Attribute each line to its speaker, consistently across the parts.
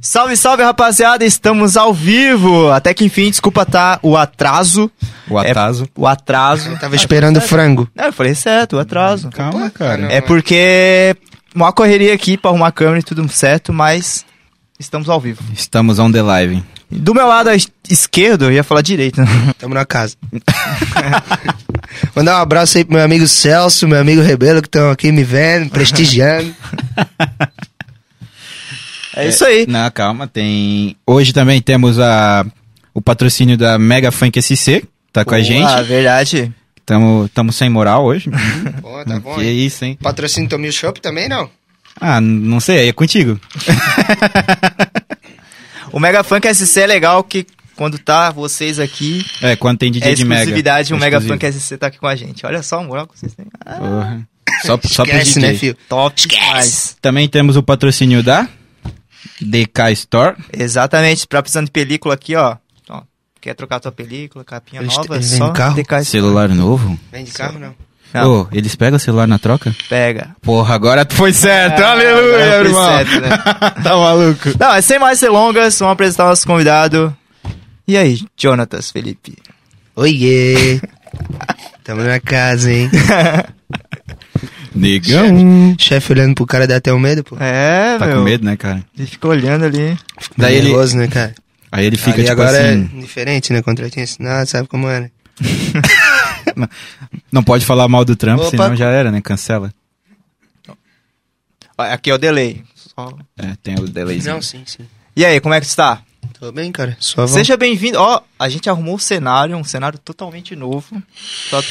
Speaker 1: Salve, salve, rapaziada! Estamos ao vivo! Até que enfim, desculpa, tá? O atraso.
Speaker 2: O
Speaker 1: É-
Speaker 2: atraso.
Speaker 1: O atraso.
Speaker 3: Tava esperando o frango.
Speaker 1: Não, eu falei é certo, o atraso.
Speaker 2: Calma, cara.
Speaker 1: É porque. Uma correria aqui pra arrumar a câmera e tudo certo, mas. Estamos ao vivo.
Speaker 2: Estamos on the live.
Speaker 1: Do meu lado es- esquerdo, eu ia falar direito, né?
Speaker 3: Tamo na casa. Mandar um abraço aí pro meu amigo Celso, meu amigo Rebelo, que estão aqui me vendo, prestigiando. Tá
Speaker 1: É isso aí.
Speaker 2: Não, calma, tem. Hoje também temos a... o patrocínio da Mega Funk SC, tá com a
Speaker 1: Ah,
Speaker 2: gente.
Speaker 1: verdade.
Speaker 2: Tamo, tamo sem moral hoje.
Speaker 3: bom, tá bom.
Speaker 2: que
Speaker 3: hein?
Speaker 2: isso, hein?
Speaker 3: Patrocínio Tomil Shop também, não?
Speaker 2: Ah, n- não sei, é contigo.
Speaker 1: O Mega Funk SC é legal que quando tá vocês aqui,
Speaker 2: É, quando tem DJ
Speaker 1: é
Speaker 2: de Mega.
Speaker 1: exclusividade, o Mega
Speaker 2: Exclusivo.
Speaker 1: Funk SC tá aqui com a gente. Olha só o moral que vocês têm. Ah,
Speaker 2: Porra. Só, só pro
Speaker 3: Esquece,
Speaker 2: DJ.
Speaker 3: né, filho?
Speaker 1: top demais.
Speaker 3: Esquece!
Speaker 2: Também temos o patrocínio da DK Store.
Speaker 1: Exatamente, pra precisando de película aqui, ó. Ó, Quer trocar tua película, capinha
Speaker 3: Eles-
Speaker 1: nova?
Speaker 3: eles
Speaker 1: só
Speaker 3: vendem carro?
Speaker 1: DK
Speaker 2: Celular novo?
Speaker 3: Vem de carro, não.
Speaker 1: Não.
Speaker 2: Ô, eles pegam o celular na troca?
Speaker 1: pega.
Speaker 2: Porra, agora tu foi certo. Aleluia,
Speaker 1: Ah, Agora foi
Speaker 2: irmão.
Speaker 1: certo, né?
Speaker 2: tá maluco.
Speaker 1: Não, mas sem mais delongas, vamos apresentar o nosso convidado. E aí, Jonatas Felipe?
Speaker 3: Oiê! Tamo na casa, hein?
Speaker 2: Negão.
Speaker 3: Chefe olhando pro cara dá até um medo, pô.
Speaker 1: É,
Speaker 2: Tá
Speaker 1: meu.
Speaker 2: com medo, né, cara?
Speaker 1: Ele fica olhando ali.
Speaker 3: Fico
Speaker 2: Daí ele-
Speaker 3: nervoso, né, cara?
Speaker 2: Aí ele fica
Speaker 3: Ali
Speaker 2: tipo
Speaker 3: agora
Speaker 2: assim.
Speaker 3: é diferente, né? Contratinho assinado, sabe como é, né?
Speaker 2: Não pode falar mal do Trump,
Speaker 3: Opa.
Speaker 2: senão já era, né? Cancela.
Speaker 1: Ó, Aqui é o delay. Só-
Speaker 2: É, tem o delayzinho.
Speaker 3: sim, sim.
Speaker 1: E aí, como é que tu está?
Speaker 3: Tô bem, cara. Só vamos.
Speaker 1: Seja bem-vindo. Ó, a gente arrumou o cenário, um cenário totalmente novo. Tá, Pra,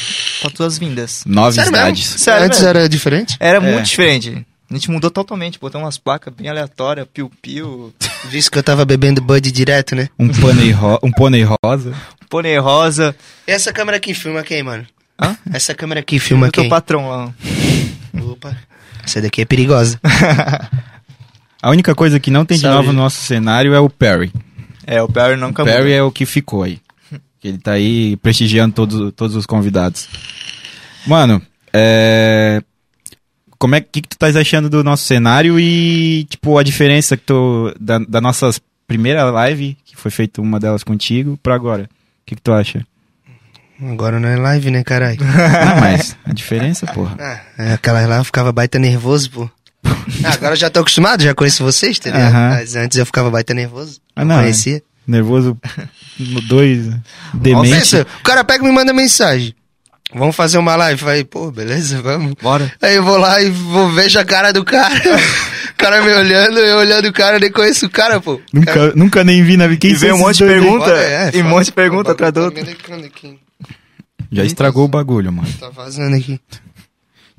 Speaker 1: pra tuas vindas.
Speaker 2: Nove
Speaker 3: Sério mesmo?
Speaker 2: cidades.
Speaker 1: Sério
Speaker 3: Antes
Speaker 1: mesmo.
Speaker 3: era diferente?
Speaker 1: Era
Speaker 2: É.
Speaker 1: muito diferente. A gente mudou totalmente, botou umas placas bem aleatórias, piu-piu,
Speaker 3: Visto que eu tava bebendo Bud direto, né?
Speaker 2: Um pônei, ro um pônei rosa.
Speaker 1: pônei rosa.
Speaker 3: E essa câmera aqui filma quem, mano?
Speaker 1: Hã?
Speaker 3: Essa câmera aqui filma
Speaker 1: Eu tô
Speaker 3: quem?
Speaker 1: patrão lá.
Speaker 3: Opa. Essa daqui é perigosa.
Speaker 2: A única coisa que não tem de
Speaker 3: Sabe.
Speaker 2: novo no nosso cenário é o Perry.
Speaker 1: É, o Perry nunca
Speaker 2: O Perry é o que ficou aí. Que Ele tá aí prestigiando todos, todos os convidados. Mano, é... Como é que, que tu tá achando do nosso cenário e, tipo, a diferença que tu... Da, da nossa primeira live, que foi feita uma delas contigo, pra agora. O que, que tu acha?
Speaker 3: Agora não é live, né, caralho?
Speaker 2: Não, é mas a diferença, porra.
Speaker 3: Ah, é, aquela lá eu ficava baita nervoso, pô. Ah, agora eu já tô acostumado, já conheço vocês, tá ligado?
Speaker 2: Aham.
Speaker 3: Mas antes eu ficava baita nervoso.
Speaker 2: Ah,
Speaker 3: não é.
Speaker 2: não,
Speaker 3: conhecia.
Speaker 2: Nervoso, dois,
Speaker 3: Nossa,
Speaker 2: demente.
Speaker 3: isso, é- o cara pega e me manda mensagem. Vamos fazer uma live. Falei, pô, beleza, vamos.
Speaker 1: Bora.
Speaker 3: Aí eu vou lá e vou vejo a cara do cara. o cara me olhando, eu olhando o cara, nem conheço o cara, pô. Cara,
Speaker 2: Nunca, nunca nem vi na quem
Speaker 1: E vem
Speaker 2: são
Speaker 1: um
Speaker 2: esses
Speaker 1: monte de
Speaker 2: dois aí?
Speaker 1: pergunta
Speaker 3: Olha, é,
Speaker 1: e um
Speaker 3: foda.
Speaker 1: monte de pergunta
Speaker 3: O bagulho
Speaker 1: atrás do
Speaker 3: tá
Speaker 1: outro.
Speaker 3: melecando aqui.
Speaker 2: Já estragou o bagulho, mano.
Speaker 3: Tá vazando aqui.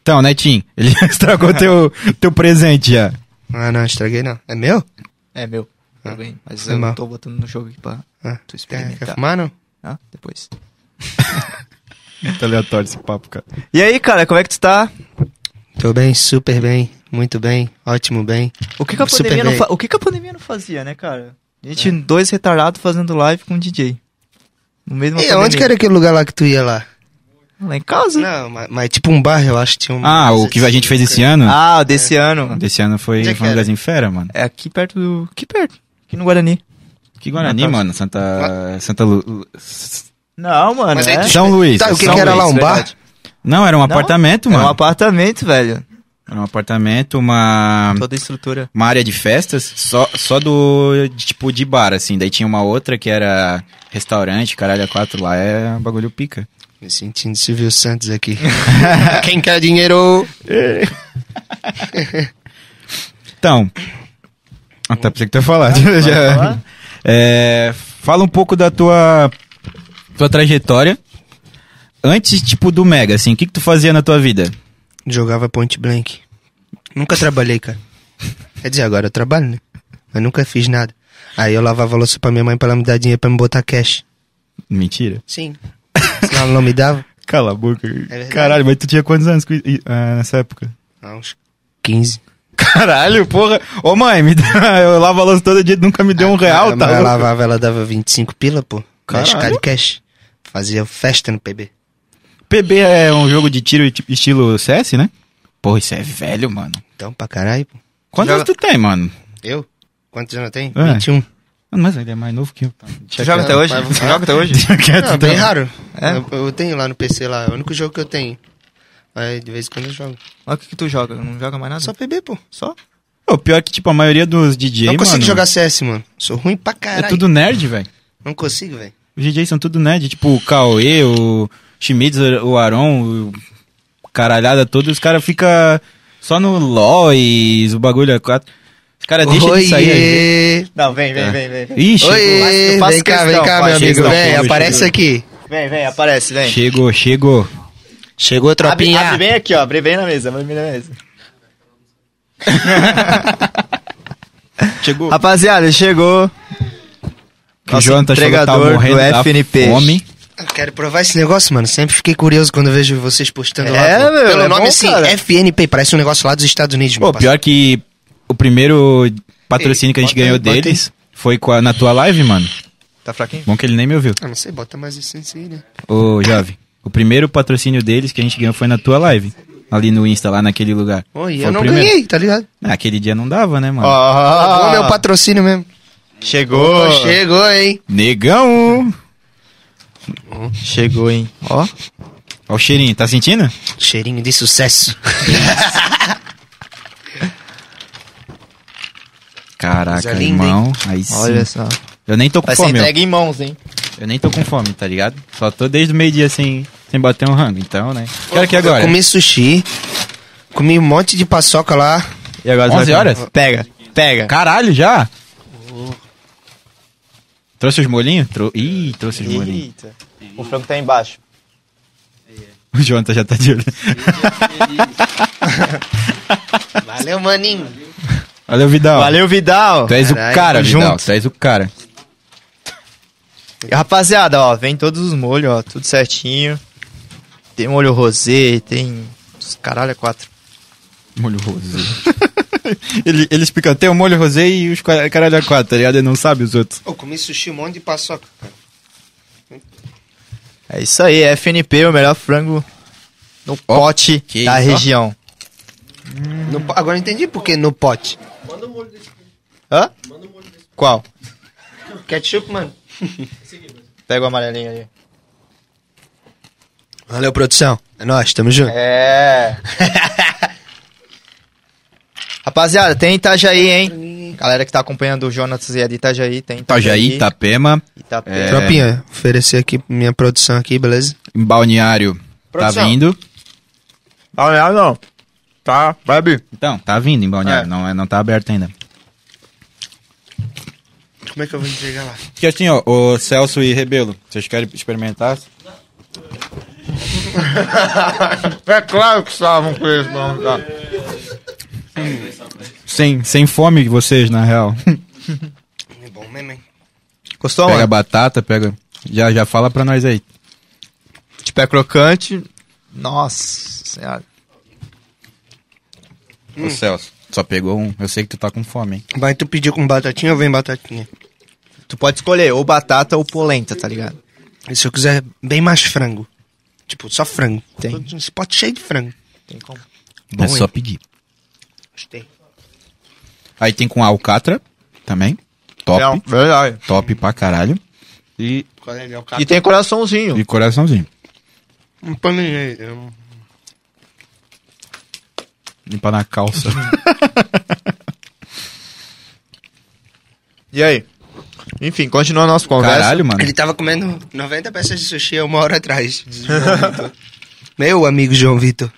Speaker 2: Então, Netinho, ele já estragou teu, teu presente já.
Speaker 3: Ah, não, estraguei não. É meu?
Speaker 1: É meu. Tá bem, mas
Speaker 3: Ah, Foi
Speaker 1: eu
Speaker 3: mal.
Speaker 1: tô botando no jogo aqui pra
Speaker 3: Ah,
Speaker 1: tu
Speaker 3: quer, quer
Speaker 1: experimentar.
Speaker 3: fumar, não?
Speaker 1: Ah, depois.
Speaker 2: Muito aleatório esse papo, cara.
Speaker 1: E aí, cara, como é que tu tá?
Speaker 3: Tô bem, super bem, muito bem, ótimo bem.
Speaker 1: O que, que a
Speaker 3: Super
Speaker 1: pandemia não
Speaker 3: bem.
Speaker 1: fa- o que, que a pandemia não fazia, né, cara? A
Speaker 3: É.
Speaker 1: gente, dois retardados fazendo live com um DJ. No mesmo
Speaker 3: E onde que era aquele lugar lá que tu ia lá?
Speaker 1: Lá em casa.
Speaker 3: Não, mas, mas tipo um bar, eu acho que tinha um...
Speaker 2: Ah, o que a gente fez esse ano?
Speaker 1: Ah, desse ano.
Speaker 2: Desse ano foi
Speaker 3: É. Onde é que
Speaker 2: foi um
Speaker 3: era?
Speaker 2: lugarzinho fera, mano.
Speaker 1: É aqui perto do... Aqui perto. Aqui no Guarani.
Speaker 2: Que Guarani,
Speaker 1: Natal.
Speaker 2: mano. Santa. Santa Lu... Lu-
Speaker 1: Não, mano.
Speaker 3: Mas
Speaker 1: é...
Speaker 3: aí tu-
Speaker 2: São Luís.
Speaker 3: Tá, o que
Speaker 2: São
Speaker 3: que era lá,
Speaker 2: Luís.
Speaker 3: um bar?
Speaker 1: verdade.
Speaker 2: Não, era um
Speaker 1: Não,
Speaker 2: apartamento,
Speaker 1: É um
Speaker 2: mano.
Speaker 1: apartamento, velho.
Speaker 2: Era um apartamento, uma.
Speaker 1: Toda a estrutura.
Speaker 2: Uma área de festas, só, só do. de, tipo, de bar, assim. Daí tinha uma outra que era restaurante, caralho, a quatro lá. É um bagulho pica.
Speaker 3: Me sentindo Silvio Santos aqui. Quem quer dinheiro...
Speaker 2: Então. Ah, tá, pensei que tu ia falar. Já-
Speaker 1: falar?
Speaker 2: É, fala um pouco da tua, tua trajetória. Antes, tipo, do Mega, assim, o que, que tu fazia na tua vida?
Speaker 3: Jogava point blank. Nunca trabalhei, cara. Quer dizer, agora eu trabalho, né? Mas nunca fiz nada. Aí eu lavava a louça pra minha mãe pra ela me dar dinheiro pra me botar cash.
Speaker 2: Mentira.
Speaker 3: Sim. Senão ela não me dava.
Speaker 2: Cala a boca.
Speaker 3: É verdade.
Speaker 2: Caralho, mas tu tinha quantos anos com- e- ah, nessa época?
Speaker 3: Ah, uns 15.
Speaker 2: Caralho, porra. Ô mãe, me dá, eu lavo a louça todo dia, nunca me deu um real,
Speaker 3: ela,
Speaker 2: tá?
Speaker 3: ela
Speaker 2: louco?
Speaker 3: lavava, ela dava 25 pila, pô.
Speaker 2: Caralho.
Speaker 3: 10k de cash. Fazia festa no PB.
Speaker 2: PB é um jogo de tiro tipo, estilo CS, né? Porra, isso é velho, mano.
Speaker 3: Então, pra caralho, pô.
Speaker 2: Quantos
Speaker 1: Joga-
Speaker 2: anos tu tem, mano?
Speaker 3: Eu? Quantos anos tem?
Speaker 2: É.
Speaker 3: 21.
Speaker 2: Ah, Mas ele é mais novo que eu. Tá.
Speaker 1: Tu joga até
Speaker 3: Não,
Speaker 1: hoje?
Speaker 3: mas-
Speaker 1: Tu joga até hoje?
Speaker 2: Deixa quieto,
Speaker 3: Não, é bem
Speaker 2: então.
Speaker 3: raro.
Speaker 1: É?
Speaker 3: Eu, eu tenho lá no PC lá. É o único jogo que eu tenho. Mas de vez em quando eu jogo.
Speaker 1: Mas o que, que tu joga? Não joga mais nada?
Speaker 3: Só PB, pô.
Speaker 1: Só?
Speaker 2: O pior é que, tipo, a maioria dos DJ,
Speaker 3: não consigo
Speaker 2: mano,
Speaker 3: jogar CS, mano. Sou ruim pra
Speaker 2: é
Speaker 3: caralho.
Speaker 2: tudo nerd, velho.
Speaker 3: Não consigo, velho.
Speaker 2: Os DJs são tudo nerd. Tipo, o Cauê, o Schmitz, o Aron, o Caralhada, todos os caras ficam só no LOL e o bagulho é quatro. Os caras deixam de sair.
Speaker 3: Oiê!
Speaker 1: Não, vem,
Speaker 2: vem,
Speaker 1: vem, vem. Vem,
Speaker 2: Ixi,
Speaker 3: Oiê!
Speaker 1: Eu faço
Speaker 3: Vem cá,
Speaker 1: questão,
Speaker 3: vem cá, meu
Speaker 1: faço
Speaker 3: amigo.
Speaker 2: questão,
Speaker 3: Vem,
Speaker 2: poxa.
Speaker 3: aparece aqui.
Speaker 1: vem, aparece, vem.
Speaker 2: chegou, chegou.
Speaker 3: Chegou,
Speaker 1: Abre,
Speaker 3: tropinha.
Speaker 1: abre bem aqui, ó. Abre bem na mesa, abre bem na mesa.
Speaker 2: Chegou.
Speaker 1: Rapaziada, chegou.
Speaker 2: o Jonathan chegou, tá
Speaker 1: entregador
Speaker 2: morrendo
Speaker 1: do
Speaker 2: da
Speaker 1: FNP.
Speaker 2: fome.
Speaker 3: Eu Quero provar esse negócio, mano. Sempre fiquei curioso quando eu vejo vocês postando lá.
Speaker 1: É,
Speaker 3: pô.
Speaker 1: meu,
Speaker 3: Pelo
Speaker 1: é
Speaker 3: nome
Speaker 1: bom,
Speaker 3: assim,
Speaker 1: cara.
Speaker 3: FNP. Parece um negócio lá dos Estados Unidos,
Speaker 2: Pô,
Speaker 3: meu parceiro.
Speaker 2: pior que o primeiro patrocínio que a gente
Speaker 3: bota aí,
Speaker 2: ganhou
Speaker 3: bota aí.
Speaker 2: deles foi com a- na tua live, mano.
Speaker 1: Tá fraquinho?
Speaker 2: Bom que ele nem me ouviu.
Speaker 3: Ah, não sei, bota mais isso em si, né?
Speaker 2: Ô, Jovem, o primeiro patrocínio deles que a gente ganhou foi na tua live. Ali no Insta, lá naquele lugar.
Speaker 3: Oi,
Speaker 2: Foi
Speaker 3: eu
Speaker 2: o
Speaker 3: não
Speaker 2: primeiro.
Speaker 3: ganhei, tá ligado?
Speaker 2: Ah, Aquele dia não dava, né, mano?
Speaker 3: Ah.
Speaker 1: Ó,
Speaker 3: meu patrocínio mesmo.
Speaker 1: Chegou.
Speaker 3: Chegou, hein?
Speaker 2: Negão!
Speaker 1: Chegou, hein? Ó.
Speaker 2: Ó o cheirinho, tá sentindo?
Speaker 3: Cheirinho de sucesso.
Speaker 2: Caraca,
Speaker 3: Coisa linda,
Speaker 2: irmão. Aí sim.
Speaker 1: Olha só.
Speaker 2: Eu nem tô com
Speaker 1: Vai ser
Speaker 2: fome,
Speaker 1: entregue em mãos, hein?
Speaker 2: ó. Eu nem tô com fome, tá ligado? Só tô desde o meio-dia sem, sem bater um rango, então, né? Que hora que é agora?
Speaker 3: Eu comi sushi. Comi um monte de paçoca lá.
Speaker 2: E agora você
Speaker 1: 11
Speaker 2: vai comer?
Speaker 1: horas? Pega, pega.
Speaker 2: Caralho, já? Trouxe os molinhos? Trou... Ih, trouxe os molinhos.
Speaker 1: Eita. O frango tá embaixo.
Speaker 2: O Jonathan já tá de olho.
Speaker 3: Valeu, maninho.
Speaker 2: Valeu, Vidal.
Speaker 1: Valeu, Vidal.
Speaker 2: Tu és o
Speaker 3: Caralho,
Speaker 2: cara,
Speaker 1: tamo
Speaker 2: Vidal.
Speaker 1: junto.
Speaker 2: Tu és o cara.
Speaker 1: E, Rapaziada, ó, vem todos os molhos, ó, tudo certinho. Tem molho rosé, tem. os Caralho, é quatro.
Speaker 2: Molho rosé. ele, ele explica, tem o molho rosé e os qua- caralho a quatro, tá ligado? Ele não sabe os outros.
Speaker 3: Eu comi sushi, um monte de paçoca, cara.
Speaker 1: É isso aí, FNP, o melhor frango no pote
Speaker 2: que
Speaker 1: da
Speaker 2: isso, ó.
Speaker 1: região.
Speaker 3: No po- Agora eu entendi por que no pote.
Speaker 1: Hã? Qual?
Speaker 3: Ketchup, mano.
Speaker 1: Pega o amarelinho ali.
Speaker 3: Valeu, produção. É nóis, tamo junto.
Speaker 1: É. Rapaziada, tem Itajaí, hein? Galera que tá acompanhando o Jonas e a de Itajaí, tem
Speaker 2: Itajaí, Tá, Itapema,
Speaker 1: Itapema.
Speaker 2: É.
Speaker 3: Tropinha, oferecer aqui minha produção aqui, beleza?
Speaker 2: em Balneário, tá
Speaker 3: Produção.
Speaker 2: vindo.
Speaker 1: Balneário não. Tá, bebe.
Speaker 2: Então, tá vindo em Balneário,
Speaker 1: É.
Speaker 2: não, é- não tá aberto ainda.
Speaker 3: Como é que eu vou entregar lá?
Speaker 2: Porque assim, ó, o Celso e Rebelo, vocês querem experimentar?
Speaker 1: É claro que estavam com esse nome, cara.
Speaker 3: Hum,
Speaker 2: Sem, sem fome de vocês, na real.
Speaker 3: É bom mesmo, hein?
Speaker 1: Gostou,
Speaker 2: pega
Speaker 1: mano?
Speaker 2: batata, pega... Já, já fala pra nós aí.
Speaker 1: De pé crocante. Nossa senhora.
Speaker 3: Hum.
Speaker 2: Ô Celso, só pegou um. Eu sei que tu tá com fome, hein?
Speaker 3: Vai tu pedir com batatinha ou vem batatinha?
Speaker 1: Tu pode escolher ou batata ou polenta, tá ligado?
Speaker 3: E se eu quiser bem mais frango? Tipo, só frango.
Speaker 1: Tem.
Speaker 3: Todo Esse pote cheio de frango.
Speaker 1: Tem como.
Speaker 2: Bom, é
Speaker 3: hein?
Speaker 2: só pedir.
Speaker 3: Gostei.
Speaker 2: Aí tem com alcatra também. Top.
Speaker 1: É, verdade.
Speaker 2: Top pra caralho. E,
Speaker 3: Qual é,
Speaker 1: E tem coraçãozinho.
Speaker 2: e coraçãozinho.
Speaker 3: Um paninho aí. é um-
Speaker 2: Limpar na calça.
Speaker 1: E aí? Enfim, continua a nossa conversa.
Speaker 2: caralho, mano.
Speaker 3: Ele tava comendo 90 peças de sushi há uma hora atrás. João Vitor. Meu amigo João Vitor.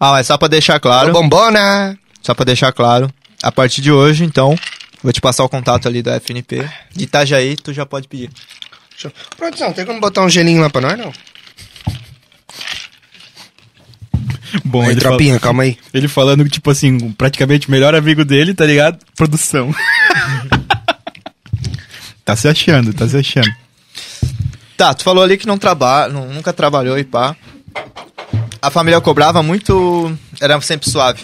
Speaker 1: Ah, mas só pra deixar claro.
Speaker 3: Ô, Bombona!
Speaker 1: Só pra deixar claro. A partir de hoje, então, vou te passar o contato ali da FNP. De Itajaí, tu já pode pedir.
Speaker 3: Show. Produção, tem como botar um gelinho lá pra nós, não?
Speaker 2: Bom,
Speaker 3: aí,
Speaker 2: ele, fala- assim,
Speaker 3: tropinha, calma aí.
Speaker 2: ele falando, tipo assim, um- praticamente o melhor amigo dele, tá ligado? Produção. tá se achando, tá se achando.
Speaker 1: Tá, tu falou ali que não trabalha, não- nunca trabalhou e pá. A família cobrava muito. é, Era sempre suave.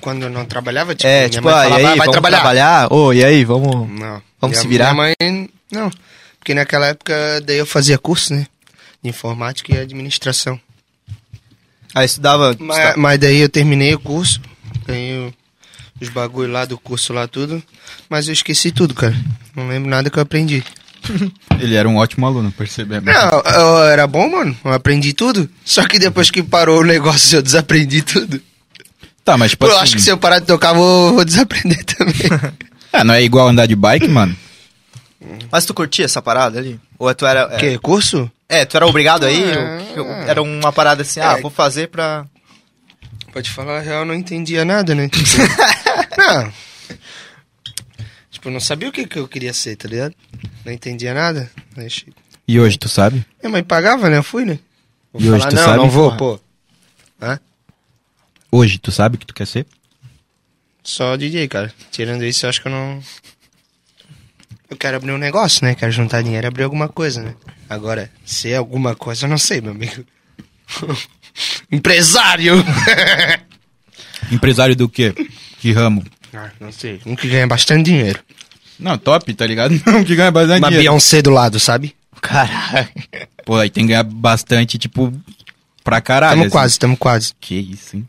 Speaker 3: Quando eu não trabalhava, tipo,
Speaker 1: é,
Speaker 3: minha
Speaker 1: tipo,
Speaker 3: mãe
Speaker 1: ah, e
Speaker 3: falava,
Speaker 1: aí,
Speaker 3: vai
Speaker 1: vamos
Speaker 3: trabalhar.
Speaker 1: trabalhar? Ô, e aí, vamos.
Speaker 3: Não.
Speaker 1: Vamos
Speaker 3: Minha-
Speaker 1: se virar?
Speaker 3: Minha mãe, não. Porque naquela época, daí eu fazia curso, né? De informática e administração.
Speaker 1: Aí estudava.
Speaker 3: Mas, mas daí eu terminei o curso, ganhei o os bagulho lá do curso lá, tudo. Mas eu esqueci tudo, cara. Não lembro nada que eu aprendi.
Speaker 2: Ele era um ótimo aluno, percebemos.
Speaker 3: Não, eu era bom, mano. Eu aprendi tudo. Só que depois que parou o negócio, eu desaprendi tudo.
Speaker 2: Tá, mas tipo
Speaker 3: eu
Speaker 2: assim,
Speaker 3: acho que se eu parar de tocar, vou, vou desaprender também.
Speaker 2: ah, não é igual andar de bike, mano?
Speaker 1: Mas tu curtia essa parada ali? Ou tu era. é,
Speaker 3: que? Curso? Ah.
Speaker 1: É, tu era obrigado aí? Ou que- ou era uma parada assim, ah, vou fazer pra.
Speaker 3: É Pode falar a real, eu não entendia nada, né? Tipo, não. Tipo, eu não sabia o que, que eu queria ser, tá ligado? Não entendia nada. Aí, che-
Speaker 2: E hoje, tu sabe?
Speaker 3: Minha mãe pagava, né? Eu fui, né? Vou
Speaker 2: E hoje tu
Speaker 3: não,
Speaker 2: sabe,
Speaker 3: não vou,
Speaker 2: porra?
Speaker 3: pô.
Speaker 2: Hoje, tu sabe o que tu quer ser?
Speaker 3: Só DJ, cara. Tirando isso, eu acho que eu não. Eu quero abrir um negócio, né? Quero juntar dinheiro e abrir alguma coisa, né? Agora, se é alguma coisa, eu não sei, meu amigo. Empresário!
Speaker 2: Empresário do quê? Que ramo?
Speaker 3: ah, não sei. Um que ganha bastante dinheiro.
Speaker 2: Não, top, tá ligado? Não, que ganha bastante
Speaker 3: Uma
Speaker 2: dinheiro.
Speaker 3: Beyoncé do lado, sabe?
Speaker 1: Caralho.
Speaker 2: Pô, aí tem que ganhar bastante, tipo, pra caralho.
Speaker 3: Tamo
Speaker 2: assim.
Speaker 3: quase, tamo quase.
Speaker 2: Que isso, hein?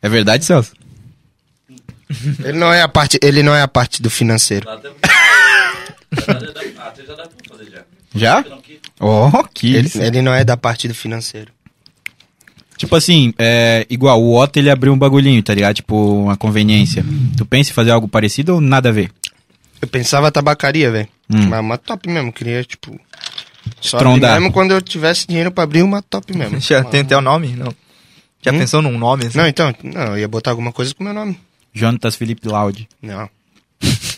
Speaker 2: É verdade, Celso?
Speaker 3: Ele não é a parte, ele não é a parte do financeiro.
Speaker 2: Já? Oh, que
Speaker 3: Ele,
Speaker 2: isso.
Speaker 3: ele não é da parte do financeiro.
Speaker 2: Tipo assim, é igual, o Otto ele abriu um bagulhinho, tá ligado? Tipo, uma conveniência. Tu pensa em fazer algo parecido ou nada a ver?
Speaker 3: Eu pensava tabacaria, velho.
Speaker 2: Hum.
Speaker 3: Mas uma top mesmo, queria tipo só
Speaker 2: Estrondar.
Speaker 3: abrir mesmo quando eu tivesse dinheiro pra abrir uma top mesmo.
Speaker 1: Já
Speaker 3: Uma-
Speaker 1: tem até o nome? Não. Já
Speaker 3: Hum?
Speaker 1: pensou
Speaker 2: um
Speaker 1: num nome? Assim?
Speaker 2: né?
Speaker 3: Não, então, não, eu ia botar alguma coisa com meu nome.
Speaker 2: Jonatas Felipe Laude.
Speaker 3: Não.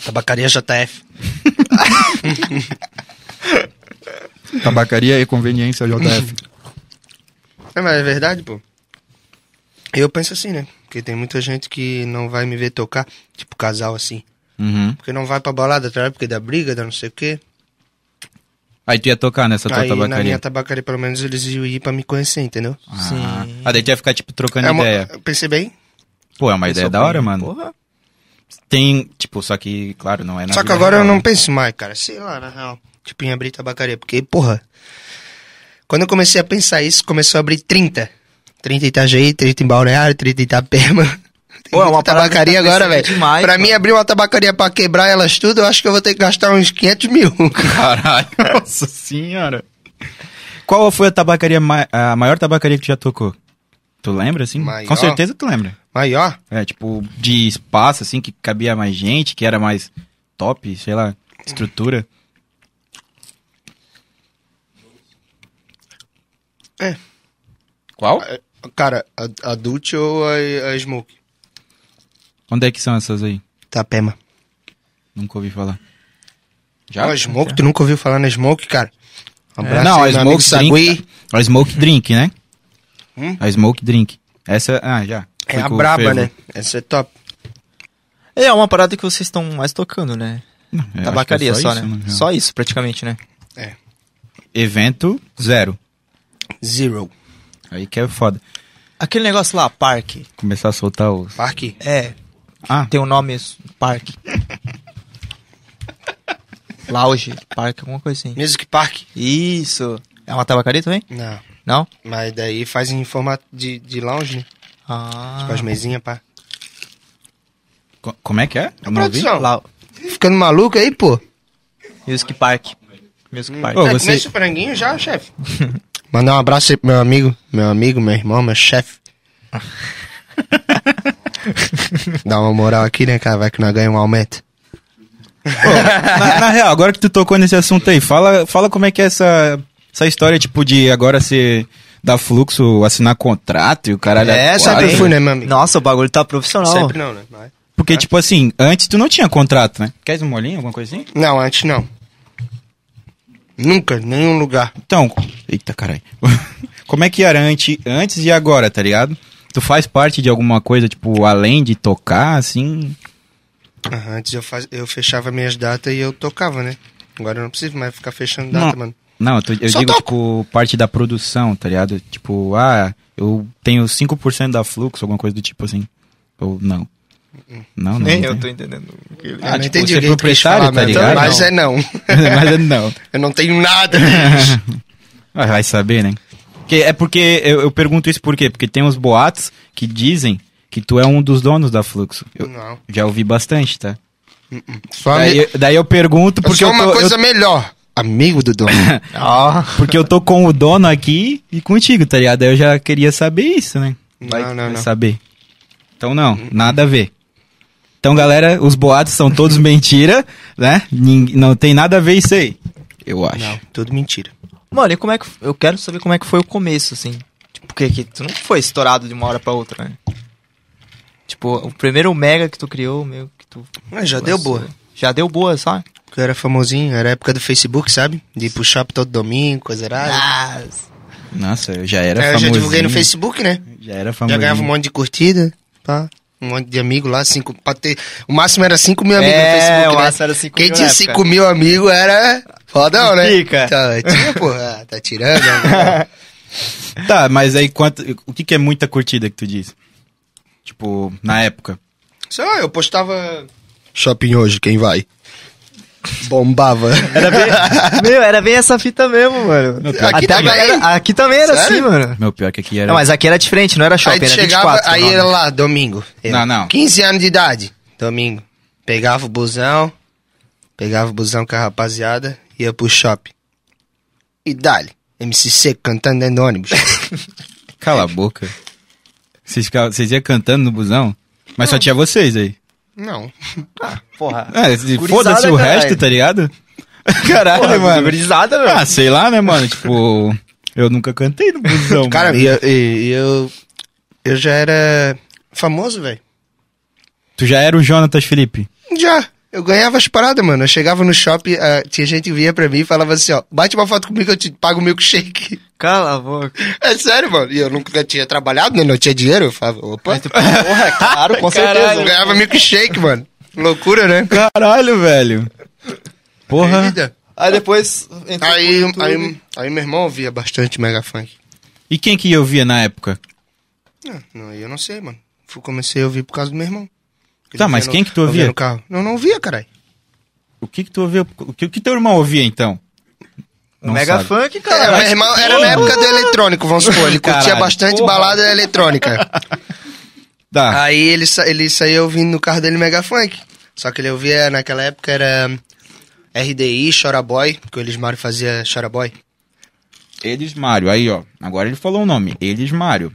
Speaker 3: Tabacaria JF.
Speaker 2: Tabacaria e conveniência JF.
Speaker 3: É, mas é verdade, pô. Eu penso assim, né? Porque tem muita gente que não vai me ver tocar, tipo casal assim.
Speaker 2: uhum.
Speaker 3: Porque não vai pra balada, tá? ligado? Porque dá briga, dá não sei o quê.
Speaker 2: Aí tu ia tocar nessa tua
Speaker 3: Aí na minha
Speaker 2: tabacaria.
Speaker 3: tabacaria, pelo menos, eles iam ir pra me conhecer, entendeu?
Speaker 2: Ah. ah, daí tu ia ficar, tipo, trocando
Speaker 3: É uma-
Speaker 2: ideia.
Speaker 3: eu Pensei bem.
Speaker 2: Pô, é uma
Speaker 1: Pensou
Speaker 2: ideia da
Speaker 1: bem,
Speaker 2: hora, mano.
Speaker 1: Porra.
Speaker 2: Tem, tipo, só que, claro, não é na
Speaker 3: Só que
Speaker 2: vida
Speaker 3: agora eu
Speaker 2: real,
Speaker 3: não
Speaker 2: né?
Speaker 3: penso mais, cara. Sei lá, na real. Tipo, em abrir tabacaria. Porque, porra. Quando eu comecei a pensar isso, começou a abrir 30. 30 em Itajaí, 30 em Balneário, 30 em Itapema. Tem
Speaker 1: Pô, é uma
Speaker 3: muita
Speaker 1: parada que tá
Speaker 3: tabacaria agora,
Speaker 1: crescendo
Speaker 3: velho.
Speaker 1: demais,
Speaker 3: Pra
Speaker 1: mano.
Speaker 3: mim, abrir uma tabacaria pra quebrar elas tudo, eu acho que eu vou ter que gastar uns 500 mil.
Speaker 2: Caralho, nossa senhora. Qual foi a tabacaria, ma- a maior tabacaria que tu já tocou? Tu lembra, assim?
Speaker 3: Maior?
Speaker 2: Com certeza tu lembra.
Speaker 3: Maior?
Speaker 2: É, tipo, de espaço, assim, que cabia mais gente, que era mais top, sei lá, estrutura.
Speaker 3: É.
Speaker 2: Qual?
Speaker 3: Ah, Cara, a, a Dutch ou a, a Smoke?
Speaker 2: Onde é que são essas aí?
Speaker 3: Itapema.
Speaker 2: Nunca ouvi falar.
Speaker 3: Ó, a Smoke, tu nunca ouviu falar na Smoke, cara? Um abraço
Speaker 2: É. Não, a
Speaker 3: aí, meu amigo
Speaker 2: Smoke Drink. A Smoke Drink, né?
Speaker 3: Hum?
Speaker 2: A Smoke Drink. Essa, ah, já.
Speaker 3: É
Speaker 2: Foi
Speaker 3: a
Speaker 2: com o
Speaker 3: braba,
Speaker 2: Fervo.
Speaker 3: né? Essa é top.
Speaker 1: É uma parada que vocês estão mais tocando, né?
Speaker 2: Não, eu acho que é
Speaker 1: Tabacaria só,
Speaker 2: isso,
Speaker 1: né?
Speaker 2: mano, já.
Speaker 1: só isso, praticamente, né?
Speaker 3: É.
Speaker 2: Evento zero.
Speaker 3: Zero.
Speaker 2: Aí que é foda.
Speaker 1: Aquele negócio lá, parque.
Speaker 2: Começar a soltar os...
Speaker 3: Parque.
Speaker 1: É,
Speaker 2: Ah,
Speaker 1: tem o um nome s- parque. Lounge, parque, alguma coisa assim.
Speaker 3: Music Park?
Speaker 1: Isso. É uma tabacaria também?
Speaker 3: Não.
Speaker 1: Não?
Speaker 3: Mas daí faz em formato de, de lounge, né?
Speaker 1: Ah.
Speaker 3: Com as mesinhas, pá.
Speaker 2: co- como é que é? Eu não ouvi.
Speaker 3: Produção.
Speaker 1: Lá,
Speaker 3: Ficando maluco aí, pô?
Speaker 1: Music Park. Music Park.
Speaker 2: Ô,
Speaker 3: é,
Speaker 2: você-
Speaker 3: comeu esse franguinho já, chefe? Mandar um abraço aí pro meu amigo, meu amigo, meu irmão, meu chefe. Dá uma moral aqui, né, cara? Vai que nós ganhamos um aumento.
Speaker 2: na, na real, agora que tu tocou nesse assunto aí, fala, fala como é que é essa, essa história, tipo, de agora ser dar fluxo, assinar contrato e o caralho.
Speaker 1: É,
Speaker 2: quatro.
Speaker 1: sabe,
Speaker 3: Sempre fui, né, meu amigo?
Speaker 1: Nossa, o bagulho tá profissional.
Speaker 3: Sempre não, né? Mas-
Speaker 2: Porque, tipo assim, antes tu não tinha contrato, né? Queres um molinho, alguma coisa assim?
Speaker 3: Não, antes não. Nunca, nenhum lugar.
Speaker 2: Então, eita caralho. como é que era antes, antes e agora, tá ligado? Tu faz parte de alguma coisa, tipo, além de tocar, assim?
Speaker 3: Ah, Antes eu, faz... eu fechava minhas datas e eu tocava, né? Agora eu não preciso mais ficar fechando data,
Speaker 2: Não.
Speaker 3: mano.
Speaker 2: Não, eu, tô- eu
Speaker 3: Só
Speaker 2: digo,
Speaker 3: toco.
Speaker 2: tipo, parte da produção, tá ligado? Tipo, ah, eu tenho 5% da Fluxo, alguma coisa do tipo assim. Ou não. Não, não.
Speaker 1: Nem
Speaker 2: não
Speaker 1: eu
Speaker 2: tem.
Speaker 1: tô entendendo. o que ele-
Speaker 2: Ah,
Speaker 3: eu não
Speaker 2: tipo,
Speaker 3: entendi
Speaker 2: ser
Speaker 3: o que ele quis
Speaker 2: proprietário,
Speaker 3: falar,
Speaker 2: tá
Speaker 3: mas-
Speaker 2: ligado?
Speaker 3: mas
Speaker 1: Não.
Speaker 3: é não.
Speaker 2: Mas não.
Speaker 3: Eu não tenho nada.
Speaker 2: Ah, Vai saber, né? Que é porque eu, eu pergunto isso por quê? Porque tem uns boatos que dizem que que tu é um dos donos da Fluxo. Eu
Speaker 3: Não.
Speaker 2: já ouvi bastante, tá?
Speaker 3: Só
Speaker 2: Daí,
Speaker 3: amigo.
Speaker 2: É, eu- daí eu pergunto porque
Speaker 3: Porque
Speaker 2: eu,
Speaker 3: uma
Speaker 2: tô,
Speaker 3: coisa
Speaker 2: eu-
Speaker 3: melhor. Amigo do dono.
Speaker 1: Ó,
Speaker 2: porque eu tô com o dono aqui e contigo, tá ligado? Daí eu já queria saber isso, né? Vai,
Speaker 3: não, não,
Speaker 2: vai
Speaker 3: não.
Speaker 2: saber. Então não, nada a ver. Então, galera, os boatos são todos mentira, né? Ning- não tem nada a ver isso aí. Eu acho.
Speaker 3: Não, tudo mentira.
Speaker 1: Mano, e como é que. Eu quero saber como é que foi o começo, assim. Tipo, que, que tu não foi estourado de uma hora pra outra, né? Tipo, o primeiro mega que tu criou, meio que tu.
Speaker 3: Mas já deu boa.
Speaker 1: Já deu boa, sabe?
Speaker 3: Porque eu era famosinho, era a época do Facebook, sabe? De ir pro shopping todo domingo, coisa errada.
Speaker 1: Mas-
Speaker 2: Nossa, eu já era
Speaker 3: Aí É, eu já
Speaker 2: famosinho.
Speaker 3: divulguei no Facebook, né?
Speaker 2: Já era
Speaker 3: Já
Speaker 2: famosinho.
Speaker 3: ganhava um monte de curtida, pá. Um monte de amigo lá, cinco, pra ter, o máximo era 5 mil amigos
Speaker 1: É,
Speaker 3: no Facebook,
Speaker 1: o
Speaker 3: né?
Speaker 1: máximo era 5
Speaker 3: Quem
Speaker 1: mil
Speaker 3: tinha
Speaker 1: na
Speaker 3: 5
Speaker 1: época.
Speaker 3: mil amigos era fodão, né?
Speaker 1: Fica.
Speaker 3: Então, tinha, porra, ah, tá tirando. né?
Speaker 2: Tá, mas aí quanto, o que, que é muita curtida que tu diz? Tipo, na época.
Speaker 3: Só, eu postava... Shopping hoje, quem vai? Bombava.
Speaker 1: Era bem, meu, era bem essa fita mesmo, mano.
Speaker 2: Não, pior
Speaker 1: aqui Até
Speaker 3: que
Speaker 1: a
Speaker 3: também?
Speaker 1: galera. Aqui também era
Speaker 3: Sério?
Speaker 1: assim, mano.
Speaker 2: Meu, pior que aqui era...
Speaker 1: Não, mas aqui era diferente, não era
Speaker 3: Aí
Speaker 1: shopping,
Speaker 3: tu
Speaker 1: era
Speaker 3: chegava,
Speaker 1: 24.
Speaker 3: aí
Speaker 1: não,
Speaker 3: era
Speaker 1: né?
Speaker 3: lá, domingo. Eu,
Speaker 2: Não, não.
Speaker 3: 15 anos de idade, domingo. Pegava o busão, pegava o busão com a rapaziada, ia pro shopping. E dali, MC Seco cantando dentro do ônibus.
Speaker 2: Cala a boca. Vocês, ficavam- vocês iam cantando no busão? Mas só tinha vocês aí.
Speaker 3: Não. Ah,
Speaker 1: Porra.
Speaker 2: É, se-
Speaker 1: Gurizada,
Speaker 2: foda-se o
Speaker 1: caralho.
Speaker 2: resto, tá ligado? Caralho,
Speaker 1: Porra,
Speaker 2: mano.
Speaker 1: gurizada, meu.
Speaker 2: Ah, sei lá, né, mano? Tipo, eu nunca cantei no busão.
Speaker 3: Cara,
Speaker 2: mano.
Speaker 3: e eu, e eu, eu já era famoso, velho.
Speaker 2: Tu já era o Jonatas Felipe.
Speaker 3: Já. Eu ganhava as paradas, mano. Eu chegava no shopping, ah, tinha gente que vinha pra mim e falava assim, ó, bate uma foto comigo, eu te pago o milkshake.
Speaker 1: Cala a boca.
Speaker 3: É sério, mano. E eu nunca tinha trabalhado, né? é Não tinha dinheiro. Eu falava, opa.
Speaker 1: Mas tu, porra, é claro, com
Speaker 3: Eu
Speaker 1: certeza.
Speaker 3: ganhava milkshake, mano. Loucura, né?
Speaker 2: Caralho, velho. Porra.
Speaker 3: Vida.
Speaker 1: Aí depois. entrou
Speaker 3: Aí,
Speaker 1: pro YouTube.
Speaker 3: aí, aí meu irmão ouvia bastante Mega Funk.
Speaker 2: E quem que eu via na época?
Speaker 3: Não, Ah, não, eu não sei, mano. Fui- Comecei a ouvir por causa do meu irmão.
Speaker 2: Tá, mas quem que tu ouvia?
Speaker 3: No carro. Não, não ouvia, caralho.
Speaker 2: O que que tu ouvia? O que, o que teu irmão ouvia, então?
Speaker 1: O
Speaker 3: Um
Speaker 2: Não
Speaker 1: Mega
Speaker 2: sabe.
Speaker 1: Funk,
Speaker 3: É,
Speaker 1: cara.
Speaker 3: meu irmão era na época do eletrônico, vamos supor. Ele curtia
Speaker 2: Caralho.
Speaker 3: bastante
Speaker 2: Porra.
Speaker 3: balada eletrônica.
Speaker 2: Tá.
Speaker 3: Aí ele, sa- ele saía ouvindo no carro dele Mega Funk. Só que ele ouvia, naquela época, era RDI, Chora Boy, que o Elismário fazia Chora Boy.
Speaker 2: Eles Mário. Aí, ó. Agora ele falou o nome. Eles Mário.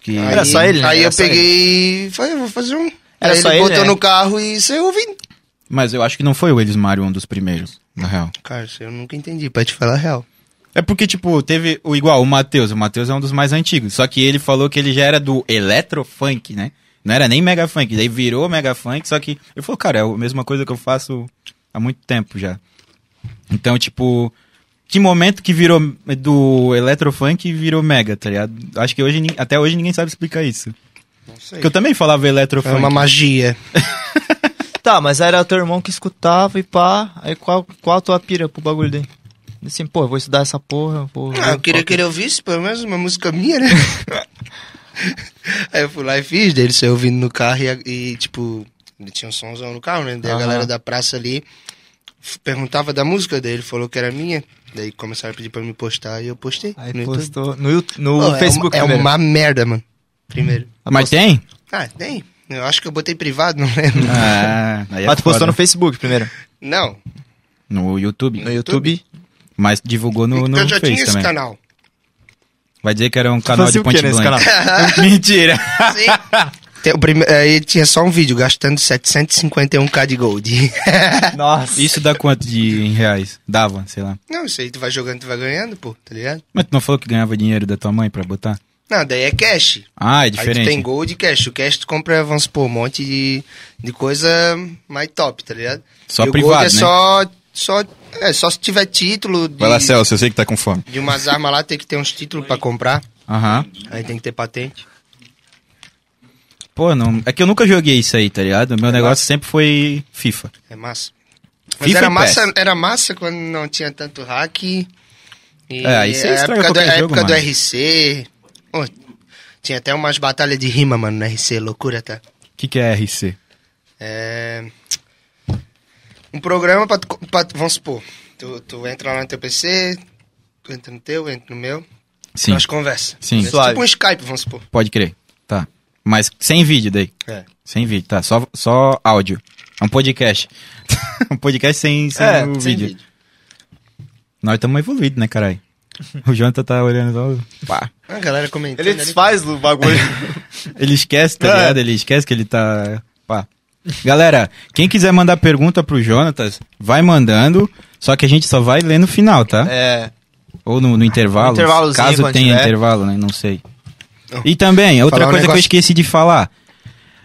Speaker 2: Que...
Speaker 1: Era só ele, né?
Speaker 3: Aí
Speaker 1: Era
Speaker 3: eu
Speaker 1: só ele.
Speaker 3: peguei e falei, eu vou fazer um.
Speaker 1: Era
Speaker 3: aí
Speaker 1: só
Speaker 3: ele
Speaker 1: ele,
Speaker 3: botou
Speaker 1: né?
Speaker 3: no carro e saiu ouvindo.
Speaker 2: Mas eu acho que não foi o Eles Mário um dos primeiros, na real.
Speaker 3: Cara, isso eu nunca entendi, pra te falar a real.
Speaker 2: É porque, tipo, teve o igual, o Matheus. O Matheus é um dos mais antigos. Só que ele falou que ele já era do Eletrofunk, né? Não era nem Mega Funk. Daí virou Mega Funk, só que... Eu falou, cara, é a mesma coisa que eu faço há muito tempo já. Então, tipo... Que momento que virou do Eletrofunk e virou Mega, tá ligado? Acho que hoje, nin- até hoje ninguém sabe explicar isso.
Speaker 3: Não sei.
Speaker 2: Porque eu também falava
Speaker 3: É
Speaker 2: Eletrofunk.
Speaker 3: uma magia.
Speaker 1: Tá, mas era teu irmão que escutava e pá. Aí qual, qual a tua pira pro bagulho dele? Assim, pô, eu vou estudar essa porra, pô.
Speaker 3: Ah, eu queria que ele ouvisse pelo menos uma música minha, né? Aí eu fui lá e fiz, daí ele saiu ouvindo no carro e, a- e, tipo, ele tinha um somzão no carro, né? Daí a
Speaker 1: Aham.
Speaker 3: galera da praça ali f- perguntava da música, daí ele falou que era minha. Daí começaram a pedir pra me postar e eu postei.
Speaker 1: Aí
Speaker 3: no YouTube.
Speaker 1: postou no, Yu- no
Speaker 3: né? Pô, é
Speaker 1: Facebook
Speaker 3: uma- é
Speaker 1: primeiro.
Speaker 3: uma merda, mano. Primeiro.
Speaker 2: Mas tem?
Speaker 3: Ah, tem. Eu acho que eu botei privado, não lembro.
Speaker 2: Ah, aí é
Speaker 1: Mas tu postou
Speaker 2: foda.
Speaker 1: no Facebook primeiro.
Speaker 3: Não.
Speaker 2: no YouTube.
Speaker 1: No YouTube.
Speaker 2: Mas divulgou no, no
Speaker 3: eu então já tinha
Speaker 2: Face
Speaker 3: esse
Speaker 2: também.
Speaker 3: canal.
Speaker 2: Vai dizer que era um canal de
Speaker 1: fazia o quê
Speaker 2: Ponte
Speaker 1: nesse
Speaker 2: Blanca. Mentira.
Speaker 3: Sim. Tem o prime- Aí tinha só um vídeo gastando 751k de gold.
Speaker 1: Nossa.
Speaker 2: Isso dá quanto de em reais? Dava, sei lá.
Speaker 3: não, isso aí tu vai jogando, tu vai ganhando, pô, tá ligado?
Speaker 2: Mas tu não falou que ganhava dinheiro da tua mãe pra botar?
Speaker 3: Não, daí é cash.
Speaker 2: Ah, é
Speaker 3: Aí tu
Speaker 2: diferente.
Speaker 3: tem gold e cash. O cash tu compra, vamos supor, um monte de, de coisa mais top, tá ligado?
Speaker 2: Só
Speaker 3: e o
Speaker 2: privado,
Speaker 3: gold é
Speaker 2: né?
Speaker 3: só, só, é, só se tiver título de,
Speaker 2: Celso, eu sei que tá com fome.
Speaker 3: de umas armas lá, tem que ter uns títulos pra comprar.
Speaker 2: Aham.
Speaker 3: Aí tem que ter patente.
Speaker 2: Pô, não... é que eu nunca joguei isso aí, tá ligado? Meu negócio sempre foi FIFA.
Speaker 3: É massa. Mas
Speaker 2: FIFA
Speaker 3: era
Speaker 2: e
Speaker 3: massa,
Speaker 2: PES.
Speaker 3: era massa quando não tinha tanto hack. E
Speaker 2: É, aí você
Speaker 3: a
Speaker 2: estraga
Speaker 3: época, do,
Speaker 2: qualquer
Speaker 3: a
Speaker 2: jogo,
Speaker 3: época do
Speaker 2: mano.
Speaker 3: RC. Pô, tinha até umas batalhas de rima, mano, no RC, loucura, tá?
Speaker 2: O que, que é RC?
Speaker 3: É. Um programa pra, tu co- pra tu- Vamos supor, tu, tu entra lá no teu PC, tu entra no teu, eu entro no meu,
Speaker 2: Sim,
Speaker 3: nós conversa.
Speaker 2: Sim.
Speaker 3: Tipo
Speaker 1: Suave.
Speaker 3: um Skype, vamos supor.
Speaker 2: pode crer. Tá. Mas sem vídeo daí.
Speaker 3: É.
Speaker 2: Sem vídeo, tá? Só, só áudio. É um podcast. um podcast sem, sem
Speaker 1: É,
Speaker 2: o
Speaker 3: Sem
Speaker 2: vídeo. Nós estamos evoluídos, né, caralho? O Jonathan tá olhando só. Pá.
Speaker 3: A galera comentando.
Speaker 1: Ele
Speaker 3: ali.
Speaker 1: desfaz o bagulho.
Speaker 2: Ele esquece, tá
Speaker 1: É.
Speaker 2: ligado? Ele esquece que ele tá. Pá. Galera, quem quiser mandar pergunta pro Jonatas, vai mandando. Só que a gente só vai ler no final, tá?
Speaker 1: é.
Speaker 2: Ou
Speaker 3: Um
Speaker 2: no, no intervalo.
Speaker 1: No intervalozinho,
Speaker 2: caso
Speaker 1: quando
Speaker 2: tenha
Speaker 1: tiver.
Speaker 2: intervalo, né? Não sei.
Speaker 3: Não.
Speaker 2: E também, outra
Speaker 3: Falar um
Speaker 2: coisa que eu
Speaker 3: negócio-
Speaker 2: esqueci de falar.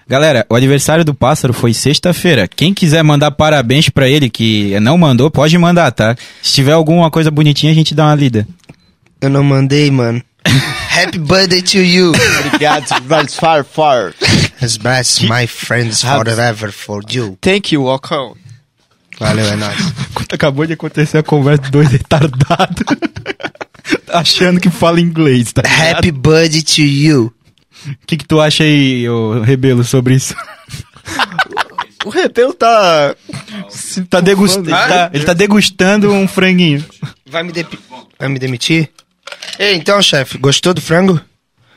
Speaker 2: Galera, o aniversário do pássaro foi sexta-feira. Quem quiser mandar parabéns pra ele, que não mandou, pode mandar, tá? Se tiver alguma coisa bonitinha, a gente dá uma lida.
Speaker 3: Eu não mandei, mano. Happy birthday to you.
Speaker 1: Obrigado, that's far, far.
Speaker 3: As best my friends forever for you.
Speaker 1: Thank you, Ocão.
Speaker 3: Valeu, é nóis.
Speaker 2: Acabou de acontecer a conversa de dois retardados. Tá Achando que fala inglês, tá?
Speaker 3: Happy birthday to you.
Speaker 2: O que, que tu acha aí, ô Rebelo, sobre isso?
Speaker 1: O Rebelo tá.
Speaker 2: Tá degusta- ele, tá, ele tá degustando um franguinho.
Speaker 3: Vai me, depi- Vai me demitir? Ei, então, chefe, gostou do frango?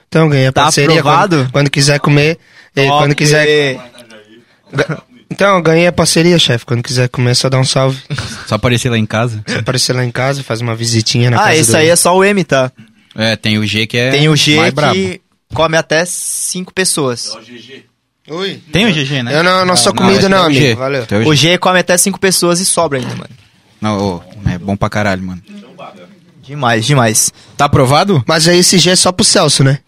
Speaker 3: Então, ganhei a
Speaker 1: Tá
Speaker 3: parceria.
Speaker 1: aprovado?
Speaker 3: Quando, quando quiser comer. Ei,
Speaker 1: Top.
Speaker 3: quando quiser. Ga- Então, ganhei a parceria, chefe. Quando quiser comer, só dá um salve.
Speaker 2: Só aparecer lá em casa.
Speaker 3: Se aparecer lá em casa, faz uma visitinha na casa
Speaker 1: Ah, esse
Speaker 3: do-
Speaker 1: aí é só o M, tá?
Speaker 2: É, tem o G que é
Speaker 1: Tem o G
Speaker 2: mais
Speaker 1: que
Speaker 2: brabo.
Speaker 1: come até 5 pessoas.
Speaker 3: Oi.
Speaker 2: Tem o GG, né?
Speaker 3: Eu não, não sou comida,
Speaker 2: esse
Speaker 3: não,
Speaker 2: é o G.
Speaker 3: amigo. Valeu.
Speaker 2: Tem o
Speaker 1: O
Speaker 2: G.
Speaker 1: G come até 5 pessoas e sobra ainda, mano.
Speaker 2: Não, ô, é bom pra caralho, mano.
Speaker 1: Demais, demais.
Speaker 2: Tá aprovado?
Speaker 3: Mas aí esse G é só pro Celso, né?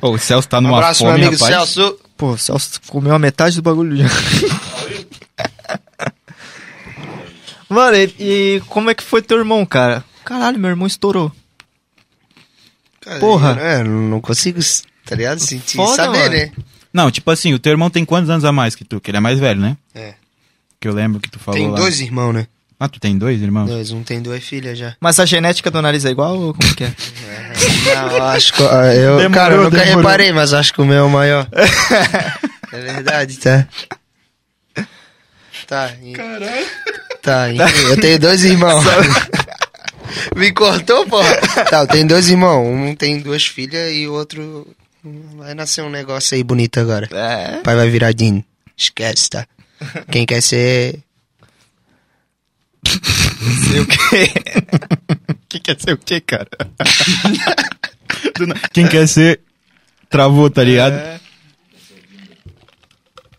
Speaker 2: Ô, o Celso tá numa
Speaker 3: Abraço, meu
Speaker 2: fome,
Speaker 3: amigo
Speaker 2: rapaz.
Speaker 3: Celso.
Speaker 1: Pô, o Celso comeu a metade do bagulho já. Mano, e, e como é que foi teu irmão, cara? Caralho, meu irmão estourou. Porra.
Speaker 3: É, não consigo, tá ligado? Sentir,
Speaker 1: Foda,
Speaker 3: saber,
Speaker 1: mano.
Speaker 3: né?
Speaker 2: Não, tipo assim, o teu irmão tem quantos anos a mais que tu? Que ele é mais velho, né?
Speaker 3: É.
Speaker 2: Que eu lembro que tu falou
Speaker 3: Tem
Speaker 2: lá.
Speaker 3: dois irmãos, né?
Speaker 2: Ah, tu tem dois, irmão?
Speaker 3: Dois, um tem duas filhas já.
Speaker 1: Mas a genética do nariz é igual ou como que é?
Speaker 3: Não, eu acho que. ah, Eu,
Speaker 2: Demorou,
Speaker 3: cara, eu nunca
Speaker 2: demorou.
Speaker 3: reparei, mas acho que o meu é o maior. é verdade, tá? Tá. Caralho. Tá, enfim, eu tenho dois irmãos. Me cortou, porra? Tá, eu tenho dois irmãos. Um tem duas filhas e o outro. Vai nascer um negócio aí bonito agora.
Speaker 1: É.
Speaker 3: O pai vai virar Dino. Esquece, tá? Quem quer ser.
Speaker 1: Sei o quê? que quer ser o quê, cara?
Speaker 2: Quem quer ser, travou, tá
Speaker 3: É.
Speaker 2: ligado?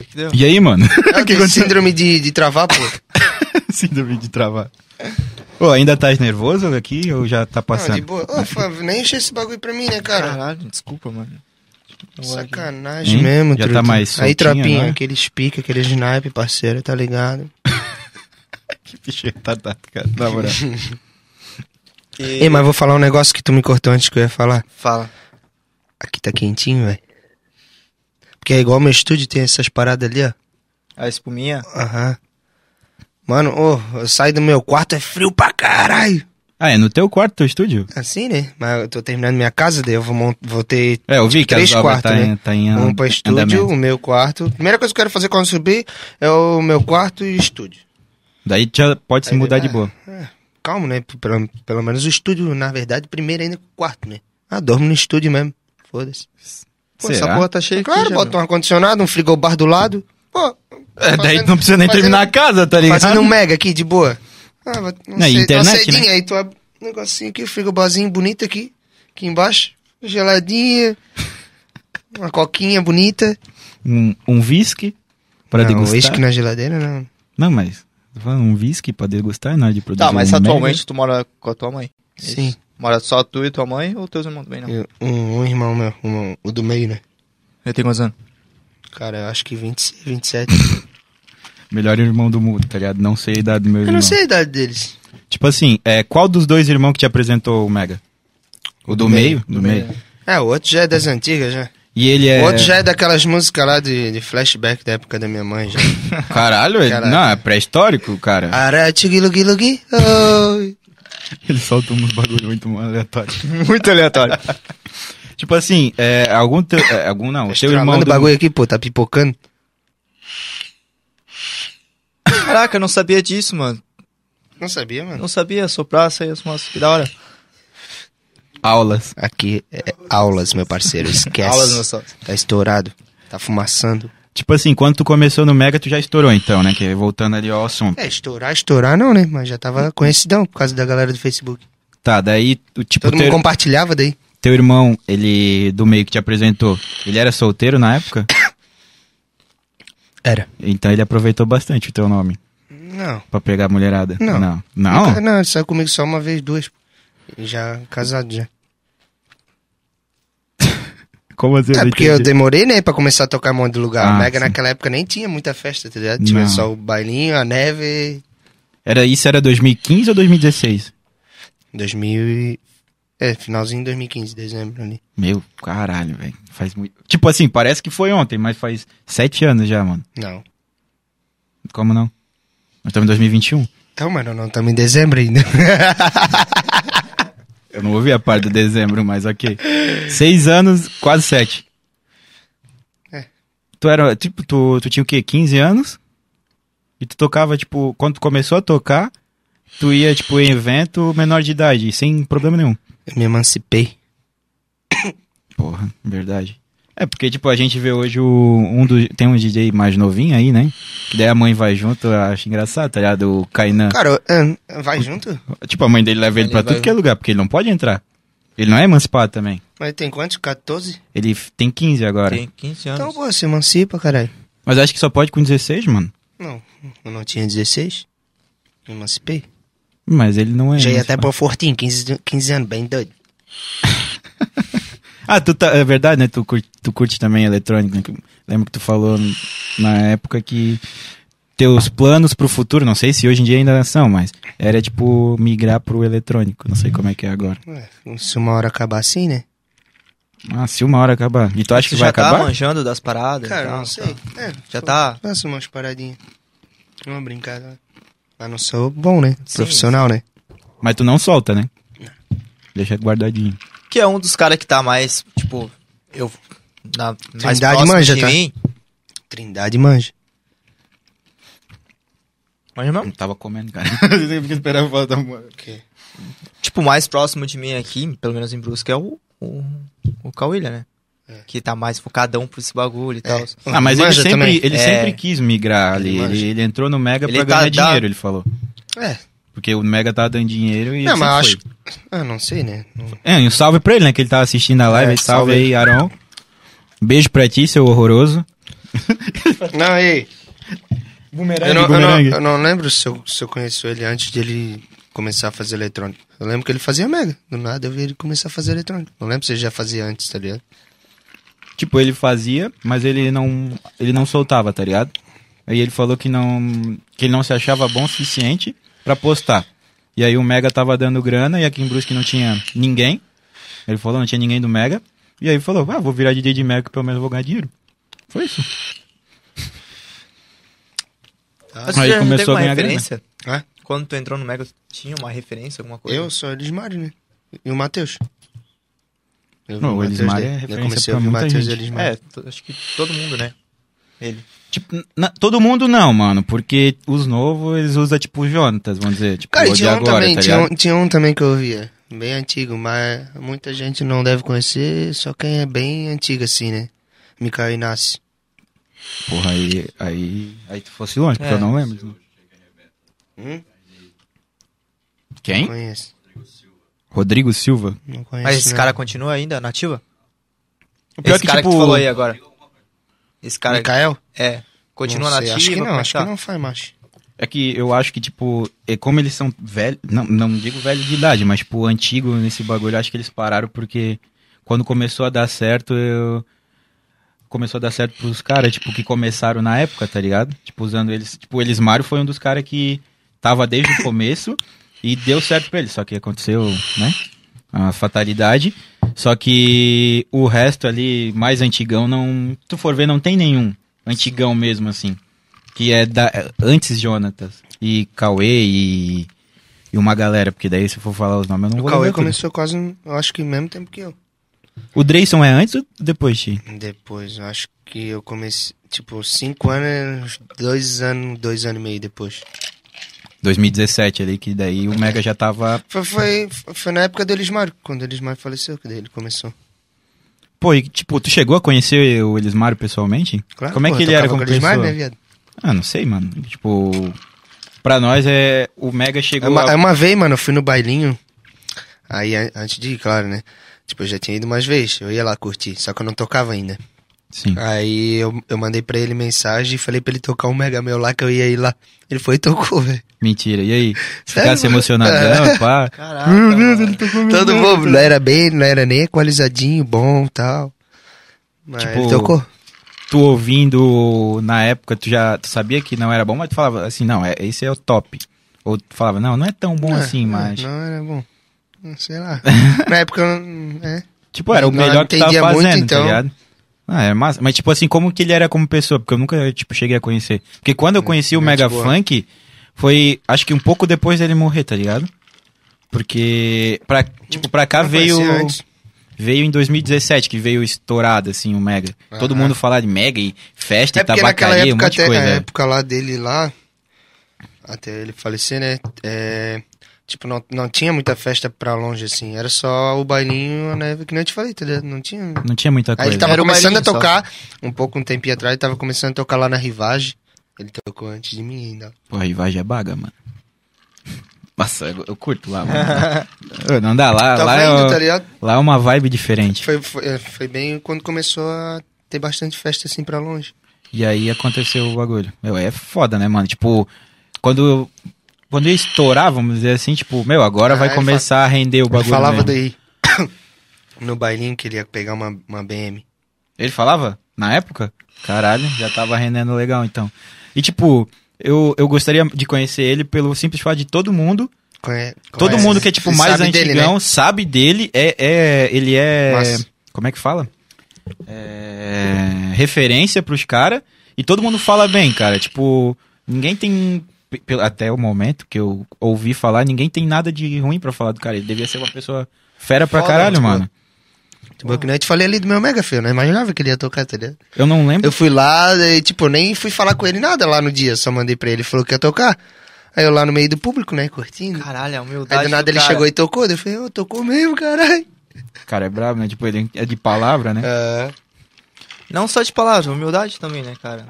Speaker 1: Entendeu?
Speaker 2: E aí, mano?
Speaker 3: Ah, tem síndrome de, de travar, pô.
Speaker 2: Síndrome de travar. Ô, ainda tá nervoso aqui ou já tá
Speaker 3: Não, de
Speaker 2: passando?
Speaker 3: boa. Ô, Fábio, nem enche esse bagulho pra mim, né, cara?
Speaker 1: Caralho, desculpa, mano.
Speaker 3: Sacanagem
Speaker 2: Hein?
Speaker 3: mesmo,
Speaker 2: Já tá
Speaker 3: truta.
Speaker 2: mais né?
Speaker 3: Aí,
Speaker 2: soltinho
Speaker 3: tropinha,
Speaker 2: agora?
Speaker 3: aqueles pica, aqueles snipe, parceiro, tá ligado?
Speaker 2: que bicho retardado, cara. Na moral.
Speaker 3: Ei, mas vou falar um negócio que tu me cortou antes que eu ia falar.
Speaker 1: Fala.
Speaker 3: Aqui tá quentinho, velho. Porque é igual meu estúdio, tem essas paradas ali, ó.
Speaker 1: A espuminha?
Speaker 3: Aham. Mano, ô, eu saio do meu quarto, é frio pra caralho.
Speaker 2: Ah, é no teu quarto, teu estúdio?
Speaker 3: Assim, né? Mas eu tô terminando minha casa, daí eu vou, mont... vou ter
Speaker 2: É, eu vi que
Speaker 3: três
Speaker 2: as obras
Speaker 3: quartos,
Speaker 2: tá, em,
Speaker 3: né?
Speaker 2: tá em
Speaker 3: um pra
Speaker 2: and-
Speaker 3: estúdio,
Speaker 2: andamento.
Speaker 3: o meu quarto. Primeira coisa que eu quero fazer quando eu subir é o meu quarto e estúdio.
Speaker 2: Daí já pode se
Speaker 3: Aí,
Speaker 2: mudar
Speaker 3: ah,
Speaker 2: de boa.
Speaker 3: calmo, né? P- Pelo, pelo menos o estúdio, na verdade, primeiro ainda que o quarto, né? Ah, dormo no estúdio mesmo. Foda-se.
Speaker 1: Pô, essa
Speaker 2: Será?
Speaker 1: porra tá cheia
Speaker 3: Claro,
Speaker 1: aqui. já,
Speaker 3: bota um ar-condicionado, um frigobar do lado. Pô.
Speaker 2: É, daí
Speaker 3: fazendo-
Speaker 2: não precisa nem
Speaker 3: fazendo-
Speaker 2: terminar a casa, tá ligado?
Speaker 3: Fazendo um mega aqui, de boa. Ah, vou- não
Speaker 2: Não, e
Speaker 3: sei,
Speaker 2: internet,
Speaker 3: uma cedinha,
Speaker 2: né?
Speaker 3: aí tu abre um negocinho aqui, um frigobarzinho bonito aqui. Aqui embaixo. Geladinha. uma coquinha bonita.
Speaker 2: Um, um whisky pra
Speaker 3: não,
Speaker 2: degustar.
Speaker 3: uísque na geladeira, não.
Speaker 2: Não, mas tô falando um whisky pra degustar na hora de produzir
Speaker 1: Tá, mas
Speaker 2: um
Speaker 1: atualmente
Speaker 2: mega.
Speaker 1: tu mora com a tua mãe? É
Speaker 3: Sim.
Speaker 1: Mora só tu e tua mãe ou teus irmãos também, não?
Speaker 3: Eu- um, um irmão meu, um- o do meio, né?
Speaker 1: Eu tenho quantos anos?
Speaker 3: Cara, eu acho que 20, 27.
Speaker 2: Melhor irmão do mundo, tá ligado? Não sei a idade do meu
Speaker 3: eu
Speaker 2: irmão.
Speaker 3: não sei a idade deles.
Speaker 2: Tipo assim, é, qual dos dois irmãos que te apresentou o Mega? O do,
Speaker 3: do
Speaker 2: meio?
Speaker 3: meio.
Speaker 2: Do, meio.
Speaker 3: É, o outro já é das antigas, já.
Speaker 2: E ele é.
Speaker 3: O outro já é daquelas músicas lá de, de flashback da época da minha mãe, já.
Speaker 2: Caralho, ele...
Speaker 3: Caralho.
Speaker 2: não, é pré-histórico, cara.
Speaker 3: Ara, tigui, lugui, lugui, oi.
Speaker 2: Ele solta um uns bagulho muito aleatório.
Speaker 1: Muito aleatório.
Speaker 2: tipo assim, é, algum teu. é, algum não, o teu irmão.
Speaker 3: Estralando o
Speaker 2: Do...
Speaker 3: bagulho aqui, pô, tá pipocando.
Speaker 1: Caraca, eu não sabia disso, mano.
Speaker 3: Não sabia, mano.
Speaker 1: Não sabia soprar, sair as mãos. Que da hora.
Speaker 2: Aulas.
Speaker 3: Aqui é aulas, meu parceiro. Esquece.
Speaker 1: Aulas, meu sócio.
Speaker 3: Tá estourado. Tá fumaçando.
Speaker 2: Tipo assim, quando tu começou no Mega, tu já estourou então, né? Que voltando ali ao assunto.
Speaker 3: É, estourar, estourar não, né? Mas já tava conhecidão por causa da galera do Facebook.
Speaker 2: Tá, daí, o tipo,
Speaker 3: Todo mundo
Speaker 2: teu,
Speaker 3: compartilhava daí.
Speaker 2: teu irmão, ele, do meio que te apresentou, ele era solteiro na época?
Speaker 3: Era.
Speaker 2: Então ele aproveitou bastante o teu nome
Speaker 3: Não.
Speaker 2: pra pegar a mulherada.
Speaker 3: Não.
Speaker 2: Não? Não?
Speaker 3: Nunca- não, ele saiu comigo só uma vez, duas. E Já casado já.
Speaker 2: Como assim?
Speaker 3: É
Speaker 2: Não
Speaker 3: porque eu
Speaker 2: entendi.
Speaker 3: demorei, né, pra começar a tocar em um monte de lugar.
Speaker 2: Ah,
Speaker 3: o Mega
Speaker 2: sim.
Speaker 3: naquela época nem tinha muita festa, tá ligado? Tinha
Speaker 2: Não.
Speaker 3: só o bailinho, a neve.
Speaker 2: Era, isso era 2015 ou 2016?
Speaker 3: 2000 e... É, finalzinho de 2015, dezembro ali.
Speaker 2: Meu, caralho, velho. Faz muito. Tipo assim, parece que foi ontem, mas faz sete anos já, mano.
Speaker 3: Não.
Speaker 2: Como não? Nós estamos em 2021.
Speaker 3: Então, mano, não estamos em dezembro ainda.
Speaker 2: Eu não ouvi a parte do dezembro, mas ok. Seis anos, quase sete.
Speaker 3: É.
Speaker 2: Tu era, tipo, tu, tu tinha o quê? 15 anos? E tu tocava, tipo, quando tu começou a tocar, tu ia, tipo, em evento menor de idade, sem problema nenhum.
Speaker 3: eu me emancipei.
Speaker 2: Porra, verdade. É, porque, tipo, a gente vê hoje o, um do, tem um DJ mais novinho aí, né? Que daí a mãe vai junto, eu acho engraçado, tá ligado? O Kainan.
Speaker 3: Cara, eu- é, vai junto?
Speaker 2: Tipo, a mãe dele leva ele
Speaker 1: Ele
Speaker 2: pra
Speaker 1: vai-
Speaker 2: tudo que é lugar, porque ele não pode entrar. Ele não é emancipado também.
Speaker 3: Mas tem quantos? 14?
Speaker 2: Ele f- tem 15 agora.
Speaker 1: Tem 15 anos.
Speaker 3: Então, pô, se emancipa, caralho.
Speaker 2: Mas acho que só pode com 16, mano.
Speaker 3: Não, eu não tinha 16. Me emancipei.
Speaker 2: Mas ele não é.
Speaker 3: Já ia até
Speaker 2: emancipado.
Speaker 3: pro Fortinho, 15, 15 anos, bem doido.
Speaker 2: Ah, tu tá, é verdade, né? Tu curte, tu curte também eletrônica. né? Lembro que tu falou n- na época que teus planos pro futuro, não sei se hoje em dia ainda são, mas era tipo migrar pro eletrônico. Não sei como é que é agora.
Speaker 3: Ué, se uma hora acabar assim, né?
Speaker 2: Ah, se uma hora acabar. E tu acha que
Speaker 1: Você
Speaker 2: vai
Speaker 1: já tá
Speaker 2: acabar?
Speaker 1: manjando das paradas? e
Speaker 3: Cara,
Speaker 1: tal,
Speaker 3: não sei.
Speaker 1: tá?
Speaker 3: É,
Speaker 1: Já
Speaker 3: pô,
Speaker 1: tá?
Speaker 3: Faço umas paradinhas. Uma brincada. né? Mas não sou bom, né?
Speaker 1: Sim.
Speaker 3: Profissional, né?
Speaker 2: Mas tu não solta, né? Deixa guardadinho.
Speaker 1: Que é um dos caras que tá mais, tipo, eu. Na, mais
Speaker 3: idade
Speaker 1: próximo
Speaker 3: manja,
Speaker 1: de
Speaker 3: tá?
Speaker 1: mim.
Speaker 3: Trindade manja.
Speaker 1: Manja mesmo?
Speaker 2: Não tava comendo, cara. Eu fiquei esperando faltar uma.
Speaker 1: Tipo, o mais próximo de mim aqui, pelo menos em Brusque, é o. O, o Cauília, né? Que tá mais focadão pra esse bagulho e tal.
Speaker 2: Ah, mas ele,
Speaker 3: É. Manja
Speaker 2: sempre,
Speaker 3: também.
Speaker 2: ele
Speaker 1: É.
Speaker 2: sempre quis migrar ali.
Speaker 3: Ele manja.
Speaker 2: Ele, ele entrou no Mega
Speaker 1: Ele
Speaker 2: pra
Speaker 1: tá-
Speaker 2: ganhar
Speaker 1: dá-
Speaker 2: dinheiro, ele falou.
Speaker 3: É.
Speaker 2: Porque o Mega tava dando dinheiro e.
Speaker 3: Não,
Speaker 2: ele
Speaker 3: mas eu acho.
Speaker 2: sempre foi.
Speaker 3: Ah, não sei, né? Não-
Speaker 2: É, e um salve pra ele, né? Que ele tava assistindo a live.
Speaker 3: É,
Speaker 2: salve,
Speaker 3: salve.
Speaker 2: aí, Arão. Beijo pra ti, seu horroroso.
Speaker 3: Não, ei.
Speaker 2: Bumerangue,
Speaker 3: Eu não, eu não- eu não lembro se eu, se eu conheço ele antes de ele começar a fazer eletrônico. Eu lembro que ele fazia mega. Do nada eu vi ele começar a fazer eletrônico. Não lembro se ele já fazia antes, tá ligado?
Speaker 2: Tipo, ele fazia, mas ele não, ele não soltava, tá ligado? Aí ele falou que não, que ele não se achava bom o suficiente pra postar. E aí o Mega tava dando grana e aqui em Brusque não tinha ninguém. Ele falou, não tinha ninguém do Mega. E aí falou, ah, vou virar DJ de Mega que pelo menos eu vou ganhar dinheiro. Foi isso.
Speaker 3: Tá.
Speaker 1: Mas
Speaker 2: Aí
Speaker 1: tu já não
Speaker 2: começou
Speaker 1: teve
Speaker 2: a
Speaker 1: uma
Speaker 2: ganhar grana.
Speaker 1: referência? Ah,
Speaker 3: Hã?
Speaker 1: Quando tu entrou no Mega, tu tinha uma referência, alguma coisa?
Speaker 3: É? Eu sou o Elismar, né? E o Matheus. Eu vi
Speaker 2: Não, o
Speaker 3: Matheus
Speaker 2: Elismar
Speaker 3: daí.
Speaker 2: é
Speaker 3: Eu
Speaker 2: referência
Speaker 3: comecei
Speaker 2: pra
Speaker 3: a ouvir
Speaker 2: muita
Speaker 3: Matheus e
Speaker 2: gente.
Speaker 3: Elismar.
Speaker 1: É, t- acho que todo mundo, né? Ele.
Speaker 2: Tipo, n- na- todo mundo não, mano, porque os novos eles usam tipo o Jonatas, vamos dizer, tipo,
Speaker 3: Cara, e
Speaker 2: o de
Speaker 3: tinha um,
Speaker 2: agora,
Speaker 3: também,
Speaker 2: tá
Speaker 3: tinha,
Speaker 2: ligado?
Speaker 3: um, tinha um também que eu ouvia, bem antigo, mas muita gente não deve conhecer, só quem é bem antigo assim, né? Micael Inácio. um-
Speaker 2: Porra, aí, aí, aí tu fosse longe, porque
Speaker 1: É.
Speaker 2: eu não lembro.
Speaker 3: Hum?
Speaker 2: Quem?
Speaker 3: Conheço.
Speaker 2: Rodrigo Silva.
Speaker 3: Não conheço.
Speaker 1: Mas esse
Speaker 3: não. é.
Speaker 1: cara continua ainda nativa?
Speaker 2: O é
Speaker 1: Esse cara
Speaker 2: tipo,
Speaker 1: que tu falou aí agora. Esse cara,
Speaker 3: Micael?
Speaker 1: é, continua
Speaker 3: Não sei,
Speaker 1: nativa?
Speaker 3: Acho que
Speaker 1: como é
Speaker 3: não,
Speaker 1: que
Speaker 3: acho
Speaker 1: tá?
Speaker 3: que não faz mais.
Speaker 2: É que eu acho que, tipo, é como eles são velhos. Não, não digo velho de idade, mas, tipo, antigo nesse bagulho, acho que eles pararam porque quando começou a dar certo, eu. Começou a dar certo pros caras, tipo, que começaram na época, tá ligado? Tipo, usando eles. Tipo, o Elismário foi um dos caras que tava desde o começo e deu certo pra ele. Só que aconteceu, né? A fatalidade. Só que o resto ali, mais antigão, não. Se tu for ver, não tem nenhum antigão mesmo, assim. Que é da, antes Jonatas e Cauê e, e uma galera, porque daí se eu for falar os nomes eu não
Speaker 3: O
Speaker 2: vou
Speaker 3: Cauê
Speaker 2: lembrar tudo.
Speaker 3: começou quase, no- eu acho que mesmo tempo que eu.
Speaker 2: O Dreyson é antes ou depois, Ti?
Speaker 3: Depois, eu acho que eu comecei, tipo, cinco anos, uns dois anos, dois anos e meio depois.
Speaker 2: 2017 ali, que daí o Mega já tava.
Speaker 3: Foi, foi, foi na época do Elismar, quando o Elismar faleceu, que daí ele começou.
Speaker 2: Pô, e tipo, tu chegou a conhecer o Elismário pessoalmente? Como é
Speaker 3: porra,
Speaker 2: que ele era
Speaker 3: tocava
Speaker 2: como
Speaker 3: com o Elismar,
Speaker 2: pessoa?
Speaker 3: né, viado?
Speaker 2: Ah, não sei, mano. Tipo, pra nós é. O Mega
Speaker 3: É
Speaker 2: chegou.
Speaker 3: uma,
Speaker 2: a...
Speaker 3: é uma vez, mano, eu fui no bailinho. Aí, a- antes de ir, claro, né? Tipo, eu já tinha ido umas vezes, eu ia lá curtir, só que eu não tocava ainda.
Speaker 2: Sim.
Speaker 3: Aí eu, eu mandei pra ele mensagem e falei pra ele tocar um Mega Meu lá que eu ia ir lá. Ele foi e tocou, velho.
Speaker 2: Mentira. E aí?
Speaker 3: Sério,
Speaker 2: Ficasse emocionadão, pá.
Speaker 1: Caraca. mano.
Speaker 3: né? Todo bobo, não era bem, não era nem equalizadinho, bom e tal. Mas
Speaker 2: Tipo,
Speaker 3: ele tocou.
Speaker 2: Tu ouvindo na época, tu já tu sabia que não era bom, mas tu falava assim, não, é, esse é o top. Ou tu falava, não, não é tão bom
Speaker 3: Ah,
Speaker 2: assim,
Speaker 3: não,
Speaker 2: mas.
Speaker 3: Não, era bom. Não, Sei lá. Na época eu não. É.
Speaker 2: Tipo, era o
Speaker 3: Não
Speaker 2: melhor que tu tava
Speaker 3: entendia muito,
Speaker 2: fazendo, tá
Speaker 3: então.
Speaker 2: ligado? Ah, é massa. Mas, tipo assim, como que ele era como pessoa? Porque eu nunca, tipo, cheguei a conhecer. Porque quando eu conheci o
Speaker 3: gente
Speaker 2: Mega
Speaker 3: É, boa.
Speaker 2: Funk, foi, acho que um pouco depois dele morrer, tá ligado? Porque, pra, tipo, pra cá
Speaker 3: Não
Speaker 2: veio...
Speaker 3: conhecia antes.
Speaker 2: Veio em 2017, que veio estourado, assim, o Mega. Todo
Speaker 3: Aham.
Speaker 2: mundo falar de Mega e festa
Speaker 3: É
Speaker 2: e
Speaker 3: porque naquela
Speaker 2: tabacaria, um
Speaker 3: época,
Speaker 2: monte de
Speaker 3: até é.
Speaker 2: coisa.
Speaker 3: na época lá dele lá, até ele falecer, né? é, tipo, não, não tinha muita festa pra longe, assim. Era só o bailinho, né? Que nem eu te falei, tá ligado? Não tinha.
Speaker 2: Não tinha muita
Speaker 3: Aí
Speaker 2: coisa.
Speaker 3: ele tava
Speaker 1: Era o
Speaker 3: começando a
Speaker 1: bailinho só.
Speaker 3: tocar, um pouco, um tempinho atrás, ele tava começando a tocar lá na Rivage. Ele tocou antes de mim ainda.
Speaker 2: Pô, a rivagem é baga, mano. Nossa, eu, eu curto lá, mano. Ô, Não dá, lá,
Speaker 3: Tava
Speaker 2: lá, é,
Speaker 3: indo,
Speaker 2: o-
Speaker 3: tá ligado?
Speaker 2: lá é uma vibe diferente.
Speaker 3: Foi, foi, é, foi bem quando começou a ter bastante festa assim pra longe.
Speaker 2: E aí aconteceu o bagulho. Meu, é foda, né, mano? Tipo, quando quando ia estourar, vamos dizer assim, tipo, meu, agora
Speaker 3: Ah,
Speaker 2: vai
Speaker 3: ele
Speaker 2: começar a render o
Speaker 3: Ele
Speaker 2: bagulho. mesmo.
Speaker 3: falava daí no bailinho que ele ia pegar uma, uma BM.
Speaker 2: Ele falava? Na época? Caralho, já tava rendendo legal, então. E tipo, eu, eu gostaria de conhecer ele pelo simples fato de todo mundo.
Speaker 3: Conhe-
Speaker 2: todo
Speaker 3: conhece,
Speaker 2: mundo
Speaker 3: né?
Speaker 2: que é, tipo,
Speaker 3: Sabe
Speaker 2: mais
Speaker 3: dele, né?
Speaker 2: antigão sabe dele, é, é ele é.
Speaker 3: Massa.
Speaker 2: Como é que fala? É, referência pros caras. E todo mundo fala bem, cara. Tipo, ninguém tem. pe- pe- Até o momento que eu ouvi falar, ninguém tem nada de ruim pra falar do cara. Ele devia ser uma pessoa fera pra
Speaker 3: Foda,
Speaker 2: caralho,
Speaker 3: tipo,
Speaker 2: mano.
Speaker 3: Tipo, que nem eu te falei ali do meu mega, filho. Não imaginava que ele ia tocar, tá ligado?
Speaker 2: Eu não lembro.
Speaker 3: Eu fui lá e, tipo, nem fui falar com ele nada lá no dia. Só mandei pra ele, falou que ia tocar. Aí eu lá no meio do público, né, curtindo.
Speaker 1: Caralho, a humildade.
Speaker 3: Aí do nada ele chegou e tocou. Daí eu falei, ô, tocou mesmo, caralho.
Speaker 2: O cara é brabo, né? Tipo, ele é de palavra, né?
Speaker 3: É.
Speaker 1: Não só de palavras, humildade também, né, cara?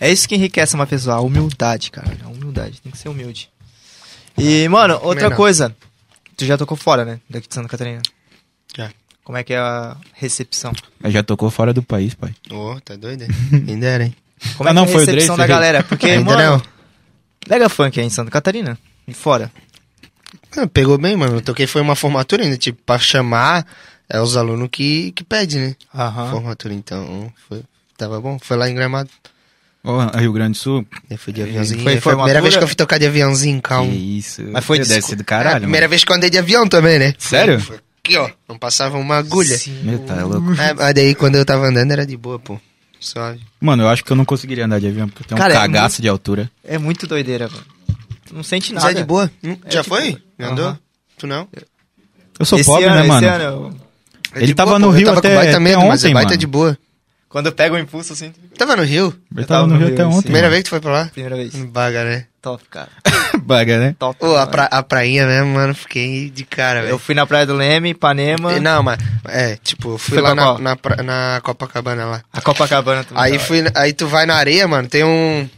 Speaker 1: É isso que enriquece uma pessoa, a humildade, cara. A humildade, tem que ser humilde. E, mano, outra
Speaker 3: É, não.
Speaker 1: coisa. Tu já tocou fora, né? Daqui de Santa Catarina.
Speaker 3: Já.
Speaker 1: Como é que é a recepção?
Speaker 2: Mas já tocou fora do país, pai.
Speaker 3: Ô, tá doido? hein? Quem dera, hein?
Speaker 1: Como
Speaker 2: Ah,
Speaker 1: é
Speaker 2: não,
Speaker 1: que é a
Speaker 2: foi o
Speaker 1: recepção
Speaker 2: Drake,
Speaker 1: da
Speaker 2: errei.
Speaker 1: galera? Porque,
Speaker 3: Ainda
Speaker 1: mano, Mega Funk é em Santa Catarina. E fora.
Speaker 3: Ah, pegou bem, mano. Eu toquei, foi uma formatura ainda, tipo, pra chamar, é os alunos que, que pedem, né?
Speaker 1: Aham.
Speaker 3: Formatura, então, foi, tava bom. Foi lá em Gramado.
Speaker 2: Ó, Rio Grande do Sul. é,
Speaker 3: Aí fui de
Speaker 1: E
Speaker 3: aviãozinho.
Speaker 1: foi
Speaker 3: Foi, foi a
Speaker 1: formatura?
Speaker 3: primeira vez que eu fui tocar de aviãozinho, calma.
Speaker 2: Que isso.
Speaker 1: Mas foi
Speaker 2: Deve
Speaker 1: disco-
Speaker 2: ser do
Speaker 3: É a
Speaker 2: caralho,
Speaker 3: primeira vez que eu andei de avião também, né?
Speaker 2: Sério?
Speaker 3: Foi Aqui, ó. Não passava uma agulha.
Speaker 1: Sim.
Speaker 2: mano. Meu, tá louco.
Speaker 3: É, mas daí quando eu tava andando era de boa, pô. Suave.
Speaker 2: Mano, eu acho que eu não conseguiria andar de avião, porque eu tenho
Speaker 1: Cara,
Speaker 2: um
Speaker 1: é
Speaker 2: cagaço de altura.
Speaker 1: É muito doideira, mano. Tu não sente nada.
Speaker 3: Mas é de boa? Hum,
Speaker 1: É
Speaker 3: Já
Speaker 1: de
Speaker 3: foi?
Speaker 1: boa.
Speaker 3: Já Andou?
Speaker 1: Aham.
Speaker 3: Tu não?
Speaker 2: Eu sou
Speaker 1: esse
Speaker 2: pobre,
Speaker 1: ano,
Speaker 2: né,
Speaker 1: esse
Speaker 2: mano?
Speaker 1: ano, eu-
Speaker 3: É
Speaker 2: Ele
Speaker 3: de
Speaker 2: tava
Speaker 3: boa,
Speaker 2: no
Speaker 3: pô.
Speaker 2: Rio
Speaker 3: eu tava
Speaker 2: até-
Speaker 3: com baita
Speaker 2: até
Speaker 3: medo, mas é
Speaker 2: ontem,
Speaker 3: baita
Speaker 2: mano.
Speaker 3: de boa.
Speaker 1: Quando eu pego o impulso, assim,
Speaker 3: Tava no Rio?
Speaker 2: Eu tava no Rio até
Speaker 1: sim.
Speaker 2: ontem.
Speaker 3: Primeira vez que tu foi pra lá?
Speaker 1: primeira vez.
Speaker 3: Baga, né?
Speaker 1: Top, cara.
Speaker 2: vez. Baga, né?
Speaker 1: Top.
Speaker 3: Ô, a,
Speaker 1: mano.
Speaker 3: pra- a prainha mesmo, mano, fiquei de cara,
Speaker 1: Eu
Speaker 3: velho.
Speaker 1: fui na Praia do Leme, Ipanema,
Speaker 3: Não, mas, é, tipo, eu fui
Speaker 1: Foi
Speaker 3: lá
Speaker 1: pra
Speaker 3: na,
Speaker 1: qual?
Speaker 3: na, pra- na Copacabana lá.
Speaker 1: a Copacabana também. tá
Speaker 3: Aí
Speaker 1: cara.
Speaker 3: fui, aí tu vai na areia, mano, tem um...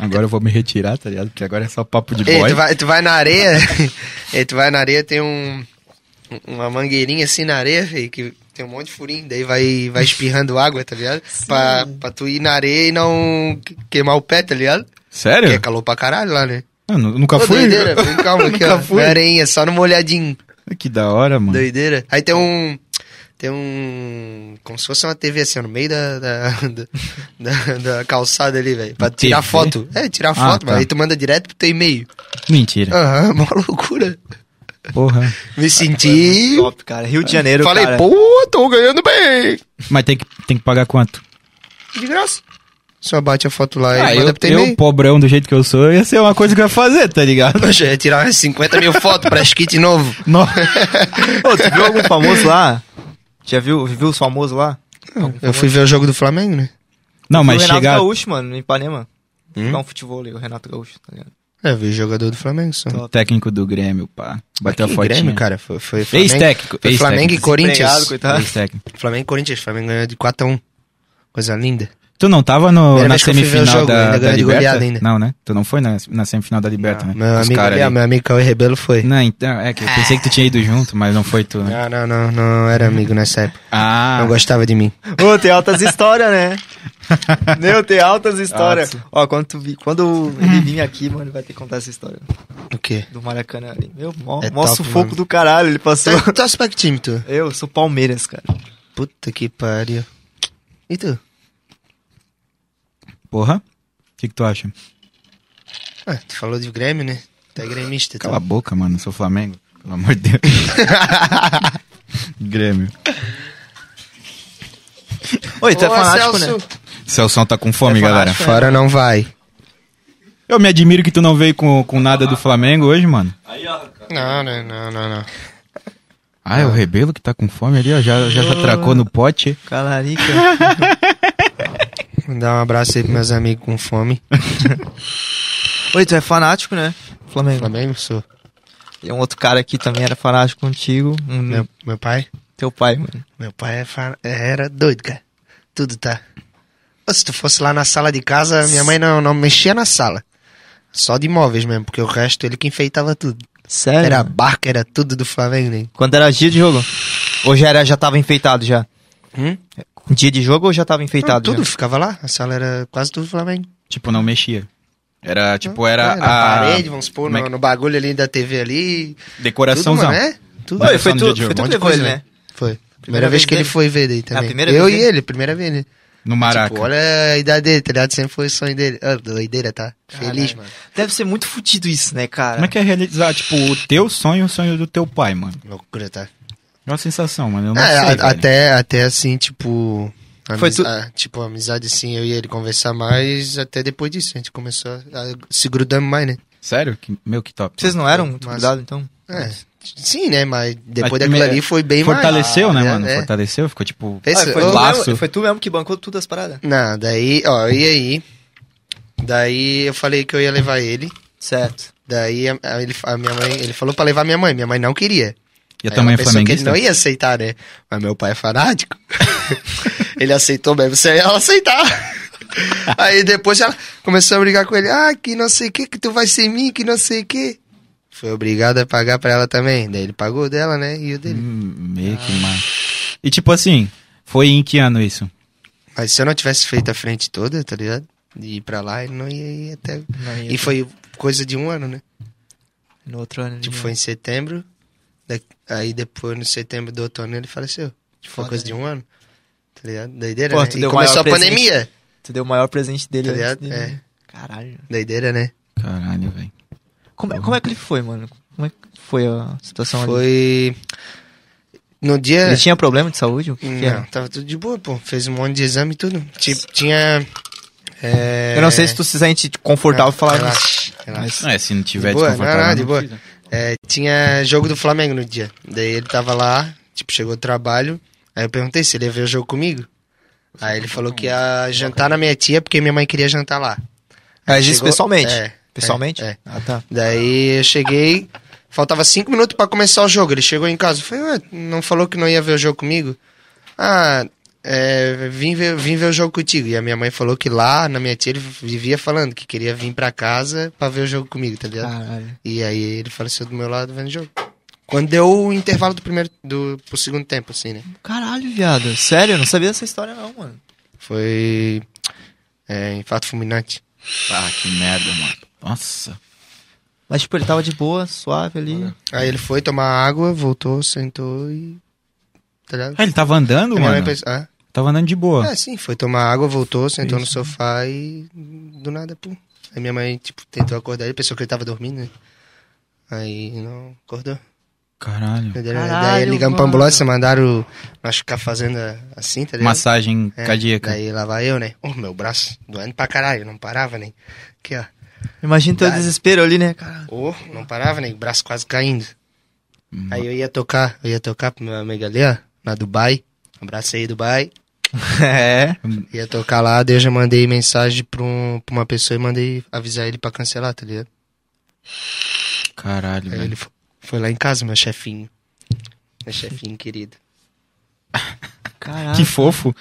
Speaker 2: Agora eu vou me retirar, tá ligado? Porque agora é só papo de
Speaker 3: Ei,
Speaker 2: boy.
Speaker 3: tu, vai, tu vai na areia, ei, tu vai na areia, tem um... Uma mangueirinha assim na areia, velho, que tem um monte de furinho, daí vai, vai espirrando água, tá ligado? Pra, pra tu ir na areia e não que- queimar o pé, tá ligado?
Speaker 2: Sério?
Speaker 3: Porque é calor pra caralho lá, né?
Speaker 2: Ah, nu- nunca
Speaker 3: Ô,
Speaker 2: fui.
Speaker 3: doideira, vem calma aqui,
Speaker 2: Nunca
Speaker 3: ó.
Speaker 2: fui.
Speaker 3: Na areinha, é só no molhadinho.
Speaker 2: Que da hora, mano.
Speaker 3: Doideira. Aí tem um. Tem um. Como se fosse uma TV assim, ó, no meio da. Da, da- da- da calçada ali, velho. Pra tirar
Speaker 2: TV?
Speaker 3: foto. É, tirar
Speaker 2: Ah,
Speaker 3: foto,
Speaker 2: tá.
Speaker 3: mano. Aí tu manda direto pro teu e-mail.
Speaker 2: Mentira.
Speaker 3: Aham, uma loucura.
Speaker 2: Porra.
Speaker 3: Me senti.
Speaker 1: Top, cara. Rio de Janeiro,
Speaker 3: Falei,
Speaker 1: cara.
Speaker 3: pô, tô ganhando bem.
Speaker 2: Mas tem que, tem que pagar quanto?
Speaker 3: De graça. Só bate a foto lá
Speaker 2: Ah,
Speaker 3: e
Speaker 2: eu,
Speaker 3: manda pro teu
Speaker 2: eu,
Speaker 3: e-mail.
Speaker 2: pobrão do jeito que eu sou, ia ser uma coisa que eu ia fazer, tá ligado?
Speaker 3: Poxa, eu ia tirar umas 50 mil fotos pra skit Ah, novo.
Speaker 2: Não.
Speaker 1: Ô, tu viu algum famoso lá? Já viu, viu os famosos lá?
Speaker 3: Eu fui ver o jogo do Flamengo, né?
Speaker 2: Não, mas
Speaker 1: o Renato
Speaker 2: chegar.
Speaker 1: Gaúcho, mano, em Ipanema.
Speaker 3: Hum?
Speaker 1: Jogar um futebol ali, o Renato Gaúcho, tá ligado?
Speaker 3: É, vi jogador do Flamengo só.
Speaker 2: O técnico do Grêmio, pá. Bateu a
Speaker 3: Que
Speaker 2: fotinha.
Speaker 3: Grêmio, cara, foi, foi Flamengo,
Speaker 2: Ex-técnico.
Speaker 3: foi Flamengo e
Speaker 2: ex-técnico.
Speaker 1: Desempregado,
Speaker 3: Corinthians.
Speaker 1: coitado.
Speaker 2: Ex-técnico.
Speaker 3: Flamengo e Corinthians, Flamengo ganhou de 4x1. Coisa linda.
Speaker 2: Tu não tava no,
Speaker 3: Primeira
Speaker 2: na
Speaker 3: vez que eu fui ver o
Speaker 2: semifinal
Speaker 3: jogo,
Speaker 2: da,
Speaker 3: ainda
Speaker 2: da
Speaker 3: ganhei de
Speaker 2: Liberta?
Speaker 3: goleada ainda.
Speaker 2: Não, né? Tu não foi na, na semifinal da Liberta, né?
Speaker 3: Meu
Speaker 2: Os
Speaker 3: amigo,
Speaker 2: caras
Speaker 3: ali, ó,
Speaker 2: ali.
Speaker 3: meu amigo Cauê Rebelo foi.
Speaker 2: Não, então, é que eu pensei que tu tinha ido junto, mas não foi tu, né?
Speaker 3: Não, não, não, não era amigo nessa época.
Speaker 2: Ah,
Speaker 3: Não gostava de mim.
Speaker 1: Ô, tem altas histórias, né? Meu, tem altas histórias. Ó, quando, tu vi- quando ele vir aqui, mano, ele vai ter que contar essa história
Speaker 3: O quê?
Speaker 1: do Maracanã ali. Meu, mó,
Speaker 3: É
Speaker 1: mó
Speaker 3: top,
Speaker 1: sufoco
Speaker 3: mano.
Speaker 1: do caralho, ele passou.
Speaker 3: Tu torce pra que tá time, tu?
Speaker 1: Eu sou Palmeiras, cara.
Speaker 3: Puta que pariu. E tu?
Speaker 2: porra. O que, que tu acha?
Speaker 3: Ah, tu falou de Grêmio, né? Tu é gremista. tu.
Speaker 2: Ah, Cala a boca, mano. Sou Flamengo. Pelo amor de Deus. Grêmio.
Speaker 1: Oi, tu é
Speaker 3: Ô,
Speaker 1: fanático,
Speaker 3: Celso,
Speaker 1: né?
Speaker 2: Celson tá com fome,
Speaker 1: É
Speaker 2: galera.
Speaker 1: fanático,
Speaker 3: Fora não vai.
Speaker 2: Eu me admiro que tu não veio com, com nada do Flamengo hoje, mano.
Speaker 3: Não, não, não, não, não.
Speaker 2: Ah, é o Rebelo que tá com fome ali, ó. Já, já se atracou no pote.
Speaker 1: Calarica.
Speaker 3: Mandar um abraço aí pros meus amigos com fome.
Speaker 1: Oi, tu é fanático, né? Flamengo.
Speaker 3: Flamengo, sou.
Speaker 1: E um outro cara aqui também era fanático contigo. Um,
Speaker 3: Meu, meu pai?
Speaker 1: Teu pai, mano.
Speaker 3: Meu pai é fa- era doido, cara. Tudo tá. Ou se tu fosse lá na sala de casa, minha mãe não, não mexia na sala. Só de imóveis mesmo, porque o resto ele que enfeitava tudo.
Speaker 1: Sério?
Speaker 3: Era barca, era tudo do Flamengo, né?
Speaker 1: Quando era dia de jogo? Ou já, era, já tava enfeitado já?
Speaker 3: Hum?
Speaker 1: Dia de jogo ou já tava enfeitado?
Speaker 3: Não, tudo
Speaker 1: já?
Speaker 3: ficava lá. A sala era quase tudo Flamengo.
Speaker 2: Tipo, não mexia. Era, tipo, era
Speaker 3: É, na
Speaker 2: a
Speaker 3: parede, vamos supor,
Speaker 2: como é
Speaker 3: no, no bagulho ali da TV ali. Tudo,
Speaker 2: decoraçãozão.
Speaker 3: mano, é? Tudo.
Speaker 1: Oi, foi
Speaker 2: Só no
Speaker 1: tu,
Speaker 2: dia de
Speaker 1: foi
Speaker 2: jogo.
Speaker 1: tu
Speaker 3: Um
Speaker 1: que
Speaker 3: monte de
Speaker 1: levou ele,
Speaker 3: coisa,
Speaker 1: né?
Speaker 3: Foi. Primeira,
Speaker 1: Primeira
Speaker 3: vez
Speaker 1: vez
Speaker 3: que ele
Speaker 1: dele.
Speaker 3: foi ver daí também.
Speaker 1: primeira
Speaker 3: Eu
Speaker 1: vez
Speaker 3: e
Speaker 1: dele?
Speaker 3: ele, primeira vez ele.
Speaker 2: No Maraca.
Speaker 3: Tipo, olha a idade dele, tá ligado? Sempre foi o sonho dele. Ah, doideira, tá? Feliz, mano.
Speaker 1: Deve ser muito fudido isso, né, cara?
Speaker 2: Como é que é realizar, tipo, o teu sonho e o sonho do teu pai, mano?
Speaker 3: Loucura, tá?
Speaker 2: É uma sensação, mano. Eu não
Speaker 3: É,
Speaker 2: sei,
Speaker 3: a-
Speaker 2: velho.
Speaker 3: até, até assim, tipo. amiz-
Speaker 1: Foi tu-
Speaker 3: ah, tipo, amizade assim, eu e ele conversar mais, até depois disso, a gente começou a, a se grudando mais, né?
Speaker 2: Sério? Que, meu, que top.
Speaker 1: Vocês não eram muito
Speaker 3: Mas-
Speaker 1: cuidado, então?
Speaker 3: É, sim, né? Mas depois
Speaker 2: Mas
Speaker 3: daquilo
Speaker 2: me-
Speaker 3: ali foi bem mais.
Speaker 2: Fortaleceu, né,
Speaker 3: Ah,
Speaker 2: mano?
Speaker 3: é.
Speaker 2: Fortaleceu, ficou tipo...
Speaker 3: Esse-
Speaker 1: Ah, foi,
Speaker 3: ô,
Speaker 1: tu
Speaker 2: laço.
Speaker 1: mesmo, foi tu mesmo que bancou tudo as paradas?
Speaker 3: Não, daí, ó, e aí? Daí eu falei que eu ia levar ele.
Speaker 1: Certo.
Speaker 3: Daí a, a- ele, a minha mãe, ele falou pra levar minha mãe, minha mãe não queria.
Speaker 2: E a
Speaker 3: Aí
Speaker 2: tua mãe é
Speaker 3: ela pensou Que ele
Speaker 2: flamenguista?
Speaker 3: não ia aceitar, né? Mas meu pai é fanático. ele aceitou mesmo, sem ela aceitar. Aí depois ela começou a brigar com ele. Ah, que não sei o que, que tu vai ser mim, que não sei o que. Foi obrigado a pagar pra ela também. Daí ele pagou o dela, né? E o dele.
Speaker 2: Hum, Meio que mais. E tipo assim, foi em que ano isso?
Speaker 3: Mas se eu não tivesse feito a frente toda, tá ligado? De ir pra lá, ele não ia ir até.
Speaker 1: Não ia-
Speaker 3: E foi coisa de um ano, né?
Speaker 1: No outro ano.
Speaker 3: Tipo,
Speaker 1: né?
Speaker 3: foi em setembro. da- Aí depois, no setembro do outono, ele faleceu. Tipo, foi
Speaker 1: Foda,
Speaker 3: coisa
Speaker 1: né?
Speaker 3: de um ano. Tá ligado? Doideira,
Speaker 1: Pô,
Speaker 3: né?
Speaker 1: tu
Speaker 3: E
Speaker 1: deu
Speaker 3: começou
Speaker 1: maior
Speaker 3: a
Speaker 1: presente.
Speaker 3: pandemia.
Speaker 1: Tu deu o maior presente dele.
Speaker 3: Tá
Speaker 1: antes
Speaker 3: ligado?
Speaker 1: dele,
Speaker 3: É.
Speaker 1: né? Caralho.
Speaker 3: Doideira, né?
Speaker 2: Caralho, velho.
Speaker 1: Como, é- como é que ele foi, mano? Como é que foi a situação ali?
Speaker 3: Foi. No dia.
Speaker 1: Ele tinha problema de saúde? O que é? que
Speaker 3: um- Não,
Speaker 1: era?
Speaker 3: tava tudo de boa, pô. Fez um monte de exame e tudo. Tipo, tinha. é,
Speaker 1: Eu não sei se tu se sente confortável
Speaker 3: Não,
Speaker 1: falar
Speaker 3: relaxa,
Speaker 1: isso.
Speaker 3: relaxa.
Speaker 1: Mas...
Speaker 2: É, se não tiver
Speaker 3: De boa, não, não,
Speaker 2: desconfortável... né?
Speaker 3: de boa. É, tinha jogo do Flamengo no dia. Daí ele tava lá, tipo, chegou do trabalho. Aí eu perguntei se ele ia ver o jogo comigo. Aí ele falou que ia jantar na minha tia, porque minha mãe queria jantar lá.
Speaker 1: Mas isso
Speaker 3: Chegou-
Speaker 1: Ah, pessoalmente.
Speaker 3: É,
Speaker 1: pessoalmente?
Speaker 3: é, é.
Speaker 1: Ah, tá.
Speaker 3: Daí eu cheguei, faltava cinco minutos pra começar o jogo. Ele chegou em casa, eu falei, ué, não falou que não ia ver o jogo comigo? Ah, é, vim, ver, vim ver o jogo contigo. E a minha mãe falou que lá, na minha tia, ele vivia falando que queria vir pra casa pra ver o jogo comigo, tá ligado?
Speaker 1: Caralho.
Speaker 3: E aí ele faleceu do meu lado vendo o jogo. Quando deu o intervalo do primeiro, do, pro segundo tempo, assim, né?
Speaker 1: Caralho, viado. Sério, eu não sabia dessa história não, mano.
Speaker 3: Foi, é, infarto fulminante.
Speaker 2: Ah, que merda, mano. Nossa.
Speaker 1: Mas, tipo, ele tava de boa, suave ali.
Speaker 3: Aí ele foi tomar água, voltou, sentou e, tá ligado?
Speaker 2: Ah, ele tava
Speaker 3: A
Speaker 2: andando,
Speaker 3: minha mãe
Speaker 2: mano?
Speaker 3: pensou, ah,
Speaker 2: Tava andando de boa.
Speaker 3: Ah, sim, foi tomar água, voltou, sentou no sofá e do nada, pum. Aí minha mãe, tipo, tentou acordar ele, pensou que ele tava dormindo, né? Aí não acordou.
Speaker 2: Caralho.
Speaker 3: Daí- daí
Speaker 1: Caralho,
Speaker 3: ligamos pra
Speaker 1: mano.
Speaker 3: ambulância, mandaram nós ficar fazendo a- assim, tá ligado?
Speaker 2: Massagem
Speaker 3: É,
Speaker 2: cardíaca.
Speaker 3: Daí lá vai eu, né? Oh, meu braço doendo pra caralho, não parava nem. Aqui, ó.
Speaker 1: Imagina teu
Speaker 3: Cara.
Speaker 1: desespero ali, né, cara?
Speaker 3: Oh, não parava nem, braço quase caindo.
Speaker 1: Hum.
Speaker 3: Aí eu ia tocar, eu ia tocar pro meu amigo ali, ó, na Dubai. Abraço aí, Dubai.
Speaker 1: É.
Speaker 3: Ia tocar lá, daí eu já mandei mensagem pra, um, pra uma pessoa e mandei avisar ele pra cancelar, tá ligado?
Speaker 2: Caralho,
Speaker 3: Aí
Speaker 2: velho.
Speaker 3: ele fo- foi lá em casa, meu chefinho. Meu chefinho querido.
Speaker 1: Caralho.
Speaker 2: Que fofo.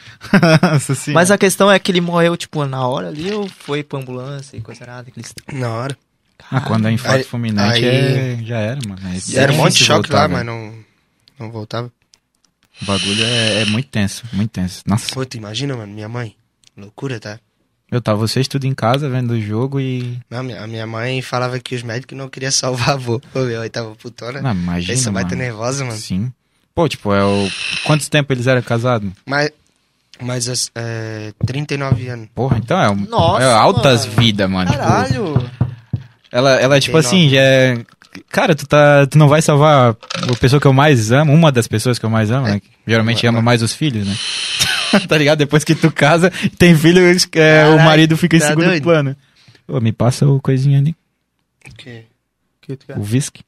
Speaker 2: Nossa senhora.
Speaker 1: Mas a questão é que ele morreu, tipo, na hora ali ou foi pra ambulância e coisa nada? Aqueles...
Speaker 3: Na hora.
Speaker 2: Ah, quando é infarto
Speaker 3: Aí-
Speaker 2: fulminante,
Speaker 3: aí-
Speaker 2: é- já era, mano. É-
Speaker 1: Sim.
Speaker 2: é
Speaker 3: Era um monte de
Speaker 2: difícil
Speaker 3: choque
Speaker 2: voltar, velho.
Speaker 3: lá, mas não, não voltava.
Speaker 2: O bagulho é, é muito tenso, muito tenso. Nossa,
Speaker 3: Pô, tu imagina, mano, minha mãe. Loucura, tá?
Speaker 2: eu tava vocês tudo em casa vendo o jogo e.
Speaker 3: Não, minha- a minha mãe falava que os médicos não queriam salvar avô. Pô, meu, aí tava putona.
Speaker 2: Não, imagina.
Speaker 3: Pensa, vai
Speaker 2: mano.
Speaker 3: ter nervosa, um mano.
Speaker 2: Sim. Pô, tipo, é o. Quantos tempo eles eram casados?
Speaker 3: Mas, mas as- é, 39 anos.
Speaker 2: Porra, então é, um,
Speaker 1: Nossa,
Speaker 2: é altas
Speaker 1: mano.
Speaker 2: vidas, mano. Tipo,
Speaker 1: Caralho!
Speaker 2: ela, ela, tipo assim, já é. Cara, tu, tá, tu não vai salvar a pessoa que eu mais amo, uma das pessoas que eu mais amo, né? Geralmente
Speaker 3: Uma-
Speaker 2: ama mais os filhos, né? tá ligado? Depois que tu casa e tem filho, es- é, o
Speaker 3: Caralho,
Speaker 2: marido fica em
Speaker 3: tá
Speaker 2: segundo
Speaker 3: doido?
Speaker 2: plano. Ô, me passa o coisinha ali,
Speaker 3: Que?
Speaker 1: Que tu quer?
Speaker 2: o whisky,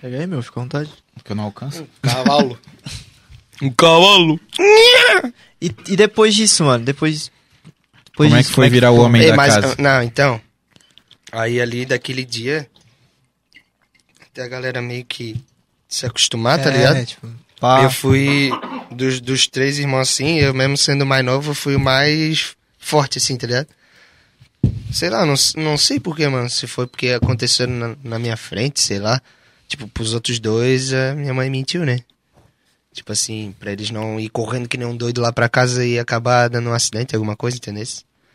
Speaker 1: Pega aí, meu, fica à vontade.
Speaker 2: que eu não alcanço.
Speaker 3: Cavalo. um cavalo.
Speaker 1: E, e depois disso, mano, depois. depois
Speaker 2: Como é
Speaker 1: disso,
Speaker 2: que foi virar o homem
Speaker 3: Ei,
Speaker 2: da
Speaker 3: mas,
Speaker 2: casa?
Speaker 3: não, então. Aí ali, daquele dia, até a galera meio que se acostumar, tá
Speaker 1: É,
Speaker 3: ligado?
Speaker 1: tipo, pá.
Speaker 3: Eu fui, dos, dos três irmãos, assim, eu mesmo sendo o mais novo, eu fui o mais forte, assim, tá ligado? Sei lá, não, s- não sei porquê, mano. Se foi porque aconteceu na, na minha frente, sei lá. Tipo, pros outros dois, a minha mãe mentiu, né? Tipo assim, pra eles não ir correndo que nem um doido lá pra casa e acabar dando um acidente, alguma coisa, entendeu?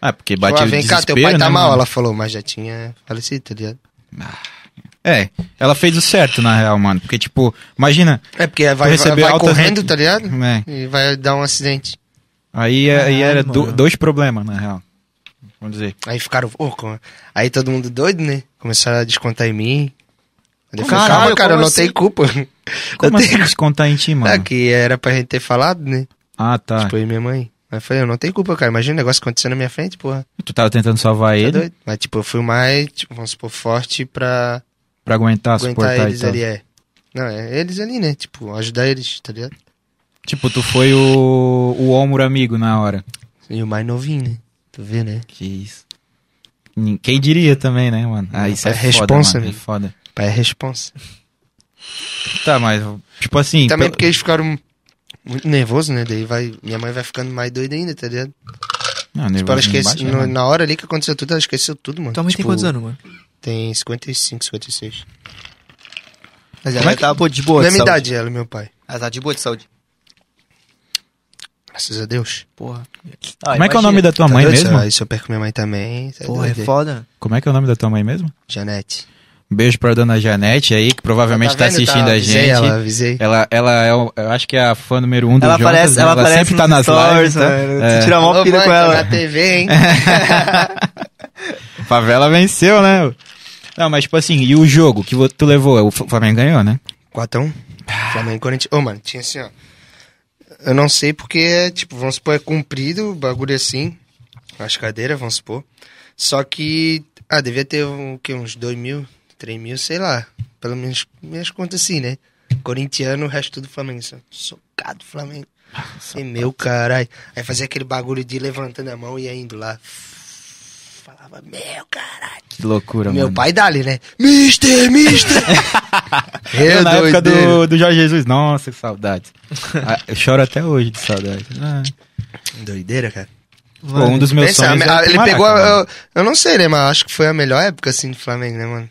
Speaker 2: Ah, porque
Speaker 3: Tipo,
Speaker 2: bate
Speaker 3: ah,
Speaker 2: o
Speaker 3: vem
Speaker 2: desespero,
Speaker 3: cá, teu pai tá
Speaker 2: né,
Speaker 3: mal,
Speaker 2: mano?
Speaker 3: ela falou, mas já tinha falecido, tá ligado?
Speaker 2: É, ela fez o certo, na real, mano. Porque, tipo, imagina.
Speaker 3: É, porque vai, vai,
Speaker 2: receber
Speaker 3: vai
Speaker 2: altas
Speaker 3: correndo,
Speaker 2: noti-
Speaker 3: tá ligado?
Speaker 2: É,
Speaker 3: E vai dar um acidente.
Speaker 2: aí, é, aí
Speaker 1: Caralho,
Speaker 2: era do-
Speaker 1: mano.
Speaker 2: dois problemas, na real. Vamos dizer.
Speaker 3: Aí ficaram, ô, como- aí todo mundo doido, né? Começaram a descontar em mim. Aí eu falei,
Speaker 1: Caralho,
Speaker 3: calma, cara, eu
Speaker 1: como
Speaker 3: não
Speaker 1: assim?
Speaker 3: tenho culpa.
Speaker 2: Como
Speaker 3: eu
Speaker 2: assim
Speaker 3: tenho
Speaker 2: descontar em ti,
Speaker 3: culpa,
Speaker 2: mano?
Speaker 3: que era pra gente ter falado, né?
Speaker 2: Ah, tá.
Speaker 3: Tipo, eu e minha mãe. Aí eu falei, eu não tenho culpa, cara, imagina o negócio acontecendo na minha frente, porra.
Speaker 2: Tu tava tentando salvar
Speaker 3: Tá
Speaker 2: ele
Speaker 3: doido? Mas, tipo, eu fui mais, tipo, vamos supor, forte pra
Speaker 2: pra aguentar,
Speaker 3: aguentar
Speaker 2: suportar então. e
Speaker 3: eles
Speaker 2: tal.
Speaker 3: ali, é. Não, é eles ali, né? Tipo, ajudar eles, tá ligado?
Speaker 2: Tipo, tu foi o, o ombro amigo na hora.
Speaker 3: E o mais novinho, né? Tu vê, né?
Speaker 2: Que isso. Nin- Quem diria também, né, mano? Ah, isso é,
Speaker 3: É
Speaker 2: responsa, foda,
Speaker 3: responsa,
Speaker 2: mano. É
Speaker 3: amigo.
Speaker 2: foda.
Speaker 3: Pai é responsa.
Speaker 2: Tá, mas, tipo assim.
Speaker 3: Também
Speaker 2: pelo-
Speaker 3: porque eles ficaram muito nervosos, né? Daí vai, minha mãe vai ficando mais doida ainda, tá ligado?
Speaker 2: Não,
Speaker 3: Tipo, ela
Speaker 2: nervoso não
Speaker 3: esquece,
Speaker 2: baixa,
Speaker 3: no-
Speaker 2: não.
Speaker 3: na hora ali que aconteceu tudo, ela esqueceu tudo, mano.
Speaker 1: Tua mãe tem
Speaker 3: Tipo,
Speaker 1: quantos anos, mano?
Speaker 3: Tem 55, 56.
Speaker 1: Mas
Speaker 2: Como
Speaker 1: ela
Speaker 2: é que-
Speaker 1: tá pô, de boa, de
Speaker 3: Mesma
Speaker 1: saúde.
Speaker 3: idade, ela e meu pai.
Speaker 1: Ela tá de boa de saúde.
Speaker 3: Graças a Deus.
Speaker 1: Porra.
Speaker 2: Como é que é o nome da tua
Speaker 3: Tá
Speaker 2: mãe
Speaker 3: doido?
Speaker 2: mesmo?
Speaker 3: Aí se eu perco minha mãe também, tá
Speaker 1: Ah, Porra, é
Speaker 3: doido.
Speaker 1: foda.
Speaker 2: Como é que é o nome da tua mãe mesmo? Um
Speaker 3: Janete.
Speaker 2: Beijo pra dona Janete aí, que provavelmente tá,
Speaker 3: vendo?
Speaker 2: assistindo a
Speaker 3: avisei
Speaker 2: gente.
Speaker 3: Ela,
Speaker 2: Ela,
Speaker 3: avisei.
Speaker 2: ela, é, o- eu acho que é a fã número um do
Speaker 1: Ela
Speaker 2: Jonas,
Speaker 1: aparece,
Speaker 2: né?
Speaker 1: ela aparece
Speaker 2: sempre tá
Speaker 1: nos
Speaker 2: nas
Speaker 1: stories,
Speaker 2: lives, tá?
Speaker 1: mano.
Speaker 2: É.
Speaker 1: Tu tira
Speaker 3: Ô,
Speaker 1: mó pira
Speaker 3: mãe,
Speaker 1: com
Speaker 3: tá
Speaker 1: ela.
Speaker 3: na TV, hein?
Speaker 2: Favela venceu, né? Não, mas tipo assim, e o jogo que vo- tu levou? O F- Flamengo ganhou, né?
Speaker 3: 4x1. Flamengo e Corinthians. Ô, mano, tinha assim, ó. Eu não sei porque, é, tipo, vamos supor, é comprido o bagulho assim. As cadeiras, vamos supor. Só que. Ah, devia ter um, o quê? Uns 2 mil, 3 mil, sei lá. Pelo menos minhas contas assim, né? Corintiano, o resto tudo Flamengo. assim, Só, socado Flamengo. E meu caralho. Aí fazia aquele bagulho de levantando a mão e aí indo lá. Falava, meu caralho.
Speaker 2: Que loucura,
Speaker 3: Meu
Speaker 2: mano.
Speaker 3: pai dali, né? Mister, mister!
Speaker 2: Eu,
Speaker 3: Eu
Speaker 2: É, na época
Speaker 3: doideira.
Speaker 2: do, do Jorge Jesus. Nossa, que saudade. Ah, eu choro até hoje de saudade. Ah.
Speaker 3: Doideira, cara.
Speaker 2: Pô, um dos meus
Speaker 3: Pensa,
Speaker 2: sonhos.
Speaker 3: a-
Speaker 2: era
Speaker 3: a- ele
Speaker 2: Maraca,
Speaker 3: pegou. a-
Speaker 2: mano.
Speaker 3: eu, eu não sei, né? Mas acho que foi a melhor época, assim, do Flamengo, né, mano?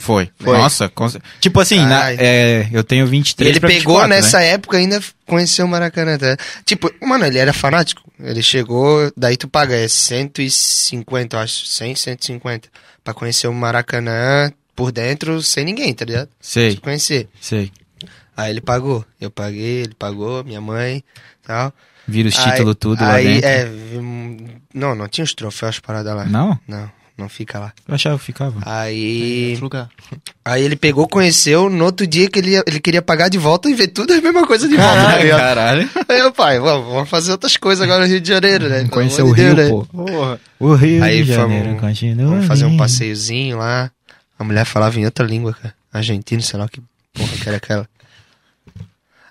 Speaker 2: Foi.
Speaker 3: Foi.
Speaker 2: Nossa, com cer- tipo assim, na-
Speaker 3: Ai.
Speaker 2: é, eu tenho
Speaker 3: E
Speaker 2: 23
Speaker 3: ele
Speaker 2: pra
Speaker 3: pegou
Speaker 2: 24,
Speaker 3: nessa
Speaker 2: Né?
Speaker 3: época ainda conheceu o Maracanã. Tá? Tipo, mano, ele era fanático. Ele chegou, daí tu paga, é 150, eu acho. 100, 150. Pra conhecer o Maracanã por dentro, sem ninguém, tá ligado?
Speaker 2: Sei,
Speaker 3: Conhecer.
Speaker 2: sei.
Speaker 3: Aí ele pagou. Eu paguei, ele pagou, minha mãe tal.
Speaker 2: Vira os
Speaker 3: Aí-
Speaker 2: títulos tudo
Speaker 3: aí,
Speaker 2: lá dentro.
Speaker 3: É, hum, não, não tinha os troféus as paradas lá.
Speaker 2: Não?
Speaker 3: Não, não fica lá.
Speaker 2: Eu achava que ficava.
Speaker 3: Aí.
Speaker 1: lugar.
Speaker 3: Aí ele pegou, conheceu, no outro dia que ele, ia- ele queria pagar de volta e ver tudo a mesma coisa de volta. tá ligado?
Speaker 2: caralho.
Speaker 3: Aí eu, pai, vamos, vamos fazer outras coisas agora no Rio de Janeiro, né? Pelo
Speaker 2: Conhecer o
Speaker 3: amor de
Speaker 2: Rio,
Speaker 3: Deus, né?
Speaker 2: pô. O Rio
Speaker 3: Aí
Speaker 2: de
Speaker 3: fomos-
Speaker 2: Janeiro continua.
Speaker 3: Vamos fazer um
Speaker 2: lindo.
Speaker 3: passeiozinho lá. A mulher falava em outra língua, cara. Argentino, sei lá que porra que era aquela.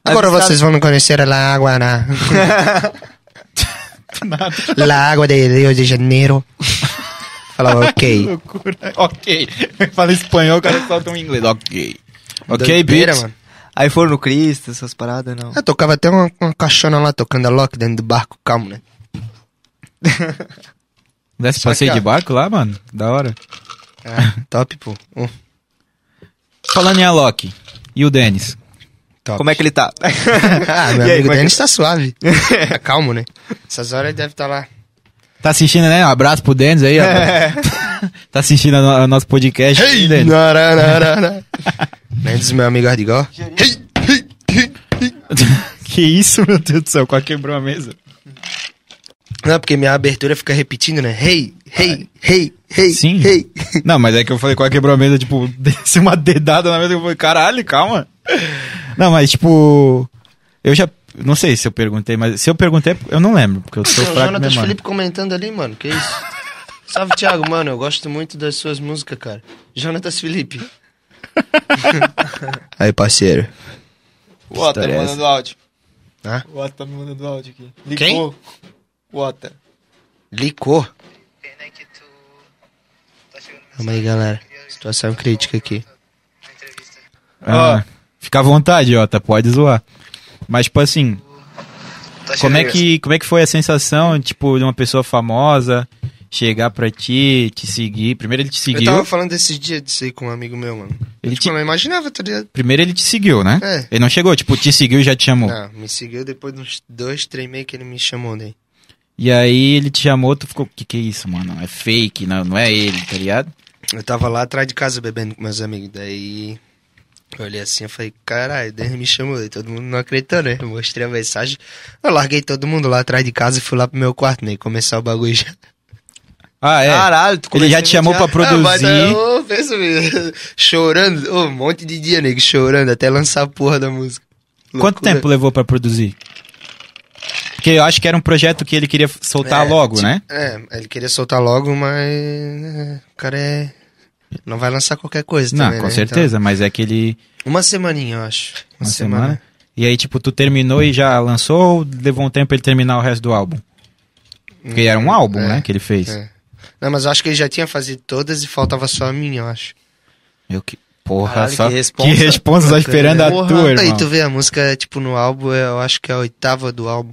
Speaker 3: Agora
Speaker 1: Mas
Speaker 3: vocês vão conhecer a né? água na... La água de Rio de Janeiro. Falava, ok.
Speaker 2: Loucura. Ok. Fala espanhol, o cara solta um inglês. Ok. Ok,
Speaker 3: Doideira,
Speaker 2: bitch.
Speaker 3: mano.
Speaker 1: Aí foram no Cristo, essas paradas, não.
Speaker 3: Eu tocava até uma, uma caixona lá tocando a Loki dentro do barco, calmo, né?
Speaker 2: Desce
Speaker 3: Só
Speaker 2: passeio
Speaker 3: que,
Speaker 2: de
Speaker 3: ó.
Speaker 2: barco lá, mano? Da hora.
Speaker 3: Ah, top, pô. Hum,
Speaker 2: Falando em Alok e o Denis.
Speaker 3: top.
Speaker 1: Como é que ele tá?
Speaker 3: Ah,
Speaker 1: E
Speaker 3: meu
Speaker 1: aí,
Speaker 3: amigo
Speaker 1: como é que-
Speaker 3: Denis tá suave. Tá calmo, né? Essas horas ele deve estar lá.
Speaker 2: Tá assistindo, né? Um abraço pro Denis aí. ó.
Speaker 3: É.
Speaker 2: tá assistindo a no- a nosso podcast. Hey, Denis.
Speaker 3: Narararara. Nem diz meu amigo Ardigol.
Speaker 2: que isso, meu Deus do céu. Quase quebrou a mesa.
Speaker 3: Não, porque minha abertura fica repetindo, né? Hey, hey, hey, hey,
Speaker 2: Sim.
Speaker 3: hey.
Speaker 2: Não, mas é que eu falei quase quebrou a mesa, tipo, desce uma dedada na mesa. Eu falei, caralho, calma. Não, mas tipo, eu já. Não sei se eu perguntei, mas se eu perguntei, eu não lembro, porque eu sou
Speaker 3: Tem o
Speaker 2: fraco né,
Speaker 3: Jonatas
Speaker 2: mesmo.
Speaker 3: Felipe comentando ali, mano. Que isso? Salve, Thiago, mano. Eu gosto muito das suas músicas, cara. Jonatas Felipe. Aí, parceiro.
Speaker 1: O Otto tá
Speaker 2: história é
Speaker 1: me mandando áudio.
Speaker 3: Hã?
Speaker 1: O Otto tá me mandando áudio aqui.
Speaker 3: Quem?
Speaker 1: Ligou. O Otto.
Speaker 3: Licor. Calma aí, galera. Situação crítica aqui.
Speaker 2: Ah, Fica à vontade, Jota, pode zoar. Mas, tipo assim,
Speaker 3: Tá
Speaker 2: como é, que, como é que foi a sensação, tipo, de uma pessoa famosa chegar pra ti, te seguir? Primeiro ele te
Speaker 3: Eu
Speaker 2: seguiu.
Speaker 3: tava falando esses dias disso aí com um amigo meu, mano.
Speaker 2: Ele
Speaker 3: tipo,
Speaker 2: te-
Speaker 3: eu não imaginava, tá ligado?
Speaker 2: Primeiro ele te seguiu, né?
Speaker 3: É.
Speaker 2: Ele não chegou, tipo, te seguiu e já te chamou.
Speaker 3: Não, Ah, me seguiu depois de uns dois, três meses que ele me chamou, né?
Speaker 2: E aí ele te chamou, tu ficou, que que é isso, mano? É fake, não, não é ele, tá ligado?
Speaker 3: Eu tava lá atrás de casa bebendo com meus amigos. Daí eu olhei assim e falei, caralho, Deus me chamou. E todo mundo não acreditou, né? Eu mostrei a mensagem. Eu larguei todo mundo lá atrás de casa e fui lá pro meu quarto, né? Começar o bagulho já.
Speaker 2: Ah, é.
Speaker 1: Caralho, tu
Speaker 2: ele já
Speaker 1: começou
Speaker 2: te
Speaker 1: a É,
Speaker 2: chamou pra
Speaker 1: me odiar.
Speaker 3: Ah,
Speaker 2: produzir.
Speaker 3: mas aí, ô, pensa, mesmo. chorando. Ô, um monte de dia, nego, chorando. Até lançar a porra da música.
Speaker 2: Quanto
Speaker 3: Loucura.
Speaker 2: tempo levou pra produzir? Porque eu acho que era um projeto que ele queria soltar
Speaker 3: É,
Speaker 2: logo,
Speaker 3: tipo,
Speaker 2: né?
Speaker 3: É, ele queria soltar logo, mas. é, O cara é. Não vai lançar qualquer coisa
Speaker 2: Não,
Speaker 3: também,
Speaker 2: com
Speaker 3: né?
Speaker 2: certeza, mas é que ele.
Speaker 3: Então, uma semaninha, eu acho.
Speaker 2: Uma semana. E aí, tipo, tu terminou e já lançou ou levou um tempo pra ele terminar o resto do álbum? Porque era um álbum,
Speaker 3: é,
Speaker 2: né, que ele fez.
Speaker 3: é. Não, mas eu acho que ele já tinha fazido todas e faltava só a minha, eu acho.
Speaker 2: Eu que... Porra,
Speaker 1: Caralho,
Speaker 2: só...
Speaker 1: que
Speaker 2: Que
Speaker 1: responsa.
Speaker 2: responsa, só esperando a
Speaker 3: Porra,
Speaker 2: tua,
Speaker 3: Aí
Speaker 2: irmão.
Speaker 3: tu vê a música, tipo, no álbum, eu acho que é a oitava do álbum.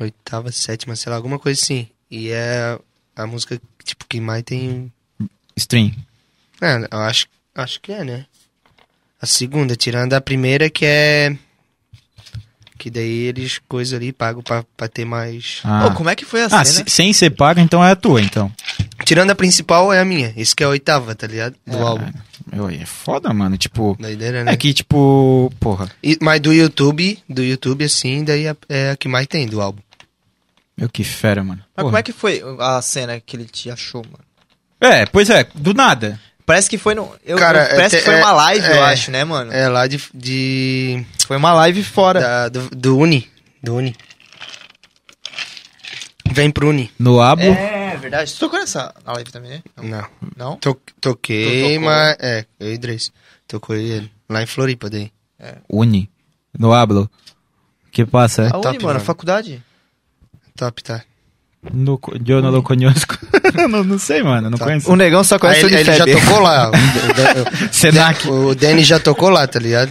Speaker 3: Oitava, sétima, sei lá, alguma coisa assim. E é a música, tipo, que mais tem.
Speaker 2: Stream.
Speaker 3: É, eu acho, acho que é, né? A segunda, tirando a primeira que é. Que daí eles coisa ali, pagam pra, pra ter mais.
Speaker 2: Ah,
Speaker 1: Ô, como é que foi a
Speaker 2: Ah, se-
Speaker 1: cena?
Speaker 2: sem ser pago, então é a tua, então.
Speaker 3: Tirando a principal é a minha. Isso que é a oitava, tá ligado? Do álbum.
Speaker 2: Meu, aí é foda, mano. Tipo,
Speaker 3: Doideira, né?
Speaker 2: é que, tipo, porra,
Speaker 3: E- mas do YouTube, do YouTube, assim, daí é, é a que mais tem do álbum.
Speaker 2: meu que fera, mano.
Speaker 1: Mas como é que foi a cena que ele te achou, mano?
Speaker 2: É, pois é, do nada.
Speaker 1: Parece que foi no. Eu,
Speaker 3: Cara,
Speaker 1: eu- parece
Speaker 3: é-
Speaker 1: que foi uma live,
Speaker 3: é-
Speaker 1: eu acho, né, mano?
Speaker 3: É lá de. de
Speaker 1: Foi uma live fora.
Speaker 3: da- do, do Uni. Do Uni. Vem pro Uni.
Speaker 2: No abo,
Speaker 1: É, verdade. Tu tocou nessa na live também, né?
Speaker 3: Não.
Speaker 1: Não?
Speaker 3: To-
Speaker 1: Tu
Speaker 3: toquei,
Speaker 1: tocou?
Speaker 3: mas. É, eu e Dres. Tocou ele. Lá em Floripa daí.
Speaker 1: É.
Speaker 2: uni. No ablo. Que passa, é?
Speaker 1: Aonde,
Speaker 3: top,
Speaker 1: mano?
Speaker 3: mano.
Speaker 1: Faculdade?
Speaker 3: Top, tá.
Speaker 2: No, co- eu não lo conheço. não, não sei, mano, não conheço.
Speaker 1: Tá. O negão só
Speaker 3: Aí
Speaker 1: conhece
Speaker 3: ele,
Speaker 1: o
Speaker 3: Tá. Ah, ele já tocou lá. O,
Speaker 2: Senac.
Speaker 3: o, o Danny já tocou lá, tá ligado?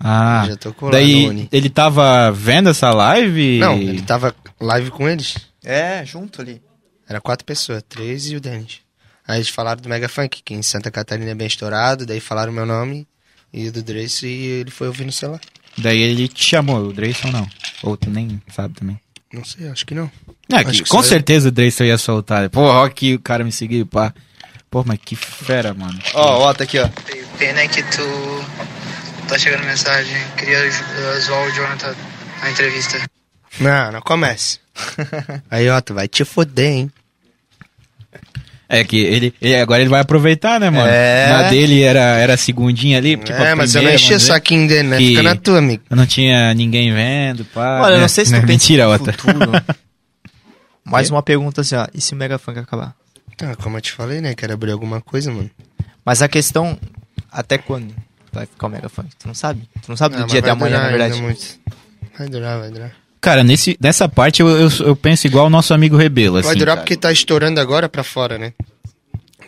Speaker 2: Ah,
Speaker 3: Ele já tocou lá no
Speaker 2: daí
Speaker 3: Uni.
Speaker 2: ele tava vendo essa live?
Speaker 3: Não, ele tava live com eles.
Speaker 1: É, junto ali.
Speaker 3: Era quatro pessoas, três e o Denis. Aí eles falaram do Mega Funk, que em Santa Catarina é bem estourado, daí falaram meu nome e o do Drace e ele foi ouvir no celular.
Speaker 2: Daí ele te chamou, o Drayson não. Ou tu nem sabe também.
Speaker 3: Não sei, acho que não.
Speaker 2: É,
Speaker 3: Acho
Speaker 2: que,
Speaker 3: que
Speaker 2: com
Speaker 3: saiu.
Speaker 2: certeza o Drayson ia soltar. Pô, ó que o cara me seguiu, pá. Pô, mas que fera, mano.
Speaker 1: Ó, ó, tá aqui, ó.
Speaker 4: Pena é que tu tá chegando mensagem. Queria eh, zoar o Jonathan na entrevista.
Speaker 2: É,
Speaker 3: Não, não comece. Aí, ó, tu vai te foder, hein?
Speaker 2: É que ele, ele- agora ele vai aproveitar, né, mano?
Speaker 1: É.
Speaker 2: Na dele era, era a segundinha ali, tipo,
Speaker 3: é,
Speaker 2: a
Speaker 3: mas eu não
Speaker 2: primeira,
Speaker 3: enchi o
Speaker 2: vamos dizer.
Speaker 3: saquinho dele, né?
Speaker 2: Que-
Speaker 3: Fica na tua, amigo.
Speaker 2: Eu não tinha ninguém vendo, pá.
Speaker 1: Olha, eu
Speaker 2: né?
Speaker 1: não sei se tu pensa
Speaker 2: Mentira,
Speaker 1: no
Speaker 2: outra.
Speaker 1: futuro. Mais uma pergunta assim, ó. E se o Mega Funk acabar?
Speaker 3: Tá, como eu te falei, né? Quero abrir alguma coisa, mano.
Speaker 1: Mas a questão, até quando vai ficar o Mega Funk? Tu não sabe? Tu não sabe do
Speaker 3: Ah, mas
Speaker 1: dia até
Speaker 3: vai
Speaker 1: amanhã,
Speaker 3: durar
Speaker 1: na
Speaker 3: ainda
Speaker 1: verdade.
Speaker 3: muito. Vai durar, vai durar.
Speaker 2: Cara, nesse, nessa parte eu, eu, eu penso igual o nosso amigo Rebelo,
Speaker 3: Vai
Speaker 2: assim,
Speaker 3: durar
Speaker 2: cara.
Speaker 3: porque tá estourando agora pra fora, né?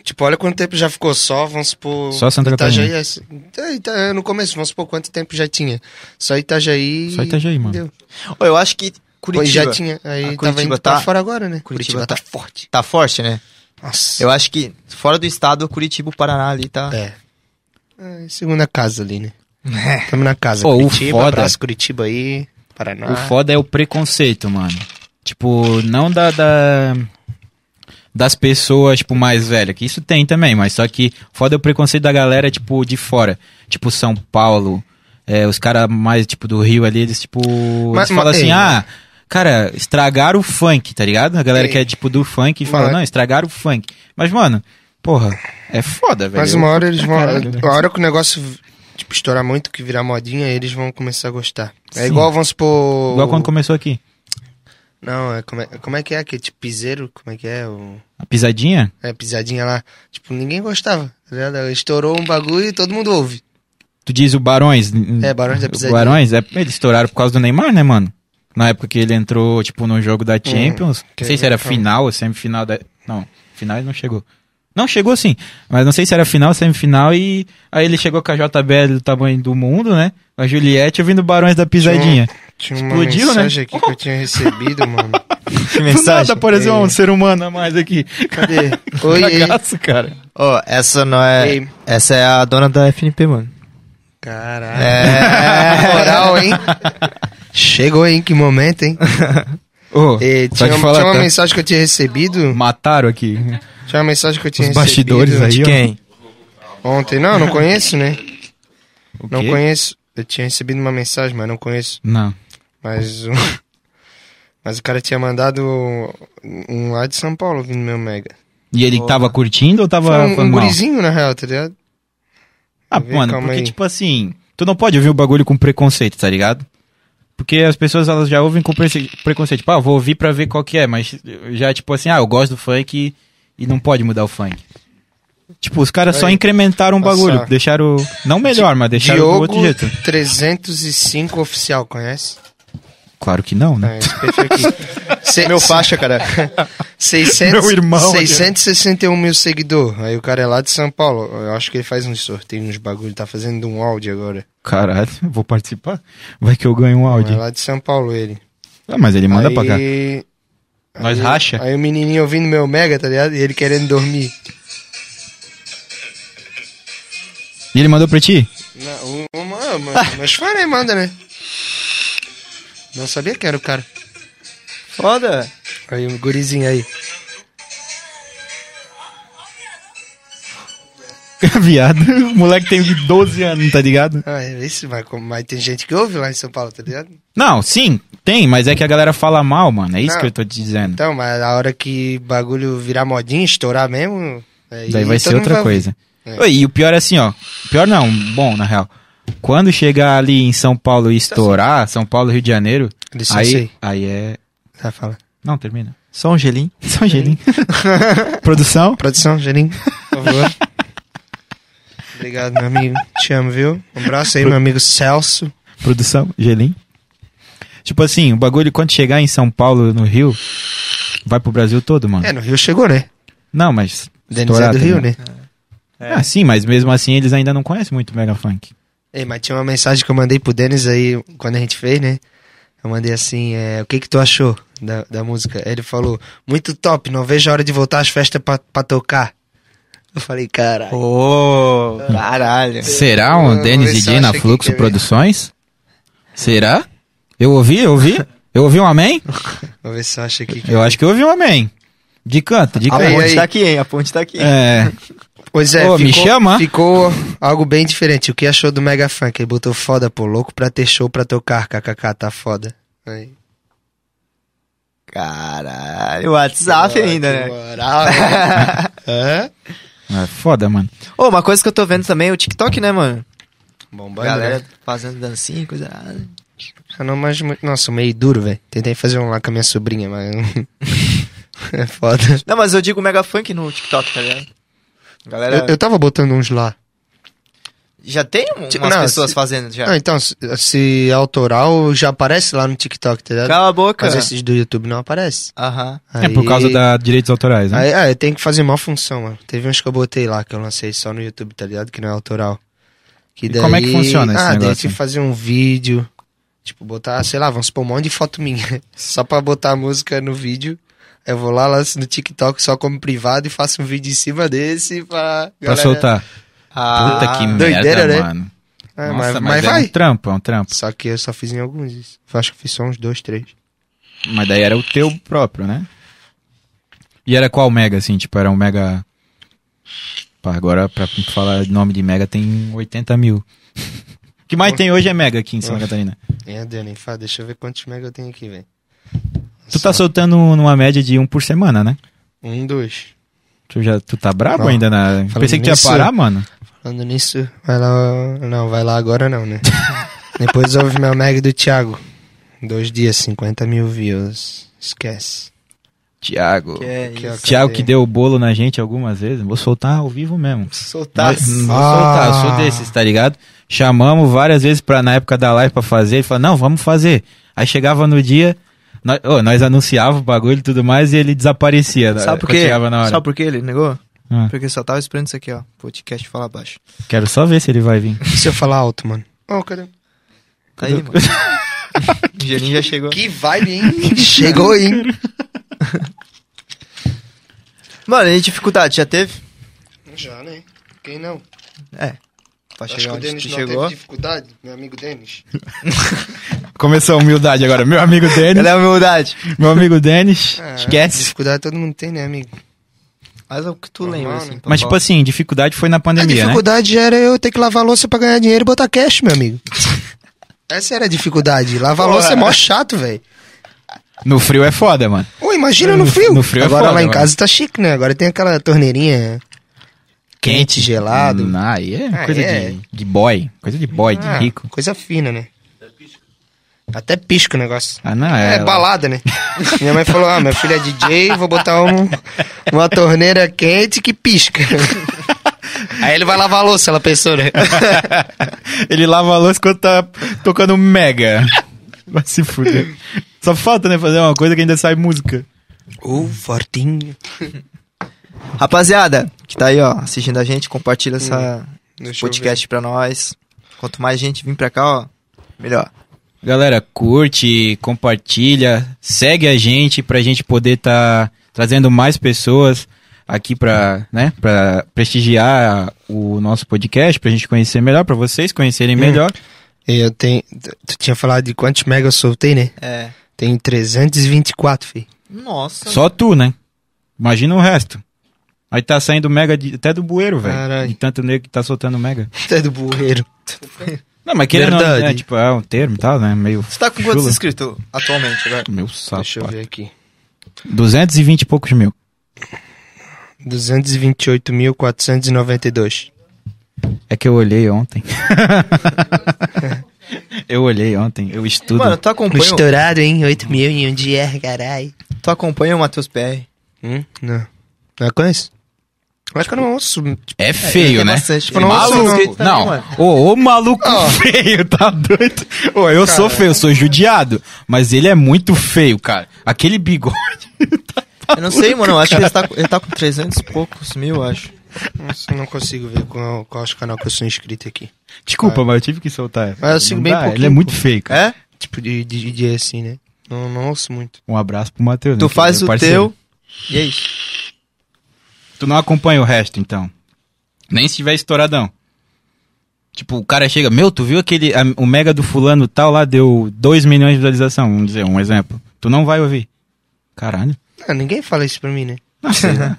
Speaker 3: Tipo, olha quanto tempo já ficou só, vamos supor.
Speaker 2: Só Santa
Speaker 3: Itajaí, é, Ita- no começo, vamos supor quanto tempo já tinha. Só Itajaí.
Speaker 2: Só Itajaí, mano.
Speaker 3: entendeu?
Speaker 1: Ô, eu acho que
Speaker 3: Pois
Speaker 1: Curitiba
Speaker 3: já tinha. Aí
Speaker 1: Ah,
Speaker 3: tava
Speaker 1: Curitiba
Speaker 3: indo pra
Speaker 1: tá-
Speaker 3: fora agora, né?
Speaker 1: Curitiba tá-
Speaker 3: forte.
Speaker 1: tá forte, né?
Speaker 3: Nossa.
Speaker 1: Eu acho que fora do estado, Curitiba, o Paraná ali tá.
Speaker 3: É. É, Segunda casa ali, né? Tamo na casa.
Speaker 2: Pô, o
Speaker 3: Curitiba,
Speaker 2: foda-
Speaker 3: abraço Curitiba aí, Paraná.
Speaker 2: O foda é o preconceito, mano. Tipo, não da, da- das pessoas, tipo, mais velhas, que isso tem também, mas só que foda é o preconceito da galera, tipo, de fora. Tipo, São Paulo, é, os caras mais, tipo, do Rio ali, eles, tipo,
Speaker 3: Mas-
Speaker 2: eles falam
Speaker 3: mas-
Speaker 2: assim,
Speaker 3: ei,
Speaker 2: ah, cara, estragaram o funk, tá ligado? A galera
Speaker 3: Ei.
Speaker 2: que é, tipo, do funk fala,
Speaker 3: Mas-
Speaker 2: não, estragaram o funk. Mas, mano, porra, é foda, velho.
Speaker 3: Mas uma hora eles
Speaker 2: pra
Speaker 3: vão.
Speaker 2: Tá caralho, né? velho.
Speaker 3: a hora que o negócio tipo, estourar muito, que virar modinha, eles vão começar a gostar. É
Speaker 2: Sim.
Speaker 3: igual, vamos supor.
Speaker 2: Igual quando começou aqui.
Speaker 3: Não, é como, é como é que é? Que tipo piseiro? Como é que é? O...
Speaker 2: A pisadinha?
Speaker 3: É, pisadinha lá. Tipo, ninguém gostava. Tá ligado? Estourou um bagulho e todo mundo ouve.
Speaker 2: Tu diz o Barões? n-
Speaker 3: É, Barões da Pisadinha.
Speaker 2: Barões, é, eles estouraram por causa do Neymar, né, mano? Na época que ele entrou, tipo, no jogo da Champions.
Speaker 3: Hum, que
Speaker 2: não sei se era
Speaker 3: então.
Speaker 2: final ou semifinal da. Não, final ele não chegou. Não, chegou sim. Mas não sei se era final, semifinal e. Aí ele chegou com a JBL do tamanho do mundo, né? Com a Juliette ouvindo Barões da Pisadinha.
Speaker 3: Tinha uma
Speaker 2: Explodiu, né?
Speaker 3: mensagem aqui que eu tinha recebido, mano.
Speaker 1: Que
Speaker 2: Do
Speaker 1: mensagem.
Speaker 2: nada apareceu
Speaker 3: Ei.
Speaker 2: um ser humano a mais aqui.
Speaker 3: Cadê? Oi, ei.
Speaker 2: Cagaço, cara.
Speaker 1: Ó, essa não é.
Speaker 3: Ei.
Speaker 1: Essa é a dona da FNP, mano.
Speaker 3: Caralho.
Speaker 1: É.
Speaker 3: Moral, hein? Chegou, hein? Que momento, hein?
Speaker 2: Ô,
Speaker 3: E
Speaker 2: só
Speaker 3: tinha,
Speaker 2: te falar,
Speaker 3: tinha uma
Speaker 2: tá?
Speaker 3: mensagem que eu tinha recebido.
Speaker 2: Mataram aqui.
Speaker 3: Tinha uma mensagem que eu tinha
Speaker 2: Os bastidores
Speaker 3: recebido
Speaker 2: aí, ó.
Speaker 1: Quem?
Speaker 3: ontem. Não, não conheço, né?
Speaker 2: O
Speaker 3: Não
Speaker 2: quê?
Speaker 3: conheço. Eu tinha recebido uma mensagem, mas não conheço.
Speaker 2: Não.
Speaker 3: Mas o, mas o cara tinha mandado um lá de São Paulo vindo meu mega.
Speaker 2: E ele tava curtindo ou
Speaker 3: Foi
Speaker 2: tava
Speaker 3: um,
Speaker 2: falando
Speaker 3: um
Speaker 2: mal?
Speaker 3: gurizinho, na real, tá ligado?
Speaker 2: Ah,
Speaker 3: Vê,
Speaker 2: mano,
Speaker 3: calma
Speaker 2: porque
Speaker 3: aí.
Speaker 2: tipo assim, tu não pode ouvir o bagulho com preconceito, tá ligado? Porque as pessoas elas já ouvem com prece- preconceito, tipo, ah, vou ouvir pra ver qual que é, mas já tipo assim, ah, eu gosto do funk e, e não pode mudar o funk. Tipo, os caras só
Speaker 3: Aí.
Speaker 2: incrementaram o
Speaker 3: Passar.
Speaker 2: bagulho, deixaram não melhor, mas deixaram do
Speaker 3: Diogo
Speaker 2: outro jeito.
Speaker 3: 305 oficial, conhece?
Speaker 2: Claro que não, né?
Speaker 3: É, esse perfil aqui. Se-
Speaker 1: Meu faixa, cara.
Speaker 3: 600,
Speaker 2: Meu irmão,
Speaker 3: 661 mil seguidor. Aí o cara é lá de São Paulo. Eu acho que ele faz uns sorteios, uns bagulho. Tá fazendo um áudio agora.
Speaker 2: Caralho, vou participar. Vai que eu ganho um
Speaker 3: É
Speaker 2: áudio.
Speaker 3: lá de São Paulo ele.
Speaker 2: Ah, mas ele manda
Speaker 3: aí,
Speaker 2: pra cá.
Speaker 3: aí-
Speaker 2: Nós racha?
Speaker 3: Aí o menininho ouvindo meu mega, tá ligado? E ele querendo dormir.
Speaker 2: E ele mandou pra ti?
Speaker 3: Não, o- o- mano, mano, meus fãs aí manda, né? Não sabia que era o cara.
Speaker 1: Foda.
Speaker 3: Aí o gurizinho aí.
Speaker 2: Viado, o moleque tem 12 anos, tá ligado?
Speaker 3: Ah, esse vai, como- mas tem gente que ouve lá em São Paulo, tá ligado?
Speaker 2: Não, sim, tem, mas é que a galera fala mal, mano. É isso
Speaker 3: Não.
Speaker 2: que eu tô te dizendo.
Speaker 3: Então, mas a hora que bagulho virar modinha, estourar mesmo. aí
Speaker 2: Daí vai
Speaker 3: todo
Speaker 2: ser
Speaker 3: mundo
Speaker 2: outra
Speaker 3: então vai-
Speaker 2: coisa.
Speaker 3: É.
Speaker 2: Oi, E o pior é assim, ó. Pior não, bom, na real. Quando chegar ali em São Paulo
Speaker 3: Então,
Speaker 2: e estourar, São Paulo, Rio de Janeiro,
Speaker 3: Licença
Speaker 2: aí,
Speaker 3: aí.
Speaker 2: aí é.
Speaker 3: Tá, fala.
Speaker 2: Não, termina.
Speaker 1: Só um gelinho.
Speaker 2: Só gelinho. Produção?
Speaker 3: Produção, Gerim, por favor. Obrigado, meu amigo. Te amo, viu? Um abraço aí, meu amigo Celso.
Speaker 2: Produção, gelinho. Tipo assim, o bagulho quando chegar em São Paulo, no Rio, vai pro Brasil todo, mano.
Speaker 3: É, no Rio chegou, né?
Speaker 2: Não, mas.
Speaker 3: Denis é
Speaker 2: estourar,
Speaker 3: do
Speaker 2: tá
Speaker 3: Rio,
Speaker 2: ligado?
Speaker 3: né?
Speaker 2: Ah, sim, mas mesmo assim eles ainda não conhecem muito o Mega Funk.
Speaker 3: Ei, mas tinha uma mensagem que eu mandei pro Denis aí quando a gente fez, né? Eu mandei assim, é, o que que tu achou da, da música? Ele falou, muito top, não vejo a hora de voltar às festas pra, pra tocar. Eu falei, cara,
Speaker 1: Ô, caralho.
Speaker 2: Será
Speaker 3: Eu
Speaker 2: um
Speaker 3: vou
Speaker 2: Dennis
Speaker 3: ver se
Speaker 2: DJ
Speaker 3: eu
Speaker 2: na
Speaker 3: acho aqui,
Speaker 2: Fluxo
Speaker 3: quer ver?
Speaker 2: Produções? Será? Eu ouvi, eu ouvi. Eu ouvi um amém?
Speaker 3: vou ver se eu acho aqui. Que...
Speaker 2: Eu acho que eu ouvi um amém. De canto, de
Speaker 1: A
Speaker 2: canto.
Speaker 3: Aí,
Speaker 1: ponte
Speaker 3: aí.
Speaker 1: tá aqui, hein? A ponte tá aqui.
Speaker 2: É,
Speaker 3: Pois é,
Speaker 2: Ô, me
Speaker 3: ficou,
Speaker 2: chama.
Speaker 3: ficou algo bem diferente. O que achou do Mega Funk? Ele botou foda, pô, louco pra ter show pra tocar, kkk, tá foda. Aí.
Speaker 1: Caralho. WhatsApp ainda,
Speaker 3: Que
Speaker 1: né?
Speaker 3: moral, né? Hã?
Speaker 2: é foda, mano.
Speaker 1: Ô, uma coisa que eu tô vendo também é o TikTok, né, mano?
Speaker 3: Bombando,
Speaker 1: Galera
Speaker 3: né?
Speaker 1: fazendo dancinha, coisa errada.
Speaker 3: Eu não manjo muito. Nossa, meio duro, velho. Tentei fazer um lá com a minha sobrinha, mas. é foda.
Speaker 1: Não, mas eu digo mega funk no TikTok, tá ligado? Galera.
Speaker 3: Eu, eu tava botando uns lá.
Speaker 1: Já tem um,
Speaker 3: Tipo,
Speaker 1: umas
Speaker 3: não,
Speaker 1: pessoas
Speaker 3: se-
Speaker 1: fazendo já.
Speaker 3: Não, então, se, se é autoral, já aparece lá no TikTok, tá ligado?
Speaker 1: Cala a boca.
Speaker 3: Mas esses do YouTube não aparece.
Speaker 1: Aham.
Speaker 2: É por causa da direitos autorais, né?
Speaker 3: Aí, ah, eu tenho que fazer uma função, mano. Teve uns que eu botei lá, que eu lancei só no YouTube, tá ligado? Que não é autoral. Que
Speaker 2: E como é que funciona esse
Speaker 3: ah, Ah,
Speaker 2: negócio?
Speaker 3: tem que fazer um vídeo. Tipo, botar, sei lá, vamos supor, um monte de foto minha. Só pra botar a música no vídeo. Eu vou lá, lanço no TikTok só como privado e faço um vídeo em cima desse pra...
Speaker 2: Pra
Speaker 3: galera-
Speaker 2: soltar.
Speaker 1: Ah,
Speaker 2: Puta que
Speaker 3: doideira,
Speaker 2: merda,
Speaker 3: né?
Speaker 2: mano.
Speaker 3: Ah,
Speaker 2: Nossa,
Speaker 3: mas, mas
Speaker 2: é
Speaker 3: vai.
Speaker 2: um trampo, é um trampo.
Speaker 3: Só que eu só fiz em alguns. isso. Eu acho que fiz só uns dois, três.
Speaker 2: Mas daí era o teu próprio, né? E era qual mega, assim? Tipo, era um mega... Pá, agora, pra falar nome de mega, tem 80 mil. O que mais tem hoje é mega aqui em Santa Catarina.
Speaker 3: É, Deus, nem fala. Deixa eu ver quantos mega eu tenho aqui, velho.
Speaker 2: Tu tá soltando numa média de um por semana, né?
Speaker 3: Um, dois.
Speaker 2: Tu, já, tu tá brabo
Speaker 3: Não.
Speaker 2: ainda na... Pensei que tu ia
Speaker 3: nisso-
Speaker 2: parar, mano.
Speaker 3: Falando nisso, vai lá. Não, vai lá agora não, né? Depois houve meu mega do Thiago. Dois dias, 50 mil views. Esquece.
Speaker 2: Tiago.
Speaker 1: que é
Speaker 3: Que é
Speaker 1: isso.
Speaker 2: Tiago que
Speaker 3: Cadê?
Speaker 2: deu o bolo na gente algumas vezes. Vou soltar ao vivo mesmo.
Speaker 1: Soltar.
Speaker 2: Mas- Vou
Speaker 3: Ah.
Speaker 2: soltar, eu sou desses, tá ligado? Chamamos várias vezes pra, na época da live pra fazer. Ele falou, não, vamos fazer. Aí chegava no dia, nós, ô, nós anunciava o bagulho e tudo mais e ele desaparecia. da-
Speaker 1: Sabe por
Speaker 2: quando
Speaker 1: quê?
Speaker 2: Chegava na hora.
Speaker 1: Sabe por quê ele negou?
Speaker 2: Ah.
Speaker 1: Porque só tava esperando isso aqui, ó. Podcast falar baixo.
Speaker 2: Quero só ver se ele vai vir.
Speaker 3: E se eu falar alto, mano? Ô, cadê?
Speaker 1: Tá Aí, mano. o Gelinho já chegou.
Speaker 3: Que vibe, hein? Chegou, hein?
Speaker 1: Mano, e dificuldade? Já teve? É.
Speaker 3: Já, né? Quem não?
Speaker 1: Pra chegar onde tu chegou.
Speaker 3: dificuldade. Meu amigo Denis.
Speaker 2: Começou a humildade agora. Meu amigo Denis.
Speaker 1: Ela é a humildade.
Speaker 2: meu amigo Denis.
Speaker 3: Ah,
Speaker 2: esquece.
Speaker 3: Dificuldade todo mundo tem, né, amigo?
Speaker 1: Mas é o que tu
Speaker 3: Normal,
Speaker 1: lembra,
Speaker 3: né?
Speaker 1: assim. pra
Speaker 2: Mas, tipo
Speaker 1: falar.
Speaker 2: assim, dificuldade foi na
Speaker 1: É
Speaker 3: a
Speaker 2: pandemia, né?
Speaker 3: dificuldade era eu ter que lavar louça pra ganhar dinheiro e botar cash, meu amigo. Essa era a dificuldade. Lavar
Speaker 1: Porra.
Speaker 3: louça é mó chato, velho.
Speaker 2: No frio é foda, mano.
Speaker 3: Ô, imagina no frio.
Speaker 2: No frio é
Speaker 3: Agora
Speaker 2: foda,
Speaker 3: lá em
Speaker 2: mano.
Speaker 3: casa tá chique, né? Agora tem aquela torneirinha quente, gelado.
Speaker 2: Hum, ah, aí é
Speaker 3: Ah,
Speaker 2: coisa
Speaker 3: é.
Speaker 2: De, de boy. Coisa de boy,
Speaker 3: Ah,
Speaker 2: de rico.
Speaker 3: Coisa fina, né? Até pisca o negócio.
Speaker 2: Ah, não,
Speaker 3: É,
Speaker 2: é.
Speaker 3: balada, né? Minha mãe falou: Ah, meu filho é DJ, vou botar um, uma torneira quente que pisca. Aí ele vai lavar a louça, ela pensou, né?
Speaker 2: Ele lava a louça quando tá tocando mega. Vai se fuder. Só falta, né, fazer uma coisa que ainda sai música.
Speaker 3: Ô, fortinho.
Speaker 1: Rapaziada, que tá aí, ó, assistindo a gente, compartilha essa
Speaker 3: Hum. Deixa eu
Speaker 1: podcast pra nós. Quanto mais gente vir pra cá, ó, melhor.
Speaker 2: Galera, curte, compartilha, segue a gente pra gente poder tá trazendo mais pessoas aqui pra, né, pra prestigiar o nosso podcast, pra gente conhecer melhor, pra vocês conhecerem
Speaker 1: Hum.
Speaker 2: melhor.
Speaker 3: Eu tenho. Tu tinha falado de quantos mega eu soltei, né?
Speaker 1: É.
Speaker 3: Tenho 324, filho.
Speaker 1: Nossa.
Speaker 2: Só tu, né? Imagina o resto. Aí tá saindo mega de- até do bueiro, velho.
Speaker 3: Caralho.
Speaker 2: De tanto nego que tá soltando mega.
Speaker 3: Até do bueiro.
Speaker 2: Não, mas querendo ou não,
Speaker 3: Verdade.
Speaker 2: né, tipo, é um termo e tal, né, meio
Speaker 1: Você tá com quantos
Speaker 2: Chula.
Speaker 1: inscritos atualmente agora?
Speaker 2: Meu
Speaker 3: Deixa eu
Speaker 2: sapato.
Speaker 3: ver aqui.
Speaker 2: 220 e poucos mil.
Speaker 3: 228.492.
Speaker 2: É que eu olhei ontem. eu olhei ontem, eu estudo.
Speaker 1: Mano, tu acompanha, o-
Speaker 3: Estourado, hein? 8 mil em um dia, carai.
Speaker 1: tu acompanha o Matheus PR?
Speaker 3: Hum? Não.
Speaker 1: é
Speaker 3: Não conheço? Eu acho que eu não ouço. Tipo,
Speaker 2: é feio,
Speaker 1: tem
Speaker 2: né?
Speaker 1: bastante. é
Speaker 2: Tipo,
Speaker 1: Tem
Speaker 2: não,
Speaker 1: bastante
Speaker 2: maluco.
Speaker 1: skate também,
Speaker 2: Não,
Speaker 1: um mano.
Speaker 2: ô, ô maluco feio, tá doido? Ô, eu sou feio, eu sou judiado. Mas ele é muito feio, cara. Aquele bigode.
Speaker 1: Eu não sei, mano, eu acho que ele tá, com- ele tá com 300 e poucos mil, eu acho.
Speaker 3: nossa, eu não consigo ver qual, qual os canal que eu sou inscrito aqui.
Speaker 2: Desculpa, mas eu tive que soltar.
Speaker 3: Mas eu sigo
Speaker 2: Não
Speaker 3: bem
Speaker 2: dá, Ele
Speaker 3: pouquinho,
Speaker 2: é muito
Speaker 3: pô.
Speaker 2: feio, cara.
Speaker 1: É?
Speaker 3: Tipo, de, de, de DJ assim, né? Não, não ouço muito.
Speaker 2: Um abraço pro Matheus. né,
Speaker 1: Tu
Speaker 2: que
Speaker 1: faz
Speaker 2: é
Speaker 1: o
Speaker 2: parceiro.
Speaker 1: teu. E é isso.
Speaker 2: Tu não acompanha o resto, então. Nem se tiver estouradão. Tipo, o cara chega, meu, tu viu aquele. a- o mega do fulano tal lá deu 2 milhões de visualização, vamos dizer, um exemplo. Tu não vai ouvir. Caralho.
Speaker 3: Não, Ah, ninguém fala isso pra mim, né?
Speaker 2: Não sei, né?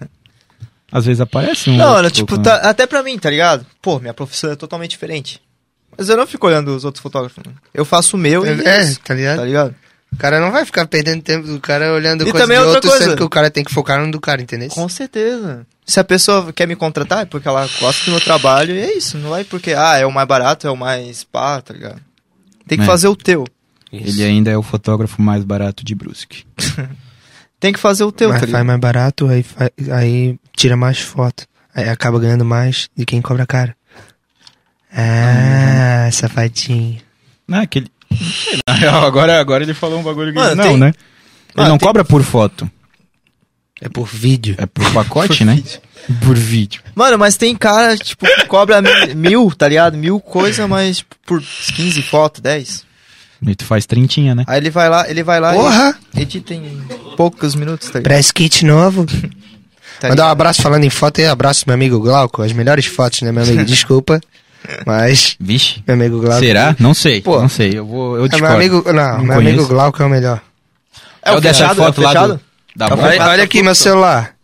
Speaker 2: Às vezes aparece um.
Speaker 1: Uhum. Não,
Speaker 2: outro
Speaker 1: olha, tipo,
Speaker 2: pouco,
Speaker 1: tá,
Speaker 2: né?
Speaker 1: até pra mim, tá ligado? Pô, minha profissão é totalmente diferente. Mas eu não fico olhando os outros fotógrafos. mano. Eu faço o meu e é
Speaker 3: é,
Speaker 1: isso,
Speaker 3: tá ligado?
Speaker 1: tá ligado?
Speaker 3: O cara não vai ficar perdendo tempo do cara olhando
Speaker 1: E
Speaker 3: coisa
Speaker 1: também
Speaker 3: do
Speaker 1: outra
Speaker 3: outro,
Speaker 1: coisa.
Speaker 3: sendo que o cara tem que focar no do cara, entendeu?
Speaker 1: Com certeza. Se a pessoa quer me contratar, é porque ela gosta do meu trabalho, e é isso. Não é porque, ah, é o mais barato, é o mais pá, tá ligado? Tem que
Speaker 2: É.
Speaker 1: fazer o teu.
Speaker 2: Ele ainda é o fotógrafo mais barato de Brusque.
Speaker 1: Tem que fazer o teu, tá
Speaker 3: Mas faz
Speaker 1: ligado?
Speaker 3: mais barato, aí, fa- aí tira mais foto. Aí acaba ganhando mais de quem cobra caro. Ah, safadinho.
Speaker 2: Não, Ah, aquele. Sei lá, agora, agora ele falou um bagulho que.
Speaker 1: Mano,
Speaker 2: não,
Speaker 1: tem-
Speaker 2: né? Ele
Speaker 1: Mano,
Speaker 2: não
Speaker 1: tem-
Speaker 2: cobra por foto.
Speaker 3: É por vídeo.
Speaker 2: É por pacote, né? Por vídeo.
Speaker 1: Mano, mas tem cara, tipo, que cobra mi- mil, tá ligado? Mil coisa, mas tipo, por 15 fotos, 10.
Speaker 2: E tu faz trintinha, né?
Speaker 1: Aí ele vai lá, ele vai lá
Speaker 3: Porra!
Speaker 1: e edita em poucos minutos, tá ligado?
Speaker 3: Press kit novo.
Speaker 1: Tá
Speaker 3: Mandar um
Speaker 1: ligado?
Speaker 3: abraço falando em foto e abraço meu amigo Glauco. As melhores fotos, né, meu amigo? Desculpa. Mas,
Speaker 2: Vixe.
Speaker 3: meu amigo Glauco.
Speaker 2: Será? Não sei.
Speaker 3: Ah, Pô.
Speaker 2: não sei. Eu vou. Eu
Speaker 3: É, meu
Speaker 2: discordo.
Speaker 3: amigo, não,
Speaker 2: Não
Speaker 3: meu amigo
Speaker 2: conheço.
Speaker 3: Glauco é o melhor.
Speaker 2: É o dessa
Speaker 1: fechado, é o
Speaker 2: foto lá do-
Speaker 1: fechado?
Speaker 2: Da
Speaker 1: Tá
Speaker 2: bola.
Speaker 1: bom.
Speaker 3: Olha, olha aqui meu celular.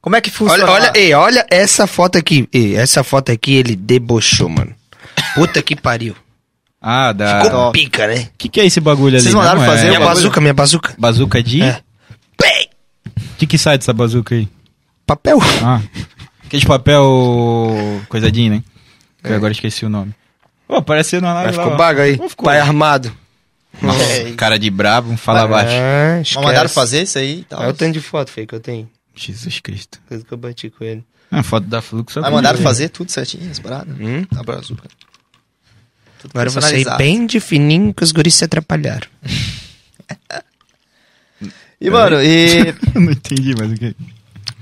Speaker 1: Como é que funciona?
Speaker 3: Olha, olha, ei, olha essa foto aqui. Ei, essa foto aqui ele debochou, mano. Puta que pariu.
Speaker 2: Ah, da.
Speaker 3: Ficou
Speaker 1: top.
Speaker 3: pica, né?
Speaker 2: O que, que é esse bagulho ali?
Speaker 1: Vocês mandaram
Speaker 2: Não, é-
Speaker 1: fazer
Speaker 3: Minha
Speaker 1: o bagulho?
Speaker 3: bazuca, minha bazuca.
Speaker 2: Bazuca de.
Speaker 3: É. Bem,
Speaker 2: O que, que sai dessa bazuca aí?
Speaker 3: Papel.
Speaker 2: Ah. Aquele papel. Coisadinho, né?
Speaker 3: É.
Speaker 2: Que eu agora esqueci o nome. Pô, apareceu na live.
Speaker 3: Mas
Speaker 2: lá, ó.
Speaker 3: ficou baga aí.
Speaker 2: Não ficou.
Speaker 3: Pai armado.
Speaker 1: É,
Speaker 2: Nossa, cara de brabo, um fala abaixo.
Speaker 3: Ah, É. esquece. É.
Speaker 1: Mas mandaram fazer isso aí e tal.
Speaker 3: Olha o tanto de foto, feio, que eu tenho.
Speaker 2: Jesus Cristo.
Speaker 3: Coisa que eu bati com ele.
Speaker 2: Ah, foto da Fluxo. é
Speaker 1: Mas
Speaker 2: bonita,
Speaker 1: mandaram
Speaker 2: né?
Speaker 1: fazer tudo certinho, as paradas. Tá
Speaker 3: Hum?
Speaker 1: A brazuca. Tudo
Speaker 3: Agora eu vou sair
Speaker 1: personalizado.
Speaker 3: bem de fininho que os guris se atrapalharam.
Speaker 1: E, mano, e...
Speaker 3: Uhum.
Speaker 2: Eu não entendi, mas o que. é.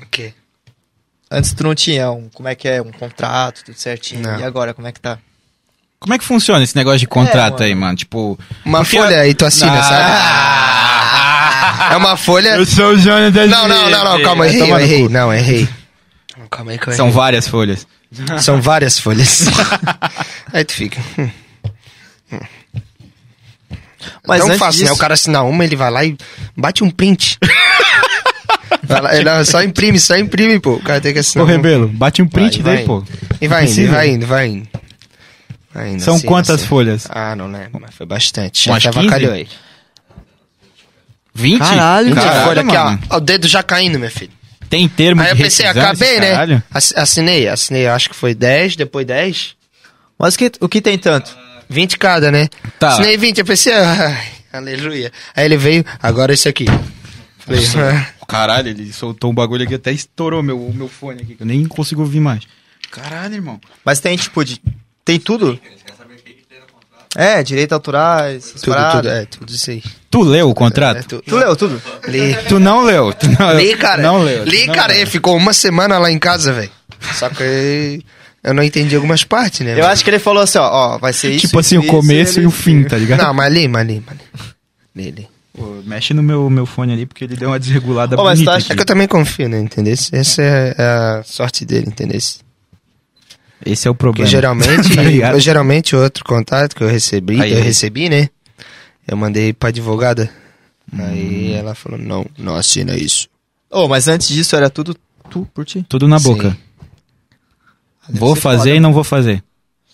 Speaker 3: O quê?
Speaker 1: Antes tu não tinha um... Como é que é? Um contrato, tudo certinho.
Speaker 3: Não.
Speaker 1: E agora, como é que tá?
Speaker 2: Como é que funciona esse negócio de contrato
Speaker 1: É,
Speaker 2: aí, mano? Tipo.
Speaker 3: Uma
Speaker 2: Porque-
Speaker 3: folha aí, tu assina,
Speaker 2: Ah!
Speaker 3: sabe? É uma folha...
Speaker 2: Eu sou o Jonathan. Tá
Speaker 3: Não, não, não, não, calma,
Speaker 2: Vai
Speaker 3: errei, eu
Speaker 2: tomar no
Speaker 3: errei, não, errei. Calma aí que eu
Speaker 2: cu. São várias folhas.
Speaker 3: errei. São várias folhas. aí tu fica.
Speaker 1: Mas
Speaker 3: não
Speaker 1: antes
Speaker 3: fácil, né?
Speaker 1: disso-
Speaker 3: O cara assina uma, ele vai lá e bate um print. Vai lá, ele, não, só imprime, só imprime, pô. O cara tem que assinar.
Speaker 2: Ô,
Speaker 3: um.
Speaker 2: Rebelo, bate um print
Speaker 3: Vai,
Speaker 2: daí,
Speaker 3: vai.
Speaker 2: pô.
Speaker 3: E vai indo, e
Speaker 2: Possível?
Speaker 3: vai indo, vai indo. Vai indo,
Speaker 2: São
Speaker 3: assina,
Speaker 2: quantas
Speaker 3: assina.
Speaker 2: folhas?
Speaker 3: Ah, não lembro, mas foi bastante.
Speaker 2: Umas
Speaker 3: Já
Speaker 2: 15?
Speaker 3: avacalhou aí.
Speaker 2: 20?
Speaker 1: Caralho,
Speaker 3: Olha
Speaker 1: Caralho,
Speaker 3: folha aqui,
Speaker 2: mano.
Speaker 3: ó, ó. O dedo já caindo, meu filho.
Speaker 2: Tem termo
Speaker 3: Aí
Speaker 2: de
Speaker 3: eu pensei,
Speaker 2: rescisão
Speaker 3: acabei,
Speaker 2: esse
Speaker 3: né?
Speaker 2: caralho?
Speaker 3: Ass- Assinei, assinei. Acho que foi 10, depois 10.
Speaker 1: Mas o que, o que tem tanto?
Speaker 3: 20 cada, né?
Speaker 2: Tá.
Speaker 1: Ah.
Speaker 3: Assinei 20, eu pensei, "Ah." ai, aleluia. Aí ele veio, agora esse aqui. Falei, ah,
Speaker 2: Caralho, ele soltou um bagulho aqui, até estourou meu, o meu fone aqui. que Eu nem consigo ouvir mais. Caralho, irmão.
Speaker 1: Mas tem, tipo, de... Tem tudo? É, direito autorais, essas
Speaker 3: tudo,
Speaker 1: paradas.
Speaker 3: tudo, é, tudo isso aí.
Speaker 2: Tu leu o
Speaker 3: É,
Speaker 2: contrato?
Speaker 3: tu,
Speaker 1: Tu leu tudo?
Speaker 3: li,
Speaker 2: Tu não leu. Tu não,
Speaker 3: li, cara.
Speaker 2: Não leu. tu
Speaker 3: Li,
Speaker 2: não
Speaker 3: cara.
Speaker 2: leu.
Speaker 3: Ele ficou uma semana lá em casa, velho. Só que eu não entendi algumas partes, né?
Speaker 1: Eu acho que ele falou assim, ó, ó vai ser isso.
Speaker 2: Tipo assim, o
Speaker 1: isso,
Speaker 2: começo e
Speaker 1: ele-
Speaker 2: o fim, tá ligado?
Speaker 3: Não, mas li, mas li, mas li. li. li.
Speaker 2: Pô, mexe no meu, meu fone ali, porque ele deu uma desregulada
Speaker 1: Ô, mas tu
Speaker 2: Tá bonita.
Speaker 1: acha
Speaker 2: aqui.
Speaker 3: É que eu também confio, né? Entendeu? Essa é a sorte dele, entendeu?
Speaker 2: Esse é o
Speaker 3: Porque
Speaker 2: problema.
Speaker 3: geralmente,
Speaker 2: Tá ligado?
Speaker 3: eu, geralmente outro contato que eu recebi,
Speaker 2: Aí,
Speaker 3: eu
Speaker 2: aí.
Speaker 3: recebi, né? Eu mandei pra advogada.
Speaker 2: Hum.
Speaker 3: Aí ela falou, não, não assina isso.
Speaker 1: Ô, mas antes disso era tudo tu por ti?
Speaker 2: Tudo na
Speaker 3: Sim.
Speaker 2: boca.
Speaker 1: Deve
Speaker 2: Vou
Speaker 1: ser
Speaker 2: fazer
Speaker 1: foda.
Speaker 2: e não vou fazer.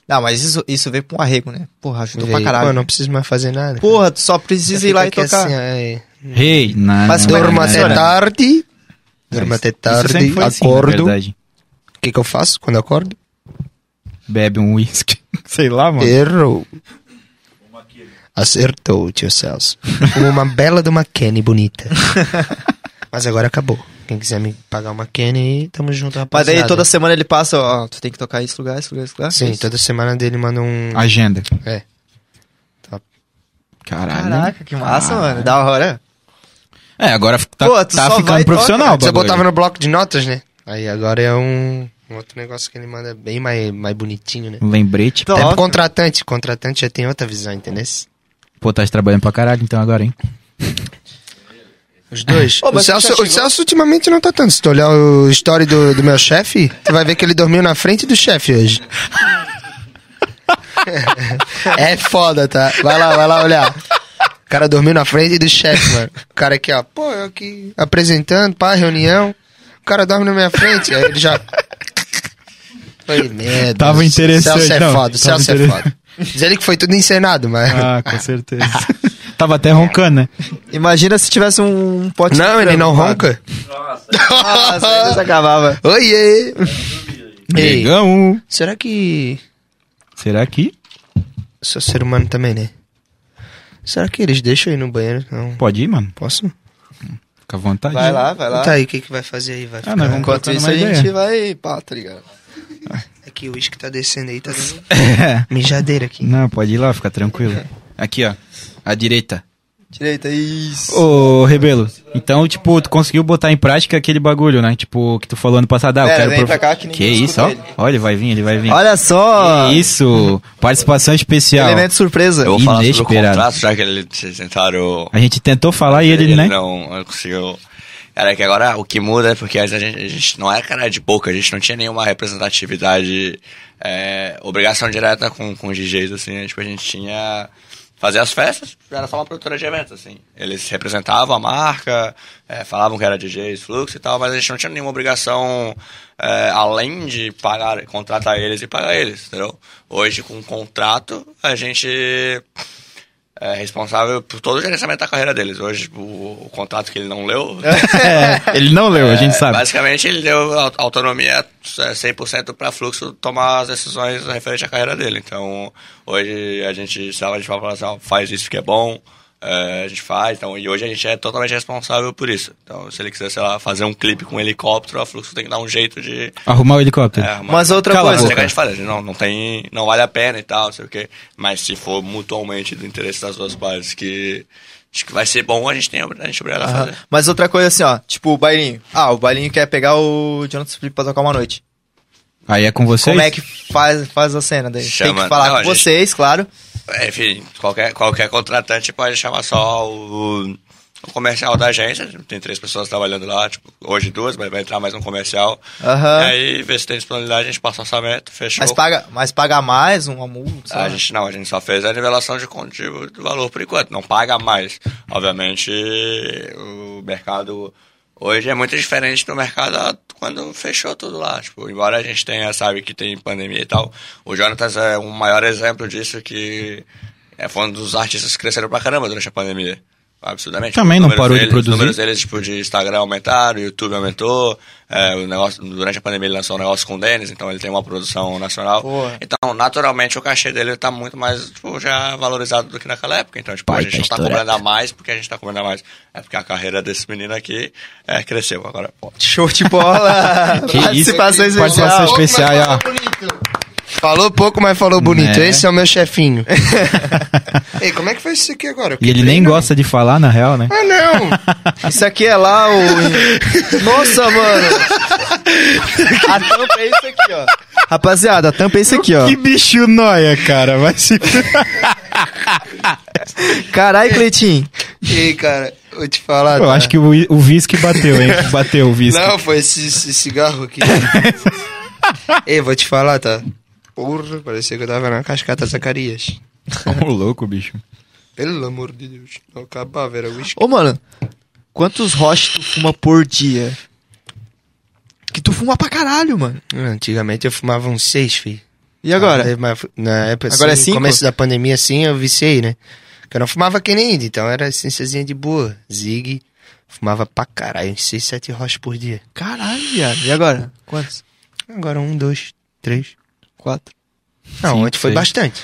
Speaker 1: Não, mas isso, isso veio pra um arrego, né? Porra, ajudou
Speaker 3: Veio,
Speaker 1: pra caralho.
Speaker 3: Pô, não preciso mais fazer nada.
Speaker 1: Porra, tu só precisa ir lá e
Speaker 3: Fica aqui
Speaker 1: tocar.
Speaker 3: assim, aí.
Speaker 2: Rei, na.
Speaker 1: Mas
Speaker 2: na-
Speaker 1: como
Speaker 3: Durma
Speaker 1: é que
Speaker 2: na-
Speaker 3: até
Speaker 1: funciona?
Speaker 3: tarde. Durma até
Speaker 2: Isso sempre
Speaker 3: tarde,
Speaker 2: foi assim, na
Speaker 3: acordo. O
Speaker 2: verdade.
Speaker 3: que, que eu faço quando eu acordo?
Speaker 2: Bebe um uísque. Sei lá, mano.
Speaker 3: Errou. Acertou, tio Celso. Como uma bela de uma Kenny bonita. Mas agora acabou. Quem quiser me pagar uma Kenny, tamo junto,
Speaker 1: Mas
Speaker 3: rapaziada.
Speaker 1: daí toda semana ele passa, ó, tu tem que tocar esse lugar, esse lugar, esse lugar.
Speaker 3: Sim,
Speaker 1: Isso.
Speaker 3: toda semana dele manda um...
Speaker 2: Agenda.
Speaker 3: É.
Speaker 2: Caralho.
Speaker 1: Caraca, que massa,
Speaker 2: Caralho.
Speaker 1: mano. Da hora.
Speaker 2: É, agora tá,
Speaker 1: Pô, tu
Speaker 2: tá
Speaker 1: só vai
Speaker 2: ficando
Speaker 1: e
Speaker 2: profissional,
Speaker 1: toca.
Speaker 3: Você
Speaker 2: bagulho.
Speaker 3: botava no bloco de notas, né? Aí agora é um, um outro negócio que ele manda bem mais, mais bonitinho, né?
Speaker 2: Um lembrete.
Speaker 1: Então,
Speaker 3: Até
Speaker 1: ó,
Speaker 3: pro contratante. Contratante já tem outra visão, entendeu?
Speaker 2: Pô, tá trabalhando pra caralho então agora, hein?
Speaker 3: Os dois.
Speaker 1: Ô,
Speaker 3: o,
Speaker 1: mas tu já
Speaker 3: Celso, o
Speaker 1: chegou-
Speaker 3: Celso ultimamente não tá tanto. Se tu olhar o story do, do meu chefe, tu vai ver que ele dormiu na frente do chefe hoje. é foda, tá? Vai lá, vai lá olhar. O cara dormiu na frente do chefe, mano. O cara aqui, ó, pô, eu aqui apresentando, pá, reunião. O cara dorme na minha frente, aí ele já. Foi merda.
Speaker 2: Tava interessante,
Speaker 3: O Celso é
Speaker 2: não,
Speaker 3: foda,
Speaker 2: tava
Speaker 3: o Celso é
Speaker 2: interessante.
Speaker 3: foda. Diz ele que foi tudo encenado, mas.
Speaker 2: Ah, com certeza. Tava até roncando, né?
Speaker 1: imagina se tivesse um pote de
Speaker 3: Não, ele
Speaker 1: frango,
Speaker 3: não
Speaker 1: mano.
Speaker 3: ronca.
Speaker 1: Nossa, aí Deus acabava.
Speaker 3: Oiê! Ei,
Speaker 2: Negão.
Speaker 3: será que.
Speaker 2: Será que
Speaker 3: Eu sou ser humano também, né? Será que eles deixam eu ir no banheiro? Não.
Speaker 2: pode ir, mano?
Speaker 3: Posso?
Speaker 2: Fica à vontade.
Speaker 1: Vai lá, vai lá.
Speaker 3: Tá aí, o que, que vai fazer aí? Vai
Speaker 2: Ah, nós vamos
Speaker 1: Enquanto
Speaker 2: trocando
Speaker 1: isso
Speaker 2: uma
Speaker 1: a
Speaker 2: ideia.
Speaker 1: gente vai, pá, tá ligado?
Speaker 3: É aqui, o uísque tá descendo aí, tá dando mijadeira aqui.
Speaker 2: É. Não, pode ir lá, fica tranquilo. Aqui, ó. À direita.
Speaker 1: Direita, isso.
Speaker 2: Ô, Rebelo, então, tipo, tu conseguiu botar em prática aquele bagulho, né? Tipo, que tu falou ano passado. Ah, eu
Speaker 1: Pera,
Speaker 2: quero
Speaker 1: É, vem pra cá
Speaker 2: que
Speaker 1: que ninguém
Speaker 2: isso, ó.
Speaker 1: escuta
Speaker 2: Olha, ele vai vir, ele vai vir.
Speaker 1: Olha só!
Speaker 2: Que isso, participação especial.
Speaker 1: Elemento surpresa.
Speaker 5: Eu vou falar sobre o
Speaker 2: Inesperado.
Speaker 5: contrato, já que ele, vocês tentaram.
Speaker 2: A gente tentou falar e ele, né?
Speaker 5: Não conseguiu. Cara, que agora o que muda é porque antes a gente, a gente não era cara de boca, a gente não tinha nenhuma representatividade, é, obrigação direta com, com os DJs, assim, né? tipo, a gente tinha. Fazer as festas, era só uma produtora de eventos, assim. Eles representavam a marca, é, falavam que era DJs, fluxo e tal, mas a gente não tinha nenhuma obrigação é, além de pagar, contratar eles e pagar eles, entendeu? Hoje, com o contrato, a gente é responsável por todo o gerenciamento da carreira deles. Hoje, o, o contrato que ele não leu.
Speaker 2: É, ele não leu, a gente
Speaker 5: é,
Speaker 2: sabe.
Speaker 5: Basicamente, ele deu au- autonomia é, 100% para Fluxo tomar as decisões referente à carreira dele. Então, hoje a gente, se a gente fala assim, ó, faz isso que é bom, é, a gente faz. Então, e hoje a gente é totalmente responsável por isso. Então, se ele quiser, sei lá, fazer um clipe com um helicóptero, a Fluxo tem que dar um jeito de
Speaker 2: Arrumar o helicóptero.
Speaker 5: é, arrumar-
Speaker 1: Mas outra
Speaker 2: Cala a
Speaker 5: mas é
Speaker 1: coisa.
Speaker 5: que a gente fala, não, não tem. não vale a pena e tal, não sei o quê. Mas se for mutuamente do interesse das duas partes que, acho que vai ser bom, a gente tem a gente obrigado a
Speaker 1: Aham.
Speaker 5: fazer.
Speaker 1: Mas outra coisa assim, ó. Tipo, o bailinho. Ah, o bailinho quer pegar o Jonathan Felipe pra tocar uma noite.
Speaker 2: Aí é com vocês.
Speaker 1: Como é que faz, faz a cena daí? Tem
Speaker 5: Chama-
Speaker 1: que falar
Speaker 5: Não, a
Speaker 1: com
Speaker 5: gente-
Speaker 1: vocês, claro.
Speaker 5: Enfim, qualquer, qualquer contratante pode chamar só o, o comercial da agência. Tem três pessoas trabalhando lá, tipo, hoje duas, mas vai entrar mais um comercial.
Speaker 1: Aham.
Speaker 5: Aí vê se tem disponibilidade, a gente passa o orçamento, fechou.
Speaker 1: Mas paga, mas paga mais um uma multa. sei
Speaker 5: A
Speaker 1: lá.
Speaker 5: Ah, gente não, a gente só fez a nivelação de, con- de, do valor por enquanto, não paga mais. Obviamente, o mercado hoje é muito diferente do mercado há- quando fechou tudo lá. Tipo, embora a gente tenha, sabe, que tem pandemia e tal, o Jonatas é um maior exemplo disso que é, foi um dos artistas que cresceram pra caramba durante a pandemia. Absurdamente.
Speaker 2: Também
Speaker 5: Os
Speaker 2: não
Speaker 5: números
Speaker 2: parou de
Speaker 5: dele-
Speaker 2: produzir.
Speaker 5: Os números deles, tipo, de Instagram aumentaram, YouTube aumentou, é, o negócio, durante a pandemia ele lançou um negócio com o Denis, então ele tem uma produção nacional.
Speaker 1: Porra.
Speaker 5: Então, naturalmente, o cachê dele tá muito mais, tipo, já valorizado do que naquela época. Então, tipo, a
Speaker 2: Pai,
Speaker 5: gente
Speaker 2: tá
Speaker 5: não tá
Speaker 2: estourado.
Speaker 5: cobrando a mais porque a gente tá cobrando a mais. É porque a carreira desse menino aqui é, cresceu. Agora, pô,
Speaker 1: Show de bola!
Speaker 2: Que isso?
Speaker 1: Participação
Speaker 2: Participação especial,
Speaker 1: especial.
Speaker 2: aí, ó.
Speaker 3: Falou pouco, mas falou bonito.
Speaker 2: Né?
Speaker 3: Esse é o meu chefinho. Ei, como é que faz isso aqui agora? Eu
Speaker 2: E ele
Speaker 3: quebrei,
Speaker 2: nem
Speaker 3: não.
Speaker 2: gosta de falar, na real, né?
Speaker 3: Ah, não!
Speaker 1: Isso aqui é lá o. Nossa, mano! A tampa é isso aqui, ó. Rapaziada, a tampa é isso aqui, ó.
Speaker 2: bicho noia, cara. Vai se...
Speaker 1: Carai, Cleitinho.
Speaker 3: Ei, cara, vou te falar.
Speaker 2: Eu
Speaker 3: tá?
Speaker 2: acho que o, o Visque bateu, hein? Bateu o Visque.
Speaker 3: Não, foi esse, esse cigarro aqui. Ei, vou te falar, tá? Porra, parecia que eu tava na cascata Zacarias.
Speaker 2: Ô, louco, bicho.
Speaker 3: Pelo amor de Deus. Não acabava, era uísque.
Speaker 1: Ô, mano, quantos roches tu fuma por dia? Que tu fuma pra caralho, mano.
Speaker 3: Antigamente eu fumava uns seis, filho.
Speaker 1: E agora?
Speaker 3: Ah, mas Na época,
Speaker 1: Agora é
Speaker 3: assim,
Speaker 1: cinco?
Speaker 3: começo da pandemia, assim, eu viciei, né? Porque eu não fumava que nem índio, então era essênciazinha de boa. Zig, fumava pra caralho, uns 6, 7 rochas por dia.
Speaker 1: Caralho, viado. E agora? Quantos?
Speaker 3: Agora um, dois, três.
Speaker 1: Quatro.
Speaker 3: Não,
Speaker 2: Cinco,
Speaker 3: ontem foi
Speaker 2: seis.
Speaker 3: bastante.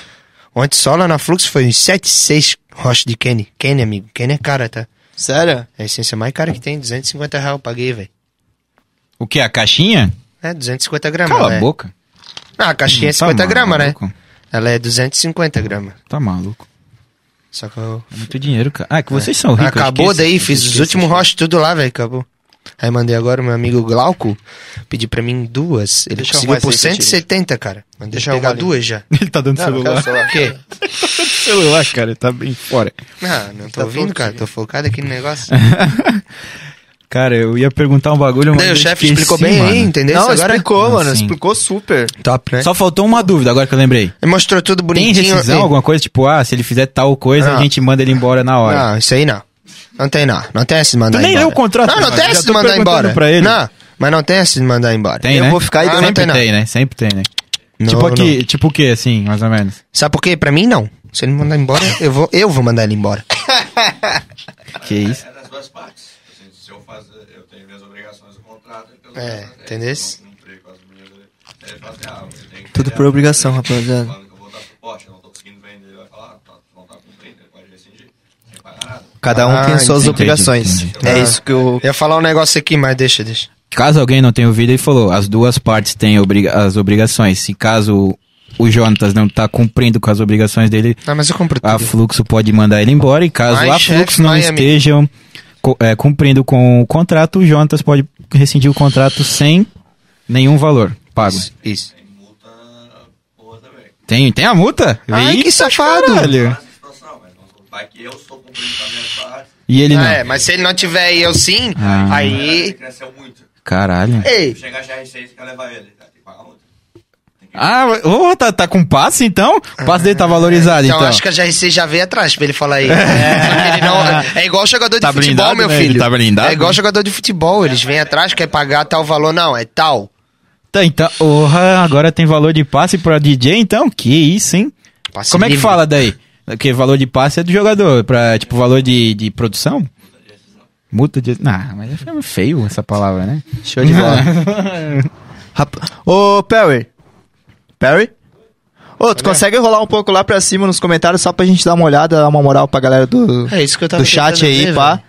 Speaker 3: Ontem só lá na Flux foi uns 7, 6 rochas de Kenny. Kenny, amigo. Kenny é cara, tá?
Speaker 1: Sério?
Speaker 3: É a essência mais cara que tem, 250 reais eu paguei, velho.
Speaker 2: O que, a caixinha?
Speaker 3: É, 250 gramas.
Speaker 2: Cala
Speaker 3: né?
Speaker 2: a boca.
Speaker 3: Ah, a caixinha é
Speaker 2: Tá
Speaker 3: 50 gramas, né?
Speaker 2: maluco.
Speaker 3: Ela é 250 gramas.
Speaker 2: Tá maluco.
Speaker 3: Só que eu
Speaker 2: É muito dinheiro, cara. Ah, é que vocês são ricos. eu
Speaker 3: Acabou
Speaker 2: esqueço.
Speaker 3: daí,
Speaker 2: Eu
Speaker 3: fiz os
Speaker 2: esqueço.
Speaker 3: últimos rochas tudo lá, velho, acabou. Aí mandei agora o meu amigo Glauco pedir pra mim duas. Ele
Speaker 1: Deixa eu
Speaker 3: conseguiu
Speaker 1: arrumar
Speaker 3: por
Speaker 1: esse aí que eu
Speaker 3: 170, cara. Mandei
Speaker 1: Deixa eu
Speaker 3: pegar
Speaker 1: arrumar ali.
Speaker 3: duas já.
Speaker 2: Ele tá dando celular.
Speaker 3: O quê?
Speaker 2: celular, cara. Ele tá bem fora.
Speaker 3: Não, Ah, não tô
Speaker 1: Tá
Speaker 3: ouvindo,
Speaker 1: todo
Speaker 3: cara.
Speaker 1: dia.
Speaker 3: Tô focado aqui no negócio.
Speaker 2: Cara, eu ia perguntar um bagulho, mas
Speaker 3: Daí o
Speaker 2: eu
Speaker 3: chefe
Speaker 2: esqueci,
Speaker 3: explicou bem
Speaker 2: mano.
Speaker 3: aí, entendeu?
Speaker 1: Não,
Speaker 3: Isso agora
Speaker 1: explicou,
Speaker 2: Não,
Speaker 1: mano.
Speaker 2: sim.
Speaker 1: Explicou super.
Speaker 3: top, né?
Speaker 2: Só faltou uma dúvida agora que eu lembrei.
Speaker 3: Ele Mostrou tudo
Speaker 2: Tem
Speaker 3: bonitinho.
Speaker 2: rescisão,
Speaker 3: Ei,
Speaker 2: alguma coisa? Tipo, ah, se ele fizer tal coisa,
Speaker 3: Ah.
Speaker 2: a gente manda ele embora na hora.
Speaker 3: Não, isso aí não. Não tem não. Não tem essa de mandar
Speaker 2: Tu nem
Speaker 3: embora.
Speaker 2: leu o contrato,
Speaker 3: Não, não
Speaker 2: mano.
Speaker 3: tem
Speaker 2: Já
Speaker 3: essa de
Speaker 2: tô
Speaker 3: mandar
Speaker 2: perguntando
Speaker 3: embora.
Speaker 2: pra ele.
Speaker 3: Não, mas não tem essa de mandar embora.
Speaker 2: Tem,
Speaker 1: eu
Speaker 2: né?
Speaker 1: vou ficar aí
Speaker 3: Ah,
Speaker 1: dentro.
Speaker 3: não
Speaker 2: Sempre
Speaker 3: tem, não.
Speaker 2: tem, né? Sempre tem, né?
Speaker 3: Não,
Speaker 2: tipo
Speaker 3: não.
Speaker 2: aqui, tipo o quê, assim, mais ou menos?
Speaker 3: Sabe por quê? Pra mim, não. Se ele me mandar embora, eu vou, eu vou mandar ele embora.
Speaker 2: Que isso?
Speaker 5: É das duas partes. Assim, se eu fazer, eu tenho minhas obrigações do contrato. e pelo
Speaker 3: É,
Speaker 5: menos, né,
Speaker 3: entendeu?
Speaker 5: eu não cumpri com as minhas, ele- ele fala assim, ah, você tem que
Speaker 1: Tudo
Speaker 5: vender
Speaker 1: por
Speaker 5: a-
Speaker 1: obrigação, rapaziada.
Speaker 5: Falando que eu vou dar suporte, eu não tô conseguindo vender, ele vai falar, ah, tá, não tá cumprindo, ele pode rescindir, sem pagar nada.
Speaker 1: Cada um
Speaker 3: Ah,
Speaker 1: tem suas
Speaker 2: entendi,
Speaker 1: obrigações.
Speaker 2: entendi.
Speaker 1: É
Speaker 3: Ah.
Speaker 1: isso que eu.
Speaker 3: Eu ia falar um negócio aqui, mas deixa, deixa.
Speaker 2: Caso alguém não tenha ouvido, ele falou, as duas partes têm obriga- as obrigações. Se caso o Jonatas não tá cumprindo com as obrigações dele,
Speaker 3: Ah, mas eu compro tudo.
Speaker 2: a Fluxo pode mandar ele embora. E caso
Speaker 3: Vai,
Speaker 2: a
Speaker 3: chefe,
Speaker 2: Fluxo não
Speaker 3: vai, amigo.
Speaker 2: estejam co- é, cumprindo com o contrato, o Jonatas pode rescindir o contrato sem nenhum valor pago.
Speaker 3: Isso.
Speaker 2: Tem, tem a multa?
Speaker 3: Ai, Ah, que
Speaker 2: Eita,
Speaker 3: safado.
Speaker 2: caralho.
Speaker 5: Vai que eu estou cumprindo com a minha parte.
Speaker 2: E ele
Speaker 3: Ah,
Speaker 2: não.
Speaker 3: é, mas se ele não tiver e eu sim,
Speaker 2: Ah.
Speaker 3: aí.
Speaker 5: Cresceu muito.
Speaker 2: Caralho.
Speaker 3: Ei,
Speaker 5: Chegar já receita e quer levar ele. Tem que pagar muito.
Speaker 2: Ah, ô, tá, tá com passe então? O passe dele tá valorizado
Speaker 3: então,
Speaker 2: então.
Speaker 3: acho que a GRC já veio atrás pra ele falar aí. É, ele não- é igual jogador de
Speaker 2: Tá
Speaker 3: futebol,
Speaker 2: blindado,
Speaker 3: meu
Speaker 2: né?
Speaker 3: filho.
Speaker 2: Ele tá blindado,
Speaker 3: é igual
Speaker 2: né?
Speaker 3: jogador de futebol, eles vêm atrás, quer pagar tal valor, não, é tal.
Speaker 2: Tá, então, porra, agora tem valor de passe pra DJ então? Que isso, hein?
Speaker 3: Passe
Speaker 2: Como é que
Speaker 3: livre.
Speaker 2: fala daí? Porque valor de passe é do jogador, pra, tipo, valor de, de produção? Multa de. Nah, mas é feio essa palavra, né?
Speaker 1: Show de bola. Rapa- Ô, Perry. Perry? Ô, tu consegue rolar um pouco lá pra cima nos comentários só pra gente dar uma olhada, dar uma moral pra galera do,
Speaker 3: É isso que eu tava
Speaker 1: do chat
Speaker 3: tentando
Speaker 1: aí,
Speaker 3: ver,
Speaker 1: pá.
Speaker 3: velho.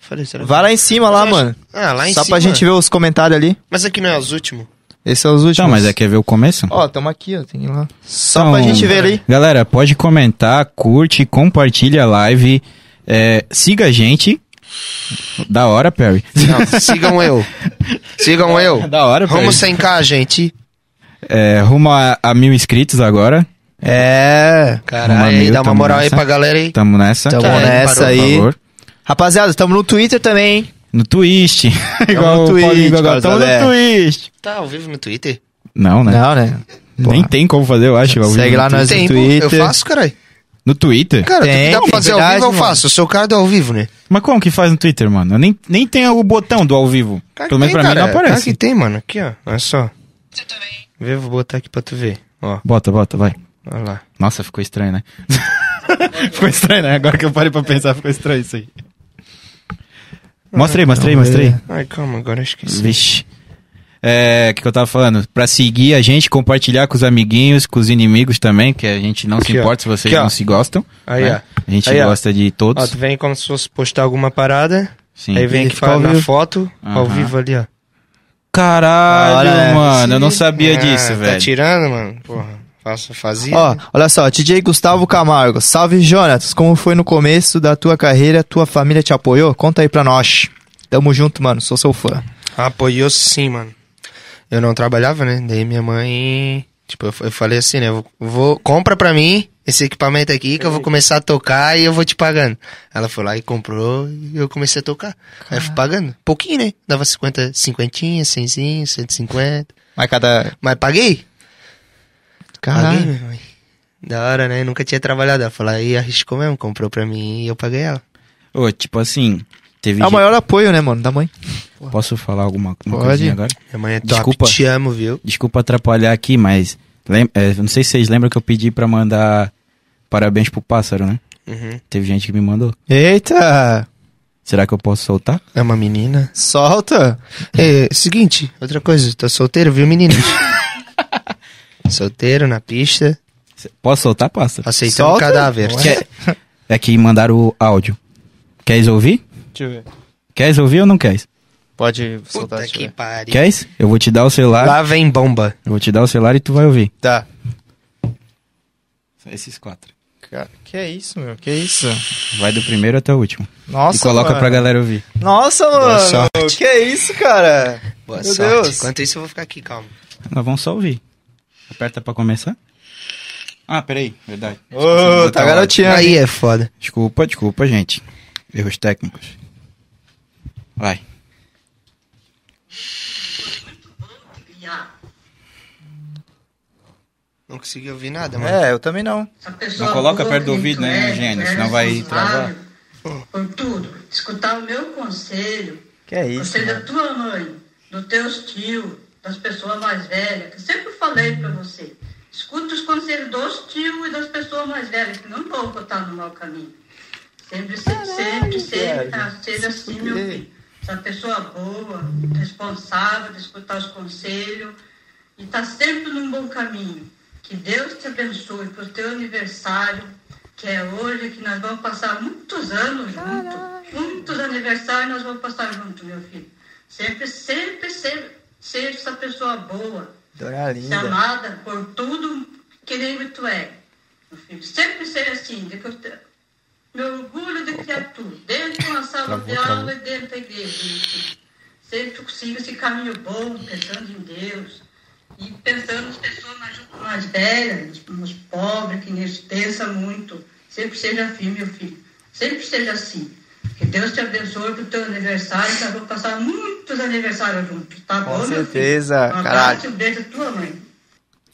Speaker 3: Falei, será que-
Speaker 1: Vai lá em cima lá, mano.
Speaker 3: Ah, lá em
Speaker 1: só pra
Speaker 3: cima.
Speaker 1: gente ver os comentários ali.
Speaker 3: Mas aqui não é os últimos.
Speaker 1: Esses são os últimos.
Speaker 2: Então, mas é quer ver o começo?
Speaker 1: Ó, tamo aqui, ó. Tem lá. Só
Speaker 2: Então,
Speaker 1: pra gente ver ali.
Speaker 2: Galera, pode comentar, curte, compartilha a live, é, siga a gente. Da hora, Perry.
Speaker 3: Não, sigam eu. Sigam eu.
Speaker 2: da hora, Perry.
Speaker 3: Vamos sem cá, gente.
Speaker 2: É, rumo a, a mil inscritos agora.
Speaker 1: É.
Speaker 3: Caralho,
Speaker 2: Mamãe,
Speaker 3: aí dá uma
Speaker 2: tamo
Speaker 3: moral aí
Speaker 2: nessa.
Speaker 3: pra galera aí.
Speaker 2: Tamo nessa.
Speaker 1: Tamo
Speaker 3: Tá,
Speaker 1: nessa
Speaker 3: parou,
Speaker 1: aí.
Speaker 2: Por favor.
Speaker 1: Rapaziada, tamo no Twitter também, hein?
Speaker 2: No twist. Igual
Speaker 1: no
Speaker 2: o
Speaker 1: Twitch, é.
Speaker 2: Paulinho Gogó.
Speaker 1: Carlos
Speaker 2: Tamo no
Speaker 1: Alberto.
Speaker 2: twist.
Speaker 3: Tá ao vivo no Twitter?
Speaker 2: Não, né?
Speaker 1: Não, né?
Speaker 2: Nem
Speaker 1: Porra.
Speaker 2: tem como fazer, eu acho. ao vivo
Speaker 1: Segue
Speaker 2: no
Speaker 1: lá
Speaker 2: Twitter.
Speaker 1: Mas no
Speaker 3: Tem, pô. Eu
Speaker 1: Twitter-
Speaker 3: faço, caralho.
Speaker 2: No Twitter?
Speaker 3: Cara,
Speaker 1: Tem,
Speaker 3: tem, dá pra
Speaker 1: tem,
Speaker 3: fazer ao
Speaker 1: verdade,
Speaker 3: vivo, eu
Speaker 1: mano.
Speaker 3: faço. Eu sou o cara do ao vivo, né?
Speaker 2: Mas como que faz no Twitter, mano? Eu nem, nem tem o botão do ao vivo.
Speaker 3: Claro
Speaker 2: Pelo
Speaker 3: que
Speaker 2: menos pra
Speaker 3: tem,
Speaker 2: mim
Speaker 3: cara.
Speaker 2: não
Speaker 3: Claro
Speaker 2: aparece.
Speaker 3: que tem, mano. Aqui, ó. Olha só. Vê, vou botar aqui pra tu ver. Ó,
Speaker 2: Bota, bota, vai.
Speaker 3: olha lá.
Speaker 2: Nossa, ficou estranho, né? ficou estranho, né? Agora que eu parei pra pensar, ficou estranho é isso aí. Mostra aí, mostra aí, mostra aí.
Speaker 3: Ai, calma, agora eu esqueci.
Speaker 2: Vixe. É, o que, que eu tava falando? Pra seguir a gente, compartilhar com os amiguinhos, com os inimigos também, que a gente não se
Speaker 3: Aqui, ó.
Speaker 2: importa se vocês
Speaker 3: Aqui, ó.
Speaker 2: não se gostam.
Speaker 3: Aí,
Speaker 2: né?
Speaker 3: ó.
Speaker 2: A gente
Speaker 3: Aí, ó.
Speaker 2: gosta de todos.
Speaker 3: Ó, tu vem como se fosse postar alguma parada.
Speaker 2: Sim. é
Speaker 3: Aí vem
Speaker 1: Ele
Speaker 3: aqui
Speaker 1: fica
Speaker 3: fa-
Speaker 1: ao
Speaker 3: na
Speaker 1: vivo.
Speaker 3: foto, ao
Speaker 2: Aham.
Speaker 3: vivo ali, ó.
Speaker 2: Caralho,
Speaker 1: Olha,
Speaker 2: mano, eu não sabia
Speaker 3: Ah,
Speaker 2: disso,
Speaker 3: tá
Speaker 2: velho.
Speaker 3: tirando, mano? Porra, faça, fazia.
Speaker 1: Ó, olha só, DJ Gustavo Camargo. Salve, Jonatas. Como foi no começo da tua carreira? Tua família te apoiou? Conta aí pra nós. Tamo junto, mano. Sou seu fã.
Speaker 3: Apoiou sim, mano. Eu não trabalhava, né? Daí minha mãe. Tipo, eu, eu falei assim, né? Vou, vou- compra pra mim esse equipamento aqui que eu vou começar a tocar e eu vou te pagando. Ela foi lá e comprou e eu comecei a tocar. Aí eu fui pagando. Pouquinho, né? Dava 50, cinquentinha, 100, 150.
Speaker 1: Mas cada.
Speaker 3: Mas paguei. Paguei,
Speaker 1: Caralho.
Speaker 3: minha mãe. Da hora, né? Nunca tinha trabalhado. Ela falou, aí arriscou mesmo, comprou pra mim e eu paguei ela.
Speaker 2: Ô, tipo assim, teve.
Speaker 1: É o
Speaker 2: gente-
Speaker 1: maior apoio, né, mano? Da mãe.
Speaker 2: Posso falar alguma uma
Speaker 1: Pode.
Speaker 2: coisinha agora?
Speaker 3: Minha mãe é top,
Speaker 2: Desculpa.
Speaker 3: te amo, viu?
Speaker 2: Desculpa atrapalhar aqui, mas. lem- é, não sei se vocês lembram que eu pedi pra mandar parabéns pro pássaro, né?
Speaker 3: Uhum.
Speaker 2: Teve gente que me mandou.
Speaker 1: Eita!
Speaker 2: Será que eu posso soltar?
Speaker 3: É uma menina.
Speaker 1: Solta!
Speaker 3: É, seguinte, outra coisa, tô solteiro, viu, meninas? solteiro na pista,
Speaker 2: C- Posso soltar, pássaro?
Speaker 3: aceitando
Speaker 1: Solta?
Speaker 3: um cadáver.
Speaker 2: Quer- É que mandaram o áudio. Queres ouvir?
Speaker 1: Deixa eu ver.
Speaker 2: Queres ouvir ou não queres?
Speaker 1: Pode
Speaker 3: Puta
Speaker 1: soltar deixa eu
Speaker 3: que
Speaker 1: ver.
Speaker 3: pariu.
Speaker 2: Queres? Eu vou te dar o celular.
Speaker 3: Lá vem bomba.
Speaker 2: Eu vou te dar o celular e tu vai ouvir.
Speaker 1: Tá.
Speaker 2: Esses quatro.
Speaker 1: Cara, que é isso, meu? Que isso?
Speaker 2: Vai do primeiro até o último.
Speaker 1: Nossa,
Speaker 2: e coloca
Speaker 1: mano.
Speaker 2: pra galera ouvir.
Speaker 1: Nossa, mano! Que é isso, cara?
Speaker 3: Boa
Speaker 1: Meu
Speaker 3: sorte.
Speaker 1: Deus.
Speaker 3: Enquanto isso, eu vou ficar aqui, calma.
Speaker 2: Nós vamos só ouvir. Aperta pra começar. Ah, peraí, verdade.
Speaker 1: Ô, tá garotinho
Speaker 3: Aí é foda.
Speaker 2: Desculpa, desculpa, gente. Erros técnicos. Vai.
Speaker 3: Não consegui ouvir nada, mano.
Speaker 1: É, eu também não.
Speaker 2: Não coloca perto do ouvido, né, Eugênio? Senão vai travar.
Speaker 6: é Por tudo, escutar o meu conselho,
Speaker 1: Que é isso?
Speaker 6: conselho da tua mãe, dos teus tios, das pessoas mais velhas, que eu sempre falei pra você. Escuta os conselhos dos tios e das pessoas mais velhas, que não vão botar no mau caminho. Sempre, sempre, sempre, sempre, tá, seja assim, meu filho. Essa pessoa boa, responsável de escutar os conselhos e tá sempre num bom caminho. Que Deus te abençoe pro teu aniversário, que é hoje, que nós vamos passar muitos anos juntos. Muitos aniversários nós vamos passar juntos, meu filho. Sempre, sempre, sempre ser essa pessoa boa,
Speaker 1: Doralinda.
Speaker 6: chamada por tudo que nem tu é. meu filho. Sempre ser assim, de que eu te- meu orgulho de criatura, dentro de uma sala de aula e dentro da igreja. meu filho. Sempre tu consiga esse caminho bom, pensando em Deus, e pensando nas pessoas mais, mais velhas, nos pobres, que eles pensam muito. Sempre seja firme, meu filho. Sempre seja assim. Que Deus te abençoe pro teu aniversário, que nós vamos passar muitos aniversários juntos, tá bom?
Speaker 1: Com
Speaker 6: meu filho?
Speaker 1: certeza,
Speaker 6: Um
Speaker 1: caralho.
Speaker 6: abraço e um beijo da tua mãe.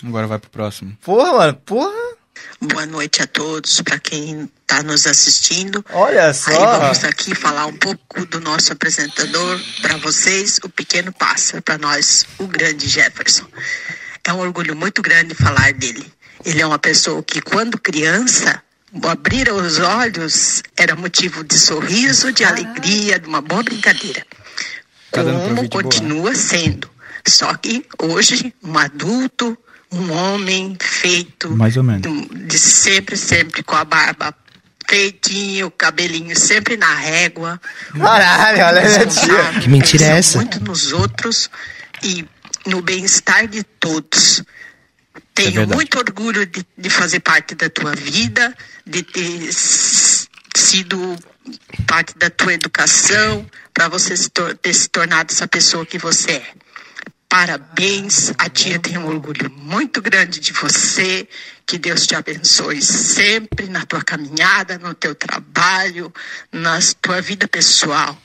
Speaker 2: Agora vai pro próximo.
Speaker 1: Porra, mano, porra.
Speaker 7: Boa noite a todos, para quem está nos assistindo.
Speaker 1: Olha
Speaker 7: Aí
Speaker 1: só.
Speaker 7: vamos aqui falar um pouco do nosso apresentador para vocês, o pequeno pássaro, para nós, o grande Jefferson. É um orgulho muito grande falar dele. Ele é uma pessoa que, quando criança, abrir os olhos era motivo de sorriso, de alegria, de uma boa brincadeira.
Speaker 2: Tá dando pra ouvir
Speaker 7: Como
Speaker 2: de boa?
Speaker 7: continua sendo. Só que hoje, um adulto, um homem feito,
Speaker 2: Mais ou menos.
Speaker 7: de sempre, sempre com a barba feitinho, o cabelinho sempre na régua.
Speaker 1: Caralho, olha a tia.
Speaker 3: Que mentira é
Speaker 7: Pensa
Speaker 3: essa?
Speaker 7: Muito nos outros e no bem-estar de todos. Tenho
Speaker 2: verdade.
Speaker 7: muito orgulho de, de fazer parte da tua vida, de ter s- sido parte da tua educação, para você se tor- ter se tornado essa pessoa que você é. Parabéns, a tia tem um orgulho muito grande de você. Que Deus te abençoe sempre na tua caminhada, no teu trabalho, na tua vida pessoal.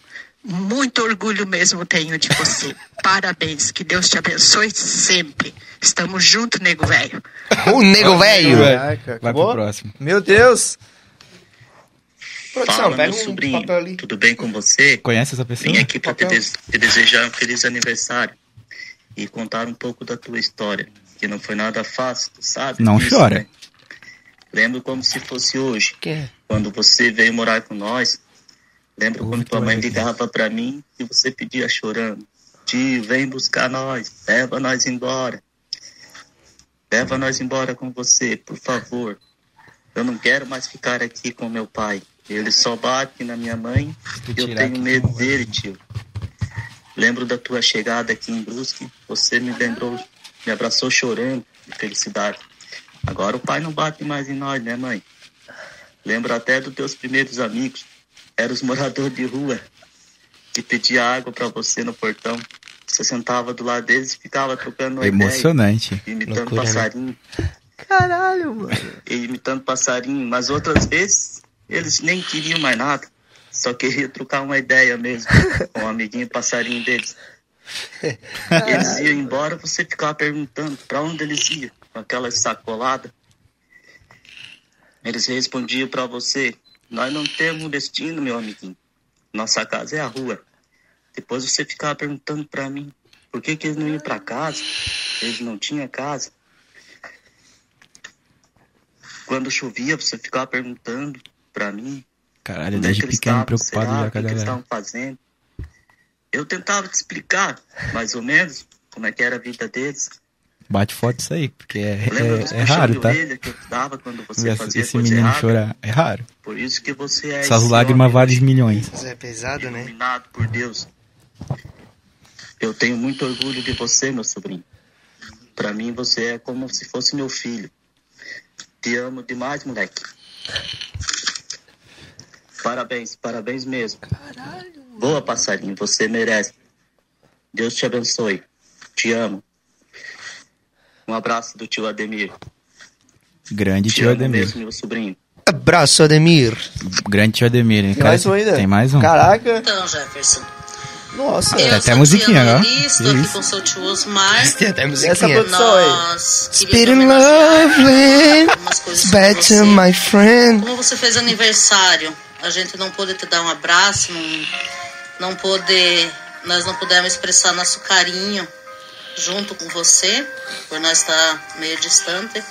Speaker 7: Muito orgulho mesmo tenho de você. Parabéns, que Deus te abençoe sempre. Estamos juntos, nego velho.
Speaker 3: O nego velho.
Speaker 1: Caraca,
Speaker 2: Vai
Speaker 1: acabou?
Speaker 2: pro próximo.
Speaker 1: Meu Deus.
Speaker 8: Fala, meu sobrinho. Tudo bem com você?
Speaker 2: Conhece essa pessoa?
Speaker 8: Vim aqui para te,
Speaker 1: papel.
Speaker 8: des- te desejar um feliz aniversário e contar um pouco da tua história, que não foi nada fácil, tu sabe?
Speaker 2: é. Não
Speaker 8: disso,
Speaker 2: chora.
Speaker 8: né? Lembro como se fosse hoje,
Speaker 3: Que é?
Speaker 8: quando você veio morar com nós. Lembro
Speaker 2: Ô,
Speaker 8: quando tua
Speaker 2: Vitória,
Speaker 8: mãe
Speaker 2: aqui.
Speaker 8: ligava para mim e você pedia chorando: Tio, vem buscar nós, leva nós embora. Leva nós embora com você, por favor. Eu não quero mais ficar aqui com meu pai. Ele só bate na minha mãe
Speaker 2: tu
Speaker 8: e eu
Speaker 2: tirar
Speaker 8: tenho
Speaker 2: aqui,
Speaker 8: medo
Speaker 2: não vai.
Speaker 8: dele, tio. Lembro da tua chegada aqui em Brusque. Você me lembrou, me abraçou chorando de felicidade. Agora o pai não bate mais em nós, né, mãe? Lembro até dos teus primeiros amigos. Eram os moradores de rua que pedia água para você no portão. Você sentava do lado deles e ficava trocando uma ideia,
Speaker 2: Emocionante.
Speaker 8: imitando
Speaker 3: Loucura, né?
Speaker 8: passarinho
Speaker 1: Caralho, mano.
Speaker 8: imitando passarinho, mas outras vezes eles nem queriam mais nada, só queriam trocar uma ideia mesmo com o amiguinho passarinho deles. Eles iam embora, você ficava perguntando pra onde eles iam, com aquela sacolada. Eles respondiam pra você: Nós não temos um destino, meu amiguinho. Nossa casa é a rua. Depois você ficava perguntando pra mim: Por que, que eles não iam pra casa? Eles não tinham casa. Quando chovia, você ficava perguntando pra mim
Speaker 2: Caralho,
Speaker 8: onde
Speaker 2: desde
Speaker 8: é que eles estavam,
Speaker 2: pequeno preocupado
Speaker 8: será,
Speaker 2: já
Speaker 8: o
Speaker 2: com
Speaker 8: que
Speaker 2: a
Speaker 8: que eles
Speaker 2: galera.
Speaker 8: estavam fazendo. Eu tentava te explicar, mais ou menos, como é que era a vida deles.
Speaker 2: Bate foto isso aí, porque é,
Speaker 8: Lembra dos
Speaker 2: é, é
Speaker 8: puxões de
Speaker 2: raro, tá?
Speaker 8: orelha que eu dava quando você
Speaker 2: Ver
Speaker 8: fazia
Speaker 2: esse
Speaker 8: coisa
Speaker 2: menino
Speaker 8: errada?
Speaker 2: chorar. É raro.
Speaker 8: Por isso que você é
Speaker 2: Essas
Speaker 8: esse
Speaker 2: lágrimas
Speaker 8: homem
Speaker 2: valem milhões.
Speaker 3: Mas é pesado, né?
Speaker 8: iluminado por Deus. Eu tenho muito orgulho de você, meu sobrinho. Pra mim, você é como se fosse meu filho. Te amo demais, moleque. Parabéns, parabéns mesmo. Boa, passarinho, você merece. Deus te abençoe. Te amo. Um abraço do tio Ademir.
Speaker 2: Grande
Speaker 8: Te
Speaker 2: tio
Speaker 8: amo
Speaker 2: Ademir.
Speaker 8: mesmo, meu sobrinho.
Speaker 3: Abraço, Ademir.
Speaker 2: Grande tio Ademir, hein?
Speaker 1: Tem mais um
Speaker 2: Cara,
Speaker 1: ainda?
Speaker 2: Tem mais um.
Speaker 1: Caraca.
Speaker 9: Então, Jefferson.
Speaker 1: Nossa.
Speaker 2: Tem
Speaker 9: Eu
Speaker 2: até
Speaker 9: sou
Speaker 2: musiquinha,
Speaker 9: Diana
Speaker 2: ó.
Speaker 9: Lis, Estou aqui
Speaker 2: Isso.
Speaker 9: com o seu tio Osmar.
Speaker 3: Tem até
Speaker 1: Essa
Speaker 3: musiquinha.
Speaker 1: produção aí.
Speaker 9: Nós
Speaker 3: Spirit
Speaker 9: queríamos homenagear
Speaker 3: lovely,
Speaker 9: algumas coisas pra
Speaker 3: better
Speaker 9: você.
Speaker 3: my friend.
Speaker 9: Como você fez aniversário, a gente não pôde te dar um abraço, não, não pôde, nós não pudemos expressar nosso carinho junto com você, por nós estar meio distante.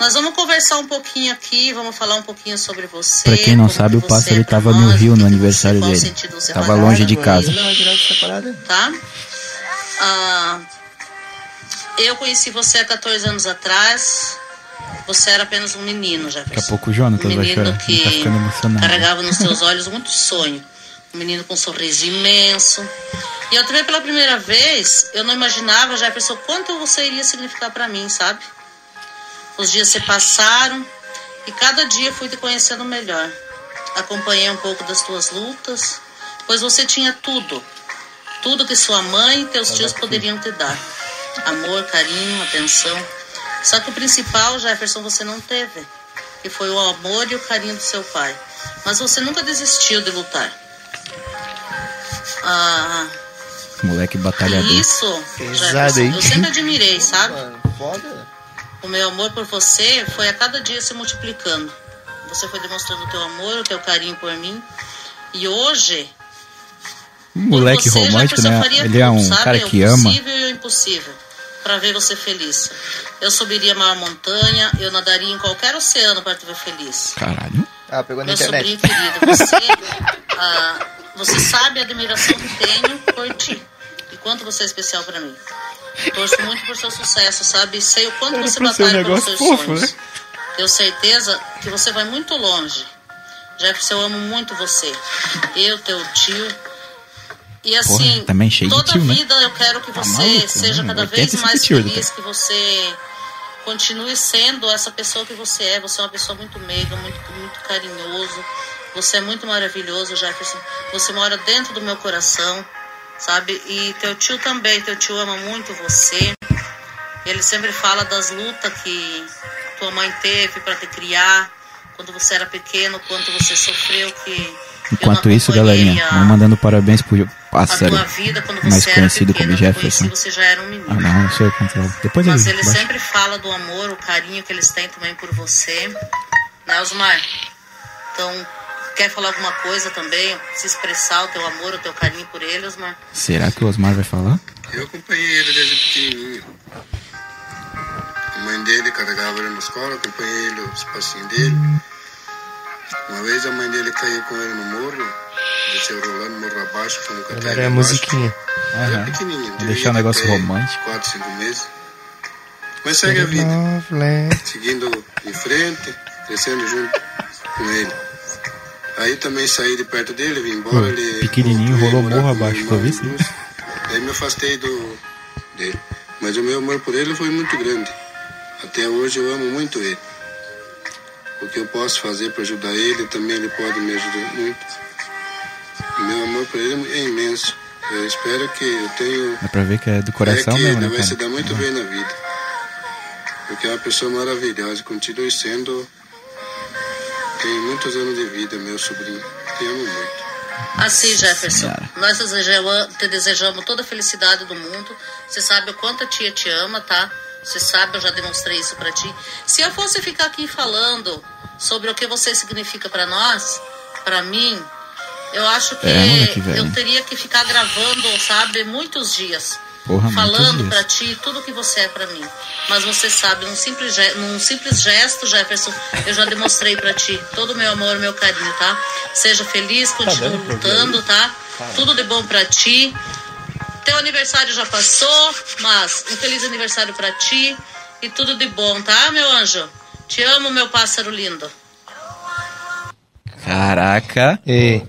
Speaker 9: Nós vamos conversar um pouquinho aqui, vamos falar um pouquinho sobre você.
Speaker 2: Pra quem não
Speaker 9: como
Speaker 2: sabe, o
Speaker 9: você
Speaker 2: pássaro
Speaker 9: é pra
Speaker 2: tava no
Speaker 9: nós,
Speaker 2: Rio
Speaker 9: o que
Speaker 2: no
Speaker 9: que
Speaker 2: aniversário
Speaker 9: você- qual
Speaker 2: dele.
Speaker 9: sentido você
Speaker 2: Tava
Speaker 9: vai dar
Speaker 2: longe de
Speaker 9: pra
Speaker 2: casa.
Speaker 9: ele,
Speaker 1: Não, direto essa parada.
Speaker 9: Tá? Ah, eu conheci você há 14 anos atrás. Você era apenas um menino, já.
Speaker 2: Daqui a pouco o Jonatas vai
Speaker 9: menino
Speaker 2: chorar. Ele
Speaker 9: que
Speaker 2: tá ficando emocionado.
Speaker 9: carregava nos seus olhos muito sonho. Um menino com um sorriso um imenso. E eu também, pela primeira vez, eu não imaginava, Jefferson, quanto você iria significar pra mim, sabe? Os dias se passaram e cada dia eu fui te conhecendo melhor. Acompanhei um pouco das tuas lutas, pois você tinha tudo. Tudo que sua mãe e teus tios poderiam te dar. Amor, carinho, atenção. Só que o principal, Jefferson, você não teve. Que foi o amor e o carinho do seu pai. Mas você nunca desistiu de lutar. Ah,
Speaker 2: Moleque batalhador.
Speaker 9: isso,
Speaker 1: Pesado,
Speaker 9: Jefferson,
Speaker 1: hein?
Speaker 9: eu sempre admirei, sabe?
Speaker 3: Foda.
Speaker 9: O meu amor por você foi a cada dia se multiplicando. Você foi demonstrando o teu amor, o teu carinho por mim. E hoje,
Speaker 2: Um moleque
Speaker 9: por você,
Speaker 2: romântico,
Speaker 9: Jefferson, eu
Speaker 2: né?
Speaker 9: faria
Speaker 2: Ele é
Speaker 9: tudo,
Speaker 2: um
Speaker 9: sabe?
Speaker 2: cara que
Speaker 9: o
Speaker 2: ama.
Speaker 9: possível e o impossível para ver você feliz. Eu subiria a maior montanha, eu nadaria em qualquer oceano para te ver feliz.
Speaker 2: Caralho.
Speaker 1: Ah, pegou na
Speaker 9: Meu sobrinho
Speaker 1: internet.
Speaker 9: querido, você, ah, você sabe a admiração que tenho por ti e quanto você é especial para mim. Torço muito por seu sucesso, sabe? Sei o quanto você
Speaker 2: pra ser um
Speaker 9: batalha pelos
Speaker 2: negócio
Speaker 9: seus
Speaker 2: fofo,
Speaker 9: sonhos.
Speaker 2: né?
Speaker 9: Tenho certeza que você vai muito longe. Jefferson, eu amo muito você. Eu, teu tio. E assim,
Speaker 2: Porra, também cheio de
Speaker 9: toda
Speaker 2: tio, né?
Speaker 9: vida eu quero que você
Speaker 2: maluco,
Speaker 9: seja
Speaker 2: né?
Speaker 9: cada
Speaker 2: 80
Speaker 9: vez
Speaker 2: esse
Speaker 9: mais
Speaker 2: tio,
Speaker 9: feliz, que você continue sendo essa pessoa que você é. Você é uma pessoa muito meiga, muito, muito carinhoso. Você é muito maravilhoso, Jefferson. Você mora dentro do meu coração, sabe? E teu tio também. Teu tio ama muito você. Ele sempre fala das lutas que tua mãe teve para te criar, quando você era pequeno, quanto você sofreu. Que
Speaker 2: Enquanto
Speaker 9: eu não
Speaker 2: isso,
Speaker 9: acompanhei
Speaker 2: galerinha,
Speaker 9: a-
Speaker 2: vamos mandando parabéns pro pássaro.
Speaker 9: a tua vida quando você
Speaker 2: mais
Speaker 9: era
Speaker 2: conhecido como
Speaker 9: pequeno, eu
Speaker 2: Jefferson.
Speaker 9: conheci, você já era um menino.
Speaker 2: Ah, não, eu sou o contrário. Depois
Speaker 9: Mas
Speaker 2: ele
Speaker 9: ele
Speaker 2: baixa.
Speaker 9: sempre fala do amor, o carinho que eles têm também por você. Né, Osmar? Então, quer falar alguma coisa também? Se expressar o teu amor, o teu carinho por ele, Osmar?
Speaker 2: Será que o Osmar vai falar?
Speaker 10: Eu acompanhei ele desde pequenininho. A mãe dele carregava ele na escola, acompanhei ele, os passinhos dele. Uma vez a mãe dele caiu com ele no morro, desceu rolando morro abaixo, fomos cantar
Speaker 3: Agora é
Speaker 10: ele
Speaker 3: a
Speaker 10: abaixo.
Speaker 3: musiquinha.
Speaker 10: Era
Speaker 2: Aham.
Speaker 10: pequenininho.
Speaker 2: Vou
Speaker 10: devia
Speaker 2: deixar um
Speaker 10: ter
Speaker 2: negócio
Speaker 10: até
Speaker 2: romântico.
Speaker 10: quatro, cinco meses. Mas segue a vida, seguindo em frente, crescendo junto com ele. Aí também saí de perto dele, vim embora,
Speaker 2: Hum,
Speaker 10: ele...
Speaker 2: pequenininho,
Speaker 10: veio
Speaker 2: rolou
Speaker 10: morar
Speaker 2: morro
Speaker 10: com meu
Speaker 2: abaixo,
Speaker 10: irmão
Speaker 2: tá vendo?
Speaker 10: e irmãs. Aí me afastei do, dele. Mas o meu amor por ele foi muito grande. Até hoje eu amo muito ele. O que eu posso fazer para ajudar ele, também ele pode me ajudar muito. O meu amor por ele é imenso. Eu espero que eu tenha
Speaker 2: Dá pra ver que é do
Speaker 10: é
Speaker 2: coração
Speaker 10: que
Speaker 2: mesmo, né,
Speaker 10: ele vai se dar
Speaker 2: cara?
Speaker 10: muito bem na vida. Porque é uma pessoa maravilhosa, continue sendo. Tem muitos anos de vida, meu sobrinho. Te amo muito.
Speaker 9: Assim, Jefferson,
Speaker 2: Senhora.
Speaker 9: nós te deseja- te desejamos toda a felicidade do mundo. Você sabe o quanto a tia te ama, tá? Você sabe, eu já demonstrei isso pra ti. Se eu fosse ficar aqui falando sobre o que você significa pra nós, pra mim, eu acho que
Speaker 2: É, moleque, velho.
Speaker 9: eu teria que ficar gravando, sabe, muitos dias.
Speaker 2: Porra, muitos
Speaker 9: falando
Speaker 2: dias.
Speaker 9: pra ti tudo que você é pra mim. Mas você sabe, num simples, ge- num simples gesto, Jefferson, eu já demonstrei pra ti todo o meu amor, meu carinho, tá? Seja feliz,
Speaker 2: Tá
Speaker 9: continue lutando, tá? Tudo de bom pra ti. Teu aniversário já passou, mas um feliz aniversário pra ti e tudo de bom, tá, meu anjo? Te amo, meu pássaro lindo.
Speaker 1: É?
Speaker 2: Caraca.
Speaker 3: Ei,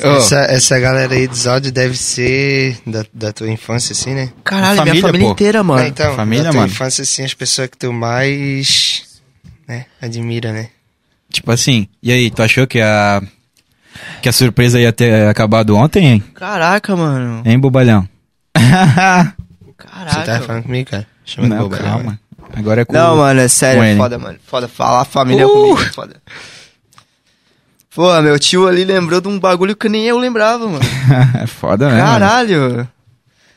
Speaker 2: Ô,
Speaker 3: É. essa, essa galera aí dos áudios deve ser da, da tua infância, assim, né?
Speaker 2: Caralho, minha Família, família pô.
Speaker 1: inteira,
Speaker 3: Ah, então,
Speaker 2: família,
Speaker 3: da tua
Speaker 2: mano.
Speaker 3: infância, assim, as pessoas que tu mais né, admira, né?
Speaker 2: Tipo assim, e aí, tu achou que a. Que a surpresa ia ter acabado ontem, hein?
Speaker 1: Caraca, mano.
Speaker 2: Hein, bobalhão?
Speaker 1: Caraca.
Speaker 3: Você
Speaker 1: Tá
Speaker 3: tava falando comigo, cara? Chama de
Speaker 2: Não,
Speaker 3: boba, né?
Speaker 2: calma. Agora é tá com
Speaker 1: Não, mano, é sério,
Speaker 2: com ele.
Speaker 1: é foda, mano. Foda, falar família
Speaker 2: Uh!
Speaker 1: comigo, é foda. Pô, meu tio ali lembrou de um bagulho que nem eu lembrava, mano.
Speaker 2: é foda, né? mano?
Speaker 1: Caralho.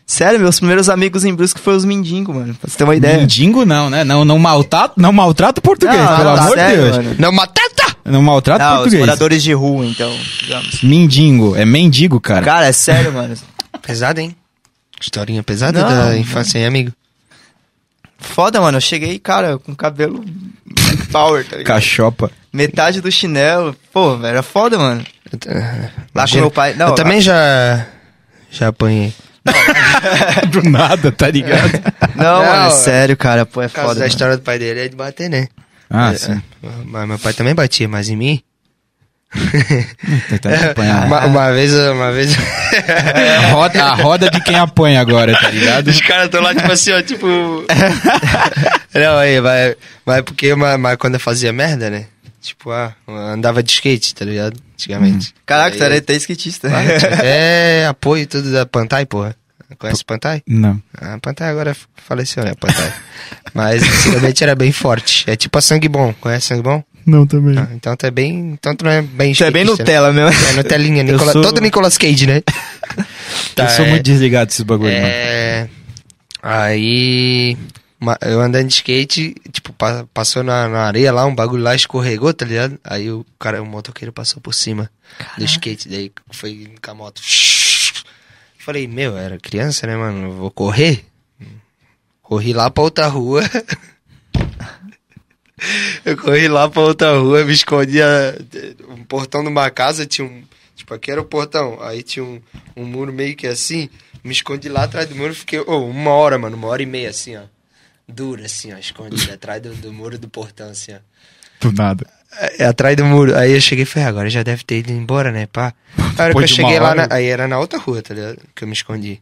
Speaker 1: Sério, meus primeiros amigos em Brusque foram os mendigos, mano. Pra você ter uma ideia.
Speaker 2: Mendigo não, né? Não, não, maltrata, não maltrata o português,
Speaker 1: Não,
Speaker 2: pelo
Speaker 1: não,
Speaker 2: amor de
Speaker 1: sério,
Speaker 2: Deus.
Speaker 1: mano.
Speaker 3: Não, matata!
Speaker 2: Não maltrata o
Speaker 1: Não, Ah, os
Speaker 2: português.
Speaker 1: moradores de rua, então, digamos.
Speaker 2: Mendigo, é mendigo, cara.
Speaker 1: Cara, é sério, mano.
Speaker 3: Pesado, hein? Historinha pesada
Speaker 1: Não,
Speaker 3: da
Speaker 1: mano.
Speaker 3: infância, hein, amigo?
Speaker 1: Foda, mano. Eu cheguei, cara, com cabelo power, tá ligado?
Speaker 2: Cachopa.
Speaker 1: Metade do chinelo. Pô, velho, é foda, mano.
Speaker 3: Eu t-
Speaker 1: Lá com
Speaker 3: já-
Speaker 1: meu pai- não,
Speaker 3: eu também já. Já apanhei.
Speaker 2: Do nada, tá ligado?
Speaker 1: É, Não,
Speaker 3: Não,
Speaker 1: mano, é
Speaker 3: é-
Speaker 1: sério, cara. Pô, é
Speaker 3: Por causa
Speaker 1: foda.
Speaker 3: da
Speaker 1: mano.
Speaker 3: história do pai dele, é de bater, né?
Speaker 2: Ah,
Speaker 3: É,
Speaker 2: sim.
Speaker 3: é. Mas meu pai também batia, mas em mim. É,
Speaker 2: Tentando apanhar.
Speaker 3: Uma, uma vez, uma vez.
Speaker 2: A roda, a roda de quem apanha agora, tá ligado?
Speaker 3: Os caras estão lá, tipo assim, ó, tipo. Não, aí, vai. Mas porque mas, mas quando eu fazia merda, né? Tipo, ah, andava de skate, tá ligado? Antigamente.
Speaker 2: Uhum.
Speaker 1: Caraca,
Speaker 3: Aí-
Speaker 1: tu era até skatista.
Speaker 3: Ah, tipo, É, apoio e tudo da Pantai, porra. Conhece Pantai?
Speaker 2: Não.
Speaker 3: A Pantai agora faleceu, né? A Pantai. Mas antigamente era bem forte. É tipo a Sangue Bom. Conhece Sangue Bom?
Speaker 2: Não também.
Speaker 3: Ah, então tu é bem. Então tu não é bem.
Speaker 1: Tu é bem
Speaker 3: skatista, né?
Speaker 1: Nutella mesmo.
Speaker 3: É, Nutelinha. Nicola...
Speaker 2: sou-
Speaker 3: Todo Nicolas Cage, né? Tá,
Speaker 2: Eu sou
Speaker 3: é-
Speaker 2: muito desligado desses bagulho, mano.
Speaker 3: É. Aí. ma- Eu andando de skate, tipo, pa- passou na, na areia lá, um bagulho lá, escorregou, tá ligado? Aí o cara, o motoqueiro passou por cima do skate, daí foi com a moto. Falei, meu, era criança, né, mano? Eu vou correr? Corri lá pra outra rua. Eu corri lá pra outra rua, me escondia. Um portão de uma casa tinha um. Tipo, aqui era o portão. Aí tinha um, um muro meio que assim. Me escondi lá atrás do muro. Fiquei ô, uma hora, mano. Uma hora e meia assim, ó. Dura, assim, ó. Escondido atrás do, do muro do portão, assim, ó.
Speaker 2: Do nada.
Speaker 3: É, atrás do muro. Aí eu cheguei e falei, "Ah, agora já deve ter ido embora, né, pá? A hora que eu
Speaker 2: Depois de uma
Speaker 3: cheguei lá,
Speaker 2: hora-
Speaker 3: na- aí era na outra rua, tá ligado? Que eu me escondi.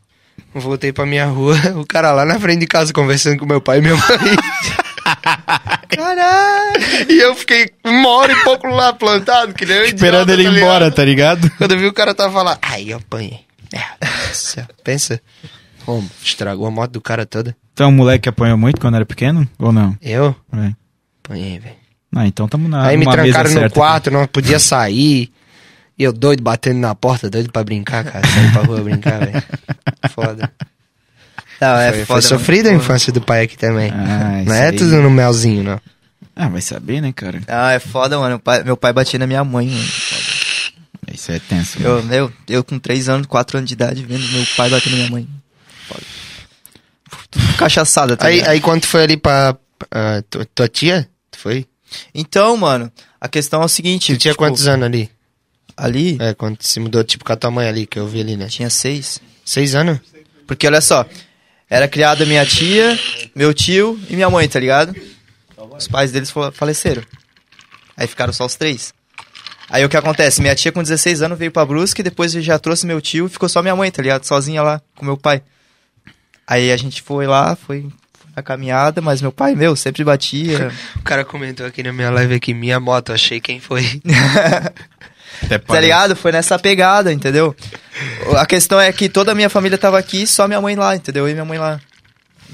Speaker 3: Voltei pra minha rua, o cara lá na frente de casa conversando com meu pai e minha mãe. Caralho! E eu fiquei uma hora e pouco lá plantado, que nem um eu
Speaker 2: Esperando ele ir embora, tá ligado?
Speaker 3: Quando eu vi o cara tava lá, aí eu apanhei. É, pensa, pensa. Como? Estragou a moto do cara toda.
Speaker 2: Tu é um moleque que apanhou muito quando era pequeno? Ou não?
Speaker 3: Eu
Speaker 2: É.
Speaker 3: apanhei, velho.
Speaker 2: Ah, então tamo na.
Speaker 3: Aí me
Speaker 2: numa mesa
Speaker 3: trancaram no
Speaker 2: certa.
Speaker 3: quarto, não podia sair. E eu doido batendo na porta, doido pra brincar, cara. Saindo pra rua brincar, velho. Foda.
Speaker 1: Não, é
Speaker 3: foi, foi sofrida a infância do pai aqui também.
Speaker 2: Ah, isso
Speaker 3: não é
Speaker 2: aí.
Speaker 3: tudo no melzinho, não.
Speaker 2: Ah, vai saber, né, cara?
Speaker 1: Ah, é foda, mano. Meu pai, meu pai batia na minha mãe, mano.
Speaker 2: Isso é tenso. mano.
Speaker 1: Eu, eu, eu com 3 anos, 4 anos de idade, vendo meu pai bater na minha mãe. Foda. Tudo Cachaçada, tá
Speaker 3: Aí,
Speaker 1: ligado?
Speaker 3: aí quando tu foi ali pra. ah, tu- tua tia? Tu foi?
Speaker 1: Então, mano, a questão é o seguinte.
Speaker 3: Tu tinha
Speaker 1: tipo,
Speaker 3: quantos anos ali?
Speaker 1: Ali,
Speaker 3: É, quando tu se mudou, tipo, com a tua mãe ali, que eu vi ali, né?
Speaker 1: tinha 6.
Speaker 3: Seis anos?
Speaker 1: Porque olha só, era criada minha tia, meu tio e minha mãe, tá ligado? Os pais deles fa- faleceram. Aí ficaram só os três. Aí o que acontece? Minha tia com 16 anos veio pra Brusque, depois já trouxe meu tio e ficou só minha mãe, tá ligado? Sozinha lá com meu pai. Aí a gente foi lá, foi foi na caminhada, mas meu pai, meu, sempre batia.
Speaker 3: O cara comentou aqui na minha live aqui, minha moto, achei quem foi.
Speaker 2: Até
Speaker 1: Tá
Speaker 2: parece.
Speaker 1: ligado? Foi nessa pegada, entendeu? O- A questão é que toda a minha família tava aqui, só minha mãe lá, entendeu? Eu e minha mãe lá.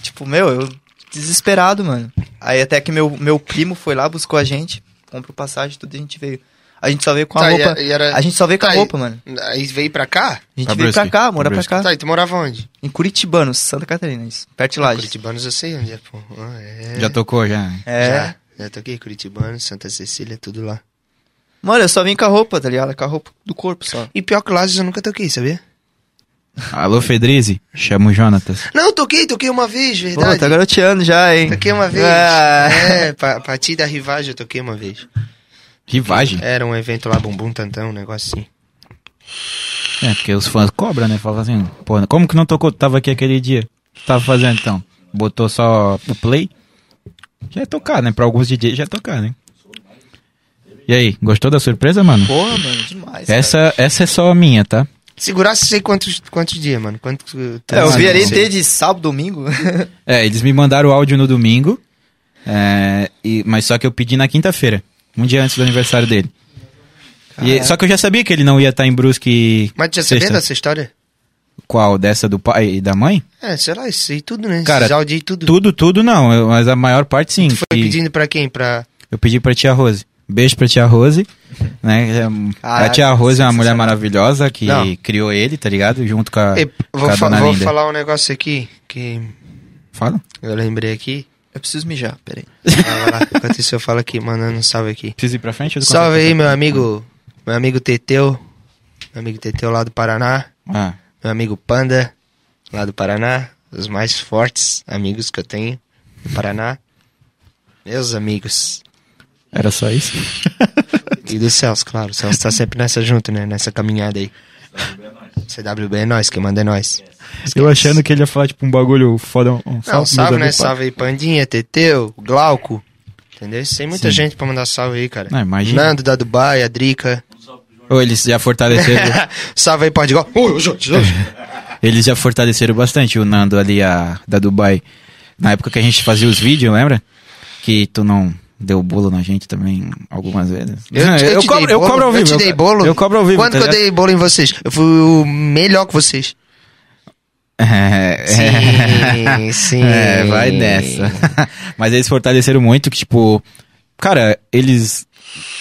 Speaker 1: Tipo, meu, eu desesperado, mano. Aí até que meu, meu primo foi lá, buscou a gente, comprou passagem, tudo, e a gente veio. A gente só veio com a
Speaker 3: Tá, e
Speaker 1: roupa.
Speaker 3: a- e era-
Speaker 1: A gente só veio com
Speaker 3: Tá,
Speaker 1: a
Speaker 3: e-
Speaker 1: roupa, mano.
Speaker 3: Aí veio pra
Speaker 1: A
Speaker 3: cá?
Speaker 1: gente
Speaker 2: Pra
Speaker 1: veio
Speaker 2: Tá
Speaker 1: pra
Speaker 2: Brusque,
Speaker 1: cá, morar
Speaker 2: pra
Speaker 1: pra cá.
Speaker 3: Tá, e tu morava onde?
Speaker 1: Em Curitibano, Santa Catarina, isso. Perto de Lages.
Speaker 3: Curitibanos eu sei onde é, pô. Ah, é.
Speaker 2: Já tocou, já.
Speaker 1: É.
Speaker 3: Já, já toquei Curitibano, Santa Cecília, tudo lá.
Speaker 1: Mano, eu só vim com a roupa, tá ligado? Com a roupa do corpo só.
Speaker 3: E pior que Lages eu nunca toquei, sabia?
Speaker 2: Alô, Fedrizi? Chama o Jonatas.
Speaker 3: Não, toquei, toquei uma vez,
Speaker 1: Pô, tá
Speaker 3: verdade.
Speaker 1: garoteando já, hein?
Speaker 3: toquei é uma vez.
Speaker 1: Ah.
Speaker 3: É, pra, pra ti da Rivagem eu toquei uma vez.
Speaker 2: Rivagem?
Speaker 3: Era um evento lá, bumbum tantão, um negócio assim.
Speaker 2: É, porque os fãs cobram, né? Falam assim, pô, como que não tocou? Tu Tava aqui aquele dia. O que tava fazendo então? Botou só o play? Já é tocar, né? Pra alguns DJs já é tocar, né? E aí, gostou da surpresa, mano?
Speaker 1: Porra, mano, demais. cara.
Speaker 2: Essa, essa é só a minha, tá?
Speaker 3: Segurasse sei quantos, quantos dias, mano. Quantos, eh,
Speaker 1: É, eu vi ali
Speaker 3: Sei.
Speaker 1: desde sábado, domingo.
Speaker 2: É, eles me mandaram o áudio no domingo, é, e- mas só que eu pedi na quinta-feira, um dia antes do aniversário dele. E- só que eu já sabia que ele não ia estar em Brusque.
Speaker 3: Mas tu já sabia
Speaker 2: sexta.
Speaker 3: dessa história?
Speaker 2: Qual? Dessa do pai e da mãe?
Speaker 3: É, sei lá, eu sei tudo, né?
Speaker 2: Cara,
Speaker 3: já odiei tudo.
Speaker 2: Tudo, tudo não, eu- mas a maior parte sim.
Speaker 3: Foi
Speaker 2: que-
Speaker 3: pedindo pra quem? Pra...
Speaker 2: Eu pedi pra tia Rose. Beijo pra tia Rose. Né? É, um-
Speaker 1: Caraca,
Speaker 2: a tia Rose é uma mulher
Speaker 1: sensacional.
Speaker 2: maravilhosa que
Speaker 3: Não.
Speaker 2: criou ele, tá ligado? Junto com a,
Speaker 3: Ei,
Speaker 2: com
Speaker 3: vou
Speaker 2: a
Speaker 3: fa-
Speaker 2: dona
Speaker 3: vou
Speaker 2: Linda.
Speaker 3: falar um negócio aqui que
Speaker 2: Fala.
Speaker 3: eu lembrei aqui.
Speaker 1: Eu preciso mijar, peraí.
Speaker 3: Ah, vai lá. Enquanto isso eu falo aqui, mandando um salve aqui.
Speaker 2: Precisa ir pra frente? ou do
Speaker 3: Salve
Speaker 1: tá
Speaker 2: contra-
Speaker 3: aí, meu amigo. Meu amigo Teteu. Meu amigo Teteu lá do Paraná.
Speaker 2: Ah,
Speaker 3: Meu amigo Panda, lá do Paraná. Os mais fortes amigos que eu tenho do Paraná. Meus amigos.
Speaker 2: era só isso?
Speaker 3: E do Celso, claro. O Celso tá sempre nessa junto, né? Nessa caminhada aí. CWB é nós, quem manda é nós.
Speaker 2: Eu achando que ele ia falar, tipo, um bagulho foda. Um, um
Speaker 3: Não, salve, né?
Speaker 2: meus amigos.
Speaker 3: Salve aí, Pandinha, Teteu, Glauco. Entendeu? Tem muita
Speaker 2: Sim.
Speaker 3: gente pra mandar salve aí, cara.
Speaker 2: Não, imagina.
Speaker 3: Nando da Dubai, a Drica. Um salve
Speaker 2: Ou eles já fortaleceram.
Speaker 3: Salve aí, Portugal. Ui, gente, gente.
Speaker 2: eles já fortaleceram bastante o Nando ali a, da Dubai. Na época que a gente fazia os vídeos, lembra? Que tu não deu bolo na gente também algumas vezes.
Speaker 3: Eu,
Speaker 2: Não,
Speaker 3: te- eu te
Speaker 2: cobro,
Speaker 3: dei
Speaker 2: eu
Speaker 3: bolo,
Speaker 2: cobro ao vivo.
Speaker 3: Eu te dei bolo.
Speaker 2: Eu cobro ao vivo.
Speaker 3: Quando
Speaker 2: tá
Speaker 3: que eu
Speaker 2: ligado?
Speaker 3: dei bolo em vocês? Eu fui o melhor que vocês.
Speaker 2: É,
Speaker 3: Sim,
Speaker 2: é.
Speaker 3: sim.
Speaker 2: É, vai nessa. Mas eles fortaleceram muito que, tipo, cara, eles.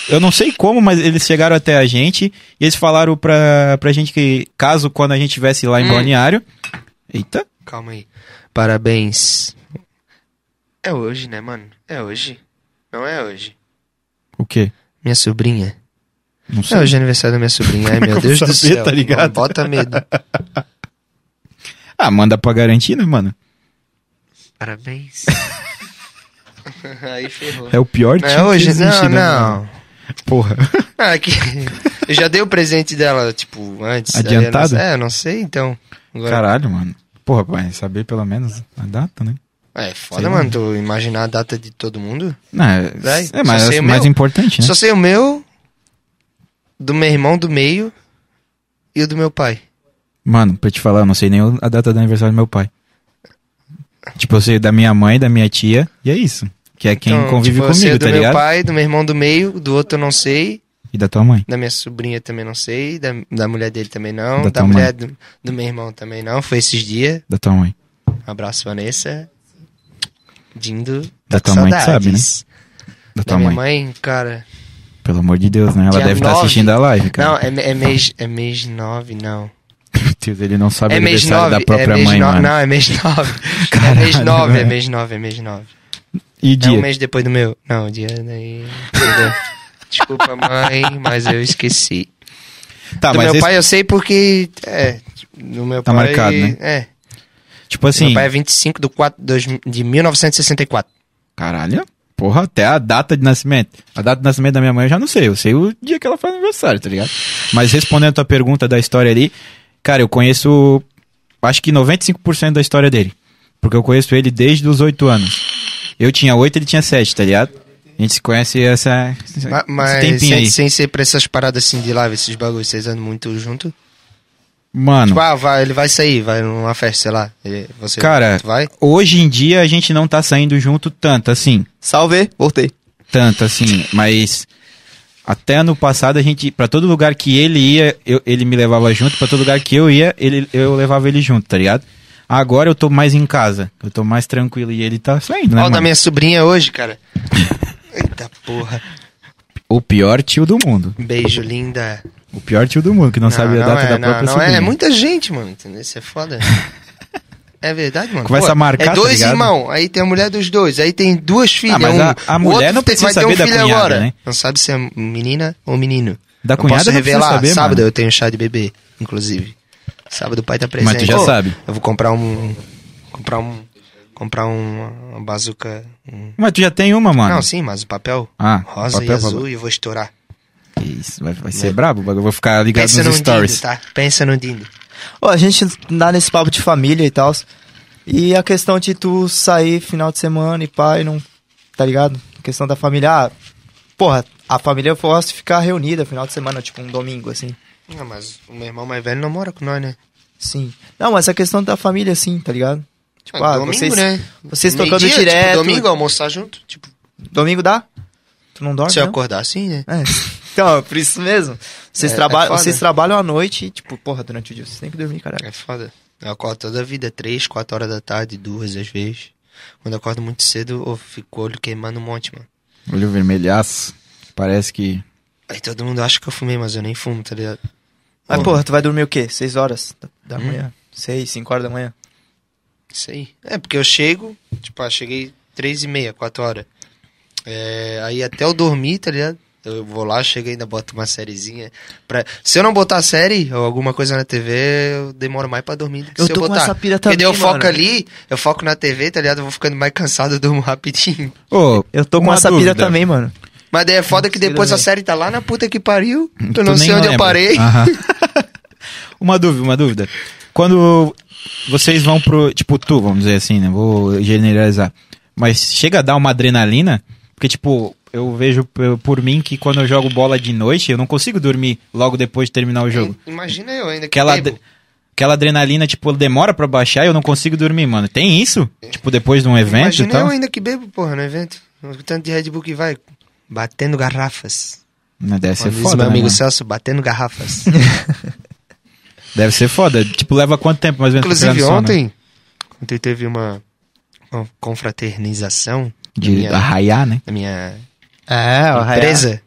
Speaker 2: Eu não sei como, mas eles chegaram até a gente e eles falaram pra, pra gente que, caso quando a gente estivesse lá em Balneário. Eita,
Speaker 3: Hum. Calma aí. Parabéns. É hoje, né, mano? É hoje. Não é hoje.
Speaker 2: o quê?
Speaker 3: Minha sobrinha.
Speaker 2: Não
Speaker 3: É hoje é aniversário da minha sobrinha. Ai,
Speaker 2: Como é que
Speaker 3: meu
Speaker 2: eu vou
Speaker 3: Deus do
Speaker 2: saber,
Speaker 3: céu.
Speaker 2: tá ligado?
Speaker 3: Não bota medo.
Speaker 2: Ah, manda pra garantir, né, mano?
Speaker 3: Parabéns. aí ferrou.
Speaker 2: É o pior
Speaker 3: Não
Speaker 2: time
Speaker 3: é
Speaker 2: que
Speaker 3: hoje?
Speaker 2: existe,
Speaker 3: Não,
Speaker 2: né,
Speaker 3: não.
Speaker 2: mano? Porra.
Speaker 3: Ah, que... Eu já dei o presente dela, tipo, antes. Aí eu não-
Speaker 2: Adiantado?
Speaker 3: É, eu não sei, então. Agora-
Speaker 2: Caralho, mano. Porra, vai saber pelo menos a data, né?
Speaker 3: É foda,
Speaker 2: Sei lá.
Speaker 3: mano, tu imaginar a data de todo mundo.
Speaker 2: Não, é,
Speaker 3: Vai,
Speaker 2: é mais,
Speaker 3: só sei o
Speaker 2: mais
Speaker 3: meu.
Speaker 2: importante, né?
Speaker 3: Só sei o meu, do meu irmão do meio e o do meu pai.
Speaker 2: Mano, pra te falar, eu não sei nem o- a data do aniversário do meu pai. Tipo, eu sei da minha mãe, da minha tia, e é isso. Que é quem
Speaker 3: Então,
Speaker 2: convive
Speaker 3: tipo, eu sei
Speaker 2: comigo,
Speaker 3: do
Speaker 2: tá
Speaker 3: meu
Speaker 2: ligado?
Speaker 3: pai, do meu irmão do meio, do outro eu não sei,
Speaker 2: E da tua mãe.
Speaker 3: da minha sobrinha também não sei, da, da mulher dele também não,
Speaker 2: Da
Speaker 3: da,
Speaker 2: tua
Speaker 3: mulher do, do meu irmão também não, foi esses dias.
Speaker 2: Da tua mãe.
Speaker 3: Tá Abraço, Vanessa. Dindo.
Speaker 2: Da
Speaker 3: tá com
Speaker 2: tua mãe, tu sabe, né?
Speaker 3: saudades.
Speaker 2: Da
Speaker 3: Da
Speaker 2: tua
Speaker 3: minha
Speaker 2: mãe.
Speaker 3: mãe, cara.
Speaker 2: Pelo amor de Deus, né? Ela
Speaker 3: dia
Speaker 2: deve estar
Speaker 3: nove.
Speaker 2: assistindo a live, cara.
Speaker 3: Não, é, me- é mês, é mês 9, não.
Speaker 2: Meu Deus, ele não sabe
Speaker 3: É
Speaker 2: o
Speaker 3: mês
Speaker 2: aniversário
Speaker 3: 9,
Speaker 2: da própria
Speaker 3: é mês
Speaker 2: mãe,
Speaker 3: nove-
Speaker 2: mano.
Speaker 3: Não, é mês 9. é
Speaker 2: Caralho,
Speaker 3: mês 9, é
Speaker 2: velho.
Speaker 3: mês 9, é mês 9.
Speaker 2: E
Speaker 3: É
Speaker 2: dia.
Speaker 3: um mês depois do meu. Não, o dia daí. entendeu? Desculpa, mãe, mas eu esqueci.
Speaker 2: Tá,
Speaker 3: do
Speaker 2: mas
Speaker 3: meu
Speaker 2: esse-
Speaker 3: pai eu sei porque. É. Do meu
Speaker 2: Tá
Speaker 3: pai.
Speaker 2: marcado, né?
Speaker 3: É.
Speaker 2: tipo
Speaker 3: Meu
Speaker 2: assim,
Speaker 3: pai é 25 de, 4, de 1964.
Speaker 2: caralho. Porra, até a data de nascimento. A data de nascimento da minha mãe eu já não sei. Eu sei o dia que ela faz aniversário, tá ligado? Mas respondendo a tua pergunta da história ali, cara, eu conheço acho que 95% da história dele. Porque eu conheço ele desde os 8 anos. Eu tinha 8, ele tinha 7, tá ligado? A gente se conhece essa, esse
Speaker 3: Ma- Mas
Speaker 2: tempinho
Speaker 3: sem,
Speaker 2: aí.
Speaker 3: sem ser pra essas paradas assim de live, esses bagulhos, vocês andam muito junto.
Speaker 2: Mano,
Speaker 3: Tipo, ah, vai, ele vai sair, vai numa festa, sei lá. e Você
Speaker 2: Cara,
Speaker 3: tu vai?
Speaker 2: hoje em dia a gente não tá saindo junto tanto assim.
Speaker 1: Salve, voltei.
Speaker 2: Tanto assim, mas até ano passado a gente, pra todo lugar que ele ia, eu- ele me levava junto, pra todo lugar que eu ia, ele, eu levava ele junto, tá ligado? Agora eu tô mais em casa, eu tô mais tranquilo e ele tá saindo, né?
Speaker 3: Ó, o da
Speaker 2: mano?
Speaker 3: minha sobrinha hoje, cara. Eita porra.
Speaker 2: O pior tio do mundo.
Speaker 3: Beijo, linda.
Speaker 2: O pior tio do mundo, que não, sabe a data
Speaker 3: é,
Speaker 2: da
Speaker 3: não,
Speaker 2: própria
Speaker 3: não é,
Speaker 2: sobrinha.
Speaker 3: é muita gente, mano, entendeu? Isso é foda. É verdade, mano.
Speaker 2: Começa a marcar,
Speaker 3: É
Speaker 2: tá
Speaker 3: dois
Speaker 2: ligado?
Speaker 3: irmãos, aí tem a mulher dos dois, aí tem duas filhas.
Speaker 2: Ah, mas
Speaker 3: um,
Speaker 2: a- a
Speaker 3: o
Speaker 2: mulher
Speaker 3: outro
Speaker 2: não precisa
Speaker 3: vai ter um
Speaker 2: saber da
Speaker 3: filho
Speaker 2: cunhada,
Speaker 3: agora.
Speaker 2: né?
Speaker 3: Não sabe se é menina ou menino.
Speaker 2: Da
Speaker 3: não
Speaker 2: cunhada
Speaker 3: posso
Speaker 2: não precisa
Speaker 3: revelar.
Speaker 2: saber,
Speaker 3: Sábado
Speaker 2: mano.
Speaker 3: eu tenho chá de bebê, inclusive. Sábado o pai tá presente.
Speaker 2: Mas tu já
Speaker 3: Ô,
Speaker 2: sabe.
Speaker 3: Eu vou comprar um... Comprar um... Comprar uma, uma bazuca... um-
Speaker 2: Mas tu já tem uma, mano.
Speaker 3: Não, sim, mas o papel
Speaker 2: Ah,
Speaker 3: rosa
Speaker 2: papel,
Speaker 3: e azul
Speaker 2: papel.
Speaker 3: e eu vou estourar.
Speaker 2: Isso, vai, vai ser brabo, o bagulho, eu vou ficar ligado
Speaker 3: Pensa no
Speaker 2: nos
Speaker 3: Dindo,
Speaker 2: stories.
Speaker 3: tá? Pensa no Dindo.
Speaker 1: Ô, a gente tá nesse papo de família e tal. E a questão de tu sair final de semana e pai, não. Tá ligado? A questão da família. Ah, porra, a família eu posso ficar reunida final de semana, tipo um domingo, assim.
Speaker 3: Não, Ah, mas o meu irmão mais velho não mora com nós, né?
Speaker 1: Sim. Não, mas a questão da família, assim, tá ligado? Tipo, ah, vocês, vocês
Speaker 3: Meio
Speaker 1: tocando
Speaker 3: dia,
Speaker 1: direto.
Speaker 3: né? Tipo, domingo almoçar junto. Tipo,
Speaker 1: Domingo dá? Tu não dorme?
Speaker 3: se eu
Speaker 1: não?
Speaker 3: acordar assim, né?
Speaker 1: É. Então, é por isso mesmo. Vocês,
Speaker 3: É- é
Speaker 1: traba
Speaker 3: foda.
Speaker 1: vocês trabalham à noite e, tipo, porra, durante o dia vocês têm que dormir, caralho.
Speaker 3: É foda. Eu acordo toda a vida, três, quatro horas da tarde, duas às vezes. Quando eu acordo muito cedo, eu fico com o olho queimando um monte, mano.
Speaker 2: Olho vermelhaço, parece que...
Speaker 3: Aí todo mundo acha que eu fumei, mas eu nem fumo, tá ligado?
Speaker 1: Mas, porra, tu vai dormir o quê? Seis horas da, da
Speaker 3: Hum.
Speaker 1: manhã? Seis, cinco horas da manhã?
Speaker 3: Isso aí. É, porque eu chego, tipo, ah, cheguei três e meia, quatro horas. É, aí até eu dormir, tá ligado? Eu vou lá, chego e ainda, boto uma sériezinha. Pra... Se eu não botar série ou alguma coisa na TV, eu demoro mais pra dormir do que
Speaker 1: Eu
Speaker 3: se eu
Speaker 1: tô com
Speaker 3: botar.
Speaker 1: essa pira
Speaker 3: Porque daí eu
Speaker 1: também,
Speaker 3: foco
Speaker 1: mano.
Speaker 3: ali, eu foco na TV, tá ligado? Eu vou ficando mais cansado, eu durmo rapidinho.
Speaker 2: Ô,
Speaker 1: Eu tô com
Speaker 2: uma
Speaker 1: essa pira
Speaker 2: dúvida.
Speaker 1: também, mano.
Speaker 3: Mas daí é foda que depois a série tá lá na puta que pariu.
Speaker 2: Tu
Speaker 3: Eu não
Speaker 2: nem
Speaker 3: sei onde eu
Speaker 2: lembra.
Speaker 3: parei.
Speaker 2: Aham. uma dúvida, uma dúvida. Quando vocês vão pro. Tipo, tu, vamos dizer assim, né? Vou generalizar. Mas chega a dar uma adrenalina? Porque, tipo, eu vejo p- por mim que quando eu jogo bola de noite, eu não consigo dormir logo depois de terminar o jogo.
Speaker 3: Imagina eu ainda É, que
Speaker 2: Aquela,
Speaker 3: bebo.
Speaker 2: ad- aquela adrenalina, tipo, demora pra baixar e eu não consigo dormir, mano. Tem isso? Tipo, depois de um evento e
Speaker 3: É. Imagina eu
Speaker 2: tal?
Speaker 3: ainda que bebo, porra, no evento. O tanto de Red Bull que vai. Batendo garrafas.
Speaker 2: Não, Deve ser
Speaker 3: Como diz
Speaker 2: foda,
Speaker 3: meu
Speaker 2: né,
Speaker 3: amigo
Speaker 2: mano?
Speaker 3: Celso, batendo garrafas.
Speaker 2: Deve ser foda. Tipo, leva quanto tempo mais ou menos? pra tirar
Speaker 3: Inclusive
Speaker 2: no sono?
Speaker 3: ontem, ontem teve uma, uma confraternização
Speaker 2: De
Speaker 3: na minha,
Speaker 2: arraiar, né?
Speaker 3: na minha
Speaker 1: É,
Speaker 3: Ah,
Speaker 1: o Raia.
Speaker 3: empresa.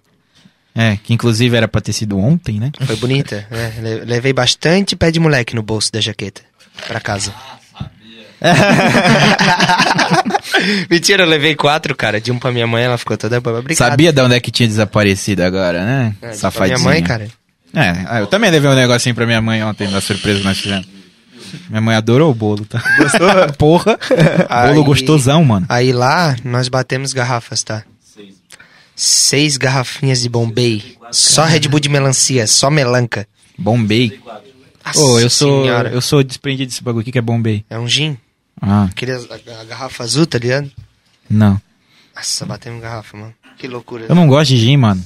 Speaker 2: É, que inclusive era pra ter sido ontem, né?
Speaker 3: Foi bonita. né? Le- Levei bastante pé de moleque no bolso da jaqueta pra casa. Mentira, eu levei quatro, cara. De um pra minha mãe, ela ficou toda boba. Obrigado.
Speaker 2: Sabia de onde é que tinha desaparecido agora, né?
Speaker 3: É, de pra
Speaker 2: Safadinha.
Speaker 3: Minha mãe, cara.
Speaker 2: É, ah, eu também levei um negocinho pra minha mãe ontem, da surpresa que nós fizemos. Minha mãe adorou o bolo, tá? Gostou? Porra! Bolo
Speaker 3: Aí-
Speaker 2: gostosão, mano.
Speaker 3: Aí lá, nós batemos garrafas, tá? Seis garrafinhas de Bombay. Só Red Bull de melancia, só melanca.
Speaker 2: Bombei.
Speaker 3: Nossa
Speaker 2: Ô, eu sou.
Speaker 3: senhora.
Speaker 2: Eu sou desprendido desse bagulho. O que, que é Bombei?
Speaker 3: É um gin.
Speaker 2: Ah,
Speaker 3: Aquele, a, a garrafa azul, tá ligado?
Speaker 2: não.
Speaker 3: Nossa, batemos garrafa, mano. Que loucura.
Speaker 2: Eu não gosto de gin, mano.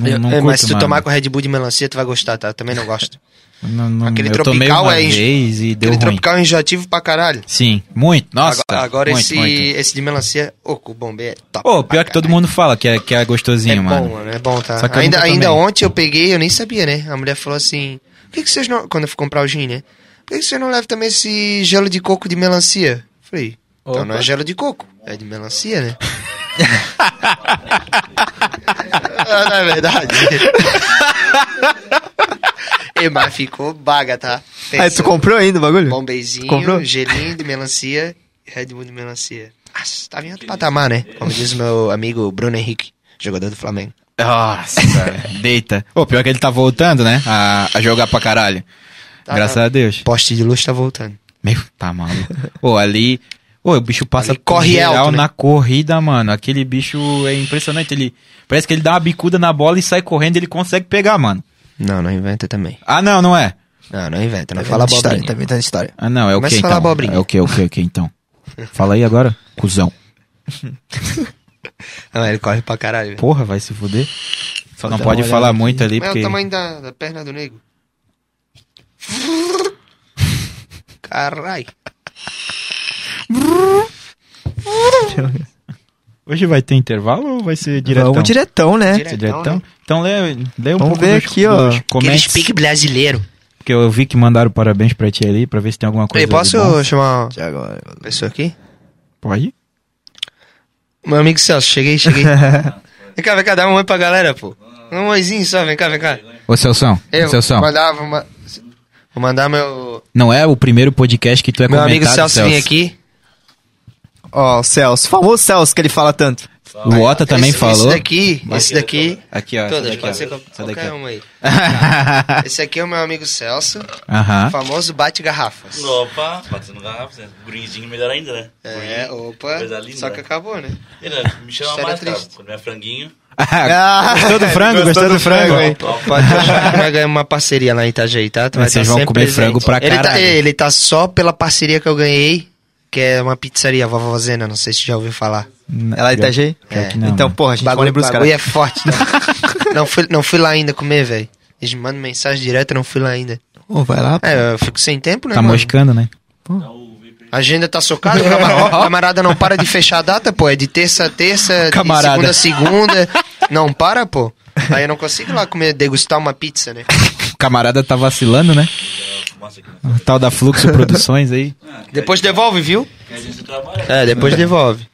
Speaker 2: Não,
Speaker 3: Eu-
Speaker 2: não
Speaker 3: é,
Speaker 2: curto,
Speaker 3: mas se tu
Speaker 2: mano.
Speaker 3: tomar com Red Bull de melancia, tu vai gostar, tá? Eu também não gosto.
Speaker 2: Não, não-
Speaker 3: aquele
Speaker 2: eu tomei
Speaker 3: tropical
Speaker 2: uma
Speaker 3: é enjo-
Speaker 2: vez e deu
Speaker 3: Aquele
Speaker 2: ruim.
Speaker 3: tropical é enjoativo pra caralho.
Speaker 2: Sim, muito. Nossa,
Speaker 3: agora agora
Speaker 2: muito,
Speaker 3: esse,
Speaker 2: muito.
Speaker 3: esse de melancia, ô, com o bombê é top.
Speaker 2: Pô,
Speaker 3: pra
Speaker 2: pior que todo mundo fala que é, que é gostosinho,
Speaker 3: É
Speaker 2: mano.
Speaker 3: bom, mano, é bom, tá?
Speaker 2: Só que eu
Speaker 3: ainda
Speaker 2: nunca
Speaker 3: ainda
Speaker 2: tomei.
Speaker 3: ontem eu peguei, eu nem sabia, né? A mulher falou assim: por que, que vocês não. Quando eu fui comprar o gin, né? Por que, que vocês não levam também esse gelo de coco de melancia? Eu Falei, então não é gelo de coco, é de melancia, né? não, não é verdade. e, mas ficou baga, tá?
Speaker 1: Aí tu comprou ainda o bagulho?
Speaker 3: Bombeizinho,
Speaker 1: Comprou?
Speaker 3: gelinho de melancia, Red Bull de melancia. Nossa, tava em outro patamar, né? Como diz meu amigo Bruno Henrique, jogador do Flamengo.
Speaker 2: Nossa, deita. Pô, pior que ele tá voltando, né? A, a jogar pra caralho.
Speaker 3: Tá,
Speaker 2: Graças
Speaker 3: tá.
Speaker 2: a Deus.
Speaker 3: Poste de luz tá voltando.
Speaker 2: Meu, tá maluco. Ô, ali. Ô, o bicho passa
Speaker 3: Ali corre
Speaker 2: geral
Speaker 3: alto, né?
Speaker 2: na corrida, mano. Aquele bicho é impressionante. Ele parece que ele dá uma bicuda na bola e sai correndo, ele consegue pegar, mano.
Speaker 3: Não, não inventa também.
Speaker 2: Ah, não, não é.
Speaker 3: Não, não inventa, não
Speaker 1: Tá
Speaker 3: fala
Speaker 1: vendo história,
Speaker 3: bobrinha.
Speaker 1: Tá inventando história.
Speaker 2: Ah, não, é o
Speaker 3: Começa
Speaker 2: que
Speaker 3: a
Speaker 2: então?
Speaker 3: falar abobrinha.
Speaker 2: É o que, é o que, é o que então? Fala aí agora, cuzão.
Speaker 3: Não, ele corre pra caralho. velho.
Speaker 2: Porra, vai se fuder. Só não
Speaker 1: dar
Speaker 2: pode
Speaker 1: uma
Speaker 2: falar
Speaker 1: olhada
Speaker 2: Tá muito ali
Speaker 3: Tá Mas é
Speaker 2: porque
Speaker 3: o tamanho da, da perna do nego. Caralho.
Speaker 2: hoje vai ter intervalo ou vai ser diretão?
Speaker 1: Vamos diretão, né?
Speaker 3: Diretão,
Speaker 2: Diretão?
Speaker 3: né?
Speaker 2: Então lê, lê um
Speaker 1: Vamos
Speaker 2: pouco
Speaker 1: ver
Speaker 2: dos,
Speaker 1: aqui, ó.
Speaker 2: dos
Speaker 3: Aquele
Speaker 2: comentários,
Speaker 3: pique brasileiro.
Speaker 2: porque eu vi que mandaram parabéns pra ti ali, pra ver se tem alguma coisa
Speaker 3: Ei, posso
Speaker 2: de bom.
Speaker 3: chamar
Speaker 1: Já agora.
Speaker 3: uma pessoa aqui?
Speaker 2: Pode?
Speaker 3: Meu amigo Celso, cheguei, cheguei. vem cá, vem cá, dá um oi pra galera, pô. Um oizinho só, vem cá, vem cá.
Speaker 2: Ô, Celção,
Speaker 3: Eu
Speaker 2: Celção,
Speaker 3: mandava uma... Vou mandar meu...
Speaker 2: não é o primeiro podcast que tu é
Speaker 3: Meu
Speaker 2: comentado,
Speaker 3: amigo Celso, vir aqui.
Speaker 1: Ó, o Celso. O famoso Celso que ele fala tanto.
Speaker 2: O Ota também
Speaker 3: Esse-
Speaker 2: falou.
Speaker 3: Esse daqui, esse daqui...
Speaker 2: Aqui, ó.
Speaker 3: Todas,
Speaker 2: essa
Speaker 3: pode ser
Speaker 2: daqui, ó.
Speaker 3: qual-
Speaker 2: Essa daqui,
Speaker 3: qualquer
Speaker 2: ó.
Speaker 3: uma aí. Esse aqui é o meu amigo Celso,
Speaker 2: Aham.
Speaker 3: famoso bate-garrafas.
Speaker 11: Opa, batendo garrafa, né? Grindinho melhor ainda, né?
Speaker 3: É, opa,
Speaker 11: Coisa linda.
Speaker 3: só que acabou, né?
Speaker 11: Ele me chama
Speaker 3: História
Speaker 11: mais, cara.
Speaker 3: triste.
Speaker 11: Quando é franguinho.
Speaker 3: Ah,
Speaker 2: Gostou do frango? Gostou do frango?
Speaker 1: hein?
Speaker 3: Pode achar que nós ganhamos uma parceria lá em Itajaí, tá? Tu vai
Speaker 2: Mas vocês
Speaker 3: tá
Speaker 2: vão
Speaker 3: sempre
Speaker 2: comer
Speaker 3: presente.
Speaker 2: frango pra
Speaker 3: ele tá,
Speaker 2: caralho.
Speaker 3: ele tá só pela parceria que eu ganhei, que é uma pizzaria, Vovozena, não sei se já ouviu falar.
Speaker 2: Hum,
Speaker 1: Ela é Itagei?
Speaker 2: pior que não, né?
Speaker 1: Então,
Speaker 2: mano.
Speaker 1: porra, a gente vai
Speaker 3: bagulho,
Speaker 1: lembrar os
Speaker 3: bagulho
Speaker 1: caras.
Speaker 3: é forte. Não, não, fui, não fui lá ainda comer, velho. Eles me mandam mensagem direta, eu não fui lá ainda.
Speaker 1: Ô, vai lá. pô.
Speaker 3: É, eu fico sem tempo, né,
Speaker 2: Tá
Speaker 3: mano?
Speaker 2: moscando, né?
Speaker 3: A agenda tá socada, o camar- o camarada não para de fechar a data, pô. É de terça a terça,
Speaker 2: Camarada.
Speaker 3: de segunda a segunda. Não para, pô. Aí eu não consigo lá comer, degustar uma pizza, né?
Speaker 2: O camarada tá vacilando, né? O Tal da Fluxo Produções aí.
Speaker 3: Depois devolve, viu?
Speaker 11: Que a gente trabalha.
Speaker 3: É, depois devolve.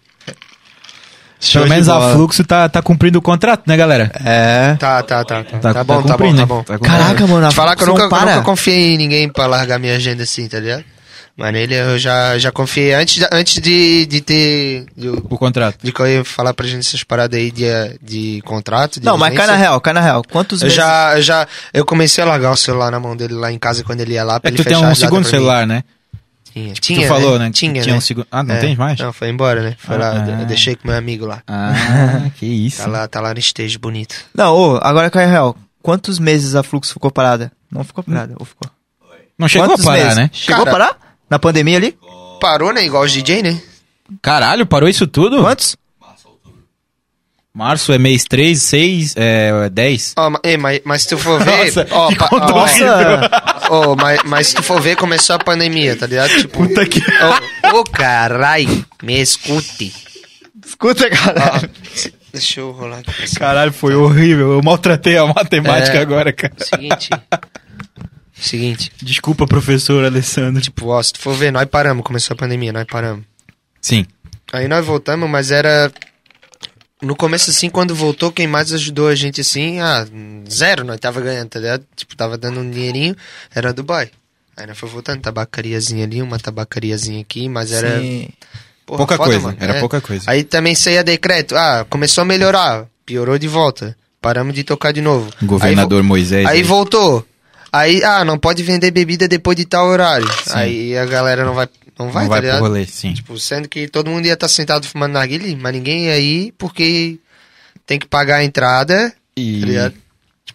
Speaker 2: Pelo menos a
Speaker 1: bola.
Speaker 2: Fluxo tá, tá cumprindo o contrato, né, galera?
Speaker 1: É.
Speaker 3: Tá, tá, tá. Tá,
Speaker 2: Tá-
Speaker 3: tá, bom, tá bom,
Speaker 2: cumprindo,
Speaker 3: tá
Speaker 2: né?
Speaker 3: bom.
Speaker 2: Tá cumprindo.
Speaker 1: Caraca, mano.
Speaker 3: Te falar que eu
Speaker 1: não
Speaker 3: nunca,
Speaker 1: para.
Speaker 3: nunca confiei em ninguém pra largar minha agenda assim, tá ligado? Mas nele eu já, já confiei antes, da- antes de, de ter. De, eu-
Speaker 2: O contrato.
Speaker 3: de que eu ia falar pra gente essas paradas aí de, eh, de contrato. De
Speaker 1: Não, mas cai
Speaker 3: agência.
Speaker 1: na real, cai na real. Quantos
Speaker 3: Eu
Speaker 1: meses?
Speaker 3: já, eu já, eu comecei a largar o celular na mão dele lá em casa quando ele ia lá. pra
Speaker 2: É que
Speaker 3: ele
Speaker 2: tu tem
Speaker 3: fechar
Speaker 2: um
Speaker 3: as datas
Speaker 2: segundo
Speaker 3: pra mim.
Speaker 2: celular, né?
Speaker 3: Tinha,
Speaker 2: Tipo,
Speaker 3: tinha,
Speaker 2: tu falou, né? que
Speaker 3: Tinha,
Speaker 2: tinha
Speaker 3: né?
Speaker 2: um segundo. Ah, não
Speaker 3: É.
Speaker 2: tens mais?
Speaker 3: Não, foi embora, né? Foi lá,
Speaker 2: Ah.
Speaker 3: eu deixei com meu amigo lá.
Speaker 2: Ah, que isso.
Speaker 3: Tá lá, tá lá no estejo, bonito.
Speaker 1: Não, ô, agora cai na real. Quantos meses a Fluxo ficou parada? Não ficou parada, ou ficou?
Speaker 2: Não chegou
Speaker 1: Quantos
Speaker 2: a parar,
Speaker 1: meses?
Speaker 2: né?
Speaker 1: Chegou
Speaker 3: Cara-
Speaker 1: a parar? Na pandemia ali?
Speaker 3: Parou, né? Igual os DJ, né?
Speaker 2: Caralho, parou isso tudo?
Speaker 1: Quantos?
Speaker 2: Março é mês 3, 6, é 10.
Speaker 3: Ó, ma- ei, mas, mas se tu for ver.
Speaker 2: Nossa,
Speaker 3: ó,
Speaker 2: que
Speaker 3: pa- ó,
Speaker 2: condomínio.
Speaker 3: nossa. Ó, mas, mas se tu for ver, começou a pandemia, tá ligado? Tipo, Puta que. Ô, ô, carai, me escute.
Speaker 1: Escuta, cara.
Speaker 3: Deixa eu rolar aqui.
Speaker 2: Caralho, foi horrível. Eu maltratei a matemática
Speaker 3: É.
Speaker 2: agora, cara.
Speaker 3: Seguinte. Seguinte.
Speaker 2: Desculpa, professor Alessandro.
Speaker 3: Tipo, ó, se tu for ver, nós paramos, começou a pandemia, nós paramos.
Speaker 2: Sim.
Speaker 3: Aí nós voltamos, mas era. No começo, assim, quando voltou, quem mais ajudou a gente, assim, ah, zero, nós tava ganhando, tá ligado? Tipo, tava dando um dinheirinho, era Dubai. Aí nós foi voltando, tabacariazinha ali, uma tabacariazinha aqui, mas era.
Speaker 1: Sim.
Speaker 3: Porra,
Speaker 2: pouca
Speaker 3: foda,
Speaker 2: coisa,
Speaker 3: mano,
Speaker 2: era
Speaker 3: é.
Speaker 2: pouca coisa.
Speaker 3: Aí também saía decreto, ah, começou a melhorar, piorou de volta, paramos de tocar de novo.
Speaker 2: Governador
Speaker 3: Aí vo-
Speaker 2: Moisés.
Speaker 3: Aí
Speaker 2: né?
Speaker 3: voltou. Aí, ah, não pode vender bebida depois de tal horário. Aí a galera não vai, não vai,
Speaker 2: Não
Speaker 3: tá
Speaker 2: vai pro
Speaker 3: ligado?
Speaker 2: rolê, sim.
Speaker 3: Tipo, sendo que todo mundo ia estar sentado fumando narguilé, mas ninguém ia ir porque tem que pagar a entrada.
Speaker 2: E-
Speaker 3: tá ligado?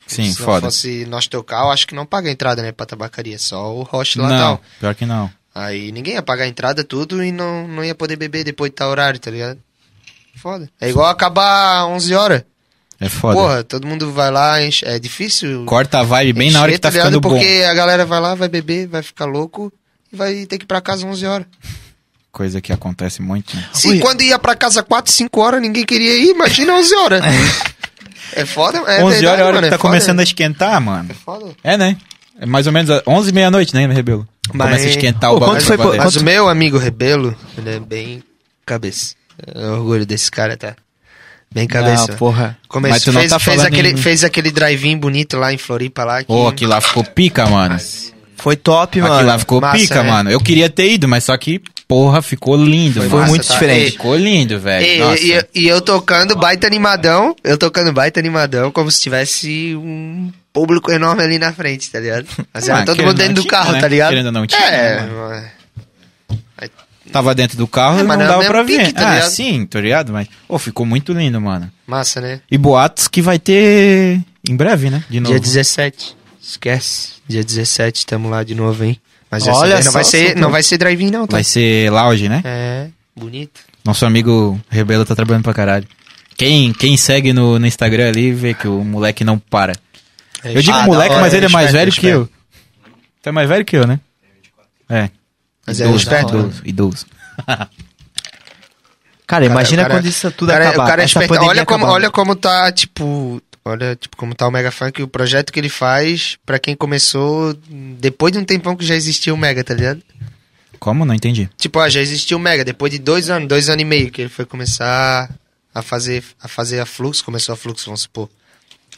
Speaker 2: Sim,
Speaker 3: Se
Speaker 2: foda.
Speaker 3: não fosse nós tocar, eu acho que não paga a entrada, né, pra tabacaria, só o Roche lá
Speaker 2: Não,
Speaker 3: tal.
Speaker 2: pior que não.
Speaker 3: Aí ninguém ia pagar a entrada, tudo, e não, não ia poder beber depois de tal horário, tá ligado? Foda. É igual acabar 11 horas.
Speaker 2: É foda.
Speaker 3: Porra, todo mundo vai lá, enche- é difícil.
Speaker 2: Corta a vibe bem na hora que
Speaker 3: encher,
Speaker 2: tá
Speaker 3: ligado?
Speaker 2: ficando bom.
Speaker 3: Porque a galera vai lá, vai beber, vai ficar louco e vai ter que ir pra casa 11 horas.
Speaker 2: Coisa que acontece muito. né?
Speaker 3: Se quando ia pra casa 4, 5 horas, ninguém queria ir, imagina 11 horas. é foda, é
Speaker 2: 11
Speaker 3: verdade,
Speaker 2: horas é a hora
Speaker 3: mano,
Speaker 2: que
Speaker 3: é
Speaker 2: tá
Speaker 3: foda.
Speaker 2: começando a esquentar, mano.
Speaker 3: Foda.
Speaker 2: É, né? É mais ou menos a- 11 e meia-noite, né, Rebelo? Começa a esquentar o
Speaker 3: Pô,
Speaker 2: bagulho.
Speaker 3: mas-
Speaker 2: pra valer.
Speaker 3: Mas o meu amigo Rebelo, ele é bem cabeça. É o orgulho desse cara, tá? Bem cabeça.
Speaker 1: Ah, porra.
Speaker 3: Começou,
Speaker 2: Mas tu não
Speaker 3: fez,
Speaker 2: tá
Speaker 3: fez
Speaker 2: falando
Speaker 3: aquele,
Speaker 2: em-
Speaker 3: fez aquele drive-in bonito lá em Floripa lá. Que...
Speaker 2: Pô, aquilo lá ficou pica, mano.
Speaker 1: Foi top, mano.
Speaker 2: Aquilo lá ficou
Speaker 3: massa,
Speaker 2: pica,
Speaker 3: né?
Speaker 2: mano. Eu queria ter ido, mas só que, porra, ficou lindo,
Speaker 1: Foi
Speaker 2: mano.
Speaker 1: massa, muito tá? diferente.
Speaker 2: Ei, Ficou lindo, velho. É, Nossa.
Speaker 3: E, e- e eu tocando baita animadão, eu tocando baita animadão, como se tivesse um público enorme ali na frente, tá ligado? Mas era
Speaker 2: Ah,
Speaker 3: todo
Speaker 2: querendo
Speaker 3: mundo dentro
Speaker 2: não
Speaker 3: do
Speaker 2: tinha,
Speaker 3: carro,
Speaker 2: né?
Speaker 3: tá ligado?
Speaker 2: Querendo não tinha,
Speaker 3: é,
Speaker 2: né, Tava dentro do carro
Speaker 3: É,
Speaker 2: e
Speaker 3: mas
Speaker 2: não
Speaker 3: não é o
Speaker 2: dava
Speaker 3: mesmo
Speaker 2: pra ver.
Speaker 3: pique, tá
Speaker 2: ah,
Speaker 3: ligado?
Speaker 2: sim, tá ligado? Mas, pô, ficou muito lindo, mano.
Speaker 3: massa, né?
Speaker 2: E boatos que vai ter em breve, né? De novo.
Speaker 3: Dia 17. Esquece. Dia 17, tamo lá de novo, hein? Mas dessa
Speaker 1: Olha
Speaker 3: vez não
Speaker 1: só,
Speaker 3: vai ser,
Speaker 1: soltou.
Speaker 3: não vai ser drive-in não, tá?
Speaker 2: Vai ser lounge, né?
Speaker 3: É, bonito.
Speaker 2: Nosso amigo Rebelo tá trabalhando pra caralho. Quem, quem segue no, no Instagram ali vê que o moleque não para. Eu digo
Speaker 1: Ah, da
Speaker 2: moleque,
Speaker 1: hora,
Speaker 2: mas ele é mais
Speaker 1: respeito,
Speaker 2: velho que eu. Tu é mais velho que eu, né? É.
Speaker 3: Mas é
Speaker 2: idoso,
Speaker 3: esperto, né?
Speaker 2: idoso, idoso.
Speaker 1: Cara, imagina
Speaker 3: cara-
Speaker 1: quando isso tudo
Speaker 3: o cara,
Speaker 1: acabar.
Speaker 3: O cara é
Speaker 1: essa
Speaker 3: esperto.
Speaker 1: pandemia
Speaker 3: Olha como,
Speaker 1: acabar.
Speaker 3: olha como tá, tipo. Olha, tipo, como tá o Mega Funk, o projeto que ele faz pra quem começou depois de um tempão que já existia o Mega, tá ligado?
Speaker 2: Como? Não entendi.
Speaker 3: Tipo, ó, já existia o Mega, depois de dois anos, dois anos e meio, que ele foi começar a fazer a, fazer a Flux, começou a Flux, vamos supor.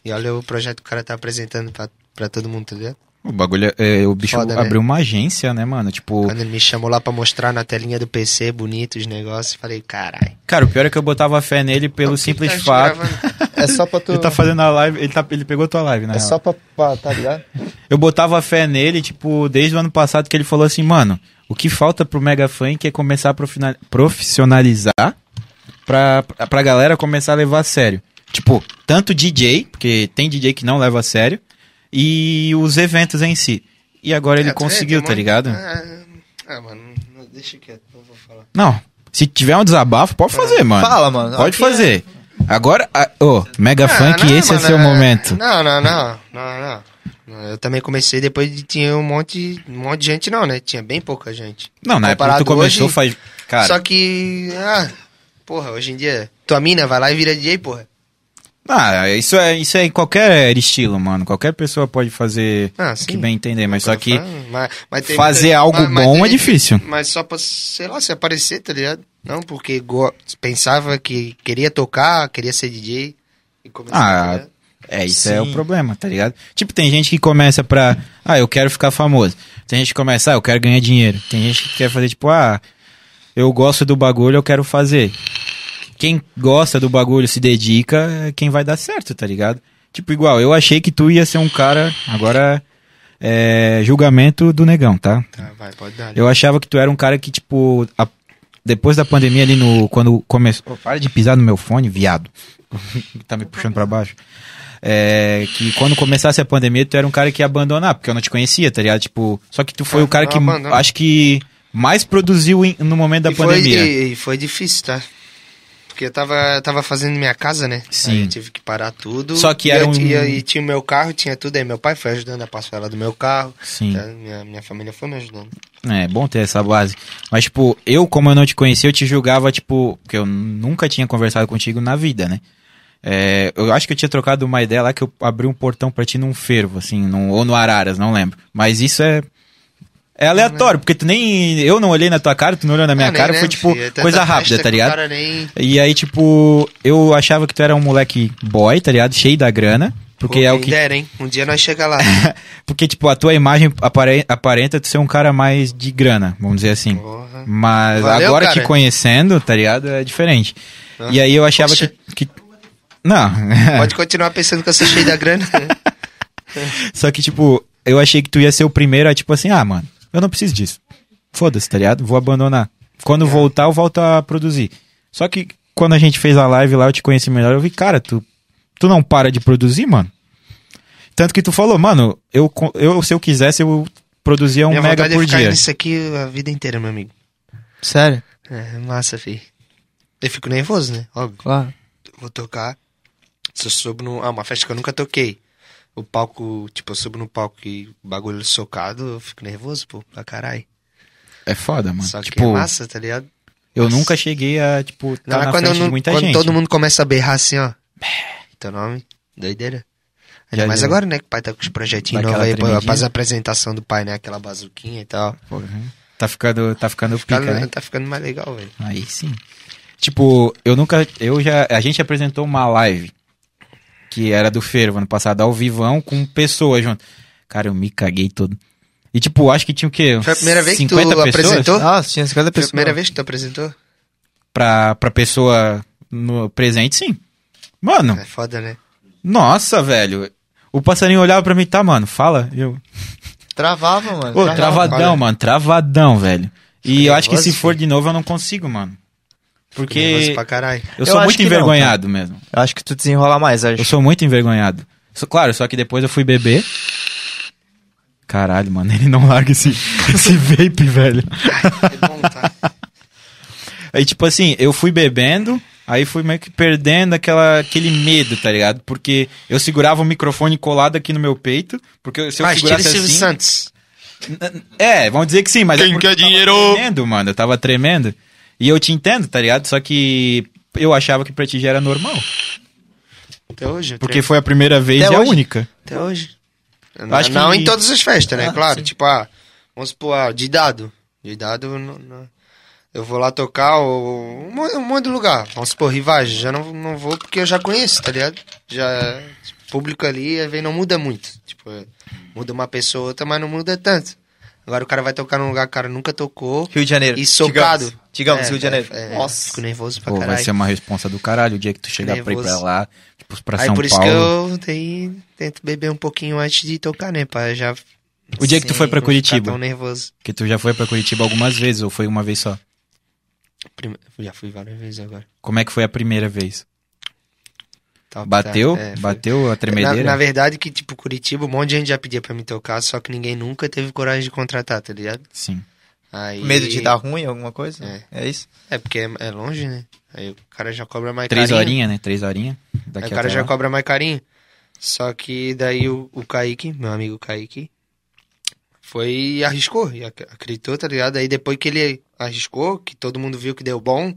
Speaker 3: E olha o projeto que o cara tá apresentando pra, pra todo mundo, tá ligado?
Speaker 2: O bagulho é. é, O bicho
Speaker 3: Foda, né? Tá
Speaker 2: abriu uma agência, né, mano? Tipo.
Speaker 3: Quando ele me chamou lá pra mostrar na telinha do PC, bonito os negócios, falei, caralho.
Speaker 2: Cara, o pior é que eu botava fé nele pelo simples
Speaker 3: Tá
Speaker 2: fato.
Speaker 1: É só pra tu.
Speaker 2: Ele tá fazendo a live, ele, tá, ele pegou tua live, né?
Speaker 1: É só pra, pra- Tá ligado?
Speaker 2: Eu botava fé nele, tipo, desde o ano passado que ele falou assim, mano, o que falta pro Mega Funk é começar a profina- profissionalizar pra, pra galera começar a levar a sério. Tipo, tanto DJ, porque tem DJ que não leva a sério, e os eventos em si. E agora ele
Speaker 3: É, tu vê,
Speaker 2: conseguiu,
Speaker 3: tem
Speaker 2: tá
Speaker 3: um-
Speaker 2: ligado?
Speaker 3: Ah, ah, mano, não- deixa quieto, não vou falar.
Speaker 2: Não, se tiver um desabafo, pode fazer, mano.
Speaker 1: Fala, mano.
Speaker 2: Pode
Speaker 1: Aqui é-
Speaker 2: fazer. Agora, a- ô, Mega
Speaker 3: Ah,
Speaker 2: Funk,
Speaker 3: não,
Speaker 2: esse
Speaker 3: mano,
Speaker 2: é seu momento.
Speaker 3: Não, não, não, não, não. Eu também comecei depois de tinha um monte, um monte de gente não, né? Tinha bem pouca gente.
Speaker 2: Não, na época que
Speaker 3: Comparado
Speaker 2: tu começou
Speaker 3: hoje,
Speaker 2: faz... Cara,
Speaker 3: Só que, ah, porra, hoje em dia, tua mina vai lá e vira DJ, porra.
Speaker 2: Ah, isso é, isso é em qualquer estilo, mano. Qualquer pessoa pode fazer
Speaker 3: Ah,
Speaker 2: o
Speaker 3: sim.
Speaker 2: que bem entender, mas só que
Speaker 3: Ah, Mas- mas tem
Speaker 2: fazer
Speaker 3: muita-
Speaker 2: algo
Speaker 3: mas- mas
Speaker 2: bom
Speaker 3: tem-
Speaker 2: é difícil.
Speaker 3: Mas só pra, sei lá, se aparecer, tá ligado? Não, porque go- pensava que queria tocar, queria ser DJ. E começou, tá
Speaker 2: Ah,
Speaker 3: ligado?
Speaker 2: é, isso é o problema, tá ligado? Tipo, tem gente que começa pra, ah, eu quero ficar famoso. Tem gente que começa, ah, eu quero ganhar dinheiro. Tem gente que quer fazer, tipo, ah, eu gosto do bagulho, eu quero fazer. Quem gosta do bagulho, se dedica, é quem vai dar certo, tá ligado? Tipo, igual, eu achei que tu ia ser um cara, agora, é, julgamento do negão, tá?
Speaker 3: Tá, vai, pode dar.
Speaker 2: Eu achava que tu era um cara que, tipo, a- depois da pandemia ali no. Quando começou. Ô, para de pisar no meu fone, viado. tá me puxando pra baixo. É, que quando começasse a pandemia, tu era um cara que ia abandonar, porque eu não te conhecia, tá ligado? Tipo, só que tu foi
Speaker 3: Ah,
Speaker 2: o cara
Speaker 3: não
Speaker 2: que m-
Speaker 3: abandona.
Speaker 2: acho que mais produziu em- no momento da
Speaker 3: e, foi,
Speaker 2: pandemia.
Speaker 3: e, e foi difícil, tá? porque eu tava, tava fazendo minha casa, né?
Speaker 2: Sim.
Speaker 3: Aí eu tive que parar tudo.
Speaker 2: Só que
Speaker 3: E
Speaker 2: era
Speaker 3: eu
Speaker 2: um-
Speaker 3: tinha- E tinha o meu carro, tinha tudo. Aí meu pai foi ajudando a parcela do meu carro.
Speaker 2: Sim.
Speaker 3: tá? Minha, minha família foi me ajudando.
Speaker 2: É, bom ter essa base. Mas, tipo, eu, como eu não te conhecia, eu te julgava, tipo, porque eu nunca tinha conversado contigo na vida, né? É, eu acho que eu tinha trocado uma ideia lá que eu abri um portão pra ti num fervo, assim, num- ou no Araras, não lembro. Mas isso é. É aleatório, porque tu nem. Eu não olhei na tua cara, tu não olhou na minha
Speaker 3: né? Ah, nem
Speaker 2: cara, foi
Speaker 3: lembro,
Speaker 2: tipo
Speaker 3: filho. É tanta
Speaker 2: coisa
Speaker 3: festa
Speaker 2: rápida,
Speaker 3: que
Speaker 2: tá
Speaker 3: o
Speaker 2: ligado?
Speaker 3: cara nem-
Speaker 2: E aí, tipo, eu achava que tu era um moleque boy, tá ligado? Cheio da grana. Porque
Speaker 3: Pô,
Speaker 2: é o
Speaker 3: quem
Speaker 2: que.
Speaker 3: dera, hein? Um dia nós chega lá.
Speaker 2: Porque, tipo, a tua imagem apare- aparenta tu ser um cara mais de grana, vamos dizer assim. Mas
Speaker 3: Valeu,
Speaker 2: agora
Speaker 3: cara.
Speaker 2: te conhecendo, tá ligado? É diferente.
Speaker 3: Ah.
Speaker 2: E aí eu achava
Speaker 3: Poxa.
Speaker 2: que, que- Não.
Speaker 3: Pode continuar pensando que eu sou cheio da grana.
Speaker 2: Só que, tipo, eu achei que tu ia ser o primeiro a, tipo assim, ah, mano, eu não preciso disso. Foda-se, tá ligado? Vou abandonar. Quando
Speaker 3: É.
Speaker 2: voltar, eu volto a produzir. Só que quando a gente fez a live lá, eu te conheci melhor, eu vi, cara, tu, tu não para de produzir, mano. Tanto que tu falou, mano, eu, co- eu se eu quisesse, eu produzia um
Speaker 3: minha
Speaker 2: mega
Speaker 3: vontade
Speaker 2: por
Speaker 3: é ficar
Speaker 2: dia.
Speaker 3: nisso aqui a vida inteira, meu amigo.
Speaker 1: Sério?
Speaker 3: É massa, fi. Eu fico nervoso, né? Óbvio.
Speaker 1: Claro.
Speaker 3: Vou tocar. Se eu subo no. Ah, uma festa que eu nunca toquei. O palco, tipo, eu subo no palco e o bagulho socado, eu fico nervoso, pô, pra caralho.
Speaker 2: É foda, mano.
Speaker 3: Só que
Speaker 2: tipo,
Speaker 3: é massa, tá ligado?
Speaker 2: eu nunca cheguei a, tipo, tá
Speaker 3: Não,
Speaker 2: na
Speaker 3: quando, eu
Speaker 2: frente de
Speaker 3: não-
Speaker 2: muita
Speaker 3: quando
Speaker 2: gente.
Speaker 3: todo mundo começa a berrar assim, ó. Teu nome? Doideira. Ainda
Speaker 2: Já,
Speaker 3: mais
Speaker 2: já.
Speaker 3: agora, né? Que o pai tá com os projetinhos
Speaker 2: Dá
Speaker 3: novos aí,
Speaker 2: aquela
Speaker 3: pô, faz
Speaker 2: tremidinha.
Speaker 3: a apresentação do pai, né? Aquela bazuquinha e tal.
Speaker 2: Pô, Tá ficando, tá ficando pica,
Speaker 3: Cara,
Speaker 2: né?
Speaker 3: Tá ficando mais legal, velho.
Speaker 2: Aí sim. Tipo, eu nunca. Eu já. A gente apresentou uma live que era do Fervo ano passado, ao vivão, com pessoas junto. Cara, eu me caguei todo. E tipo, acho que tinha o quê?
Speaker 3: Foi a primeira vez que tu
Speaker 2: 50 pessoas
Speaker 3: apresentou?
Speaker 1: Ah, tinha 50
Speaker 3: Foi a
Speaker 1: pessoas.
Speaker 3: primeira vez que tu apresentou?
Speaker 2: Pra, pra pessoa no presente, sim. Mano,
Speaker 3: É foda, né?
Speaker 2: nossa, velho. O passarinho olhava pra mim, tá, mano, fala. E Eu,
Speaker 1: Travava, mano.
Speaker 2: Pô,
Speaker 3: Tá
Speaker 1: travava.
Speaker 2: travadão, mano, travadão, velho. E eu acho que se
Speaker 3: nervoso,
Speaker 2: for de novo eu não consigo, mano.
Speaker 3: Fico nervoso
Speaker 2: Porque
Speaker 3: pra caralho.
Speaker 2: eu
Speaker 1: Eu
Speaker 2: sou
Speaker 1: acho
Speaker 2: muito
Speaker 1: que não, cara.
Speaker 2: envergonhado mesmo.
Speaker 1: Eu acho que tu desenrola mais, acho.
Speaker 2: Eu sou muito envergonhado. Só- claro, só que depois eu fui beber. Caralho, mano, ele não larga esse, esse vape, velho.
Speaker 3: É bom, tá?
Speaker 2: Aí, tipo assim, eu fui bebendo, aí fui meio que perdendo aquela, aquele medo, tá ligado? Porque eu segurava o microfone colado aqui no meu peito, porque se eu
Speaker 3: Mas tira o
Speaker 2: segurasse
Speaker 3: Ah, Silvio
Speaker 2: assim...
Speaker 3: Santos.
Speaker 2: É, vamos dizer que sim, mas
Speaker 5: Quem
Speaker 2: é porque
Speaker 5: quer
Speaker 2: eu tava
Speaker 5: dinheiro?
Speaker 2: tremendo, mano, eu tava tremendo. E eu te entendo, tá ligado? Só que eu achava que pra ti já era normal.
Speaker 3: Até hoje. eu
Speaker 2: Porque foi a primeira vez
Speaker 1: Até
Speaker 2: e a
Speaker 1: hoje?
Speaker 2: única.
Speaker 3: Até hoje.
Speaker 2: acho que-
Speaker 3: não em todas as festas, né?
Speaker 2: Ah,
Speaker 3: claro.
Speaker 2: sim.
Speaker 3: Tipo, ah, vamos supor, ah, de dado. De dado, eu não- não- eu vou lá tocar o, um mon- um monte de lugar. Vamos supor, rivagem. Já não, não vou porque eu já conheço, tá ligado? Já, tipo, o público ali eh, vem, não muda muito. Tipo, eh, muda uma pessoa ou outra, mas não muda tanto. Agora o cara vai tocar num lugar que o cara nunca tocou.
Speaker 1: Rio de Janeiro.
Speaker 3: E socado.
Speaker 1: Digamos, Digamos,
Speaker 3: É,
Speaker 1: Rio de Janeiro.
Speaker 3: é, é,
Speaker 1: Nossa.
Speaker 3: Fico nervoso pra
Speaker 2: Pô,
Speaker 3: caralho.
Speaker 2: vai ser uma responsa do caralho o dia que tu chegar pra ir pra
Speaker 3: Nervoso.
Speaker 2: lá, tipo, pra
Speaker 3: Aí
Speaker 2: São
Speaker 3: por isso
Speaker 2: Paulo.
Speaker 3: que eu tenho, tento beber um pouquinho antes de tocar, né? Pra já.
Speaker 2: O dia que tu
Speaker 3: sem
Speaker 2: foi pra
Speaker 3: não ficar
Speaker 2: Curitiba.
Speaker 3: tão nervoso.
Speaker 2: Que tu já foi pra Curitiba algumas vezes, ou foi uma vez só?
Speaker 3: Prime- Já fui várias vezes agora.
Speaker 2: Como é que foi a primeira vez?
Speaker 3: Top,
Speaker 2: Bateu?
Speaker 3: tá? É, foi-
Speaker 2: bateu a
Speaker 3: na,
Speaker 2: tremedeira?
Speaker 3: na verdade, que tipo, Curitiba, um monte de gente já pedia pra me tocar, só que ninguém nunca teve coragem de contratar, tá ligado?
Speaker 2: Sim.
Speaker 3: Aí...
Speaker 1: Medo de dar ruim, alguma coisa?
Speaker 3: É.
Speaker 1: isso?
Speaker 3: É porque é, é longe, né? Aí o cara já cobra mais
Speaker 2: Três
Speaker 3: É carinho.
Speaker 2: horinhas, né? Três horinhas. Daqui
Speaker 3: Aí o cara
Speaker 2: até
Speaker 3: já
Speaker 2: lá.
Speaker 3: cobra mais carinho. Só que daí o, o Kaique, meu amigo Kaique, foi e arriscou, e ac- acreditou, tá ligado? Aí depois que ele arriscou, que todo mundo viu que deu bom,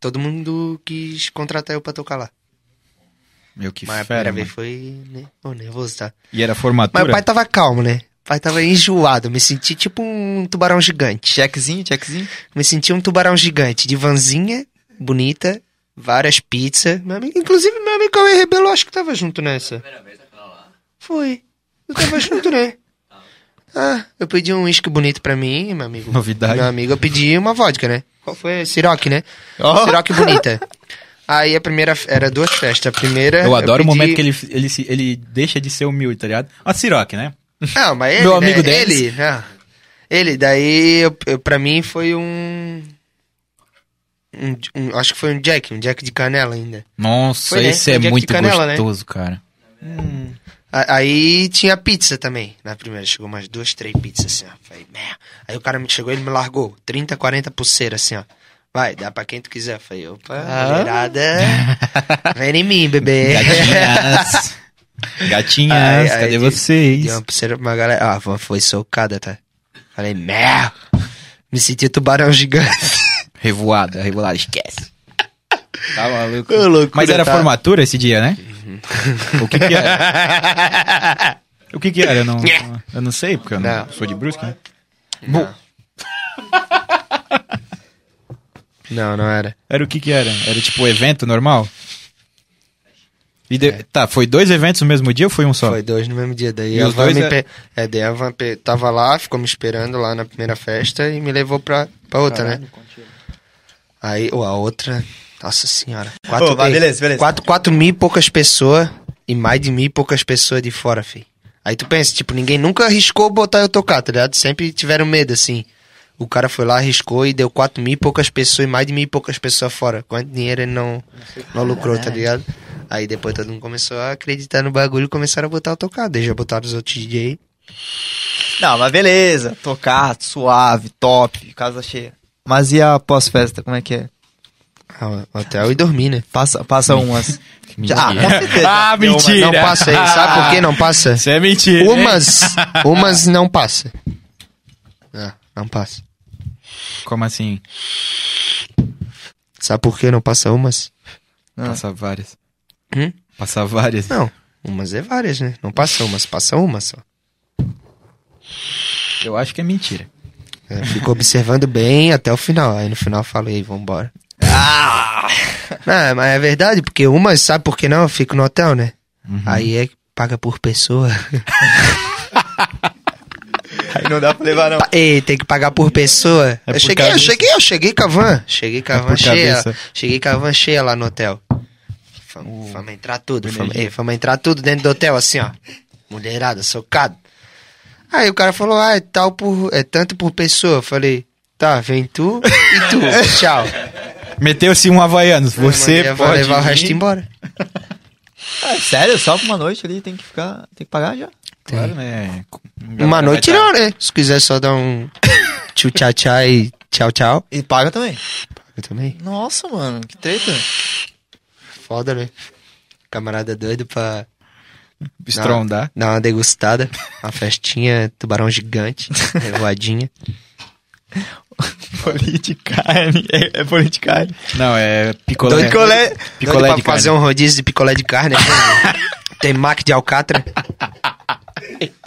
Speaker 3: todo mundo quis contratar eu pra tocar lá.
Speaker 2: Meu, que
Speaker 3: Mas a
Speaker 2: fera,
Speaker 3: primeira
Speaker 2: mano.
Speaker 3: vez foi né? Ô, nervoso, tá?
Speaker 2: E era
Speaker 3: Mas
Speaker 2: formatura?
Speaker 3: o pai tava calmo, né? O pai tava enjoado, me senti tipo um tubarão gigante.
Speaker 1: Checkzinho, checkzinho.
Speaker 3: Me senti um tubarão gigante, de vanzinha, bonita, várias pizzas. Meu amigo, inclusive, meu amigo Cauê Rebelo, acho que tava junto nessa. Foi. Eu tava junto, né? Ah, eu pedi um uísque bonito pra mim, meu amigo.
Speaker 2: Novidade.
Speaker 3: Meu amigo, eu pedi uma vodka, né? Qual foi? Ciroc, né?
Speaker 1: Ó.
Speaker 3: Ciroc bonita. Aí a primeira, era duas festas. A primeira...
Speaker 2: Eu adoro o
Speaker 3: pedi-
Speaker 2: momento que ele, ele, se- ele deixa de ser humilde, tá ligado? A Siroc, né?
Speaker 3: Não, mas ele,
Speaker 2: Meu
Speaker 3: né?
Speaker 2: amigo Dennis.
Speaker 3: Ele, né? ele daí, eu, eu, pra mim foi um, um, um- Acho que foi um Jack, um Jack de canela ainda.
Speaker 2: Nossa,
Speaker 3: Foi, né?
Speaker 2: esse
Speaker 3: Foi
Speaker 2: é
Speaker 3: Jack de
Speaker 2: muito
Speaker 3: Canela, né?
Speaker 2: gostoso, cara.
Speaker 3: Hum. A- Aí tinha pizza também. Na primeira chegou umas duas, três pizzas assim, ó. Falei, "Meu." Aí o cara me chegou, ele me largou 30, 40 pulseiras assim, ó. Vai, dá pra quem tu quiser. Eu Falei, opa,
Speaker 1: Ah.
Speaker 3: gerada. Vem em mim, bebê.
Speaker 2: Gatinhas. Gatinhas,
Speaker 3: Ai, ai,
Speaker 2: cadê
Speaker 3: de-
Speaker 2: vocês?
Speaker 3: Deu uma pulseira pra uma galera. Ah, foi- foi socada, tá? Falei, meu! Me senti tubarão gigante.
Speaker 2: Revoada, revoada, esquece. Tá maluco.
Speaker 3: Ô, loucura,
Speaker 2: Mas era
Speaker 3: tá?
Speaker 2: formatura esse dia, né?
Speaker 3: Uhum.
Speaker 2: O que que era? o que que era? Eu não, eu não sei, porque eu não, sou de Brusque, né? Bom,
Speaker 3: Não, não era.
Speaker 2: era o que que era? Era tipo evento normal? E de- Tá, foi dois eventos no mesmo dia ou foi um só?
Speaker 3: É. Foi dois no mesmo dia. Daí
Speaker 2: E
Speaker 3: a
Speaker 2: os
Speaker 3: van
Speaker 2: dois
Speaker 3: me
Speaker 2: é-
Speaker 3: pe- é... daí a van pe- tava lá, ficou me esperando lá na primeira festa e me levou pra, pra outra, né? Aí, ou a outra. Nossa senhora.
Speaker 1: Ô, vai,
Speaker 3: ei,
Speaker 1: beleza, beleza.
Speaker 3: Quatro, quatro mil e poucas pessoas e mais de mil e poucas pessoas de fora, fi. Aí tu pensa, tipo, ninguém nunca arriscou botar eu tocar, tá ligado? Sempre tiveram medo, assim. O cara foi lá, arriscou e deu quatro mil e poucas pessoas e mais de mil e poucas pessoas fora. Quanto dinheiro ele não, não lucrou, tá ligado? Aí depois todo mundo começou a acreditar no bagulho e começaram a botar o tocar. Daí já botaram os outros DJ.
Speaker 1: Não, mas beleza. Tocar, suave, top, casa cheia. Mas e a pós-festa, como é que é?
Speaker 3: Ah, hotel e dormir, né?
Speaker 1: Passa, passa umas. Já, tá com certeza.
Speaker 2: Ah, mentira!
Speaker 3: Não passa aí. Sabe por que não passa?
Speaker 2: Isso é mentira. hein?
Speaker 3: Umas, umas não passa. Ah, não passa.
Speaker 2: Como assim?
Speaker 3: Sabe por que não passa umas?
Speaker 2: Passar várias.
Speaker 3: Hum?
Speaker 2: Passar várias.
Speaker 3: Não, umas é várias, né? Não passa umas, passa uma só.
Speaker 2: Eu acho que é mentira.
Speaker 3: É, fico observando bem até o final. Aí no final eu falo, ei, vambora.
Speaker 2: Ah!
Speaker 3: Não, mas é verdade, porque umas, sabe por que não? Eu fico no hotel, né?
Speaker 2: Uhum.
Speaker 3: Aí é que paga por pessoa.
Speaker 1: Aí não dá pra levar, não.
Speaker 3: Pa- Ei, tem que pagar por pessoa.
Speaker 2: É
Speaker 3: eu
Speaker 2: por
Speaker 3: cheguei, eu
Speaker 2: cabeça.
Speaker 3: cheguei, eu cheguei com a van. Cheguei com a
Speaker 2: É
Speaker 3: van
Speaker 2: por
Speaker 3: cheia.
Speaker 2: cabeça.
Speaker 3: Cheguei com a van cheia lá no hotel. Fomos entrar tudo. Fomos entrar tudo dentro do hotel, assim, ó. Mulherada, socado. Aí o cara falou, ah, é, tal por, é tanto por pessoa. Eu falei, tá, vem tu e tu. Tchau.
Speaker 2: Meteu-se um Havaianos. Você
Speaker 3: Eu mandei a van
Speaker 2: pode
Speaker 3: levar o
Speaker 2: vir.
Speaker 3: resto embora.
Speaker 1: Ah, sério, só pra uma noite ali tem que ficar. Tem que pagar já.
Speaker 2: Claro, né?
Speaker 3: Uma noite não, né? Se quiser só dar um tchau, tchau, tchau e tchau, tchau.
Speaker 1: E paga também.
Speaker 3: Eu também.
Speaker 1: Nossa, mano, que treta.
Speaker 3: Foda, né? Camarada doido pra...
Speaker 2: Estrondar.
Speaker 3: Dá uma degustada. Uma festinha, tubarão gigante, revoadinha.
Speaker 1: Politicane. É, é politicane.
Speaker 2: Não, é picolé.
Speaker 3: Doido
Speaker 1: Picolé.
Speaker 3: Doido
Speaker 2: Picolé
Speaker 3: pra
Speaker 2: de carne.
Speaker 3: fazer um rodízio de picolé de carne. né? Tem mac de alcatra.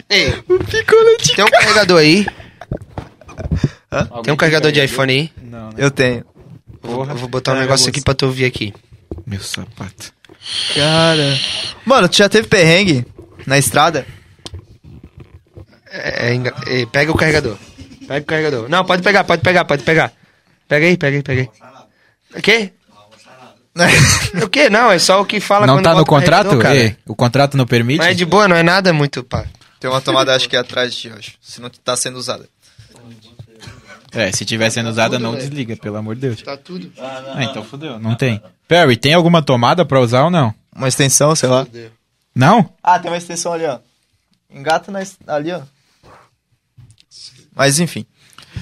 Speaker 3: Ei,
Speaker 1: Picolé de.
Speaker 3: tem um carregador aí. Tem um carregador de iPhone aí.
Speaker 2: Não, né?
Speaker 1: Eu tenho.
Speaker 3: Eu vou botar um negócio aqui pra tu ouvir aqui.
Speaker 2: Meu sapato.
Speaker 1: Cara. Mano, tu já teve perrengue na estrada?
Speaker 3: É, é engra- Ei, pega o carregador. Pega o carregador. Não, pode pegar, pode pegar, pode pegar. Pega aí, pega aí, pega aí. O quê? O quê? Não, é só o que fala
Speaker 2: não
Speaker 3: quando
Speaker 2: tá
Speaker 3: bota
Speaker 2: no
Speaker 3: o carregador,
Speaker 2: contrato?
Speaker 3: cara.
Speaker 2: Ei, o contrato não permite?
Speaker 3: Mas é de boa, não é nada muito, pá.
Speaker 1: Tem uma tomada, acho que é atrás de ti, eu acho. Se não tá sendo usada.
Speaker 2: É, se tiver
Speaker 1: Tá
Speaker 2: sendo usada, não desliga, pelo amor de Deus.
Speaker 3: Tá tudo.
Speaker 2: Ah, então fodeu. Não tem. Perry, tem alguma tomada pra usar ou não?
Speaker 1: Uma extensão, sei lá.
Speaker 2: Não?
Speaker 1: Ah, tem uma extensão ali, ó. Engata na, es- ali, ó. Mas enfim.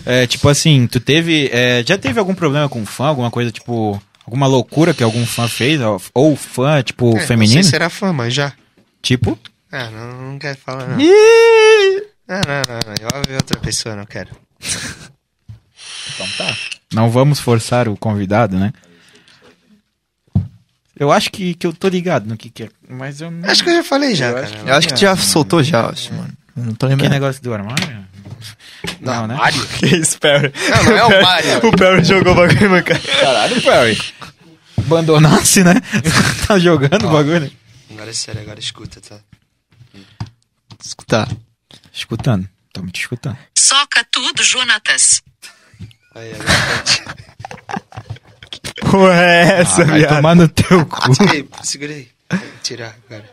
Speaker 2: É, tipo assim, tu teve... é, já teve algum problema com fã? Alguma coisa, tipo... Alguma loucura que algum fã fez? Ou, ou fã, tipo,
Speaker 3: É,
Speaker 2: feminino?
Speaker 3: Não sei se era fã, mas já.
Speaker 2: Tipo?
Speaker 3: Ah, não, não quero falar, não. Não, não, não, não. Eu ouvi outra pessoa, não quero.
Speaker 2: Não vamos forçar o convidado, né? Eu acho que, que eu tô ligado no que, que é, mas eu não.
Speaker 3: Acho que eu já falei já, cara.
Speaker 1: Eu acho que tu já soltou já, eu acho, mano. Eu não tô
Speaker 2: Que
Speaker 1: lembrando.
Speaker 2: negócio do armário? Não, né?
Speaker 1: Que isso, Perry?
Speaker 3: Não, não é o Mario.
Speaker 1: O Perry jogou o bagulho no cara.
Speaker 2: Caralho, Perry. Abandonasse, né? tá jogando o bagulho.
Speaker 3: Agora é sério, agora escuta, tá?
Speaker 1: Escutar.
Speaker 2: Escutando. Tamo te escutando.
Speaker 7: Soca tudo, Jonatas.
Speaker 3: Aí, agora tá.
Speaker 1: Porra, é essa,
Speaker 2: Ah, vai
Speaker 1: viado?
Speaker 2: tomar no teu cu.
Speaker 3: Segurei, segurei. Vou tirar agora.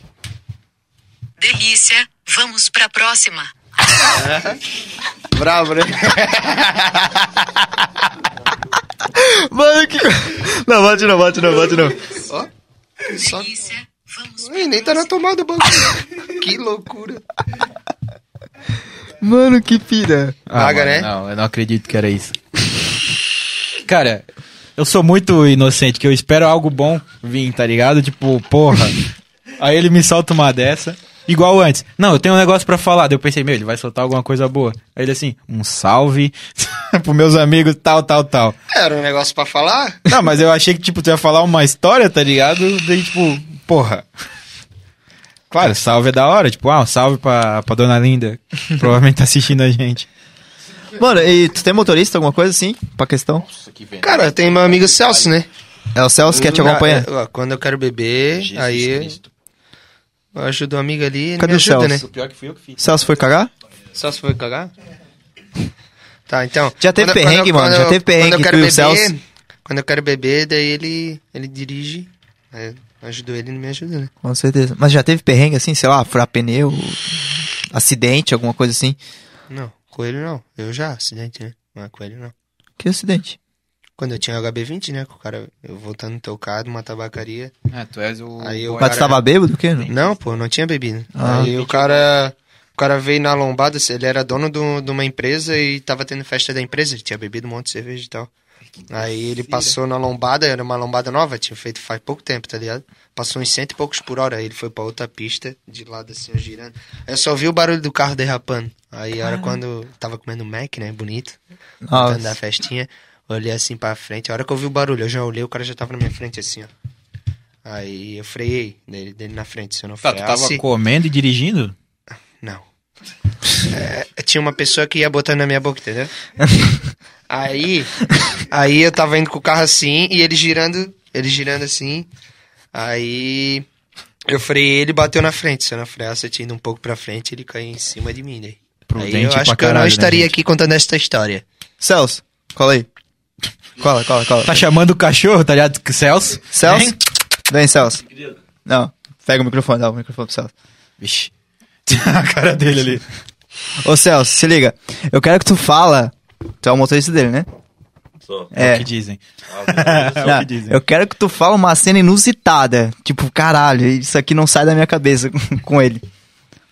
Speaker 7: Delícia, vamos pra próxima.
Speaker 3: Bravo, né?
Speaker 1: Mano, que. co- Não, bate não, bate não, bate não.
Speaker 3: Só...
Speaker 7: Delícia, vamos
Speaker 3: Ih, nem tá na tomada o bagulho. que loucura.
Speaker 1: Mano, que pira.
Speaker 2: Ah,
Speaker 3: Vaga, né?
Speaker 2: Não, eu não acredito que era isso. Cara, eu sou muito inocente, que eu espero algo bom vir, tá ligado? Tipo, porra. Aí ele me solta uma dessa. Igual antes. Não, eu tenho um negócio pra falar. Daí eu pensei, meu, ele vai soltar alguma coisa boa. Aí ele assim, um salve pros meus amigos, tal, tal, tal.
Speaker 3: Era um negócio pra falar?
Speaker 2: Não, mas eu achei que, tipo, tu ia falar uma história, tá ligado? Daí, tipo, porra. Claro, salve é da hora. Tipo, ah, um salve pra, pra dona Linda. que Provavelmente tá assistindo a gente.
Speaker 1: Mano, e tu tem motorista, alguma coisa assim? Pra questão?
Speaker 3: Cara, tem meu amigo Celso, né?
Speaker 1: É o Celso que te
Speaker 3: Na-
Speaker 1: acompanha?
Speaker 3: é, ó, Quando eu quero beber, aí eu ajudo o amigo ali, ele
Speaker 1: Cadê o
Speaker 3: me ajuda,
Speaker 1: Celso?
Speaker 3: né?
Speaker 11: Pior é que fui eu que fiz.
Speaker 1: Celso foi cagar?
Speaker 3: Celso foi cagar? Tá, então.
Speaker 1: Já teve
Speaker 3: Quando eu-
Speaker 1: perrengue,
Speaker 3: quando eu-
Speaker 1: mano, já
Speaker 3: quando eu-
Speaker 1: teve perrengue
Speaker 3: quando eu
Speaker 1: tu
Speaker 3: quero
Speaker 1: e o
Speaker 3: beber,
Speaker 1: Celso?
Speaker 3: Quando eu quero beber, daí ele, ele dirige. Aí eu ajudo ele, ele me ajuda, né?
Speaker 1: Com certeza. Mas já teve perrengue assim, sei lá, furar pneu, acidente, alguma coisa assim?
Speaker 3: Não, com ele não. Eu já, acidente, né? Mas com ele não.
Speaker 1: Que acidente?
Speaker 3: Quando eu tinha o HB20, né? Com o cara, eu voltando tocado, uma tabacaria.
Speaker 2: Ah, tu és o.
Speaker 3: Aí o
Speaker 1: Mas tu
Speaker 3: cara-
Speaker 1: tava bêbado, o quê?
Speaker 3: Não, pô, não tinha bebido.
Speaker 1: Ah.
Speaker 3: Aí o cara, o cara veio na lombada, ele era dono do- de uma empresa e tava tendo festa da empresa, ele tinha bebido um monte de cerveja e tal. Aí ele passou na lombada, era uma lombada nova, tinha feito faz pouco tempo, tá ligado? Passou uns cento e poucos por hora, aí ele foi pra outra pista, de lado assim, ó, girando. Aí eu só vi o barulho do carro derrapando. Aí era quando tava comendo Mac, né, bonito,
Speaker 1: Nossa.
Speaker 3: voltando da festinha, olhei assim pra frente, a hora que eu vi o barulho, eu já olhei, o cara já tava na minha frente assim, ó. Aí eu freiei dele, dele na frente, se eu não
Speaker 2: Tá, tu
Speaker 1: É
Speaker 3: freasse...
Speaker 1: assim.
Speaker 2: tava comendo e dirigindo?
Speaker 3: Não. É, tinha uma pessoa que ia botando na minha boca, entendeu? aí, aí eu tava indo com o carro assim e ele girando, ele girando assim. Aí eu freiei ele e bateu na frente. Se eu não freasse, eu tinha ido um pouco pra frente ele caiu em cima de mim, né? Aí eu
Speaker 2: pra
Speaker 3: acho que eu
Speaker 2: caralho,
Speaker 3: não
Speaker 2: né,
Speaker 3: estaria
Speaker 2: gente?
Speaker 3: aqui contando esta história.
Speaker 1: Celso, cola aí. Cola, cola, cola.
Speaker 2: Tá chamando o cachorro, tá ligado? Celso?
Speaker 1: Celso?
Speaker 2: Hein?
Speaker 1: Vem, Celso. Não, pega o microfone, dá o microfone pro Celso.
Speaker 2: Vixe. A cara dele ali.
Speaker 1: Ô, Celso, se liga. Eu quero que tu fala... Tu é o motorista dele, né?
Speaker 11: Só.
Speaker 2: É. o
Speaker 1: É.
Speaker 2: que dizem.
Speaker 1: Não,
Speaker 2: é o que dizem.
Speaker 1: eu quero que tu fale uma cena inusitada. Tipo, caralho, isso aqui não sai da minha cabeça com ele.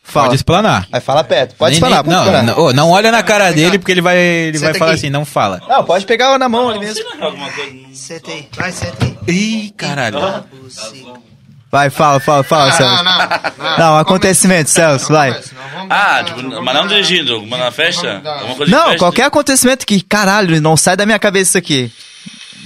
Speaker 1: Fala.
Speaker 2: Pode explanar.
Speaker 1: Aí fala perto. Pode
Speaker 2: Nem-
Speaker 1: explanar,
Speaker 2: nem-
Speaker 1: pode
Speaker 2: não,
Speaker 1: explanar.
Speaker 2: Não, ô, não olha na cara dele, porque ele vai, ele vai
Speaker 3: Senta
Speaker 2: falar
Speaker 3: aqui.
Speaker 2: assim, não fala.
Speaker 1: Não, pode pegar na mão ali mesmo.
Speaker 11: Alguma coisa não
Speaker 3: Senta aí, vai, senta aí.
Speaker 2: Ih, caralho.
Speaker 11: Ah.
Speaker 1: Vai, fala, fala, fala, Celso.
Speaker 3: não,
Speaker 1: Não, acontecimento, Celso, vai.
Speaker 11: Ah, tipo, mas não dirigindo, alguma na festa? Alguma coisa de
Speaker 1: Não,
Speaker 11: festa?
Speaker 1: qualquer acontecimento que, caralho, não sai da minha cabeça isso aqui.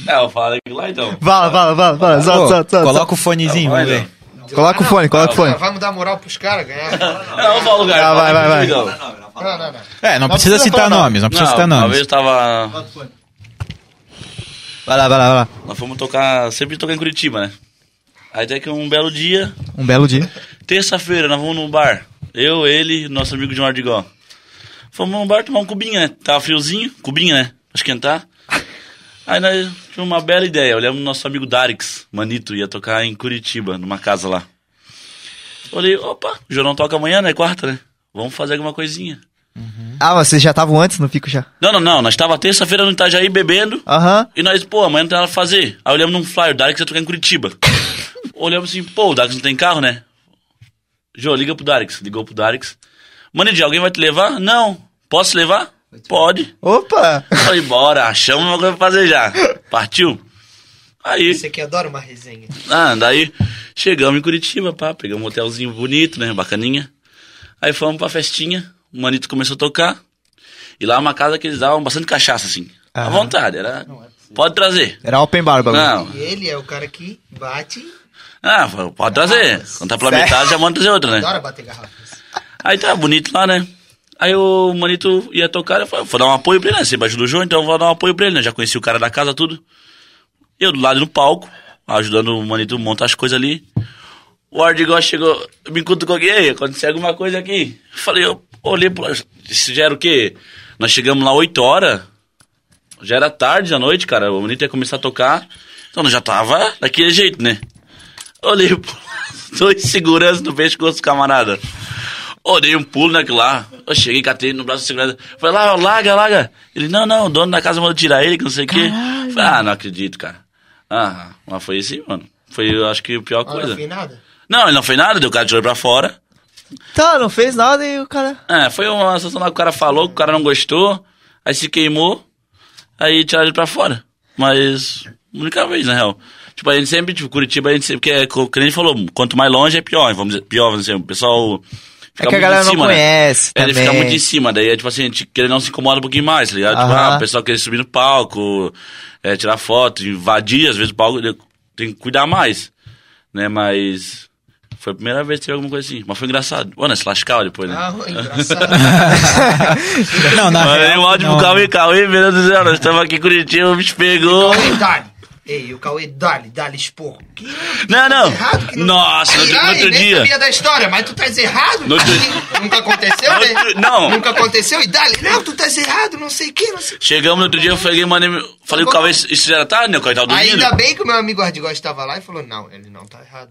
Speaker 11: É, eu falo lá então.
Speaker 1: Fala, fala, fala, fala.
Speaker 2: Ô,
Speaker 1: Solta, solta, solta.
Speaker 2: Coloca o fonezinho,
Speaker 11: Tá bom,
Speaker 2: vamos ver.
Speaker 1: Coloca o fone, coloca o fone.
Speaker 3: Vamos dar moral pros caras ganhar.
Speaker 11: Não, eu falo, cara.
Speaker 1: Ah, vai, vai, vai.
Speaker 11: Não,
Speaker 3: Não, não, não.
Speaker 2: É, não, precisa,
Speaker 1: precisa
Speaker 2: citar
Speaker 1: falar, não.
Speaker 2: nomes, não precisa citar
Speaker 11: uma vez
Speaker 2: nomes.
Speaker 11: eu tava...
Speaker 1: Vai lá, vai lá, vai lá.
Speaker 11: Nós fomos tocar... Sempre tocar em Curitiba, né? Aí até que um belo dia,
Speaker 1: Um belo dia.
Speaker 11: terça-feira, nós vamos num bar. Eu, ele e nosso amigo John Ardigó. Fomos num bar tomar um cubinho, né? Tava friozinho, cubinho, né? Pra esquentar. Aí nós tivemos uma bela ideia. Olhamos nosso amigo Darix, Manito, ia tocar em Curitiba, numa casa lá. Olhei, opa, o Jorão toca amanhã, né? Quarta, né? Vamos fazer alguma coisinha.
Speaker 1: Ah, mas vocês já estavam antes no pico já.
Speaker 11: Não, não, não. Nós tava terça-feira no Itajaí bebendo.
Speaker 1: Aham.
Speaker 11: E nós, pô, amanhã não tem nada pra fazer. Aí olhamos num flyer, o Darix ia tocar em Curitiba. olhamos assim, pô, o Darix não tem carro, né? Jô, liga pro Darix. Ligou pro Darix. Manager, alguém vai te levar? Não. Posso levar? Pode.
Speaker 1: Opa!
Speaker 11: Foi embora, achamos uma coisa pra fazer já. Partiu? Aí.
Speaker 3: Você que adora uma resenha.
Speaker 11: Ah, daí chegamos em Curitiba, pá, pegamos um hotelzinho bonito, né, bacaninha. Aí fomos pra festinha, o Manito começou a tocar. E lá é uma casa que eles davam bastante cachaça, assim. À vontade, era... Pode trazer.
Speaker 1: Era open bar o bagulho.
Speaker 11: Não.
Speaker 3: E ele é o cara que bate,
Speaker 11: Ah, fa- pode trazer. Quando tá pela metade, já manda trazer outra, né?
Speaker 3: adora bater garrafas.
Speaker 11: Aí tá bonito lá, né? Aí o Manito ia tocar, eu falei, vou dar um apoio pra ele, né? Sempre ajudou o João, então vou dar um apoio pra ele, né? Já conheci o cara da casa, tudo. Eu do lado no palco, ajudando o Manito a montar as coisas ali. O Ardigó chegou, me cutucou aqui, ei, aconteceu alguma coisa aqui. Falei, eu olhei pro lado, isso já era o quê? Nós chegamos lá 8 horas, já era tarde da noite, cara, o Manito ia começar a tocar. Então nós já tava daquele jeito, né? Olhei pro dois seguranças no pescoço, camarada. Ô, dei um pulo naquilo lá. Eu cheguei, catei no braço do segurança. Falei, lá, ó, larga, larga. Ele, não, não, o dono da casa mandou tirar ele, que não sei o quê. Falei, ah, não acredito, cara. Ah, mas foi assim, mano. Foi, eu acho que, a pior
Speaker 3: Olha,
Speaker 11: coisa.
Speaker 3: não fez nada.
Speaker 11: Não, ele não fez nada, deu o cara tirou ele pra fora.
Speaker 1: Tá, não fez nada e o cara.
Speaker 11: É, foi uma situação lá que o cara falou, que o cara não gostou, aí se queimou, aí tiraram ele pra fora. Mas, única vez, na real. Tipo, a gente sempre, tipo, Curitiba, a gente sempre, porque, é, co- que nem a gente falou, quanto mais longe é pior, vamos dizer, pior, vamos dizer, o pessoal...
Speaker 1: É que a
Speaker 11: muito
Speaker 1: galera
Speaker 11: em
Speaker 1: não
Speaker 11: né?
Speaker 1: conhece
Speaker 11: É, ele fica
Speaker 1: também.
Speaker 11: muito em cima, daí é tipo assim, a gente querendo não se incomoda um pouquinho mais, tá ligado? Tipo,
Speaker 1: Aham.
Speaker 11: ah, o pessoal quer subir no palco, é, tirar foto, invadir, às vezes o palco, ele tem que cuidar mais, né? Mas foi a primeira vez que teve alguma coisa assim, mas foi engraçado. Ô, né, se lascava depois, né?
Speaker 3: Ah, engraçado.
Speaker 2: Não, na
Speaker 11: Mandei
Speaker 2: real,
Speaker 11: um áudio
Speaker 2: não.
Speaker 11: pro Cauê, Cauê, meu Deus do céu, nós estamos aqui em Curitiba, o bicho pegou.
Speaker 3: Ei, Dali. Ei, o Cauê, Dali, Dali, esporro. Que
Speaker 11: Não, não.
Speaker 3: errado que não...
Speaker 11: Nossa, no outro, no
Speaker 3: Ai,
Speaker 11: outro
Speaker 3: nem
Speaker 11: dia.
Speaker 3: sabia da história, mas tu tá errado.
Speaker 11: No outro-
Speaker 3: Nunca aconteceu, né?
Speaker 11: No outro- não.
Speaker 3: Nunca aconteceu e Dali, não, tu tá errado, não sei o que, não sei o que.
Speaker 11: Chegamos no outro dia, eu peguei, mandei. Falei pro Cauê, isso já era tarde, né? O Cauê tava dormindo.
Speaker 3: Ainda bem que o meu amigo Ardigó estava lá e falou, não, ele não tá errado.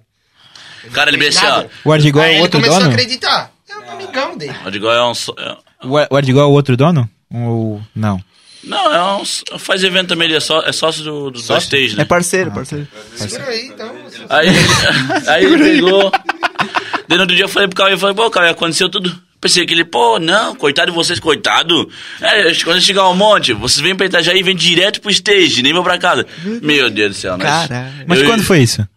Speaker 11: Cara, ele
Speaker 3: fez
Speaker 11: bem assim,
Speaker 3: nada.
Speaker 11: ó.
Speaker 2: O Ardigol
Speaker 3: Aí
Speaker 2: é o
Speaker 3: ele
Speaker 2: outro
Speaker 3: começou a
Speaker 2: dono?
Speaker 3: acreditar. É um amigão dele.
Speaker 11: O Adigol é um. so- é-
Speaker 2: O Ar- o Ardigol é o outro dono? Ou não?
Speaker 11: Não, é um. so- Faz evento também, ele é, só, é sócio do, do, do stage,
Speaker 1: É
Speaker 11: né?
Speaker 1: parceiro, parceiro.
Speaker 3: Segura aí, então.
Speaker 11: Aí, aí ele pegou. Daí no outro dia eu falei pro Cauê, eu falei, pô, Cauê, aconteceu tudo. Pensei que ele, pô, não, coitado de vocês, coitado. É, quando chegar um monte, vocês vêm pra Itajaí e vêm direto pro stage, nem vão pra casa. Meu Deus do céu, nós-
Speaker 1: Caralho.
Speaker 2: Mas
Speaker 11: eu-
Speaker 2: quando foi isso?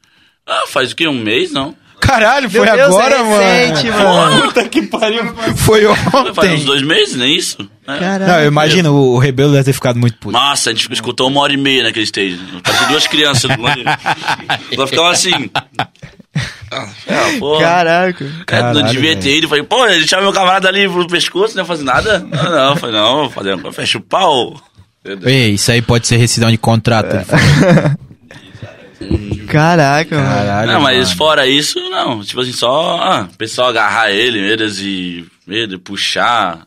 Speaker 11: Ah, faz o quê? Um mês, não?
Speaker 2: Caralho, foi
Speaker 1: Meu Deus,
Speaker 2: agora,
Speaker 1: é recente,
Speaker 2: mano.
Speaker 1: mano.
Speaker 2: Puta que pariu. Foi
Speaker 11: Faz uns
Speaker 2: ontem.
Speaker 11: dois meses, nem isso? É.
Speaker 2: Não, eu imagino, o Rebelo deve ter ficado muito puto.
Speaker 11: Massa, a gente ficou- escutou uma hora e meia naquele stage. Tá com duas crianças do lado. Ela ficava assim. Ah, pô.
Speaker 1: Caraca.
Speaker 11: cara, É, não
Speaker 2: caralho,
Speaker 11: devia
Speaker 2: velho.
Speaker 11: ter ido. Falei, pô, ele tinha meu camarada ali pro pescoço, não faz nada. Não, não, falei, não, fazer uma fecha o pau.
Speaker 2: Ei, isso aí pode ser rescisão de contrato. ele falou.
Speaker 1: Caraca, mano.
Speaker 2: Caralho.
Speaker 11: não, mas
Speaker 2: mano.
Speaker 11: fora isso, não. Tipo assim, só ah, o pessoal agarrar ele, eles e medo, puxar.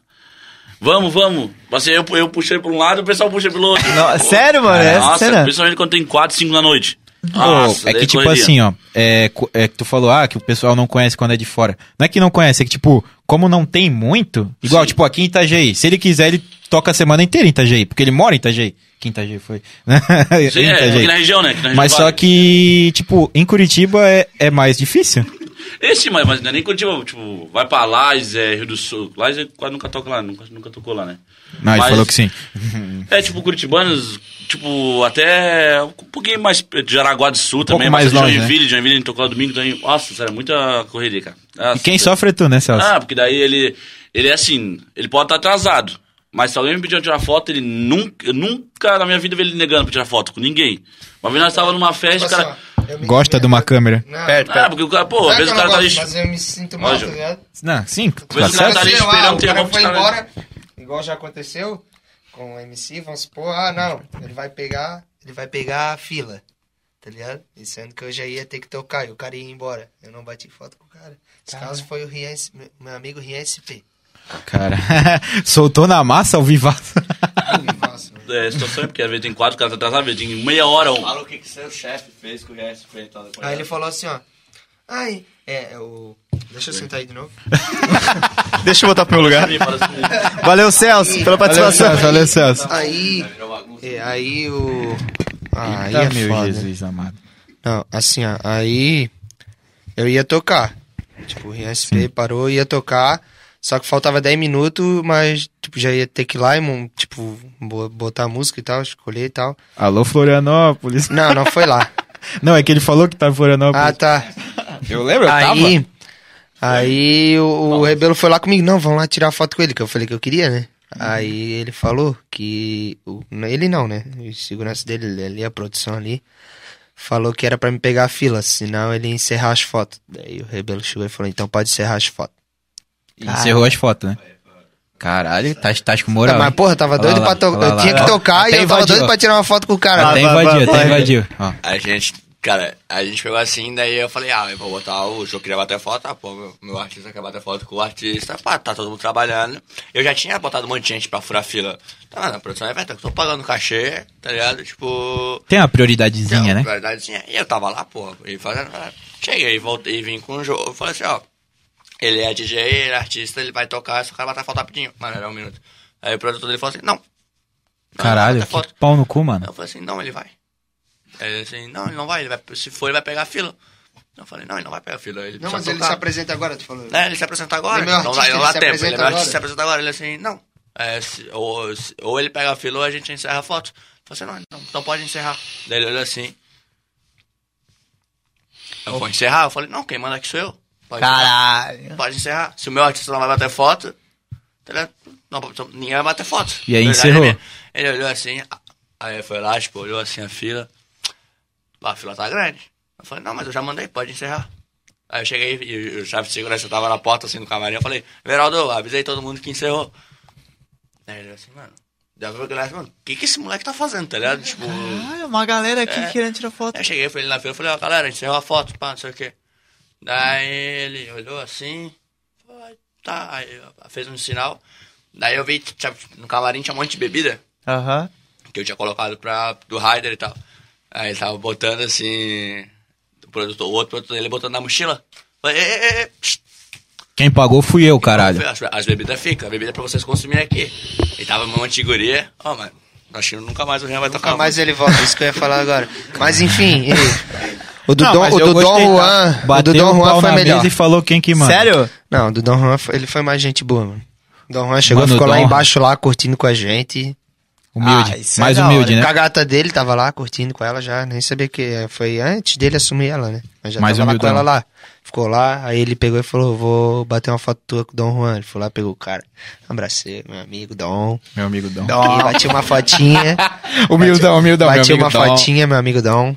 Speaker 11: Vamos, vamos. Assim, eu, eu puxei pra um lado, o pessoal puxa pelo outro.
Speaker 1: Não, sério, mano? É
Speaker 11: Nossa,
Speaker 1: sério?
Speaker 11: principalmente quando tem 4, 5 da noite.
Speaker 2: Pô,
Speaker 11: Nossa,
Speaker 2: é
Speaker 11: Ah, daí
Speaker 2: que tipo
Speaker 11: correria.
Speaker 2: assim, ó. É, cu- é que tu falou, ah, que o pessoal não conhece quando é de fora. Não é que não conhece, é que tipo, como não tem muito, igual, tipo, aqui em Itajaí. Se ele quiser, ele toca a semana inteira em Itajaí, porque ele mora em Itajaí. Que Itajaí foi.
Speaker 11: Sim,
Speaker 2: Em
Speaker 11: é,
Speaker 2: Itajaí.
Speaker 11: aqui na região, né? Aqui na região
Speaker 2: Mas
Speaker 11: do
Speaker 2: só
Speaker 11: Vale.
Speaker 2: que, tipo, em Curitiba é, é mais difícil.
Speaker 11: Esse, mas, mas não é nem Curitiba, tipo, vai pra Lais, é Rio do Sul. Lais é, quase nunca toca lá, nunca, nunca tocou lá, né?
Speaker 2: Não, ele
Speaker 11: Mas-
Speaker 2: falou que sim.
Speaker 11: É, tipo, curitibanos, tipo, até um pouquinho mais perto de Jaraguá do
Speaker 1: Um
Speaker 11: Sul também.
Speaker 2: mais
Speaker 11: bastante
Speaker 2: longe,
Speaker 1: né?
Speaker 11: Joinville, Joinville a gente tocou lá domingo também. Nossa, sério, muita correria, cara. Nossa,
Speaker 2: E quem
Speaker 11: sério.
Speaker 2: sofre é tu, né, Celso?
Speaker 11: assim Ah, porque daí ele, ele é assim, ele pode estar atrasado. Mas se alguém me pediu pra tirar foto, ele nunca, eu nunca na minha vida vi ele negando pra tirar foto com ninguém. Uma vez nós tava numa festa, o
Speaker 3: Tipo
Speaker 11: cara...
Speaker 3: assim, ó, eu me-
Speaker 2: Gosta de uma câmera?
Speaker 3: Não,
Speaker 1: Perto,
Speaker 11: Ah,
Speaker 1: perto.
Speaker 11: porque o cara, pô,
Speaker 3: sabe
Speaker 11: às vezes o
Speaker 3: que eu
Speaker 11: cara
Speaker 3: não
Speaker 11: tá ali...
Speaker 3: gosto, Mas eu me sinto mal,
Speaker 11: Lógico.
Speaker 3: tá ligado?
Speaker 2: Não, sim, tá
Speaker 11: Mas o cara tá
Speaker 2: certo.
Speaker 11: ali
Speaker 3: Sei lá,
Speaker 11: esperando, né?
Speaker 3: o
Speaker 11: tem
Speaker 3: cara
Speaker 11: algum
Speaker 3: foi
Speaker 11: cara-
Speaker 3: embora, igual já aconteceu com o MC, vamos supor, ah, não, ele vai pegar, ele vai pegar a fila, tá ligado? E sendo que eu já ia ter que tocar e o cara ia embora. Eu não bati foto com o cara. Esse caso foi o Rian, S- meu- meu amigo Rian SP.
Speaker 2: Cara, soltou na massa o vivaço.
Speaker 3: Nossa, mano.
Speaker 11: É, situação, porque às vezes tem quatro caras atrasados, às vezes tem meia hora. Um...
Speaker 5: o que, que seu chefe fez com o RSP e tal.
Speaker 12: é.
Speaker 3: Aí ele falou assim, ó, ai, é, o... Deixa eu sentar aí de novo.
Speaker 1: Deixa eu voltar pro meu lugar. Valeu, Celso, pela
Speaker 2: Valeu,
Speaker 1: participação.
Speaker 2: Celso. Valeu, Celso.
Speaker 3: Aí, é, aí o... Ah, aí
Speaker 2: Eita,
Speaker 3: é
Speaker 2: meu
Speaker 3: foda.
Speaker 2: Jesus amado.
Speaker 3: Não, assim, ó, aí eu ia tocar. Tipo, o Rian SP parou, ia tocar. Só que faltava 10 minutos, mas tipo, já ia ter que ir lá e mon- tipo, bo- botar a música e tal, escolher e tal.
Speaker 2: Alô, Florianópolis.
Speaker 3: Não, não foi lá.
Speaker 2: Não, é que ele falou que tá em
Speaker 3: ah,
Speaker 2: Florianópolis.
Speaker 3: tá.
Speaker 2: eu lembro, eu
Speaker 3: Aí, aí o, o Rebelo foi lá comigo. Não, vamos lá tirar foto com ele, que eu falei que eu queria, né? Aí ele falou que. o- ele não, né? O segurança dele ali, a produção ali. Falou que era pra me pegar a fila, senão ele ia encerrar as fotos. Daí o Rebelo chegou e falou: então pode encerrar as fotos.
Speaker 2: tava. Encerrou as fotos, né? Caralho, tá, tá com
Speaker 3: Tá,
Speaker 2: moral.
Speaker 3: mas
Speaker 2: hein?
Speaker 3: porra, eu tava
Speaker 2: Olha
Speaker 3: doido
Speaker 2: lá,
Speaker 3: pra tocar.
Speaker 2: olha
Speaker 3: Eu
Speaker 2: lá,
Speaker 3: tinha que
Speaker 2: ó.
Speaker 3: tocar
Speaker 2: Até
Speaker 3: e eu tava
Speaker 2: invadiu,
Speaker 3: doido
Speaker 2: ó.
Speaker 3: pra tirar uma foto com o cara.
Speaker 2: Até
Speaker 1: Vai, vai,
Speaker 2: invadiu,
Speaker 1: vai.
Speaker 2: até invadiu. Ó.
Speaker 5: A gente, cara, a gente pegou assim, daí eu falei, ah, eu vou botar o show, queria bater foto, ah, pô, meu, meu artista quer bater foto com o artista, pá, tá todo mundo trabalhando. Eu já tinha botado um monte de gente pra furar fila. Tá, mano, a produção é velho, eu tô pagando cachê, tá ligado? Tipo,
Speaker 2: Tem uma prioridadezinha, né?
Speaker 5: Verdadezinha. E eu tava lá, pô, e fazendo. Cheguei, voltei e vim com o jogo. Falei assim, ó. Ele é DJ, ele é artista, ele vai tocar, só o cara vai estar falta rapidinho. Mano, era um minuto. Aí o produtor dele falou assim, não.
Speaker 2: Caralho,
Speaker 5: Não,
Speaker 2: que pau no cu, mano.
Speaker 5: Eu falei assim, não, ele vai. Aí ele assim, não, ele não vai, ele vai. Se for, ele vai pegar a fila. Eu falei, não, ele não vai pegar a fila. Ele
Speaker 3: Não,
Speaker 5: só
Speaker 3: mas ele se
Speaker 5: tocar.
Speaker 3: apresenta agora, tu falou.
Speaker 5: É, ele se apresenta agora.
Speaker 3: Ele é meu
Speaker 5: não
Speaker 3: artista,
Speaker 5: dá, não dá
Speaker 3: ele se
Speaker 5: tempo.
Speaker 3: apresenta
Speaker 5: Ele é meu
Speaker 3: agora.
Speaker 5: artista, se apresenta agora. Ele assim, não.
Speaker 12: é, se- ou, se- ou ele pega a fila ou a gente encerra a foto. Eu falei assim, não, então, então pode encerrar. Daí ele olhou assim. Eu vou encerrar? Eu falei, não, quem manda aqui sou eu. Pode
Speaker 1: Caralho.
Speaker 12: Pode encerrar. Se o meu artista não vai bater foto, tá ligado? não, então ninguém vai bater foto.
Speaker 2: E aí
Speaker 12: Tá ligado?
Speaker 2: encerrou.
Speaker 12: Ele- Ele olhou assim, aí foi lá, tipo, olhou assim a fila. Pá, a fila tá grande. Eu falei, não, mas eu já mandei, pode encerrar. Aí eu cheguei e o chefe de segurança tava na porta, assim, no camarim. Eu falei, Veraldo, avisei todo mundo que encerrou. Aí ele assim, mano. Daí eu falei, mano, o que, que esse moleque tá fazendo, tá ligado? Tipo.
Speaker 1: Olha, Ah, uma galera aqui
Speaker 12: É.
Speaker 1: querendo tirar foto.
Speaker 12: Aí eu cheguei, falei na fila, falei, ó, galera, encerrou a foto, pá, não sei o quê. Daí ele olhou assim, falou, "Ah, tá, aí eu- fez um sinal. Daí eu vi, tinha- no camarim tinha um monte de bebida
Speaker 1: Aham.
Speaker 12: que eu tinha colocado pra, do Raider e tal. Aí ele tava botando assim, o, produtor, o outro produtor, ele botando na mochila. Falei, "Ei, ei, ei, ei, psst,
Speaker 2: Quem pagou fui eu, caralho.
Speaker 12: as, as bebidas ficam, a bebida é pra vocês consumirem aqui. E tava uma monte de guria, ó, mano, acho que nunca mais o Renan vai tocar.
Speaker 3: Nunca mais
Speaker 12: mano.
Speaker 3: ele volta, isso que eu ia falar agora. Mas enfim, e- o do
Speaker 2: Não,
Speaker 3: Dom,
Speaker 2: mas
Speaker 3: o
Speaker 2: eu
Speaker 3: do Dom
Speaker 2: gostei, tá?
Speaker 3: Juan, o do
Speaker 2: Bateu
Speaker 3: Dom
Speaker 2: o
Speaker 3: Juan
Speaker 2: pau
Speaker 3: foi
Speaker 2: na mesa
Speaker 3: melhor.
Speaker 2: E falou quem que manda.
Speaker 1: Sério?
Speaker 3: Não, do Dom Juan foi- ele foi mais gente boa, mano. O Dom Juan chegou,
Speaker 2: Mano,
Speaker 3: ficou
Speaker 2: o
Speaker 3: lá
Speaker 2: Dom-
Speaker 3: embaixo lá curtindo com a gente.
Speaker 2: Humilde.
Speaker 1: Ah, isso é
Speaker 2: mais
Speaker 1: da
Speaker 2: humilde,
Speaker 1: hora.
Speaker 2: né?
Speaker 3: Com a gata dele tava lá curtindo com ela já, nem sabia que é, foi antes dele assumir ela, né? Mas já
Speaker 2: Mais
Speaker 3: tava lá com
Speaker 2: humildão.
Speaker 3: ela lá. Ficou lá, aí ele pegou e falou: "Vou bater uma foto tua com o Dom Juan". Ele foi lá, pegou o cara. Abracei, meu amigo Dom.
Speaker 2: Meu amigo Dom.
Speaker 3: E bati uma fotinha.
Speaker 2: Humildão, humildão, meu
Speaker 3: Bati
Speaker 2: amigo
Speaker 3: uma
Speaker 2: Dom.
Speaker 3: fotinha, meu amigo Dom.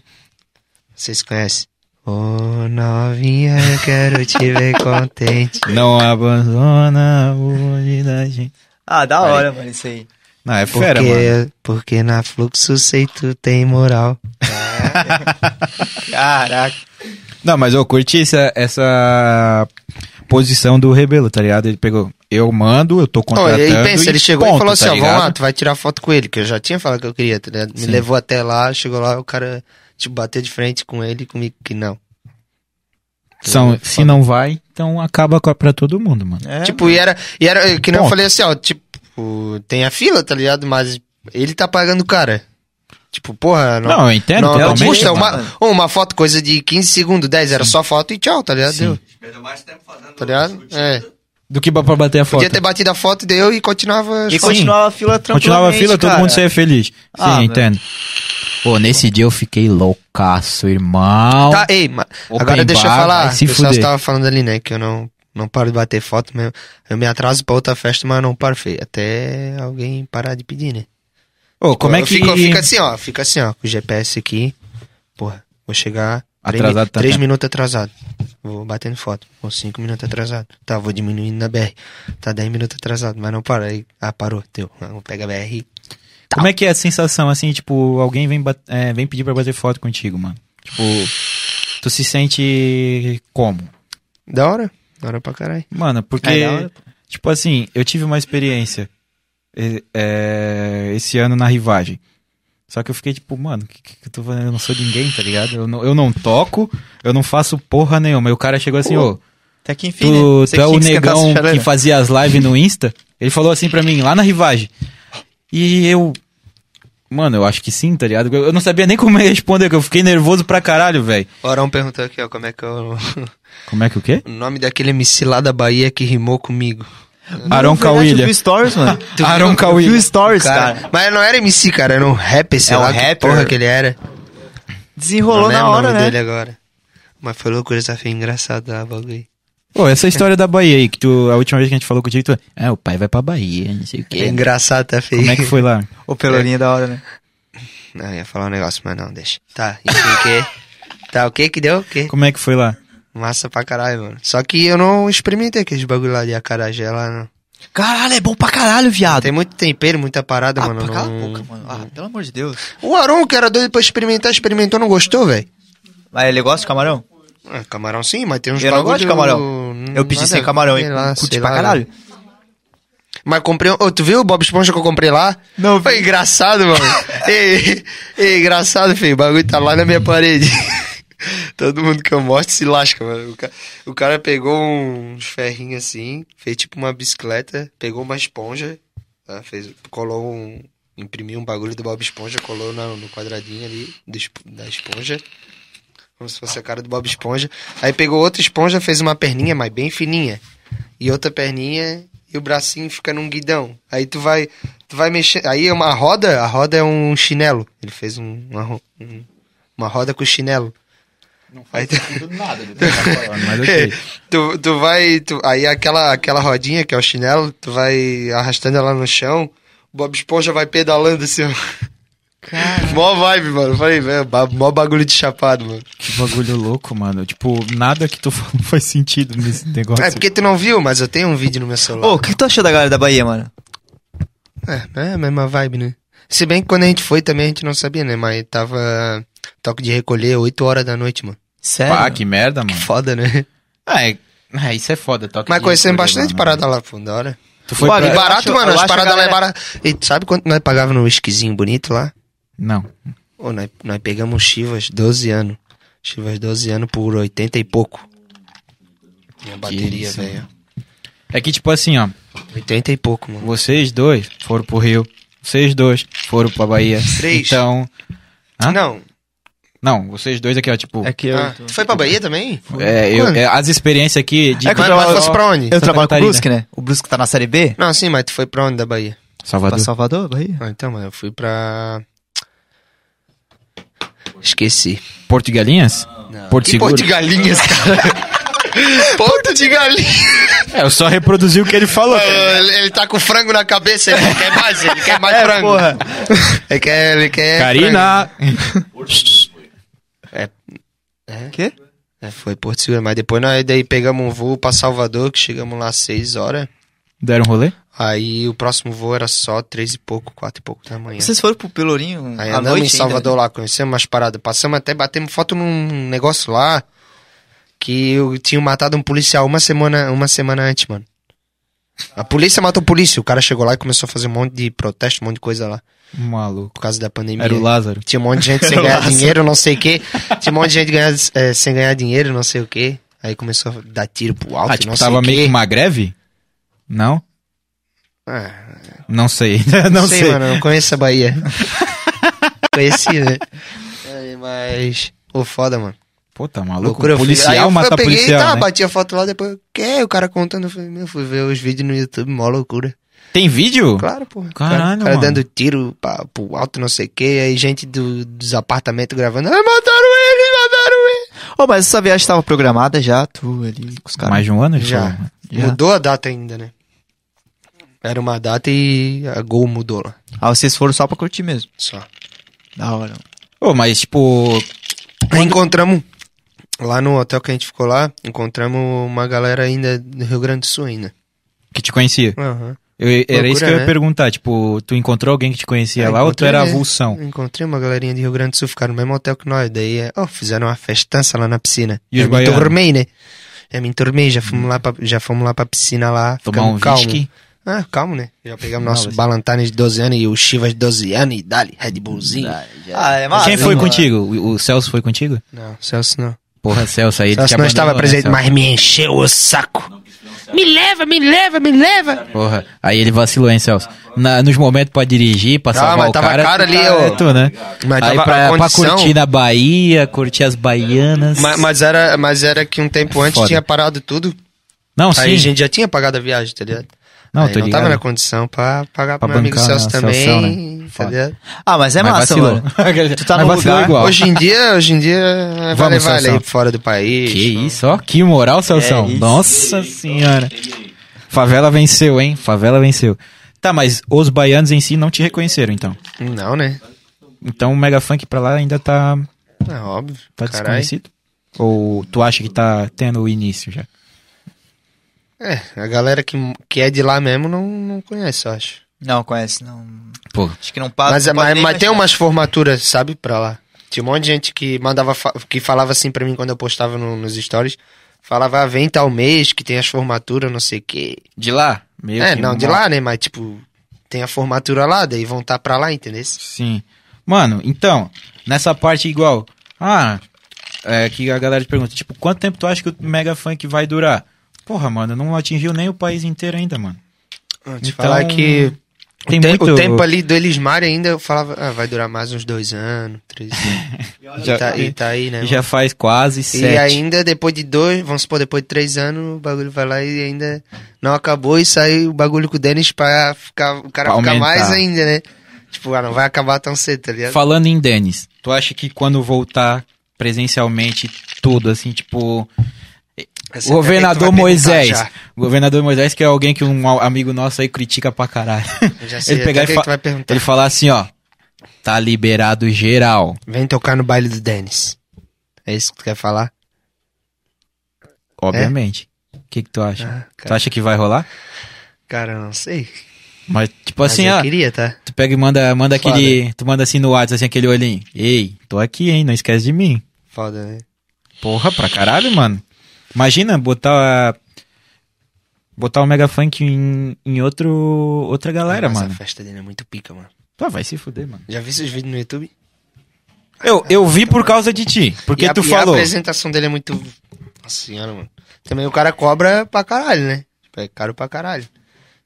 Speaker 3: Vocês conhecem? Ô novinha, eu quero te ver contente.
Speaker 2: Não abandona o bonde da gente.
Speaker 1: Ah, da hora, mano, isso aí.
Speaker 2: Não, é
Speaker 3: Porque,
Speaker 2: fera, mano.
Speaker 3: porque na fluxo sei tu tem moral.
Speaker 1: Caraca.
Speaker 2: Não, mas eu curti essa, essa posição do Rebelo, tá ligado? Ele pegou, eu mando, eu tô
Speaker 3: Olha,
Speaker 2: contratando
Speaker 3: aí pensa, ele chegou
Speaker 2: ponto,
Speaker 3: e falou assim,
Speaker 2: tá
Speaker 3: ó, vamos lá,
Speaker 2: ligado?
Speaker 3: tu vai tirar foto com ele, que eu já tinha falado que eu queria, tá ligado? Me
Speaker 2: Sim.
Speaker 3: levou até lá, chegou lá, o cara, tipo, bateu de frente com ele e comigo que não.
Speaker 2: São, se não vai, então acaba com- pra todo mundo, mano.
Speaker 1: É,
Speaker 3: tipo, e era, e era, que não eu
Speaker 2: Ponto.
Speaker 3: falei assim, ó, tipo, tem a fila, tá ligado? Mas ele tá pagando o cara. Tipo, porra, não,
Speaker 2: Não, eu entendo
Speaker 3: não, não
Speaker 2: totalmente.
Speaker 3: custa
Speaker 2: mano.
Speaker 3: uma, ô, uma foto, coisa de 15 segundos, 10, era só foto e tchau, tá ligado?
Speaker 2: Sim.
Speaker 3: Deu,
Speaker 12: Perdeu mais tempo fazendo.
Speaker 3: tá ligado? É.
Speaker 2: Do que pra pra bater a foto.
Speaker 3: Podia ter batido a foto, deu e continuava.
Speaker 2: Sim.
Speaker 1: E continuava a fila tranquilamente,
Speaker 2: Continuava a fila,
Speaker 1: cara.
Speaker 2: todo mundo saia feliz. Sim,
Speaker 1: Ah, velho.
Speaker 2: entendo. Pô, nesse dia eu fiquei loucaço, irmão.
Speaker 3: Tá, ei, ma-
Speaker 2: Open
Speaker 3: agora deixa eu
Speaker 2: bar,
Speaker 3: falar.
Speaker 2: vai se
Speaker 3: o pessoal
Speaker 2: fuder.
Speaker 3: estava falando ali, né? Que eu não, não paro de bater foto mesmo. Eu me atraso pra outra festa, mas eu não paro feio. Até alguém parar de pedir, né?
Speaker 2: Ô, como é que...
Speaker 3: Fica, fica assim, ó. Fica assim, ó. Com o GPS aqui. Porra, vou chegar. três mi-
Speaker 2: Atrasado tá,
Speaker 3: três
Speaker 2: tá.
Speaker 3: minutos atrasado. Vou batendo foto. Ou cinco minutos atrasado. Tá, vou diminuindo na BR. Tá 10 minutos atrasado, mas não para. Aí, ah, parou. Teu. Ah, vou pegar a BR.
Speaker 2: Como é que é a sensação, assim, tipo, alguém vem, bat- é, vem pedir pra bater foto contigo, mano? Tipo, tu se sente como?
Speaker 3: Da hora. Da hora pra caralho.
Speaker 2: Mano, porque,
Speaker 1: É da hora,
Speaker 2: tipo assim, eu tive uma experiência e- é, esse ano na Rivagem. Só que eu fiquei tipo, mano, o que, que eu tô fazendo? Eu não sou ninguém, tá ligado? Eu não, eu não toco, eu não faço porra nenhuma. E o cara chegou assim, ô,
Speaker 1: Até que enfim,
Speaker 2: tu,
Speaker 1: né?
Speaker 2: tu é o negão
Speaker 1: que
Speaker 2: que fazia as lives no Insta? Ele falou assim pra mim, lá na Rivagem. E eu... Mano, eu acho que sim, tá ligado? Eu eu não sabia nem como responder, que eu fiquei nervoso pra caralho, velho.
Speaker 3: O Arão perguntou aqui, ó, como é que eu.
Speaker 2: Como é que o quê?
Speaker 3: O nome daquele MC lá da Bahia que rimou comigo.
Speaker 2: Arão
Speaker 1: Eu
Speaker 2: Cauilha.
Speaker 1: vi stories, mano.
Speaker 2: Arão
Speaker 1: Eu vi
Speaker 2: Cauilha.
Speaker 1: stories,
Speaker 3: Cara,
Speaker 1: cara.
Speaker 3: Mas não era MC, cara, era um rapper, sei
Speaker 1: É um
Speaker 3: lá que
Speaker 1: rapper.
Speaker 3: porra que ele era.
Speaker 1: Desenrolou
Speaker 3: não lembro
Speaker 1: na
Speaker 3: o
Speaker 1: hora,
Speaker 3: nome
Speaker 1: né?
Speaker 3: dele agora. Mas foi loucura, essa foi engraçada a bagulho.
Speaker 2: Pô, essa história da Bahia aí, que tu, a última vez que a gente falou contigo, tu, é, o pai vai pra Bahia, não sei o
Speaker 3: É
Speaker 2: quê.
Speaker 3: engraçado, tá feio.
Speaker 2: Como é que foi lá?
Speaker 1: O Pelourinho é da hora, né?
Speaker 3: Não, eu ia falar um negócio, mas não, deixa. Tá, enfim, o quê? Tá, o que que deu? O quê?
Speaker 2: Como é que foi lá?
Speaker 3: Massa pra caralho, mano. Só que eu não experimentei aqueles bagulho lá de acarajé lá, não.
Speaker 1: Caralho, é bom pra caralho, viado.
Speaker 3: Tem muito tempero, muita parada,
Speaker 1: Ah,
Speaker 3: mano.
Speaker 1: pá, cala a
Speaker 3: não-
Speaker 1: boca, mano. Ah, pelo amor de Deus.
Speaker 3: O Aron, que era doido pra experimentar, experimentou, não gostou, velho?
Speaker 1: Mas ele gosta de camarão?
Speaker 3: Ah, camarão sim, mas tem uns
Speaker 1: Eu não gosto de
Speaker 3: bagulho-
Speaker 1: camarão. Eu pedi
Speaker 3: Hum, nada a
Speaker 1: sem
Speaker 3: ver,
Speaker 1: camarão, hein?
Speaker 3: sei lá,
Speaker 1: Curti
Speaker 3: sei
Speaker 1: pra
Speaker 3: lá.
Speaker 1: caralho.
Speaker 3: Mas comprei. um- Ô, tu viu o Bob Esponja que eu comprei lá?
Speaker 1: Não,
Speaker 3: Foi engraçado, mano. ei, ei, engraçado, filho. O bagulho tá lá na minha parede. Todo mundo que eu mostro se lasca, mano. O, ca- o cara pegou uns ferrinhos assim, fez tipo uma bicicleta, pegou uma esponja, tá? fez, colou um. Imprimiu um bagulho do Bob Esponja, colou na- no quadradinho ali do esp- da esponja. Como se fosse a cara do Bob Esponja. Aí pegou outra esponja, fez uma perninha, mas bem fininha. E outra perninha e o bracinho fica num guidão. Aí tu vai, tu vai mexer. Aí é uma roda, a roda é um chinelo. Ele fez um- uma, ro- um- uma roda com chinelo. Não faz
Speaker 2: sentido nada do que ele tá falando, mas ok.
Speaker 3: tu, tu vai. tu- aí aquela, aquela rodinha que é o chinelo, tu vai arrastando ela no chão, o Bob Esponja vai pedalando assim, ó. Mó vibe, mano. Eu Falei, velho, ba- mó bagulho de chapado, mano.
Speaker 2: Que bagulho louco, mano. Tipo, nada que tu falou faz sentido nesse negócio.
Speaker 3: É porque tu não viu, mas eu tenho um vídeo no meu celular.
Speaker 1: Ô, o que tu achou da galera da Bahia, mano?
Speaker 3: É, é a mesma vibe, né? Se bem que quando a gente foi também a gente não sabia, né? Mas tava toque de recolher 8 horas da noite, mano.
Speaker 1: Sério?
Speaker 2: Pá, que merda, mano.
Speaker 3: Foda, né?
Speaker 2: Ah, é... ah, isso é foda. Toque
Speaker 3: Mas
Speaker 2: de
Speaker 3: conhecemos
Speaker 2: recolher
Speaker 3: bastante
Speaker 2: lá,
Speaker 3: parada lá, pô, da hora.
Speaker 2: Tu foi
Speaker 3: Pô,
Speaker 2: pra-
Speaker 3: e barato,
Speaker 1: Eu acho-
Speaker 3: mano,
Speaker 1: eu
Speaker 3: as
Speaker 1: acho a
Speaker 3: paradas lá é
Speaker 1: galera-
Speaker 3: barato. E tu sabe quanto nós pagava no whiskyzinho bonito lá?
Speaker 2: Não.
Speaker 3: Ô, nós, nós pegamos um Chivas 12 anos. Chivas 12 anos por 80 e pouco. Minha bateria,
Speaker 2: isso,
Speaker 3: velho.
Speaker 2: É que, tipo assim, ó.
Speaker 3: 80 e pouco, mano.
Speaker 2: Vocês dois foram pro Rio. Vocês dois foram pra Bahia.
Speaker 3: Três.
Speaker 2: Então... Hã?
Speaker 3: Não.
Speaker 2: Não, vocês dois aqui, ó, tipo...
Speaker 1: É que eu.
Speaker 3: Ah, tu foi pra Bahia também?
Speaker 2: É, eu-
Speaker 3: Quando?
Speaker 2: é, as experiências aqui de
Speaker 1: É que eu
Speaker 3: Mas-
Speaker 1: trabalho-
Speaker 3: mas fosse pra onde?
Speaker 1: Eu
Speaker 2: Santa
Speaker 1: trabalho com o
Speaker 2: Catarina.
Speaker 1: Brusque, né? O Brusque tá na Série B?
Speaker 3: Não, sim, mas tu foi pra onde da Bahia?
Speaker 1: Pra
Speaker 2: Salvador.
Speaker 1: Salvador, Bahia?
Speaker 3: Ah, então, mano, eu fui pra. Esqueci.
Speaker 2: Porto de Galinhas? Porto
Speaker 3: Que
Speaker 2: Seguro.
Speaker 3: Porto de Galinhas, cara. Porto de Galinhas.
Speaker 2: É, eu só reproduzi o que ele falou.
Speaker 3: Ele, ele tá com frango na cabeça, ele quer mais, ele quer mais
Speaker 1: É,
Speaker 3: frango.
Speaker 1: porra.
Speaker 3: Ele quer, É ele quer. frango.
Speaker 2: Karina!
Speaker 1: O quê?
Speaker 3: É, foi Porto Seguro, mas depois nós daí pegamos um voo pra Salvador, que chegamos lá às 6 horas.
Speaker 2: Deram um rolê?
Speaker 3: Aí o próximo voo era só três e pouco, quatro e pouco da manhã.
Speaker 1: Vocês foram pro Pelourinho
Speaker 3: Aí
Speaker 1: à
Speaker 3: andamos
Speaker 1: noite
Speaker 3: em Salvador
Speaker 2: né?
Speaker 3: lá, conhecemos umas paradas. Passamos até, batemos foto num negócio lá que eu tinha matado um policial uma semana, uma semana antes, mano. A polícia matou o polícia. O cara chegou lá e começou a fazer um monte de protesto, um monte de coisa lá.
Speaker 2: Maluco.
Speaker 3: Por causa da pandemia.
Speaker 2: Era o Lázaro.
Speaker 3: Tinha um monte de gente sem ganhar dinheiro, não sei o quê. Tinha um monte de gente ganhar- eh, sem ganhar dinheiro, não sei o quê. Aí começou a dar tiro pro alto,
Speaker 2: Ah, tipo,
Speaker 3: não sei
Speaker 2: tava
Speaker 3: o quê.
Speaker 2: meio que uma greve? Não?
Speaker 3: Ah,
Speaker 2: Não sei. não sei.
Speaker 3: mano, eu não conheço a Bahia. Conheci, né? É, mas. Ô, foda, mano.
Speaker 2: Pô, tá maluco.
Speaker 3: Loucura, eu fui- Aí eu
Speaker 2: policial
Speaker 3: fui-
Speaker 2: mata
Speaker 3: eu peguei,
Speaker 2: policial.
Speaker 3: tá,
Speaker 2: né?
Speaker 3: bati a foto lá, depois. Que? O cara contando. Eu falei, meu, fui ver os vídeos no YouTube, mó loucura.
Speaker 2: Tem vídeo?
Speaker 3: Claro, pô. O
Speaker 2: Caralho,
Speaker 3: cara, o cara
Speaker 2: mano.
Speaker 3: dando tiro pra, pro alto, não sei o que. Aí gente do- dos apartamentos gravando. Ah, mataram ele, mataram ele.
Speaker 1: Ô, mas essa viagem tava programada já, tu ali com os caras.
Speaker 2: Mais de um ano? ele
Speaker 3: Já.
Speaker 2: falou? Já.
Speaker 3: Mudou a data ainda, né? Era uma data e a Gol mudou lá.
Speaker 1: Ah, vocês foram só pra curtir mesmo.
Speaker 3: Só.
Speaker 1: Da hora.
Speaker 2: Ô, mas tipo...
Speaker 3: Aí encontramos lá no hotel que a gente ficou lá, encontramos uma galera ainda do Rio Grande do Sul ainda.
Speaker 2: Que te conhecia.
Speaker 3: Aham.
Speaker 2: Eu- era isso
Speaker 3: Loucura,
Speaker 2: que eu ia
Speaker 3: né?
Speaker 2: perguntar. Tipo, tu encontrou alguém que te conhecia
Speaker 3: Aí
Speaker 2: lá ou tu
Speaker 3: encontrei,
Speaker 2: era
Speaker 3: né?
Speaker 2: avulsão?
Speaker 3: Encontrei uma galerinha de Rio Grande do Sul, ficaram no mesmo hotel que nós. Daí, é, ó, fizeram uma festança lá na piscina.
Speaker 2: E os
Speaker 3: Eu me
Speaker 2: baianos?
Speaker 3: enturmei, né? Eu me enturmei, já fomos, lá pra, já fomos lá pra piscina lá.
Speaker 2: Tomar
Speaker 3: ficamos
Speaker 2: um
Speaker 3: calmo.
Speaker 2: whisky?
Speaker 3: Ah, calmo, né? Já pegamos
Speaker 2: Não,
Speaker 3: nosso
Speaker 2: mas-
Speaker 3: Balantane de 12 anos e o Chivas de 12 anos e dali, Red Bullzinho.
Speaker 1: Ah, é massa.
Speaker 2: Quem foi
Speaker 1: mano.
Speaker 2: contigo? O, o Celso foi contigo?
Speaker 3: Não, Celso não.
Speaker 2: Porra, Celso aí. ele
Speaker 3: Celso
Speaker 2: te
Speaker 3: não estava
Speaker 2: abandonou, né,
Speaker 3: presente, mas me encheu o saco. Me leva, me leva, me leva.
Speaker 2: Celso? Porra, aí ele vacilou, hein, Celso? Na- nos momentos pra dirigir, pra salvar
Speaker 3: Ah, mas
Speaker 2: o
Speaker 3: tava
Speaker 2: cara...
Speaker 3: caro
Speaker 2: tu
Speaker 3: ali,
Speaker 2: tá-
Speaker 3: ô.
Speaker 2: é tu, né?
Speaker 3: Mas
Speaker 2: aí
Speaker 3: tava
Speaker 2: pra,
Speaker 3: a
Speaker 2: pra
Speaker 3: condição-
Speaker 2: curtir na Bahia, curtir as baianas...
Speaker 3: Ma- Mas, era, mas era que um tempo antes
Speaker 2: É Foda.
Speaker 3: tinha parado tudo.
Speaker 2: Não,
Speaker 3: Aí
Speaker 2: sim.
Speaker 3: a gente já tinha pagado a viagem, tá ligado?
Speaker 2: Não,
Speaker 3: Aí
Speaker 2: tô
Speaker 3: não
Speaker 2: ligado.
Speaker 3: tava na condição pra pagar
Speaker 2: Pra
Speaker 3: pro meu amigo
Speaker 2: bancar,
Speaker 3: Celso
Speaker 2: né,
Speaker 3: também,
Speaker 2: Celso, né?
Speaker 3: tá
Speaker 2: Foda.
Speaker 3: ligado?
Speaker 1: Ah, mas é
Speaker 2: Mas
Speaker 1: massa,
Speaker 2: vacilou.
Speaker 1: mano. Tu tá
Speaker 2: Mas
Speaker 1: no
Speaker 2: vacilou
Speaker 1: lugar.
Speaker 2: igual.
Speaker 3: Hoje em dia, hoje em dia, vale,
Speaker 2: Vamos,
Speaker 3: vale
Speaker 2: Celso.
Speaker 3: aí fora do país. É
Speaker 2: Que isso, ó, que moral, Celção.
Speaker 1: isso.
Speaker 2: Nossa senhora. Favela venceu, hein? Favela venceu. Tá, mas os baianos em si não te reconheceram, então.
Speaker 3: Não, né?
Speaker 2: Então o Mega Funk pra lá ainda tá,
Speaker 3: É óbvio.
Speaker 2: tá
Speaker 3: Caralho.
Speaker 2: desconhecido? Ou tu acha que tá tendo o início já?
Speaker 3: É, a galera que, que é de lá mesmo não, não conhece, eu acho.
Speaker 1: Não, conhece, não.
Speaker 2: Pô.
Speaker 1: Acho que não passa.
Speaker 3: mas é,
Speaker 1: não pode
Speaker 3: mas,
Speaker 1: nem
Speaker 3: mas tem
Speaker 1: imaginar.
Speaker 3: umas formaturas, sabe, pra lá. Tinha um monte de gente que mandava, fa- que falava assim pra mim quando eu postava no- nos stories. Falava, ah, vem tal mês que tem as formaturas, não sei o quê.
Speaker 2: De lá? Meio
Speaker 3: é,
Speaker 2: que um
Speaker 3: não, de
Speaker 2: uma-
Speaker 3: lá, né? Mas, tipo, tem a formatura lá, daí vão estar tá pra lá, entendeu?
Speaker 2: Sim. Mano, então, nessa parte igual. Ah, é que a galera te pergunta, tipo, quanto tempo tu acha que o Mega Funk vai durar? Porra, mano, não atingiu nem o país inteiro ainda, mano.
Speaker 3: Ah, Te
Speaker 2: Então-
Speaker 3: falar que O, tem o tempo ali do Elismar ainda, eu falava, ah, vai durar mais uns dois anos, três anos.
Speaker 2: Já-
Speaker 3: e, tá, e tá aí, né?
Speaker 2: Já
Speaker 3: mano?
Speaker 2: faz quase
Speaker 3: E
Speaker 2: sete.
Speaker 3: ainda depois de dois, vamos supor, depois de três anos, o bagulho vai lá e ainda não acabou e sai o bagulho com o Denis pra ficar, o cara
Speaker 2: Pra
Speaker 3: ficar
Speaker 2: aumentar.
Speaker 3: mais ainda, né? Tipo, ah, não vai acabar tão cedo, tá ligado?
Speaker 2: Falando em Denis, tu acha que quando voltar presencialmente tudo, assim, tipo. O
Speaker 3: Essa pergunta vai
Speaker 2: governador
Speaker 3: perguntar
Speaker 2: Moisés.
Speaker 3: já.
Speaker 2: O governador Moisés, que é alguém que um a- amigo nosso aí critica pra caralho.
Speaker 3: Eu já sei até o que
Speaker 2: fa-
Speaker 3: que tu vai perguntar.
Speaker 2: ele falar assim, ó. Tá liberado geral.
Speaker 3: Vem tocar no baile do Denis. É isso que tu quer falar?
Speaker 2: Obviamente. O que, que tu acha?
Speaker 3: Ah, cara.
Speaker 2: tu acha que vai rolar?
Speaker 3: Cara, eu não sei.
Speaker 2: Mas, tipo
Speaker 3: Mas
Speaker 2: assim,
Speaker 3: eu
Speaker 2: ó.
Speaker 3: queria, tá?
Speaker 2: Tu pega e manda, manda
Speaker 3: Foda.
Speaker 2: aquele. Tu manda assim no WhatsApp, assim, aquele olhinho. Ei, tô aqui, hein? Não esquece de mim.
Speaker 3: Foda, né?
Speaker 2: Porra, pra caralho, mano. Imagina botar. Botar o Mega Funk em, em outro, outra galera,
Speaker 3: Nossa,
Speaker 2: mano.
Speaker 3: a festa dele é muito pica, mano.
Speaker 2: Tá, vai se fuder, mano.
Speaker 3: Já vi seus vídeos no YouTube?
Speaker 2: Eu, eu vi por causa de ti, porque
Speaker 3: E a-
Speaker 2: tu
Speaker 3: e
Speaker 2: falou.
Speaker 3: A apresentação dele é muito. Nossa senhora, mano. Também o cara cobra pra caralho, né? Tipo, É caro pra caralho.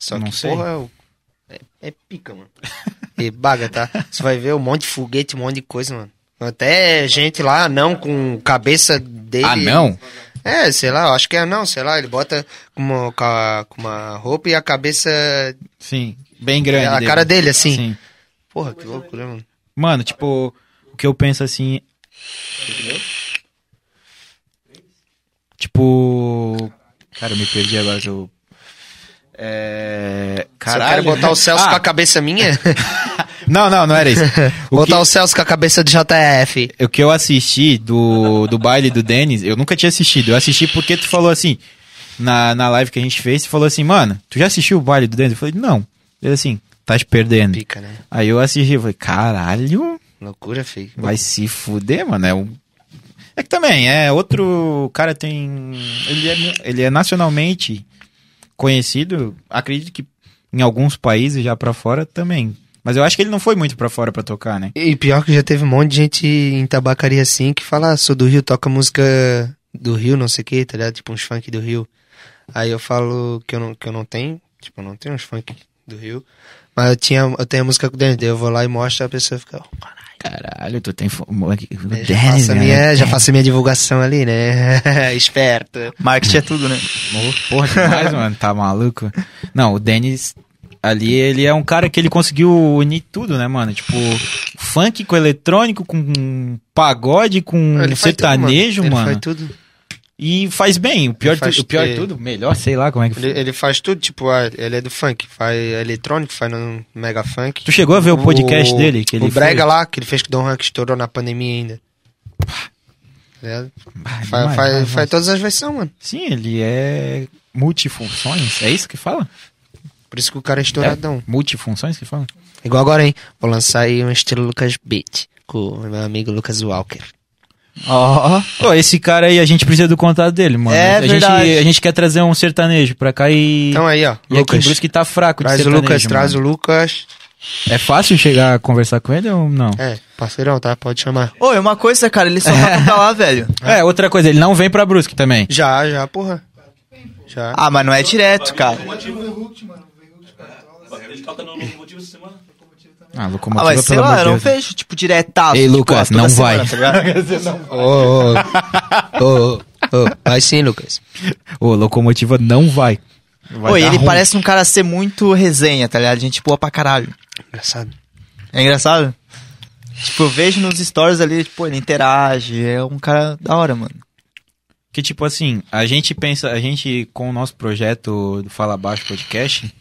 Speaker 3: Só
Speaker 2: Não
Speaker 3: que,
Speaker 2: sei.
Speaker 3: porra, o- é, é pica, mano. E baga, tá? Você vai ver um monte de foguete, um monte de coisa, mano. Até gente lá, não, com cabeça dele.
Speaker 2: Ah, não?
Speaker 3: É, sei lá, eu acho que é não, sei lá. Ele bota com uma, com a- com uma roupa e a cabeça.
Speaker 2: Sim, bem grande.
Speaker 3: a cara dele, assim.
Speaker 2: Sim.
Speaker 3: Porra, que loucura, mano.
Speaker 2: Mano, tipo, o que eu penso assim. Tipo. Cara, eu me perdi agora que eu. É. Caralho.
Speaker 3: Se eu quero botar o Celso
Speaker 2: Ah,
Speaker 3: com a cabeça minha?
Speaker 2: Não, não, não era isso. O que,
Speaker 3: botar o Celso com a cabeça do JF.
Speaker 2: o que eu assisti do, do baile do Denis, eu nunca tinha assistido. Eu assisti porque tu falou assim. Na, na live que a gente fez, tu falou assim, mano, tu já assistiu o baile do Denis? Eu falei, não. Ele assim, tá te perdendo.
Speaker 3: Pica, né?
Speaker 2: Aí eu assisti, eu falei, caralho.
Speaker 3: Loucura, feio.
Speaker 2: Vai se fuder, mano. É, um... é que também, é outro. O cara tem. Ele é, mu- ele é nacionalmente conhecido, acredito que em alguns países já pra fora também. Mas eu acho que ele não foi muito pra fora pra tocar, né?
Speaker 3: E pior que já teve um monte de gente em tabacaria assim que fala, "Ah, sou do Rio, toca música do Rio, não sei o que, tá ligado? Tipo uns funk do Rio. Aí eu falo que eu não, que eu não tenho, tipo, eu não tenho uns funk do Rio. Mas eu, tinha, eu tenho a música com o Dennis, daí eu vou lá e mostro a pessoa fica. "Oh,
Speaker 2: Caralho, é. tu tem. fo- moleque-
Speaker 3: né, já, faço a minha, já faço a minha divulgação ali, né? Esperto.
Speaker 1: Marketing é tudo, né?
Speaker 2: Porra, demais, mano. Tá maluco? Não, o Denis ali, ele é um cara que ele conseguiu unir tudo, né, mano? Tipo, funk com eletrônico, com pagode, com
Speaker 3: Ele faz tudo,
Speaker 2: sertanejo,
Speaker 3: Ele
Speaker 2: mano.
Speaker 3: faz tudo.
Speaker 2: E faz bem. O pior,
Speaker 3: Ele faz
Speaker 2: tu- o pior
Speaker 3: ter-
Speaker 2: de tudo, melhor, sei lá como é que
Speaker 3: Ele, ele faz tudo, tipo, ah, ele é do funk, faz eletrônico, faz no mega funk.
Speaker 2: Tu chegou a ver o podcast dele? Que ele
Speaker 3: o Brega
Speaker 2: foi?
Speaker 3: lá, que ele fez com o Don Rank estourou na pandemia ainda. É,
Speaker 2: Ah, é
Speaker 3: faz,
Speaker 2: demais,
Speaker 3: faz-
Speaker 2: demais.
Speaker 3: faz todas as versões, mano.
Speaker 2: Sim, ele é multifunções. É isso que fala?
Speaker 3: Por isso que o cara é estouradão.
Speaker 2: Multifunções que fala?
Speaker 3: Igual agora, hein? Vou lançar aí um estilo Lucas Beat com o meu amigo Lucas Walker.
Speaker 2: Ó. Pô, esse cara aí, a gente precisa do contato dele, mano.
Speaker 1: É
Speaker 2: a
Speaker 1: verdade.
Speaker 2: Gente, a gente quer trazer um sertanejo pra cá e.
Speaker 3: Então aí,
Speaker 2: e
Speaker 3: ó.
Speaker 2: aqui em
Speaker 3: Lucas.
Speaker 2: Brusque tá fraco de
Speaker 3: Traz o
Speaker 2: sertanejo,
Speaker 3: Lucas,
Speaker 2: mano.
Speaker 3: traz o Lucas.
Speaker 2: É fácil chegar a conversar com ele ou não?
Speaker 3: É, parceirão, tá? Pode chamar.
Speaker 1: Ô, é uma coisa, cara, ele só tá pra lá, velho.
Speaker 2: É. outra coisa, ele não vem pra Brusque também.
Speaker 3: Já, já, porra. Já.
Speaker 1: Ah, mas não é direto, cara.
Speaker 11: Ele toca no Locomotivo essa semana?
Speaker 2: Ah,
Speaker 1: Ah,
Speaker 2: locomotiva,
Speaker 1: mas sei
Speaker 2: pelo
Speaker 1: lá,
Speaker 2: amor de
Speaker 1: eu não
Speaker 2: Deus.
Speaker 1: vejo, tipo, diretaço.
Speaker 2: Ei,
Speaker 1: tipo,
Speaker 2: Lucas,
Speaker 1: ah, toda
Speaker 2: É, não
Speaker 1: semana,
Speaker 2: vai.
Speaker 1: tá ligado?
Speaker 3: Ô, ô, ô, ô, vai sim, Lucas.
Speaker 2: Ô, locomotiva não vai. Vai
Speaker 1: Oi,
Speaker 2: dar
Speaker 1: ele
Speaker 2: ruim.
Speaker 1: parece um cara ser muito resenha, tá ligado? Gente boa pra caralho.
Speaker 3: Engraçado.
Speaker 1: É engraçado? Tipo, eu vejo nos stories ali, tipo, ele interage, é um cara da hora, mano.
Speaker 2: Que tipo assim, a gente pensa, a gente com o nosso projeto do Fala Baixo Podcast,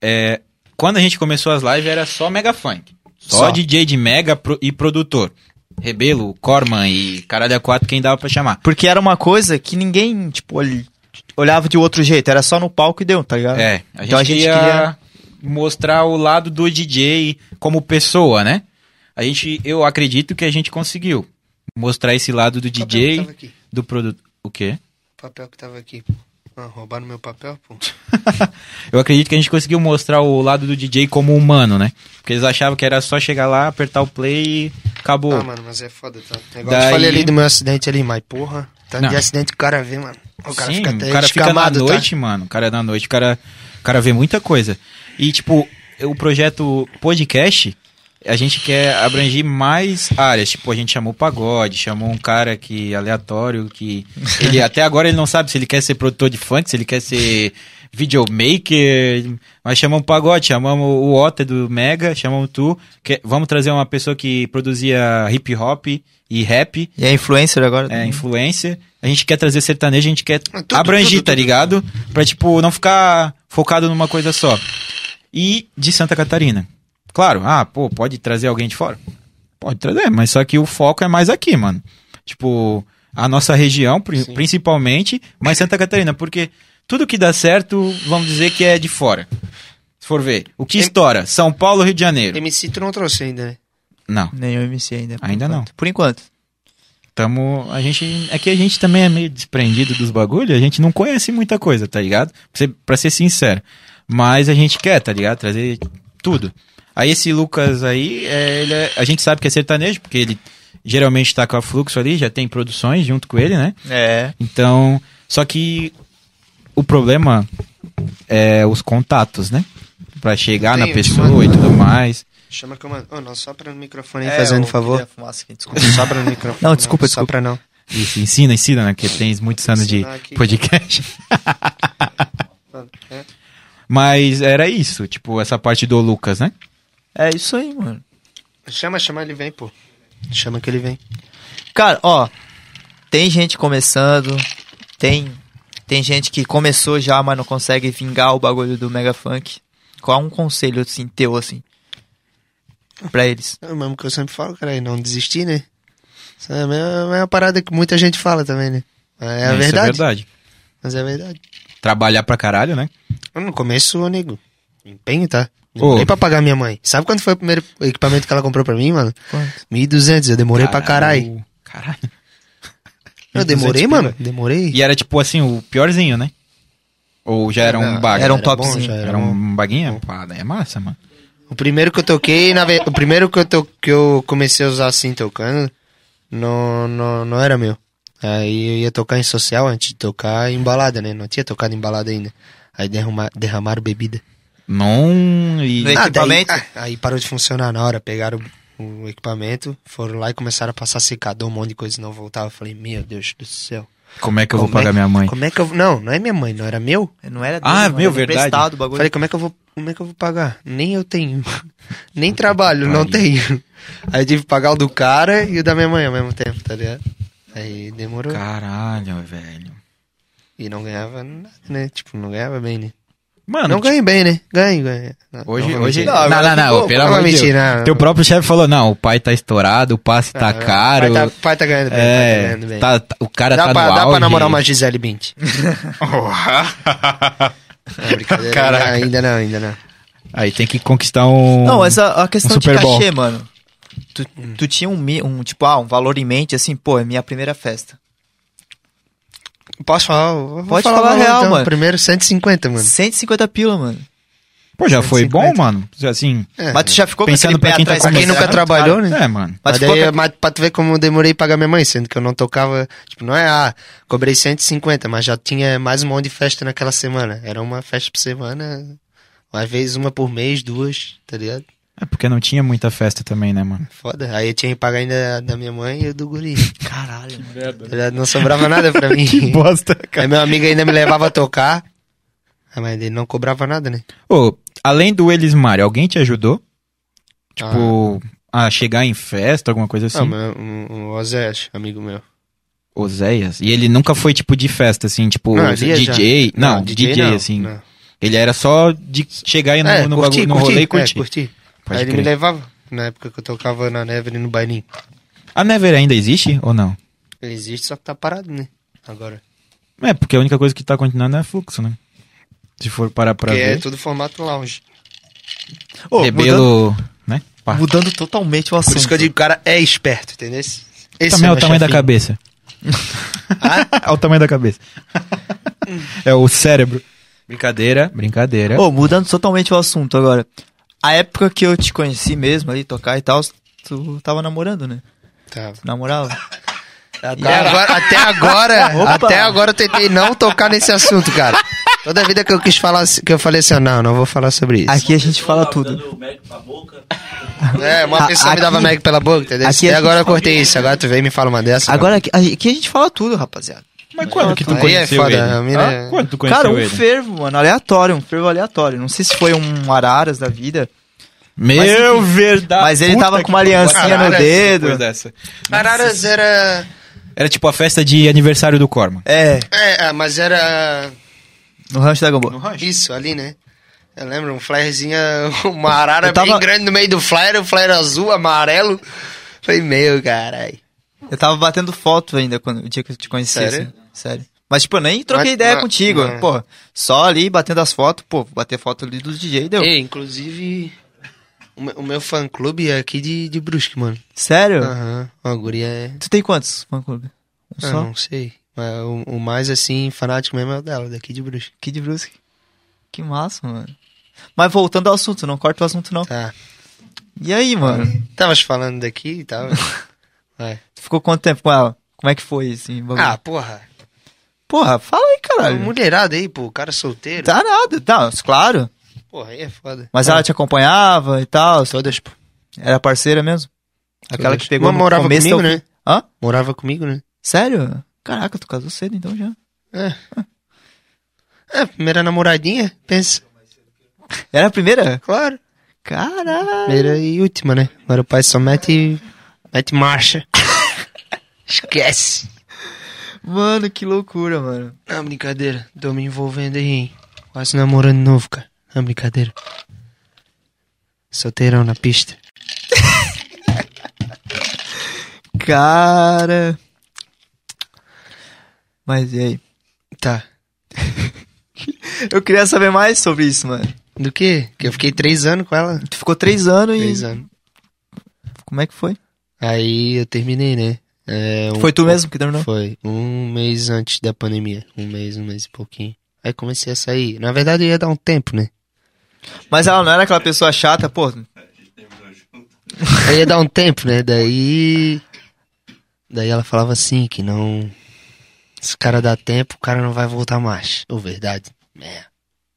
Speaker 2: é, quando a gente começou as lives era só mega funk, só,
Speaker 1: Só.
Speaker 2: DJ de mega pro- e produtor. Rebelo, Corman e Caralho A4, quem dava pra chamar.
Speaker 1: Porque era uma coisa que ninguém, tipo, olh- olhava de outro jeito, era só no palco e deu, tá ligado?
Speaker 2: É, a gente,
Speaker 1: Então a gente
Speaker 2: queria,
Speaker 1: queria-
Speaker 2: mostrar o lado do DJ como pessoa, né? A gente, eu acredito que a gente conseguiu mostrar esse lado do
Speaker 3: Papel que
Speaker 2: DJ,
Speaker 3: tava aqui.
Speaker 2: do produto. O quê?
Speaker 3: Papel que tava aqui, pô. Ah, roubaram meu papel, pô.
Speaker 2: Eu acredito que a gente conseguiu mostrar o lado do DJ como humano, né? Porque eles achavam que era só chegar lá, apertar o play e acabou.
Speaker 3: Ah, mano, mas é foda, tá? É igual
Speaker 2: Daí-
Speaker 3: eu falei ali do meu acidente ali, mas porra, tanto de
Speaker 2: Não.
Speaker 3: acidente que o cara vê, mano. O cara
Speaker 2: Sim,
Speaker 3: fica até
Speaker 2: o cara fica na
Speaker 3: escamado, tá?
Speaker 2: noite, mano. O cara na noite, o cara, o cara vê muita coisa. E, tipo, o projeto podcast, a gente quer abranger mais áreas. Tipo, a gente chamou o pagode, chamou um cara que aleatório, que ele até agora ele não sabe se ele quer ser produtor de funk, se ele quer ser videomaker. Mas chamamos o pagode, chamamos o Ota do Mega, chamamos tu. Que, vamos trazer uma pessoa que produzia hip hop e rap.
Speaker 1: E é influencer agora?
Speaker 2: É, influencer. A gente quer trazer sertanejo, a gente quer abranger, tá ligado? Pra, tipo, não ficar focado numa coisa só. E de Santa Catarina. Claro, ah, pô, pode trazer alguém de fora? Pode trazer, mas só que o foco é mais aqui, mano. Tipo, a nossa região, pri- principalmente, mas Santa Catarina, porque tudo que dá certo, vamos dizer que é de fora. Se for ver. O que estoura? São Paulo, Rio de Janeiro.
Speaker 3: MC tu não trouxe ainda, né?
Speaker 2: Não.
Speaker 1: Nenhum MC ainda. por
Speaker 2: Ainda não.
Speaker 1: enquanto. Por enquanto.
Speaker 2: Tamo, a gente, é que a gente também é meio desprendido dos bagulhos, a gente não conhece muita coisa, tá ligado? Pra ser, pra ser sincero. Mas a gente quer, tá ligado? Trazer tudo. Aí esse Lucas aí, é, ele é- a gente sabe que é sertanejo, porque ele geralmente tá com a Fluxo ali, já tem produções junto com ele, né?
Speaker 1: É.
Speaker 2: Então, só que o problema é os contatos, né? Pra chegar na
Speaker 3: Tem, eu te
Speaker 2: pessoa e tudo mais.
Speaker 3: Chama que eu mando. Ô, não, sopra no microfone aí,
Speaker 1: É,
Speaker 3: fazendo
Speaker 1: eu
Speaker 3: favor.
Speaker 1: queria fumar assim, desculpa.
Speaker 3: Sopra no microfone.
Speaker 1: Não, desculpa,
Speaker 3: Só pra não.
Speaker 2: Isso, ensina, ensina, né? Que tem muitos anos de
Speaker 3: Ensinar aqui.
Speaker 2: podcast.
Speaker 3: É.
Speaker 2: Mas era isso, tipo, essa parte do Lucas, né?
Speaker 1: É isso aí, mano.
Speaker 3: Chama, chama, ele vem, pô. Chama que ele vem.
Speaker 1: Cara, ó, tem gente começando, tem tem gente que começou já, mas não consegue vingar o bagulho do Mega Funk. Qual é um conselho assim teu assim pra eles?
Speaker 3: É o mesmo que eu sempre falo, cara, é não desistir, né? Isso é a mesma, é uma parada que muita gente fala também, né? Mas É a
Speaker 2: Isso
Speaker 3: verdade.
Speaker 2: é verdade.
Speaker 3: Mas é a verdade.
Speaker 2: Trabalhar pra caralho, né?
Speaker 3: No começo, ô nego, empenho, tá?
Speaker 2: Ô.
Speaker 3: Demorei pra pagar minha mãe. Sabe quanto foi o primeiro equipamento que ela comprou pra mim, mano?
Speaker 1: Quanto?
Speaker 3: 1.200, eu demorei pra caralho.
Speaker 2: Caralho. Caralho.
Speaker 3: Eu demorei,
Speaker 2: 1.200
Speaker 3: mano? Demorei.
Speaker 2: E era tipo assim, o piorzinho, né? Ou já era um
Speaker 3: Não,
Speaker 2: bag?
Speaker 1: Era um
Speaker 3: Era bom,
Speaker 1: topzinho.
Speaker 3: já era
Speaker 2: Era um baguinho? Pá, daí é massa, mano.
Speaker 3: O primeiro que eu toquei, na ve... o primeiro que eu, to... que eu comecei a usar assim tocando, não, não, não era meu. Aí eu ia tocar em social antes de tocar em balada, né? Não tinha tocado em balada ainda. Aí derruma... derramaram bebida.
Speaker 2: Não. E...
Speaker 1: Não,
Speaker 3: Ah,
Speaker 1: Equipamento?
Speaker 3: daí- ah, aí parou de funcionar na hora, pegaram o o equipamento, foram lá e começaram a passar secador, um monte de coisa e não voltava. Eu falei, meu Deus do céu.
Speaker 2: Como é que eu vou
Speaker 3: Como é
Speaker 2: pagar
Speaker 3: que-
Speaker 2: minha mãe?
Speaker 3: Como é que eu. Não, não é minha mãe, não era meu.
Speaker 1: Não era
Speaker 2: Ah,
Speaker 1: mano,
Speaker 2: meu,
Speaker 1: era
Speaker 2: verdade.
Speaker 1: emprestado o bagulho.
Speaker 3: Falei, como é que eu vou, como é que eu vou pagar? Nem eu tenho. Nem trabalho,
Speaker 2: que
Speaker 3: não
Speaker 2: pariu.
Speaker 3: tenho. Aí eu tive que pagar o do cara e o da minha mãe ao mesmo tempo, tá ligado? Aí demorou.
Speaker 2: Caralho, velho.
Speaker 3: E não ganhava nada, né? Tipo, não ganhava bem, né?
Speaker 2: Mano, tipo,
Speaker 3: não ganhei bem, né? Ganhei, ganhei. Não,
Speaker 2: Hoje,
Speaker 3: não vou
Speaker 2: hoje...
Speaker 3: mentir.
Speaker 2: Não, não, não,
Speaker 3: ficou-
Speaker 2: pelo
Speaker 3: não
Speaker 2: amor
Speaker 3: vou
Speaker 2: de Deus.
Speaker 3: mentir, não.
Speaker 2: Teu próprio chefe falou, não, o pai tá estourado, o passe tá
Speaker 3: Ah,
Speaker 2: caro.
Speaker 3: Pai tá, pai tá ganhando bem, pai tá
Speaker 2: é,
Speaker 3: ganhando bem.
Speaker 2: tá- tá- o cara
Speaker 3: dá
Speaker 2: tá
Speaker 3: pra,
Speaker 2: no
Speaker 3: dá pra
Speaker 2: auge.
Speaker 3: namorar uma Gisele Bint. É, brincadeira.
Speaker 2: Caraca.
Speaker 3: Ainda não, ainda não.
Speaker 2: Aí tem que conquistar um...
Speaker 1: Não, mas a, a questão
Speaker 2: um
Speaker 1: de
Speaker 2: Super Bowl.
Speaker 1: cachê, mano. Tu, tu tinha um, mi- um, tipo, ah, um valor em mente, assim, pô, é minha primeira festa.
Speaker 3: Posso falar? então. Eu vou
Speaker 1: Pode
Speaker 3: o
Speaker 1: falar
Speaker 3: valor,
Speaker 1: real, mano.
Speaker 3: Primeiro, 150, mano.
Speaker 1: 150 pila, mano.
Speaker 2: Pô, já foi
Speaker 3: 150.
Speaker 2: bom, mano? Assim...
Speaker 3: É.
Speaker 1: Mas tu já ficou
Speaker 2: Pensando
Speaker 1: com aquele
Speaker 2: pra
Speaker 1: pé
Speaker 2: quem tá
Speaker 1: atrás.
Speaker 3: Pra quem
Speaker 1: que você
Speaker 3: nunca
Speaker 1: era
Speaker 3: trabalhou, né?
Speaker 2: É, mano.
Speaker 1: Mas
Speaker 3: Mas,
Speaker 1: ficou
Speaker 3: daí,
Speaker 1: com-
Speaker 3: mas pra tu ver como eu demorei pra pagar minha mãe, sendo que eu não tocava, tipo, não é, ah, cobrei 150, mas já tinha mais um monte de festa naquela semana. Era uma festa por semana, às vezes uma por mês, duas, tá ligado?
Speaker 2: É porque não tinha muita festa também, né, mano?
Speaker 3: Foda. Aí eu tinha que pagar ainda da minha mãe e do guri.
Speaker 1: Caralho, mano.
Speaker 3: tá ligado? Não sobrava nada pra mim.
Speaker 2: Bosta,
Speaker 3: Aí meu amigo ainda me levava a tocar, a mãe dele não cobrava nada, né?
Speaker 2: Ô, além do Elismar, alguém te ajudou? Tipo, a chegar em festa, alguma coisa assim?
Speaker 3: Ah, meu, o Osés, é amigo meu.
Speaker 2: Oséias. E ele nunca foi, tipo, de festa, assim, tipo,
Speaker 3: Não, ele ia
Speaker 2: DJ.
Speaker 3: já.
Speaker 2: Não, DJ,
Speaker 3: não,
Speaker 2: assim.
Speaker 3: não.
Speaker 2: Ele era só de chegar e no,
Speaker 3: É,
Speaker 2: no
Speaker 3: curti,
Speaker 2: bagulho, no
Speaker 3: curti,
Speaker 2: rolê e
Speaker 3: é,
Speaker 2: curtir.
Speaker 3: curti.
Speaker 2: Pode
Speaker 3: Aí ele me
Speaker 2: crer.
Speaker 3: levava, na época que eu tocava na neve ali no bailinho.
Speaker 2: A Never ainda existe ou não?
Speaker 3: Ele existe, só que tá parado, né? Agora.
Speaker 2: É, porque a única coisa que tá continuando é fluxo, né? Se for parar pra
Speaker 3: Porque é
Speaker 2: ver.
Speaker 3: tudo formato lounge.
Speaker 1: Ô, mudando,
Speaker 2: Rebelo, né? Pá.
Speaker 1: mudando totalmente o assunto.
Speaker 3: Por isso que eu digo, o cara é esperto, entendeu? Esse
Speaker 2: Também é o
Speaker 3: meu
Speaker 2: tamanho da
Speaker 3: chefinho.
Speaker 2: cabeça. é o tamanho da cabeça. é o cérebro. Brincadeira, brincadeira.
Speaker 1: Ô, mudando totalmente o assunto agora. A época que eu te conheci mesmo ali, tocar e tal, tu tava namorando, né?
Speaker 3: Tava.
Speaker 1: Tu namorava?
Speaker 3: Até agora, até agora,
Speaker 1: Opa.
Speaker 3: até agora eu tentei não tocar nesse assunto, cara. Toda vida que eu quis falar, assim- que eu falei assim, ó, não, não vou falar sobre isso.
Speaker 1: Aqui a gente fala tudo.
Speaker 3: É, uma
Speaker 1: A-
Speaker 3: pessoa me dava
Speaker 1: aqui-
Speaker 3: Mac pela boca, entendeu?
Speaker 1: aqui
Speaker 3: e
Speaker 1: a
Speaker 3: agora
Speaker 1: gente
Speaker 3: eu cortei isso, agora tu vem e me fala uma dessa.
Speaker 1: Agora aqui, aqui a gente fala tudo, rapaziada.
Speaker 2: Mas quando que tu
Speaker 3: Aí é
Speaker 2: conheceu
Speaker 3: foda,
Speaker 2: ele?
Speaker 3: a mina-
Speaker 2: Ah, Quando tu conheceu
Speaker 1: Cara, um
Speaker 2: ele?
Speaker 1: fervo, mano, aleatório, um fervo aleatório. Não sei se foi um Araras da vida.
Speaker 2: Meu
Speaker 1: Mas, enfim,
Speaker 2: verdade.
Speaker 1: mas ele tava com uma aliancinha no dedo.
Speaker 2: é
Speaker 3: Araras era...
Speaker 2: Era tipo a festa de aniversário do Corma.
Speaker 1: É,
Speaker 3: É, ah, mas era...
Speaker 1: no rancho da Gamboa.
Speaker 3: Isso, ali, né? Eu lembro, um flyerzinho, uma arara
Speaker 1: Eu tava-
Speaker 3: bem grande no meio do flyer, o flyer azul, amarelo. Falei, meu, caralho.
Speaker 1: Eu tava batendo foto ainda quando, o dia que eu te conheci.
Speaker 3: Sério?
Speaker 1: assim, sério. Mas, tipo, eu nem troquei
Speaker 3: Mas-
Speaker 1: ideia
Speaker 3: mas-
Speaker 1: contigo.
Speaker 2: é.
Speaker 3: mas-
Speaker 1: Pô, só ali batendo as fotos, pô, bater foto ali do DJ deu.
Speaker 3: Ei, inclusive, o meu, o meu fã-clube é aqui de, de Brusque, mano.
Speaker 1: Sério?
Speaker 3: Aham, uma guria é...
Speaker 1: Tu tem quantos fã clube? Um
Speaker 3: Ah,
Speaker 1: só?
Speaker 3: não sei. Mas o, o mais, assim, fanático mesmo é o dela, daqui de Brusque.
Speaker 1: Kid Brusque. Que massa, mano. Mas voltando ao assunto, não corta o assunto, não.
Speaker 3: Tá.
Speaker 1: E aí, mano?
Speaker 3: Tavas falando daqui e tal. né? Vai.
Speaker 1: Tu ficou quanto tempo com ela? Como é que foi, assim, o bagulho?
Speaker 3: Ah, porra.
Speaker 1: porra, fala aí, caralho.
Speaker 3: Mulherada aí, pô. Cara solteiro.
Speaker 1: Tá nada, tá, claro.
Speaker 3: Porra, aí é foda.
Speaker 1: Mas ela te acompanhava e tal? tipo,
Speaker 3: Todas, pô.
Speaker 1: Era parceira mesmo? Aquela que
Speaker 3: Todas.
Speaker 1: pegou
Speaker 3: Uma
Speaker 1: no
Speaker 3: morava
Speaker 1: começo
Speaker 3: comigo,
Speaker 1: ao fim.
Speaker 3: né?
Speaker 1: Hã?
Speaker 3: Morava comigo, né?
Speaker 1: Sério? Caraca, tu casou cedo então já.
Speaker 3: É. É, primeira namoradinha, pensa.
Speaker 1: Era a primeira?
Speaker 3: Claro.
Speaker 1: Caralho.
Speaker 3: Primeira e última, né? Agora o pai só mete. mete marcha. Esquece.
Speaker 1: Mano, que loucura, mano.
Speaker 3: Não, Ah, brincadeira. Tô me envolvendo aí, hein? Quase namorando novo, cara. Não, é brincadeira. Solteirão na pista.
Speaker 1: Cara. Mas e aí?
Speaker 3: Tá.
Speaker 1: Eu queria saber mais sobre isso, mano.
Speaker 3: Do quê? Que eu fiquei três anos com ela.
Speaker 1: Tu ficou três anos
Speaker 3: Três
Speaker 1: e.
Speaker 3: anos.
Speaker 1: Como é que foi?
Speaker 3: Aí eu terminei, né? É, um-
Speaker 1: Foi tu mesmo que terminou?
Speaker 3: Foi. Um mês antes da pandemia. Um mês, um mês e pouquinho. Aí comecei a sair. Na verdade, eu ia dar um tempo, né?
Speaker 1: Mas ela não era aquela pessoa chata, pô.
Speaker 3: Aí ia dar um tempo, né? Daí. Daí ela falava assim: que não. Se o cara dá tempo, o cara não vai voltar mais. Ou verdade. É.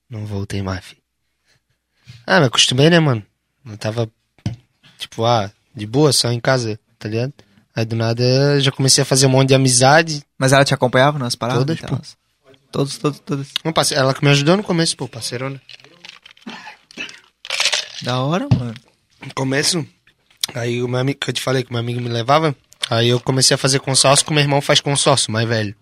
Speaker 3: Não voltei mais, filho. Ah, me acostumei, né, mano? Não tava. Tipo, ah, de boa, só em casa, tá ligado? Aí do nada eu já comecei a fazer um monte de amizade.
Speaker 1: Mas ela te acompanhava nas paradas?
Speaker 3: Todas,
Speaker 1: e tal? Todos, todos, todos.
Speaker 3: Não, parce- Ela que me ajudou no começo, pô, parceirona.
Speaker 1: Da hora, mano.
Speaker 3: No começo, aí o meu amigo, que eu te falei que o meu amigo me levava, aí eu comecei a fazer consórcio, que meu irmão faz consórcio, mais velho.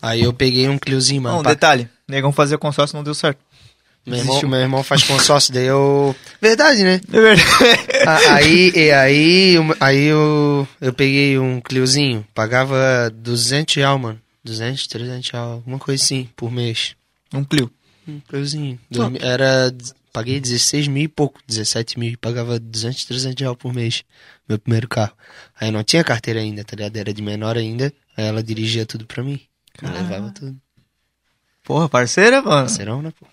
Speaker 3: Aí eu peguei um Cliozinho, mano.
Speaker 1: Não, um
Speaker 3: pra-
Speaker 1: detalhe. Negão fazer consórcio não deu certo.
Speaker 3: meu, irmão,
Speaker 1: desistiu.
Speaker 3: meu irmão faz consórcio, daí eu. Verdade, né?
Speaker 1: É verdade.
Speaker 3: A- aí e aí, o- aí eu, eu peguei um Cliozinho, pagava 200 real, mano. 200, 300 real, alguma coisa assim, por mês.
Speaker 1: Um Clio.
Speaker 3: Um Cliozinho. Dois mil- era. Paguei 16 mil e pouco, 17 mil e pagava 200, 300 reais por mês. Meu primeiro carro. Aí eu não tinha carteira ainda, tá ligado? Era de menor ainda. Aí ela dirigia tudo pra mim. Eu Levava tudo.
Speaker 1: Porra, parceira, mano.
Speaker 3: Parceirão, né, pô?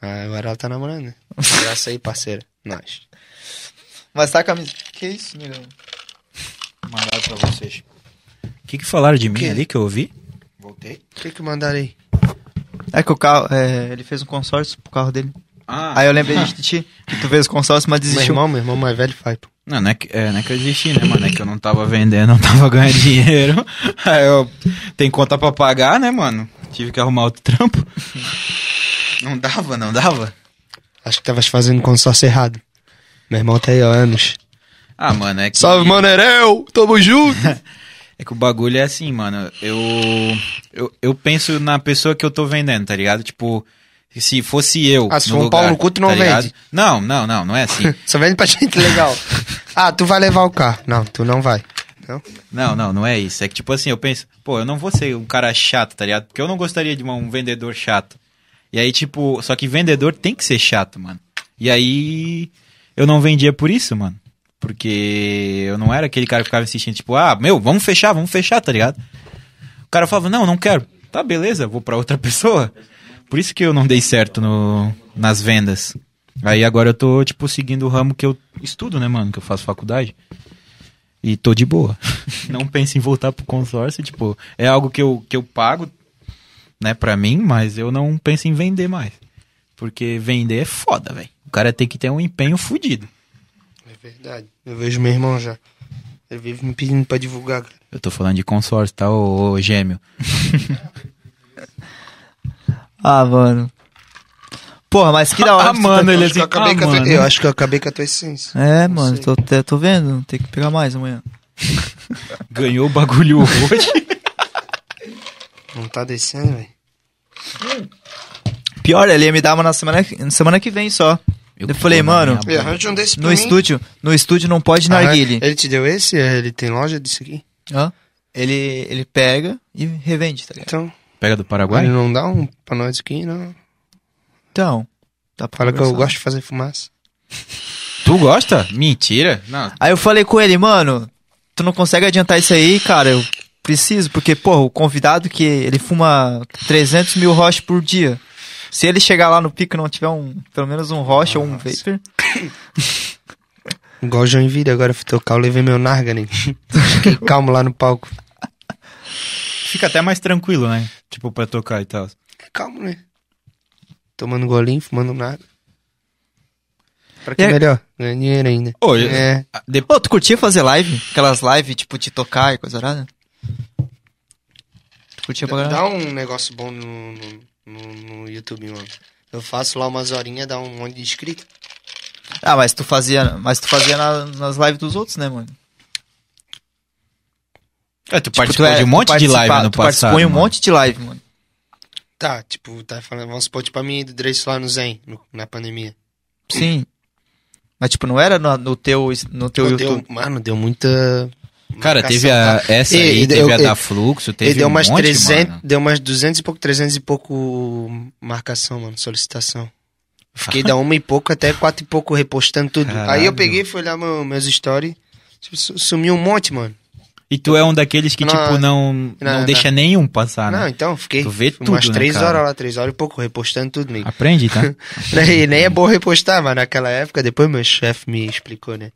Speaker 3: Aí agora ela tá namorando, né? Graça aí, parceira. Nós.
Speaker 1: Mas tá a camisa. Que isso, negão?
Speaker 2: Mandado pra vocês. O que, que falaram de mim
Speaker 3: Que?
Speaker 2: ali que eu ouvi?
Speaker 3: O que que mandaram aí?
Speaker 1: É que o carro. é, ele fez um consórcio pro carro dele.
Speaker 2: Ah,
Speaker 1: Aí eu lembrei de ti. que Tu fez o consórcio, mas
Speaker 3: Meu
Speaker 1: desistiu.
Speaker 3: irmão, meu irmão mais velho faz, pô.
Speaker 2: Não, não é, que, é, não é que eu desisti, né, mano? É que eu não tava vendendo, não tava ganhando dinheiro. Aí eu. Tem conta pra pagar, né, mano? Tive que arrumar outro trampo. Não dava, não dava.
Speaker 3: Acho que tavas fazendo consórcio errado. Meu irmão tá aí há anos.
Speaker 2: Ah, mano, é que.
Speaker 3: Salve, Manerel! Tamo junto!
Speaker 2: É que o bagulho é assim, mano. Eu, eu. Eu penso na pessoa que eu tô vendendo, tá ligado? Tipo. Se fosse eu.
Speaker 3: Ah, se
Speaker 2: no
Speaker 3: for um
Speaker 2: lugar,
Speaker 3: pau no cu, tu não
Speaker 2: tá ligado?
Speaker 3: vende.
Speaker 2: Não, não, não, não é assim.
Speaker 3: Só vende pra gente legal. Ah, tu vai levar o carro. Não, tu não vai. Não?
Speaker 2: Não, não, não é isso. É que, tipo assim, eu penso, pô, eu não vou ser um cara chato, tá ligado? Porque eu não gostaria de uma- um vendedor chato. E aí, tipo, só que vendedor tem que ser chato, mano. E aí, eu não vendia por isso, mano. Porque eu não era aquele cara que ficava insistindo, tipo, ah, meu, vamos fechar, vamos fechar, tá ligado? O cara falava, não, não quero. Tá, beleza, vou pra outra pessoa. Por isso que eu não dei certo no, nas vendas. Aí agora eu tô, tipo, seguindo o ramo que eu estudo, né, mano? Que eu faço faculdade. E tô de boa. não penso em voltar pro consórcio, tipo, é algo que eu, que eu pago, né, pra mim, mas eu não penso em vender mais. Porque vender é foda, velho. O cara tem que ter um empenho fudido.
Speaker 3: É verdade. Eu vejo meu irmão já. Ele vive me pedindo pra divulgar, cara.
Speaker 2: Eu tô falando de consórcio, tá, ô, ô gêmeo?
Speaker 1: Ah, mano. Porra, mas que da hora.
Speaker 2: Ah,
Speaker 1: que tu
Speaker 2: mano,
Speaker 1: tá-
Speaker 2: ele
Speaker 1: acho
Speaker 2: assim,
Speaker 1: que eu acabei
Speaker 2: ah,
Speaker 1: com a tua-
Speaker 2: mano.
Speaker 3: Eu acho que eu acabei com a tua essência.
Speaker 1: É, mano, tô, até- tô vendo. Tem que pegar mais amanhã.
Speaker 2: Ganhou o bagulho hoje.
Speaker 3: Não tá descendo, velho.
Speaker 1: Pior, ele ia me dar uma na semana, na semana que vem só. Eu, falei, mano,
Speaker 3: E arranja um desse é? pra
Speaker 1: no
Speaker 3: mim.
Speaker 1: estúdio, no estúdio não pode
Speaker 3: Arran-
Speaker 1: narguile.
Speaker 3: Ah, Ele te deu esse? Ele tem loja disso aqui?
Speaker 1: Hã? Ele, ele pega e revende, tá ligado?
Speaker 3: Então,
Speaker 2: Pega do
Speaker 3: ele
Speaker 2: Paraguai?
Speaker 3: não dá um pra nós aqui, não?
Speaker 1: Então, dá pra
Speaker 3: Fala que eu
Speaker 1: conversar.
Speaker 3: gosto de fazer fumaça.
Speaker 2: Tu gosta? Mentira. Não.
Speaker 1: Aí eu falei com ele, mano, tu não consegue adiantar isso aí, cara, eu preciso, porque, porra, o convidado que ele fuma 300 mil roches por dia. Se ele chegar lá no pico e não tiver um, pelo menos um roche ou um vapor,
Speaker 3: Igual o Joinville, agora eu fui tocar, eu levei meu narganin. Fiquei calmo lá no palco.
Speaker 2: Fica até mais tranquilo, né? Tipo, pra tocar e tal.
Speaker 3: Calmo, né? Tomando golinho, fumando nada. Pra que
Speaker 1: E aí-
Speaker 3: melhor? Ganhar dinheiro ainda.
Speaker 2: Ô, eu-
Speaker 3: é,
Speaker 2: Ah, de-
Speaker 1: Ô, tu curtia fazer live? Aquelas lives, tipo, de tocar e coisa arada? Tu curtia pra caralho?
Speaker 3: dá um negócio bom no, no, no- no YouTube, mano. Eu faço lá umas horinhas, dá um monte de inscrito.
Speaker 1: Ah, mas tu fazia, mas tu fazia na- nas lives dos outros, né, mano?
Speaker 2: É, tu
Speaker 1: Tipo,
Speaker 2: participou
Speaker 1: é-
Speaker 2: de um monte de
Speaker 1: participa-
Speaker 2: live no
Speaker 1: tu participou
Speaker 2: passado.
Speaker 1: em um
Speaker 2: mano.
Speaker 1: monte de live, mano.
Speaker 3: Tá, tipo, tá falando, vamos supor, tipo, a minha e do Dreyce lá no Zen, no- na pandemia.
Speaker 1: Sim. Mas, tipo, não era no, no teu, no teu
Speaker 3: Pô,
Speaker 1: YouTube.
Speaker 3: deu, mano, deu muita...
Speaker 2: Cara, teve a,
Speaker 3: marcação, tá?
Speaker 2: essa
Speaker 3: E-
Speaker 2: aí,
Speaker 3: e
Speaker 2: teve
Speaker 3: deu-
Speaker 2: a
Speaker 3: e-
Speaker 2: da Fluxo, teve
Speaker 3: Ele deu
Speaker 2: um
Speaker 3: umas
Speaker 2: monte,
Speaker 3: 300,
Speaker 2: mano.
Speaker 3: deu umas 200 e pouco, 300 e pouco marcação, mano, solicitação. Fiquei da uma e pouco até quatro e pouco repostando tudo. Aí eu
Speaker 2: Caralho.
Speaker 3: peguei, fui olhar meu, meus stories, tipo, su- sumiu um monte, mano.
Speaker 2: E tu é um daqueles que,
Speaker 3: Não,
Speaker 2: tipo, não, não,
Speaker 3: não.
Speaker 2: deixa nenhum passar,
Speaker 3: não,
Speaker 2: né?
Speaker 3: então, fiquei
Speaker 2: Tu vê
Speaker 3: umas
Speaker 2: tudo, né,
Speaker 3: três
Speaker 2: cara?
Speaker 3: horas lá, três horas e pouco repostando tudo, amigo.
Speaker 2: Aprende, tá?
Speaker 3: nem, nem é bom repostar, mas naquela época, depois meu chefe me explicou, né?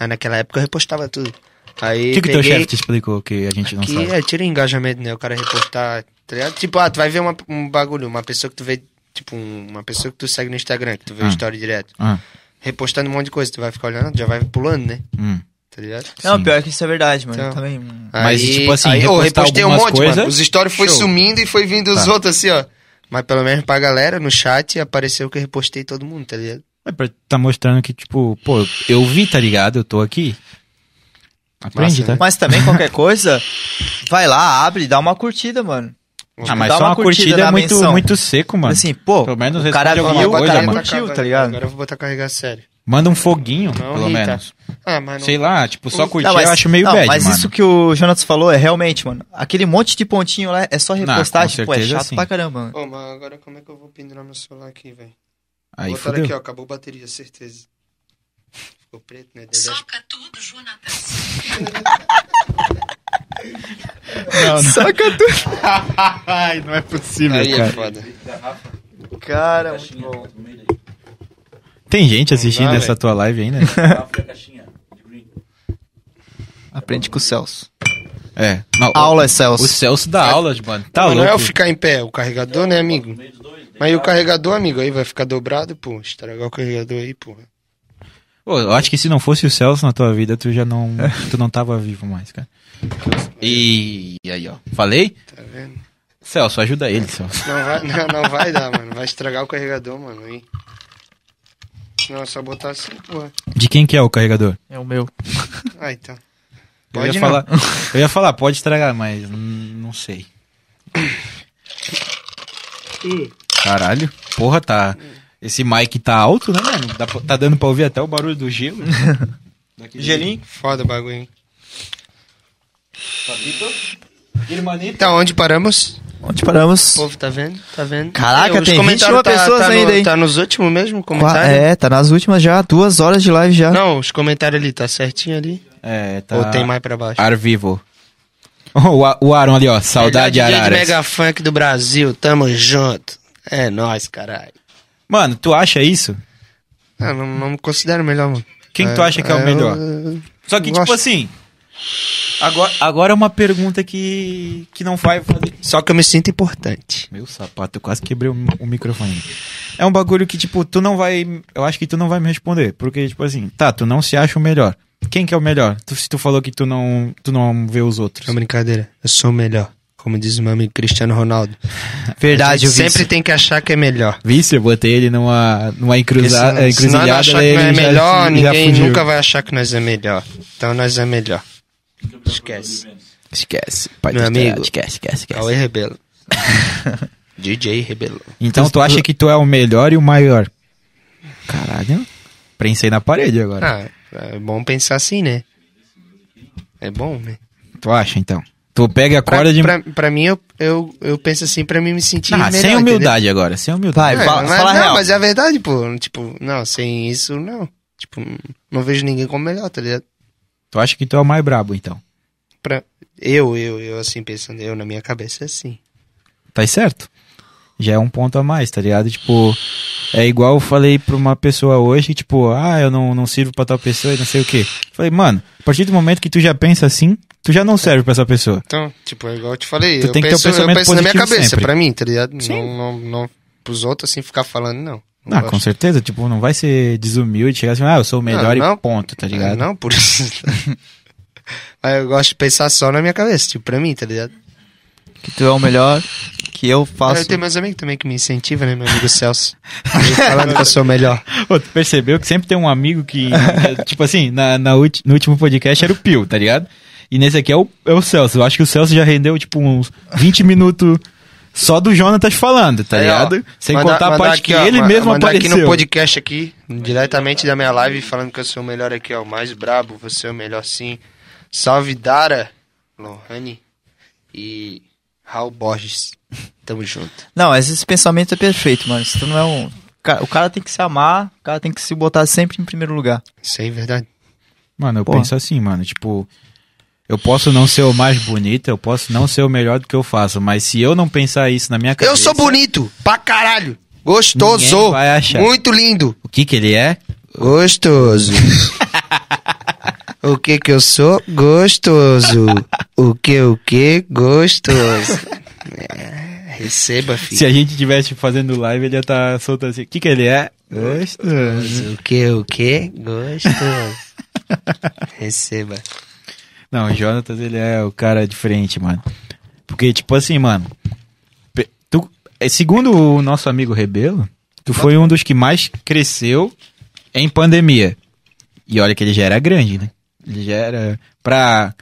Speaker 3: Aí naquela época eu repostava tudo. Aí
Speaker 2: O que, que teu
Speaker 3: peguei-
Speaker 2: chefe te explicou que a gente não
Speaker 3: Que
Speaker 2: sabe?
Speaker 3: é, tira o engajamento, né? O cara repostar. tá ligado? Tipo, ah, tu vai ver uma- um bagulho, uma pessoa que tu vê. Tipo, um- uma pessoa que tu segue no Instagram, que tu vê
Speaker 2: Ah.
Speaker 3: o story direto.
Speaker 2: Ah,
Speaker 3: Repostando um monte de coisa, tu vai ficar olhando, já vai pulando, né?
Speaker 2: hum.
Speaker 3: Tá ligado?
Speaker 1: Não,
Speaker 2: Sim.
Speaker 1: pior que isso é verdade, mano.
Speaker 3: Então.
Speaker 1: Eu também. hum.
Speaker 2: Mas, tipo assim,
Speaker 3: aí, ô,
Speaker 2: repostar
Speaker 3: repostei um
Speaker 2: algumas
Speaker 3: monte,
Speaker 2: coisas,
Speaker 3: mano. Os stories foi
Speaker 2: show.
Speaker 3: sumindo e foi vindo os
Speaker 2: Tá.
Speaker 3: outros assim, ó. Mas pelo menos pra galera, no chat, apareceu que eu repostei todo mundo, tá ligado?
Speaker 2: É pra- Tá mostrando que, tipo, pô, eu vi, tá ligado? Eu tô aqui. Aprende,
Speaker 3: Massa, né?
Speaker 2: tá?
Speaker 1: Mas também qualquer coisa, vai lá, abre, dá uma curtida, mano. Tipo,
Speaker 2: Ah, mas
Speaker 1: dá
Speaker 2: só
Speaker 1: uma
Speaker 2: uma
Speaker 1: curtida
Speaker 2: curtida é
Speaker 1: na
Speaker 2: muito,
Speaker 1: menção.
Speaker 2: muito seco, mano.
Speaker 1: Assim, pô,
Speaker 2: Pelo menos
Speaker 1: o cara
Speaker 2: responde
Speaker 1: viu,
Speaker 2: alguma
Speaker 1: o
Speaker 2: coisa,
Speaker 1: cara
Speaker 2: mano.
Speaker 1: curtiu, tá ligado?
Speaker 3: Agora eu vou botar carregar sério.
Speaker 2: Manda um foguinho,
Speaker 3: Não,
Speaker 2: pelo
Speaker 3: Rita.
Speaker 2: menos.
Speaker 3: Ah, mas não.
Speaker 2: Sei lá, tipo, só
Speaker 3: Não,
Speaker 2: curtir
Speaker 1: Não, mas-
Speaker 2: eu acho meio
Speaker 1: não,
Speaker 2: bad,
Speaker 1: Mas
Speaker 2: mano.
Speaker 1: isso que o Jonas falou é realmente, mano. Aquele monte de pontinho lá é só repostar,
Speaker 2: com
Speaker 1: tipo, é
Speaker 2: certeza
Speaker 1: chato
Speaker 2: sim.
Speaker 1: pra caramba, mano.
Speaker 3: Ô, mas agora como é que eu vou pendurar meu celular aqui, velho?
Speaker 2: Aí
Speaker 3: Botaram
Speaker 2: fodeu.
Speaker 3: aqui, ó, acabou a bateria, certeza. Ficou preto, né? Deu dez-
Speaker 7: tudo, Jonatas.
Speaker 1: Saca tudo.
Speaker 2: Ai, não é possível,
Speaker 3: Aí é foda.
Speaker 1: Cara, muito bom.
Speaker 2: Tem gente assistindo
Speaker 3: dá,
Speaker 2: essa
Speaker 3: velho.
Speaker 2: tua live né? ainda?
Speaker 1: Aprende com o Celso.
Speaker 2: é. Não,
Speaker 1: Aula é
Speaker 2: O,
Speaker 1: Celso.
Speaker 2: o Celso dá aulas, mano. Tá
Speaker 3: Mas não é eu
Speaker 2: louco.
Speaker 3: ficar em pé, o carregador, né, amigo? Mas e o carregador, amigo, aí vai ficar dobrado, pô. Estragar o carregador aí, pô.
Speaker 2: Pô, eu acho que se não fosse o Celso na tua vida, tu já não.
Speaker 3: É.
Speaker 2: tu não tava vivo mais, cara. E, e aí, ó. Falei?
Speaker 3: Tá vendo?
Speaker 2: Celso, ajuda ele, Celso.
Speaker 3: Não vai, não, não vai dar, mano. Vai estragar o carregador, mano. Aí. Não, é só botar assim, pô.
Speaker 2: De quem que é o carregador?
Speaker 1: É o meu.
Speaker 3: Ah, então.
Speaker 2: eu,
Speaker 3: Pode
Speaker 2: ia
Speaker 3: não.
Speaker 2: falar, eu ia falar, pode estragar, mas hum, não sei. Caralho, porra, tá. Esse mic tá alto, né, mano? Dá pra- tá dando pra ouvir até o barulho do gelo. Daquele-
Speaker 1: Gelinho?
Speaker 3: Foda o bagulho, hein?
Speaker 2: Irmanito.
Speaker 3: Então, onde paramos?
Speaker 1: Onde paramos?
Speaker 3: O povo tá vendo? Tá vendo?
Speaker 1: Caraca,
Speaker 3: Aí, os
Speaker 1: tem
Speaker 3: comentários
Speaker 1: 21 pessoas
Speaker 3: tá
Speaker 1: ainda,
Speaker 3: no,
Speaker 1: hein?
Speaker 3: Tá nos últimos mesmo
Speaker 1: Qua-
Speaker 3: comentários?
Speaker 1: É, tá nas últimas já, duas horas de live já.
Speaker 3: Não, os comentários ali, tá certinho ali?
Speaker 2: É, tá.
Speaker 3: Ou tem mais pra baixo?
Speaker 2: Ar vivo. o, A- o Aaron ali, ó. Saudade
Speaker 3: Melhor DJ
Speaker 2: Araras.
Speaker 3: de mega funk do Brasil, tamo junto. É nóis, caralho.
Speaker 2: Mano, tu acha isso?
Speaker 3: Ah, não, não me considero o melhor, mano.
Speaker 2: Quem que
Speaker 3: É,
Speaker 2: tu acha que é o
Speaker 3: é,
Speaker 2: melhor?
Speaker 3: eu-
Speaker 2: Só que, tipo
Speaker 3: gosto.
Speaker 2: assim, Agora, agora é uma pergunta que, que não vai fazer.
Speaker 3: Só que eu me sinto importante.
Speaker 2: Meu sapato, eu quase quebrei o, mi- o microfone. É um bagulho que, tipo, tu não vai. Eu acho que tu não vai me responder. Porque, tipo assim, tá, tu não se acha o melhor. Quem que é o melhor? Tu, se tu falou que tu não, tu não vê os outros.
Speaker 3: É brincadeira. Eu sou o melhor. Como diz o meu amigo Cristiano Ronaldo. A
Speaker 1: Verdade, eu
Speaker 3: gente
Speaker 1: vi
Speaker 3: sempre
Speaker 1: isso.
Speaker 3: tem que achar que é melhor.
Speaker 2: Vice, eu botei ele numa, numa encruza-
Speaker 3: Porque se, se nós
Speaker 2: encruzilhada.
Speaker 3: achar que
Speaker 2: ele
Speaker 3: não é
Speaker 2: já-
Speaker 3: melhor,
Speaker 2: já
Speaker 3: ninguém
Speaker 2: fugiu.
Speaker 3: nunca vai achar que nós é melhor. Então nós é melhor. Esquece.
Speaker 2: Esquece. Pai
Speaker 3: Meu
Speaker 2: do céu,
Speaker 3: amigo.
Speaker 2: Esquece, esquece, esquece.
Speaker 3: Cauê Rebelo. DJ Rebelo.
Speaker 2: Então tu acha que tu é o melhor e o maior? Caralho. Prensei na parede agora.
Speaker 3: Ah, é bom pensar assim, né? É bom, né?
Speaker 2: Tu acha então? Tu pega e
Speaker 3: Pra,
Speaker 2: acorda de.
Speaker 3: pra, pra mim, eu, eu, eu penso assim pra mim me sentir
Speaker 2: Ah,
Speaker 3: melhor,
Speaker 2: sem
Speaker 3: entendeu?
Speaker 2: humildade agora, sem humildade.
Speaker 1: Vai,
Speaker 3: Não,
Speaker 1: fala,
Speaker 3: mas,
Speaker 1: fala a
Speaker 3: não,
Speaker 1: real.
Speaker 3: mas é a verdade, pô. Tipo, não, sem isso, não. Tipo, não vejo ninguém como melhor, tá ligado?
Speaker 2: Tu acha que tu é o mais brabo então?
Speaker 3: Pra, eu, eu, eu assim, pensando, eu na minha cabeça é assim.
Speaker 2: Tá certo? Já é um ponto a mais, tá ligado? Tipo, é igual eu falei pra uma pessoa hoje, tipo, ah, eu não, não sirvo pra tal pessoa e não sei o quê. Falei, mano, a partir do momento que tu já pensa assim, tu já não serve pra essa pessoa.
Speaker 3: Então, tipo, é igual eu te falei.
Speaker 2: Tu
Speaker 3: eu
Speaker 2: tem que ter um
Speaker 3: penso, eu
Speaker 2: pensamento
Speaker 3: penso na minha
Speaker 2: positivo
Speaker 3: cabeça,
Speaker 2: sempre.
Speaker 3: pra mim, tá ligado?
Speaker 2: Sim.
Speaker 3: Não, não, não pros outros, assim, ficar falando, não. Não
Speaker 2: Ah,
Speaker 3: gosto.
Speaker 2: com certeza, tipo, não vai ser desumilde, chegar assim, ah, eu sou o melhor
Speaker 3: Não,
Speaker 2: e
Speaker 3: não.
Speaker 2: ponto, tá
Speaker 3: É,
Speaker 2: ligado?
Speaker 3: Não, por isso. Mas eu gosto de pensar só na minha cabeça, tipo, pra mim, tá ligado?
Speaker 1: que tu é o melhor, que eu
Speaker 3: Ah,
Speaker 1: faço.
Speaker 3: eu tenho meus amigos também que me incentivam, né? Meu amigo Celso. Ele Falando que eu sou o melhor.
Speaker 2: Pô, tu percebeu que sempre tem um amigo que, tipo assim, na, na ulti- no último podcast era o Pio, tá ligado? E nesse aqui é o, é o Celso. Eu acho que o Celso já rendeu, tipo, uns 20 minutos só do Jonatas falando, tá
Speaker 3: Aí, ó,
Speaker 2: ligado? Sem
Speaker 3: mandar-
Speaker 2: contar a
Speaker 3: mandar
Speaker 2: parte
Speaker 3: aqui,
Speaker 2: que
Speaker 3: ó,
Speaker 2: ele
Speaker 3: ma-
Speaker 2: mesmo
Speaker 3: mandar
Speaker 2: apareceu.
Speaker 3: aqui no podcast aqui, diretamente da minha live, falando que eu sou o melhor aqui, ó. O mais brabo, você é o melhor sim. Salve Dara, Lohane e Raul Borges. Tamo junto.
Speaker 1: Não, mas esse pensamento é perfeito, mano. Se tu não é um. ca- O cara tem que se amar, o cara tem que se botar sempre em primeiro lugar.
Speaker 3: Isso aí é verdade.
Speaker 2: Mano, eu
Speaker 1: Porra.
Speaker 2: penso assim, mano, tipo, eu posso não ser o mais bonito, eu posso não ser o melhor do que eu faço, mas se eu não pensar isso na minha cabeça...
Speaker 3: Eu sou bonito, pra caralho.
Speaker 2: Ninguém
Speaker 3: Gostoso.
Speaker 2: vai achar.
Speaker 3: Muito lindo.
Speaker 2: O que que ele é?
Speaker 3: Gostoso. o que que eu sou? Gostoso. O que o que? Gostoso. É, receba,
Speaker 2: Se
Speaker 3: filho.
Speaker 2: a gente tivesse tipo, fazendo live, ele ia estar soltando assim. O que que ele é? Gostoso.
Speaker 3: O que o que? Gostoso. receba.
Speaker 2: Não, o Jonatas, ele é o cara diferente, mano. Porque, tipo assim, mano. pe- Tu, é, segundo o nosso amigo Rebelo, tu foi um dos que mais cresceu em pandemia. E olha que ele já era grande, né? Ele já era pra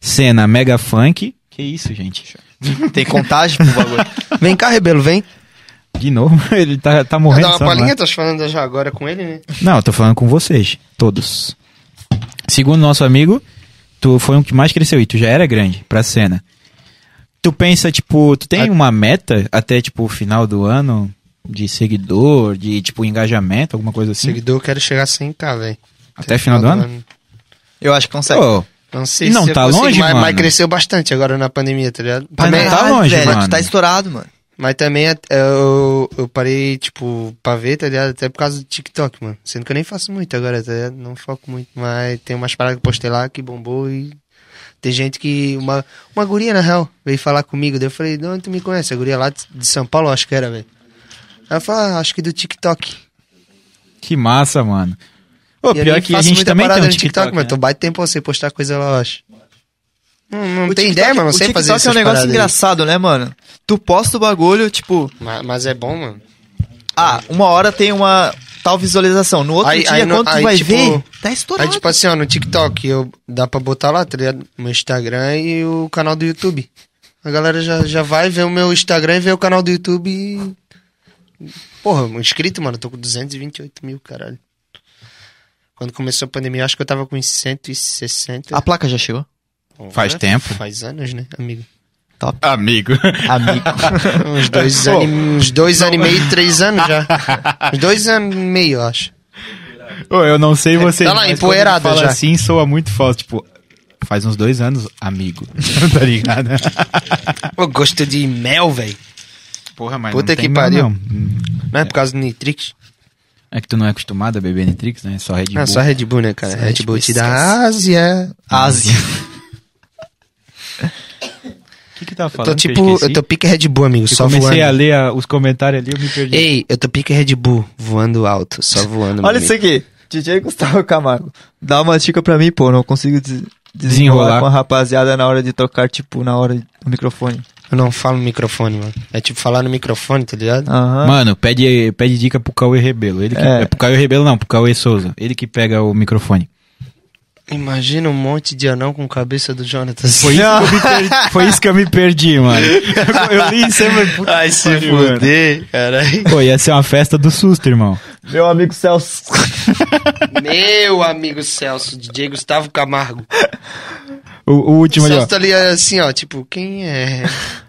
Speaker 2: cena mega funk. Que isso, gente?
Speaker 1: Tem contagem pro bagulho.
Speaker 3: Vem cá, Rebelo, vem.
Speaker 2: De novo, ele tá, tá morrendo. Hum.
Speaker 3: Dá uma
Speaker 2: só, não é?
Speaker 3: palhinha, tô falando já agora com ele, né?
Speaker 2: Não, eu tô falando com vocês, todos. Segundo nosso amigo, tu foi um que mais cresceu e tu já era grande pra cena. Tu pensa, tipo, tu tem uma meta até, tipo, o final do ano de seguidor, de, tipo, engajamento, alguma coisa assim?
Speaker 3: Seguidor, eu quero chegar a 100k, velho.
Speaker 2: Até final do ano?
Speaker 1: Eu acho que consegue.
Speaker 2: Pô,
Speaker 3: Não sei
Speaker 2: E não
Speaker 3: se eu
Speaker 2: tá
Speaker 3: consigo,
Speaker 2: longe,
Speaker 3: mas,
Speaker 2: mano?
Speaker 3: mas cresceu bastante agora na pandemia, tá ligado?
Speaker 2: Mas não tá longe,
Speaker 1: velho,
Speaker 2: mano.
Speaker 1: tu tá estourado, mano.
Speaker 3: Mas também é, é, eu, eu parei, tipo, pra ver, tá ligado? Até por causa do TikTok, mano. Sendo que eu nem faço muito agora, tá ligado? Não foco muito. Mas tem umas paradas que eu postei lá que bombou e. Tem gente que. Uma, uma guria, na real, veio falar comigo. Daí eu falei, de onde tu me conhece? A guria lá de de São Paulo, acho que era, velho. Ela falou, ah, acho que do TikTok.
Speaker 2: que massa, mano. Pô,
Speaker 3: E eu
Speaker 2: pior
Speaker 3: nem
Speaker 2: que a
Speaker 3: faço
Speaker 2: gente
Speaker 3: muita
Speaker 2: também tem um
Speaker 3: parada no
Speaker 2: TikTok,
Speaker 3: mano. Tô
Speaker 2: né?
Speaker 3: baita tempo pra você postar coisa lá, eu acho. Não, não
Speaker 1: O
Speaker 3: tem
Speaker 1: TikTok-
Speaker 3: ideia, mano. Não
Speaker 1: o
Speaker 3: sei
Speaker 1: TikTok
Speaker 3: fazer isso.
Speaker 1: é um negócio engraçado, né, mano? Tu posta o bagulho, tipo,
Speaker 3: Mas, mas é bom, mano.
Speaker 1: ah, uma hora tem uma tal visualização. No outro
Speaker 3: Aí-
Speaker 1: dia,
Speaker 3: aí no-
Speaker 1: quando tu
Speaker 3: aí,
Speaker 1: vai
Speaker 3: tipo,
Speaker 1: ver, tá
Speaker 3: Aí,
Speaker 1: estourado.
Speaker 3: tipo assim, ó, no TikTok, eu, dá pra botar lá, tá ligado? Meu Instagram e o canal do YouTube. A galera já, já vai ver o meu Instagram e ver o canal do YouTube e... Porra, um inscrito, mano, eu tô com 228 mil, caralho. Quando começou a pandemia, eu acho que eu tava com uns 160.
Speaker 1: A placa já chegou.
Speaker 3: Porra,
Speaker 2: Faz tempo.
Speaker 3: Faz anos, né, amigo?
Speaker 2: Amigo.
Speaker 1: Amigo.
Speaker 3: Uns dois,
Speaker 2: Pô.
Speaker 3: anos, uns dois anos e meio, três anos já. Uns dois anos e meio, eu acho.
Speaker 2: Ô, eu não sei vocês,
Speaker 3: Tá lá,
Speaker 2: mas quando
Speaker 3: empoeirada
Speaker 2: fala
Speaker 3: já.
Speaker 2: assim, soa muito falso, tipo... Faz uns dois anos, amigo. tá ligado?
Speaker 3: Eu gosto de mel, velho.
Speaker 2: Porra, mas
Speaker 3: Puta
Speaker 2: não
Speaker 3: que
Speaker 2: tem meu,
Speaker 3: pariu.
Speaker 2: não.
Speaker 3: Não é por causa do Nitrix?
Speaker 2: É que tu não é
Speaker 3: É
Speaker 2: acostumado a beber Nitrix, né? É Só Red Bull.
Speaker 3: Ah, só Red Bull, né, cara?
Speaker 1: Só
Speaker 3: Red
Speaker 1: Red
Speaker 3: Bull
Speaker 1: Bull,
Speaker 3: te dá Ásia.
Speaker 1: Ásia.
Speaker 2: que que tá
Speaker 3: Eu
Speaker 2: falando?
Speaker 3: tô
Speaker 2: que eu
Speaker 3: tipo,
Speaker 2: esqueci?
Speaker 3: eu tô pique Red Bull, amigo,
Speaker 2: Eu
Speaker 3: só
Speaker 2: comecei
Speaker 3: voando.
Speaker 2: a ler a- os comentários ali, eu me perdi.
Speaker 3: Ei, eu tô pique Red Bull, voando alto, só voando.
Speaker 1: Olha isso aqui. DJ Gustavo Camargo. Dá uma dica pra mim, pô. Não consigo des- desenrolar,
Speaker 3: Desenrolar.
Speaker 1: com a rapaziada na hora de tocar, tipo, na hora do microfone.
Speaker 3: Eu não falo no microfone, mano. É tipo falar no microfone, tá ligado?
Speaker 2: Mano, pede, pede dica pro Cauê Rebelo. Ele que,
Speaker 3: É.
Speaker 2: é. pro Cauê Rebelo não, pro Cauê Souza. Ele que pega o microfone.
Speaker 3: Imagina um monte de anão com cabeça do Jonathan.
Speaker 2: Foi isso, que eu me perdi, foi isso que eu me perdi, mano. Eu li isso, hein, mano. Puta
Speaker 3: Ai,
Speaker 2: que
Speaker 3: se
Speaker 2: pariu, mano.
Speaker 3: fuder, caralho.
Speaker 2: Pô, ia ser uma festa do susto, irmão.
Speaker 1: Meu amigo Celso.
Speaker 3: Meu amigo Celso, DJ Gustavo Camargo.
Speaker 2: O, o último
Speaker 3: o
Speaker 2: ali,
Speaker 3: Celso
Speaker 2: Tipo ó.
Speaker 3: tá ali assim, ó, tipo, quem é?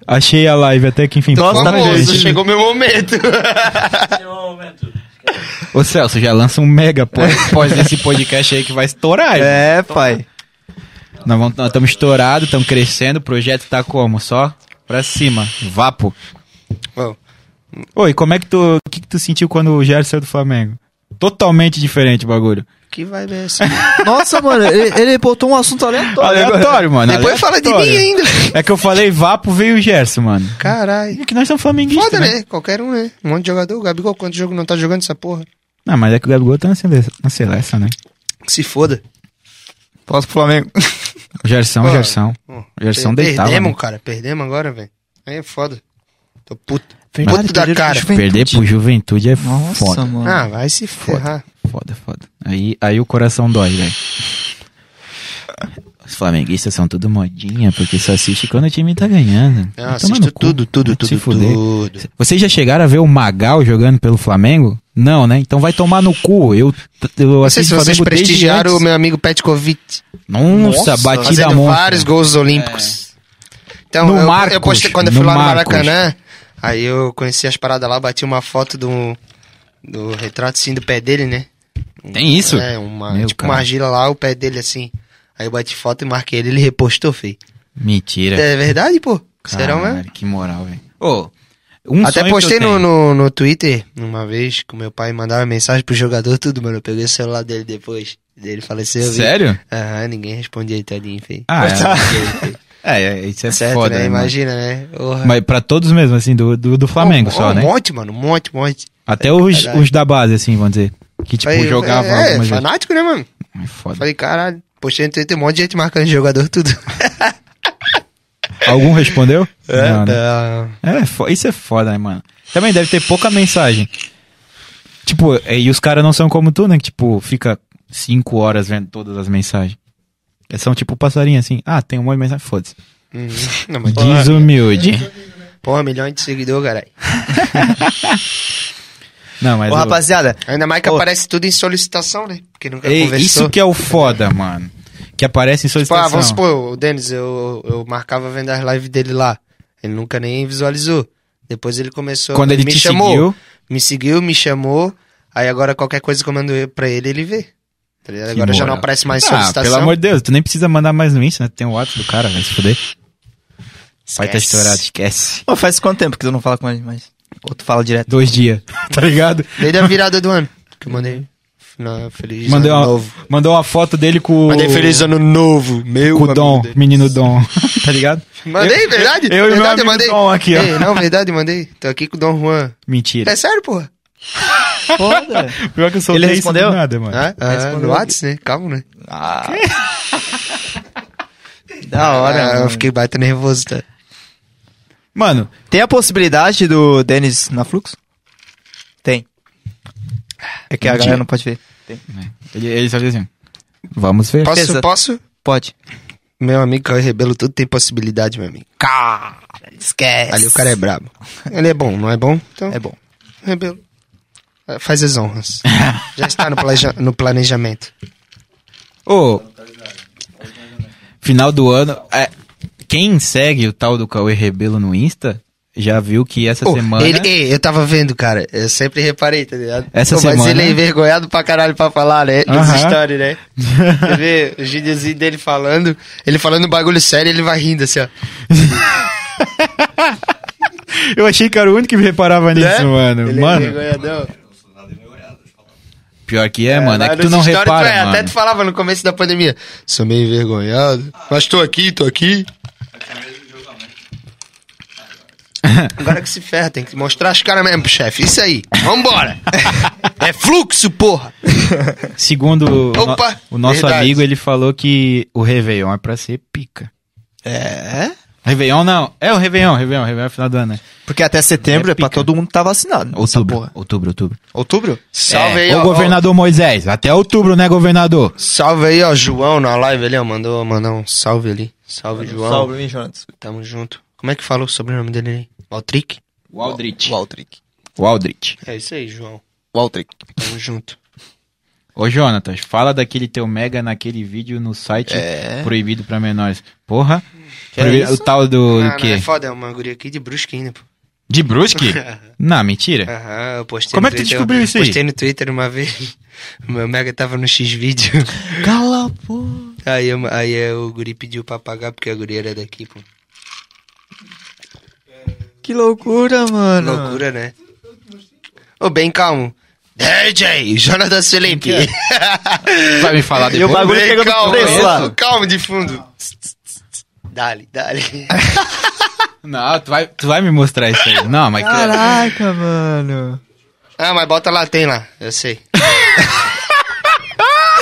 Speaker 2: Achei a live até que enfim.
Speaker 3: Nossa,
Speaker 2: Vamos,
Speaker 3: famoso,
Speaker 2: gente.
Speaker 3: chegou meu momento.
Speaker 2: Ô Celso, já lança um mega pós, pós desse podcast aí que vai estourar.
Speaker 1: É, pai.
Speaker 2: Nós estamos estourados, estamos crescendo, o projeto tá como? Só pra cima, vapo.
Speaker 3: Bom.
Speaker 2: Oi, como é que tu, o que, que tu sentiu quando o Gerson saiu do Flamengo? Totalmente diferente o bagulho.
Speaker 3: que vai ver assim.
Speaker 1: Nossa, mano, ele, ele botou um assunto aleatório. agora.
Speaker 2: Aleatório, mano.
Speaker 3: Depois fala de mim
Speaker 2: aleatório.
Speaker 3: ainda.
Speaker 2: É que eu falei vapo, veio o Gerson, mano.
Speaker 3: Caralho.
Speaker 2: É que nós somos flamenguistas,
Speaker 3: Foda,
Speaker 2: né?
Speaker 3: né? Qualquer um, né? Um monte de jogador. O Gabigol, quanto jogo não tá jogando essa porra?
Speaker 2: Não, mas é que o Gabigol tá na seleção, na seleção né?
Speaker 3: Se foda.
Speaker 1: Posso pro Flamengo.
Speaker 2: O Gerson, o
Speaker 3: Pô,
Speaker 2: Gerson.
Speaker 3: pô,
Speaker 2: O Gerson
Speaker 3: per-
Speaker 2: deitava.
Speaker 3: Perdemos,
Speaker 2: né?
Speaker 3: cara. Perdemos agora, velho. Aí é foda. Tô puto.
Speaker 2: Mas
Speaker 3: puto da cara.
Speaker 2: Perder pro Juventude é foda.
Speaker 3: Ah, vai se ferrar.
Speaker 2: Foda, foda. Aí, aí o coração dói, velho. Os flamenguistas são tudo modinha, porque só assiste quando o time tá ganhando.
Speaker 3: Ah,
Speaker 2: Vai tomar
Speaker 3: assisto
Speaker 2: no cu.
Speaker 3: tudo, tudo,
Speaker 2: Vai se
Speaker 3: tudo,
Speaker 2: fuder.
Speaker 3: tudo.
Speaker 2: Vocês já chegaram a ver o Magal jogando pelo Flamengo? Não, né? Então vai tomar no cu. Eu, eu
Speaker 3: Não sei
Speaker 2: assisto
Speaker 3: se
Speaker 2: o
Speaker 3: vocês
Speaker 2: Flamengo desde
Speaker 3: prestigiaram o
Speaker 2: antes.
Speaker 3: meu amigo Petkovic.
Speaker 2: Nossa, batida
Speaker 3: Fazendo
Speaker 2: monstro. É.
Speaker 3: vários gols olímpicos. Então,
Speaker 2: No
Speaker 3: eu,
Speaker 2: Marcos,
Speaker 3: eu postei quando eu fui
Speaker 2: no
Speaker 3: lá no
Speaker 2: Marcos.
Speaker 3: Maracanã. Aí eu conheci as paradas lá, bati uma foto do, do retrato assim do pé dele, né?
Speaker 2: Tem isso?
Speaker 3: É, uma,
Speaker 2: Meu
Speaker 3: tipo uma
Speaker 2: cara.
Speaker 3: argila lá, o pé dele assim. Aí eu bati foto e marquei ele, ele repostou, feio.
Speaker 2: Mentira.
Speaker 3: É verdade, pô? Será
Speaker 2: Caralho,
Speaker 3: mesmo?
Speaker 2: Que moral, velho. Ô, um
Speaker 3: Até
Speaker 2: sonho que
Speaker 3: postei
Speaker 2: eu
Speaker 3: no,
Speaker 2: tenho.
Speaker 3: no, no Twitter uma vez que o meu pai mandava mensagem pro jogador, tudo, mano. Eu peguei o celular dele depois. Ele faleceu. eu vi.
Speaker 2: Sério?
Speaker 3: Aham, ninguém respondia, tadinho, feio.
Speaker 2: Ah, é. é, é, isso é
Speaker 3: Certo,
Speaker 2: foda,
Speaker 3: né?
Speaker 2: né?
Speaker 3: Imagina, né? Porra.
Speaker 2: Mas pra todos mesmo, assim, do, do, do Flamengo
Speaker 3: Oh,
Speaker 2: só,
Speaker 3: oh,
Speaker 2: né?
Speaker 3: Um monte, mano, um monte, um monte.
Speaker 2: Até os,
Speaker 3: Caralho.
Speaker 2: os da base, assim, vamos dizer. Que, tipo,
Speaker 3: Falei,
Speaker 2: jogavam
Speaker 3: é,
Speaker 2: algumas vezes.
Speaker 3: fanático, né, mano?
Speaker 2: Ai, foda.
Speaker 3: Falei, caralho, postei no Twitter um monte de gente marcando jogador, tudo.
Speaker 2: Algum respondeu?
Speaker 3: É,
Speaker 2: Não, né?
Speaker 3: tá.
Speaker 2: É, fo- isso é foda, né, mano? Também deve ter pouca mensagem. Tipo, é, e os caras não são como tu, né? Que, tipo, fica cinco horas vendo todas as mensagens. É, São tipo passarinho assim. Ah, tem um monte de mensagem. Foda-se.
Speaker 3: Uhum. Não, mas- é.
Speaker 2: Desumilde.
Speaker 3: Porra, milhões de seguidor, caralho.
Speaker 2: Não, mas.
Speaker 1: Ô,
Speaker 2: o-
Speaker 1: rapaziada.
Speaker 3: Ainda mais que aparece tudo em solicitação, né? Porque nunca
Speaker 2: Ei,
Speaker 3: conversou.
Speaker 2: isso que é o foda, mano. Que aparece em
Speaker 3: Tipo,
Speaker 2: solicitação.
Speaker 3: ah, vamos supor, o Denis, eu, eu marcava vendo as lives dele lá. Ele nunca nem visualizou. Depois ele começou...
Speaker 2: Quando ele
Speaker 3: me
Speaker 2: te
Speaker 3: chamou,
Speaker 2: seguiu?
Speaker 3: Me seguiu, me chamou. Aí agora qualquer coisa que eu mando pra ele, ele vê. Tá ligado?
Speaker 2: Que
Speaker 3: Agora já não
Speaker 2: moral.
Speaker 3: aparece mais
Speaker 2: Ah,
Speaker 3: solicitação.
Speaker 2: Pelo amor de Deus, tu nem precisa mandar mais no Insta, né? Tem o ato do cara, vai se fuder. Vai tá estourado, esquece.
Speaker 1: Pô, faz quanto tempo que tu não fala com ele mais? Ou tu fala direto?
Speaker 2: Dois dias, tá ligado?
Speaker 3: Desde a virada do ano que eu mandei. Não, feliz
Speaker 2: Mandei
Speaker 3: ano
Speaker 2: uma,
Speaker 3: novo.
Speaker 2: mandou uma foto dele com. o-
Speaker 3: Mandei feliz ano novo, meu
Speaker 2: Com o
Speaker 3: amigo
Speaker 2: Dom,
Speaker 3: Denis.
Speaker 2: menino Dom, tá ligado?
Speaker 3: Mandei,
Speaker 2: Eu-
Speaker 3: verdade?
Speaker 2: eu- eu e meu
Speaker 3: verdade,
Speaker 2: amigo
Speaker 3: mandei.
Speaker 2: Dom aqui, ó.
Speaker 3: Ei, não, verdade, mandei. Tô aqui com o Dom Juan.
Speaker 2: Mentira.
Speaker 3: É sério, porra?
Speaker 1: Foda.
Speaker 2: Pior que eu sou
Speaker 1: Ele respondeu?
Speaker 2: nada, mano.
Speaker 3: Ah, ah,
Speaker 1: respondeu
Speaker 3: no Whats, né? Calma, né?
Speaker 1: Ah. da hora.
Speaker 3: Ah, eu
Speaker 1: mano.
Speaker 3: fiquei baita nervoso, tá?
Speaker 2: Mano,
Speaker 1: Tem a possibilidade do Denis na Flux? Tem. É que a
Speaker 2: Mentira. É.
Speaker 1: galera não pode ver.
Speaker 2: ele, ele só diz assim. Vamos ver.
Speaker 3: Posso,
Speaker 1: Beleza.
Speaker 3: posso?
Speaker 1: Pode.
Speaker 3: Meu amigo Cauê Rebelo, tudo tem possibilidade, meu amigo.
Speaker 1: Cara, esquece.
Speaker 3: Ali o cara é brabo. Ele é bom, não é bom? Então,
Speaker 1: É bom.
Speaker 3: Rebelo. eh, Faz as honras. Já está no, planeja- no planejamento.
Speaker 2: Ô. Final do ano. é, quem segue o tal do Cauê Rebelo no Insta já viu que essa
Speaker 3: Pô,
Speaker 2: semana.
Speaker 3: ele- ei, eu tava vendo, cara. Eu sempre reparei, tá ligado?
Speaker 2: né? Essa
Speaker 3: Mas
Speaker 2: semana- né?
Speaker 3: ele é envergonhado pra caralho pra falar, né? Nos
Speaker 2: Aham.
Speaker 3: stories, né? Você vê os videozinhos dele falando. Ele falando um bagulho sério, ele vai rindo assim, ó.
Speaker 2: Eu achei que era o único que me reparava nisso,
Speaker 3: Né?
Speaker 2: mano.
Speaker 3: Ele
Speaker 2: mano,
Speaker 3: é envergonhadão.
Speaker 2: pior que é, mano. É
Speaker 3: Lá
Speaker 2: que tu
Speaker 3: nos
Speaker 2: não
Speaker 3: stories,
Speaker 2: repara,
Speaker 3: é,
Speaker 2: mano.
Speaker 3: Até tu falava no começo da pandemia. Sou meio envergonhado. Mas tô aqui, tô aqui. Agora que se ferra, tem que mostrar as caras mesmo pro chefe. Isso aí, vambora. é fluxo, porra.
Speaker 2: Segundo o no-
Speaker 3: Opa,
Speaker 2: o nosso
Speaker 3: verdade.
Speaker 2: amigo, ele falou que o Réveillon é pra ser pica.
Speaker 1: É?
Speaker 2: Réveillon não. É o Réveillon, Réveillon, Réveillon é final do ano, né?
Speaker 1: Porque até setembro é, pra todo mundo tá vacinado.
Speaker 2: Outubro, outubro, outubro.
Speaker 1: Outubro?
Speaker 3: Salve
Speaker 2: É,
Speaker 3: aí, ó.
Speaker 2: Ô, governador Moisés, até outubro, né, governador?
Speaker 3: Salve aí, ó, João, na live ali, ó. Mandou mandar um salve ali. um Salve, João.
Speaker 1: Salve, hein, Jonas?
Speaker 3: Tamo junto. Como é que fala o sobrenome dele aí? Altric?
Speaker 2: O Aldrich.
Speaker 1: O Aldrich.
Speaker 2: O Aldrich.
Speaker 3: É isso aí, João.
Speaker 1: O Aldrich.
Speaker 3: Tamo junto.
Speaker 2: Ô, Jonatas, fala daquele teu mega naquele vídeo no site
Speaker 1: É.
Speaker 2: proibido pra menores. Porra,
Speaker 1: Que é
Speaker 2: proibi-
Speaker 1: isso?
Speaker 2: o tal do,
Speaker 3: Ah,
Speaker 2: do
Speaker 3: não, é
Speaker 2: quê?
Speaker 3: foda, é uma guria aqui de Brusque ainda, pô.
Speaker 2: De Brusque? não, Ah, mentira.
Speaker 3: Aham, eu postei
Speaker 2: Como
Speaker 3: no
Speaker 2: é que tu
Speaker 3: Twitter- um-
Speaker 2: descobriu isso aí?
Speaker 3: Postei no Twitter uma vez. O meu mega tava no X-Vídeo.
Speaker 1: Cala a porra.
Speaker 3: Aí, eu- aí eh, o guri pediu pra pagar porque a guria era daqui, pô.
Speaker 1: Que loucura, mano.
Speaker 3: Loucura, né? Ô, bem calmo. DJ, Jonathan Felipe.
Speaker 2: Vai me falar
Speaker 1: é? E o bagulho
Speaker 3: Bem
Speaker 1: pegando
Speaker 3: calmo,
Speaker 1: preço lá.
Speaker 3: isso, calmo de fundo. Dale, dale.
Speaker 2: Não, tu vai, tu vai me mostrar isso aí. Não, mas...
Speaker 1: Caraca, mano.
Speaker 3: é. Ah, mas bota lá, tem lá, eu sei.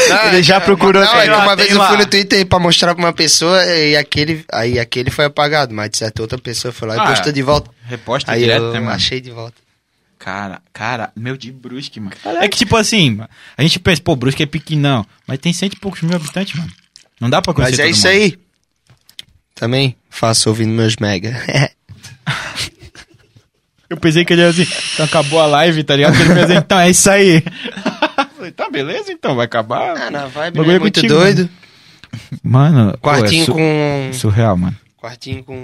Speaker 3: Não,
Speaker 1: Ele já procurou,
Speaker 3: Não,
Speaker 1: tem
Speaker 3: é que
Speaker 1: lá,
Speaker 3: uma
Speaker 1: tem
Speaker 3: vez eu fui
Speaker 1: lá.
Speaker 3: no Twitter pra mostrar pra uma pessoa e aquele, aí aquele foi apagado, mas de certa outra pessoa foi lá e
Speaker 2: Ah,
Speaker 3: postou de volta.
Speaker 2: Reposta
Speaker 3: Aí
Speaker 2: direto,
Speaker 3: eu
Speaker 2: né, mano?
Speaker 3: achei de volta.
Speaker 2: Cara, cara, meu de Brusque, mano. É que tipo assim, mano, a gente pensa, pô, Brusque é pequenão, mas tem cento e poucos mil habitantes, mano. Não dá pra conhecer
Speaker 3: Mas é
Speaker 2: todo
Speaker 3: isso
Speaker 2: mundo.
Speaker 3: aí. Também faço ouvindo meus mega.
Speaker 2: Eu pensei que ele ia assim, então acabou a live, tá ligado? Ele pensei, então é isso aí. Falei, tá, beleza, então, vai acabar.
Speaker 3: Ah, na vibe,
Speaker 2: Bagulho
Speaker 3: né?
Speaker 2: é
Speaker 3: Muito
Speaker 2: contigo,
Speaker 3: doido.
Speaker 2: Mano, pô, é
Speaker 3: Quartinho
Speaker 2: su-
Speaker 3: com.
Speaker 2: surreal, mano.
Speaker 3: Quartinho com.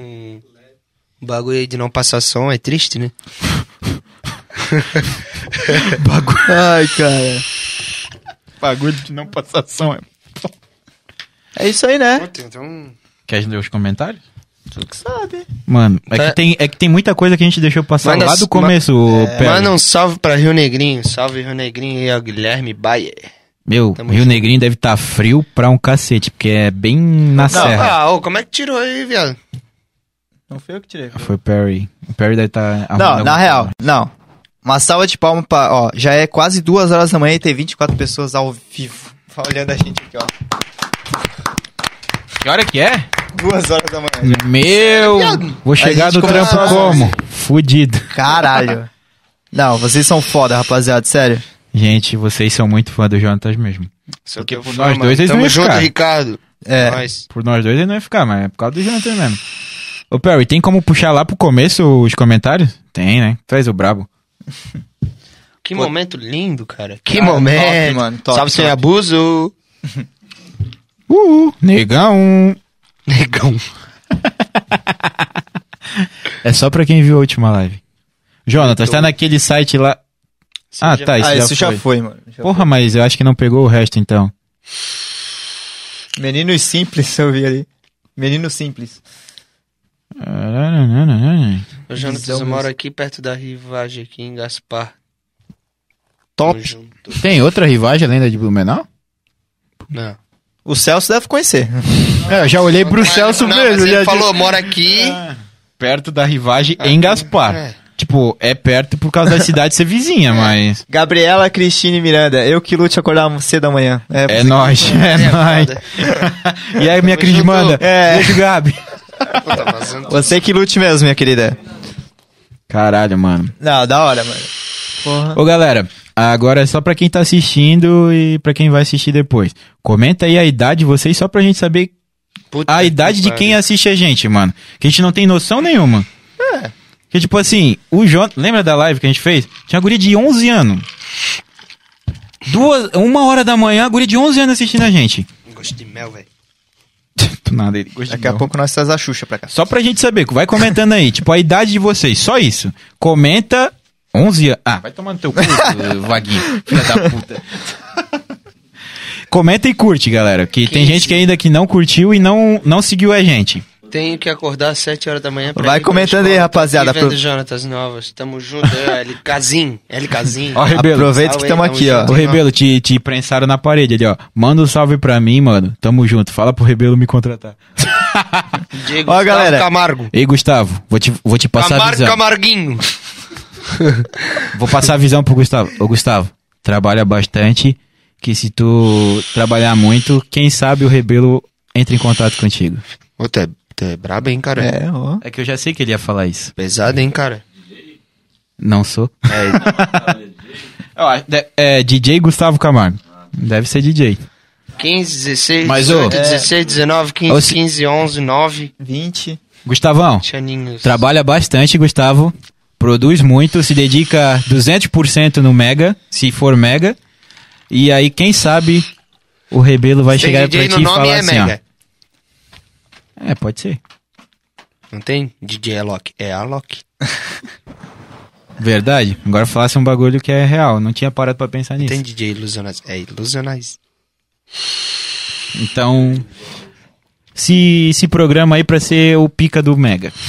Speaker 3: um Bagulho aí de não passar som é triste, né?
Speaker 1: Ai, cara.
Speaker 2: Bagulho de não passação. É.
Speaker 1: É isso aí, né?
Speaker 3: Então.
Speaker 2: Quer ler os comentários?
Speaker 1: Tu que sabe.
Speaker 2: Mano, é,
Speaker 3: Tá.
Speaker 2: que tem, é que tem muita coisa que a gente deixou passar
Speaker 3: Manda
Speaker 2: lá
Speaker 3: s-
Speaker 2: do começo, ô,
Speaker 1: É.
Speaker 2: Pedro.
Speaker 3: Manda um salve pra Rio Negrinho. Salve Rio Negrinho e ao Guilherme Bayer.
Speaker 2: Meu,
Speaker 3: Tamo
Speaker 2: Rio
Speaker 3: junto.
Speaker 2: Negrinho deve estar frio pra um cacete, porque é bem na serra.
Speaker 3: Ah, ô, como é que tirou aí, viado?
Speaker 1: Não foi eu que tirei.
Speaker 2: Foi o Perry. O Perry deve tá estar.
Speaker 1: Não, na real, não. Uma salva de palmas pra. Ó, já é quase duas horas da manhã e tem 24 pessoas ao vivo. Tá olhando a gente aqui, ó.
Speaker 2: Que hora que é?
Speaker 1: Duas horas da manhã.
Speaker 2: Meu! Vou chegar
Speaker 1: gente
Speaker 2: do trampo
Speaker 1: começou a-
Speaker 2: como? Fudido.
Speaker 1: Caralho. Não, vocês são foda, rapaziada, sério.
Speaker 2: Gente, vocês são muito fã do Jonatas mesmo.
Speaker 3: Sou teu
Speaker 2: por
Speaker 3: fã,
Speaker 2: nós
Speaker 3: mano.
Speaker 2: dois eles não
Speaker 3: Tamo
Speaker 2: iam
Speaker 3: junto,
Speaker 2: ficar.
Speaker 3: Ricardo.
Speaker 1: É.
Speaker 3: Nós.
Speaker 2: Por nós dois ele não ia ficar, mas é por causa do Jonatas mesmo. Ô Perry, tem como puxar lá pro começo os comentários? Tem, né? Tu és o brabo.
Speaker 3: Que momento lindo, cara. Que
Speaker 1: Cara,
Speaker 3: momento.
Speaker 1: top, mano, top,
Speaker 3: salve sem
Speaker 1: top.
Speaker 3: abuso.
Speaker 2: Uhul, negão!
Speaker 3: Negão.
Speaker 2: É só pra quem viu a última live. Jonatas, tá naquele site lá. Ah, tá, isso,
Speaker 1: ah,
Speaker 2: já,
Speaker 1: isso já
Speaker 2: foi.
Speaker 1: foi, mano. Já
Speaker 2: Porra, mas eu acho que não pegou o resto então.
Speaker 1: foi. Meninos simples, eu vi ali. Meninos simples.
Speaker 3: Eu já
Speaker 1: Visão
Speaker 3: eu moro
Speaker 1: mesmo.
Speaker 3: aqui perto da rivagem aqui em Gaspar.
Speaker 1: Top.
Speaker 3: Tamo junto.
Speaker 2: Tem outra rivagem além da de Blumenau?
Speaker 3: Não.
Speaker 1: O Celso deve conhecer.
Speaker 2: É, eu já olhei pro
Speaker 3: Mas-
Speaker 2: Celso
Speaker 3: não,
Speaker 2: mesmo.
Speaker 3: mas
Speaker 2: já disse-
Speaker 3: ele falou, mora aqui.
Speaker 1: É.
Speaker 2: Perto da rivagem em Gaspar.
Speaker 3: É.
Speaker 2: Tipo, é perto por causa da cidade ser vizinha, mas.
Speaker 1: Gabriela, Cristine e Miranda. Eu que lute acordar cedo amanhã.
Speaker 2: É nóis, é nóis.
Speaker 3: foda.
Speaker 2: E aí, minha
Speaker 3: Tamo
Speaker 2: Cris
Speaker 3: junto.
Speaker 2: manda.
Speaker 1: É.
Speaker 2: Beijo, Gabi.
Speaker 3: Pô, tá vazando.
Speaker 1: Você que lute mesmo, minha querida.
Speaker 2: Caralho, mano.
Speaker 1: Não, da hora, mano. Porra.
Speaker 2: Ô, galera, agora é só pra quem tá assistindo e pra quem vai assistir depois. Comenta aí a idade de vocês só pra gente saber
Speaker 3: Puta
Speaker 2: a idade
Speaker 3: que
Speaker 2: de
Speaker 3: pariu.
Speaker 2: quem assiste a gente, mano. Que a gente não tem noção nenhuma.
Speaker 1: É.
Speaker 2: Que tipo assim, o João. Lembra da live que a gente fez? Tinha uma guria de 11 anos. Duas, uma hora da manhã, a guria de 11 anos assistindo a gente.
Speaker 3: Um Gosto de mel, velho.
Speaker 2: Do nada, ele gosta de
Speaker 1: Tipo, Daqui a
Speaker 2: mel.
Speaker 1: pouco nós traz a Xuxa pra cá.
Speaker 2: Só pra gente saber, vai comentando aí, tipo, a idade de vocês, só isso. Comenta 11 anos. Ah, vai tomar no teu cu, eh, vaguinho, filha da puta. Comenta e curte, galera, que tem
Speaker 3: 15.
Speaker 2: gente que ainda que não curtiu e não, não seguiu a gente.
Speaker 3: Tenho que acordar às 7 horas da manhã pra
Speaker 1: Vai
Speaker 3: ir pra
Speaker 1: comentando aí,
Speaker 3: escola.
Speaker 1: rapaziada,
Speaker 3: Tô aqui vendo
Speaker 1: pro-
Speaker 3: Jonatas Novas. Tamo junto, eu, LKzinho. LKzinho.
Speaker 2: Ó, Rebelo,
Speaker 1: Aproveita que estamos
Speaker 3: Salve aí, tamo
Speaker 1: aqui, ó.
Speaker 2: o Rebelo te, te prensaram na parede ali, ó. Manda um salve pra mim, mano. Tamo junto, fala pro Rebelo me contratar.
Speaker 3: Diego
Speaker 2: Ó,
Speaker 3: Gustavo
Speaker 2: galera.
Speaker 3: Camargo.
Speaker 2: Ei, Gustavo, vou te, vou te passar a
Speaker 3: Camargo
Speaker 2: visão.
Speaker 3: Camarguinho.
Speaker 2: Vou passar a visão pro Gustavo. Ô, Gustavo, trabalha bastante, que se tu trabalhar muito, quem sabe o Rebelo entra em contato contigo.
Speaker 3: Ô, tu é, tu é brabo, hein, cara?
Speaker 2: É, ó. É que eu já sei que ele ia falar isso.
Speaker 3: Pesado, hein, cara?
Speaker 2: Não sou. Ó, de- É, DJ Gustavo Camargo. Deve ser DJ.
Speaker 3: 15, 16,
Speaker 2: Mas, ô,
Speaker 3: 18, 16, 19, 15,
Speaker 2: ô, se-
Speaker 3: 15, 11, 9.
Speaker 1: 20.
Speaker 2: Gustavão,
Speaker 3: Chaninhos.
Speaker 2: trabalha bastante, Gustavo. Produz muito, se dedica 200% no Mega, se for Mega. E aí, quem sabe, o Rebelo vai
Speaker 3: Tem
Speaker 2: chegar
Speaker 3: DJ
Speaker 2: pra ti
Speaker 3: no
Speaker 2: e
Speaker 3: nome
Speaker 2: falar
Speaker 3: é
Speaker 2: assim,
Speaker 3: Mega.
Speaker 2: ó. É, pode ser.
Speaker 3: Não tem? DJ é Loki. É a Loki.
Speaker 2: Verdade. Agora falasse um bagulho que é real. Não tinha parado pra pensar nisso.
Speaker 3: Tem DJ Ilusionais. É Ilusionais.
Speaker 2: Então, se, se programa aí pra ser o pica do Mega.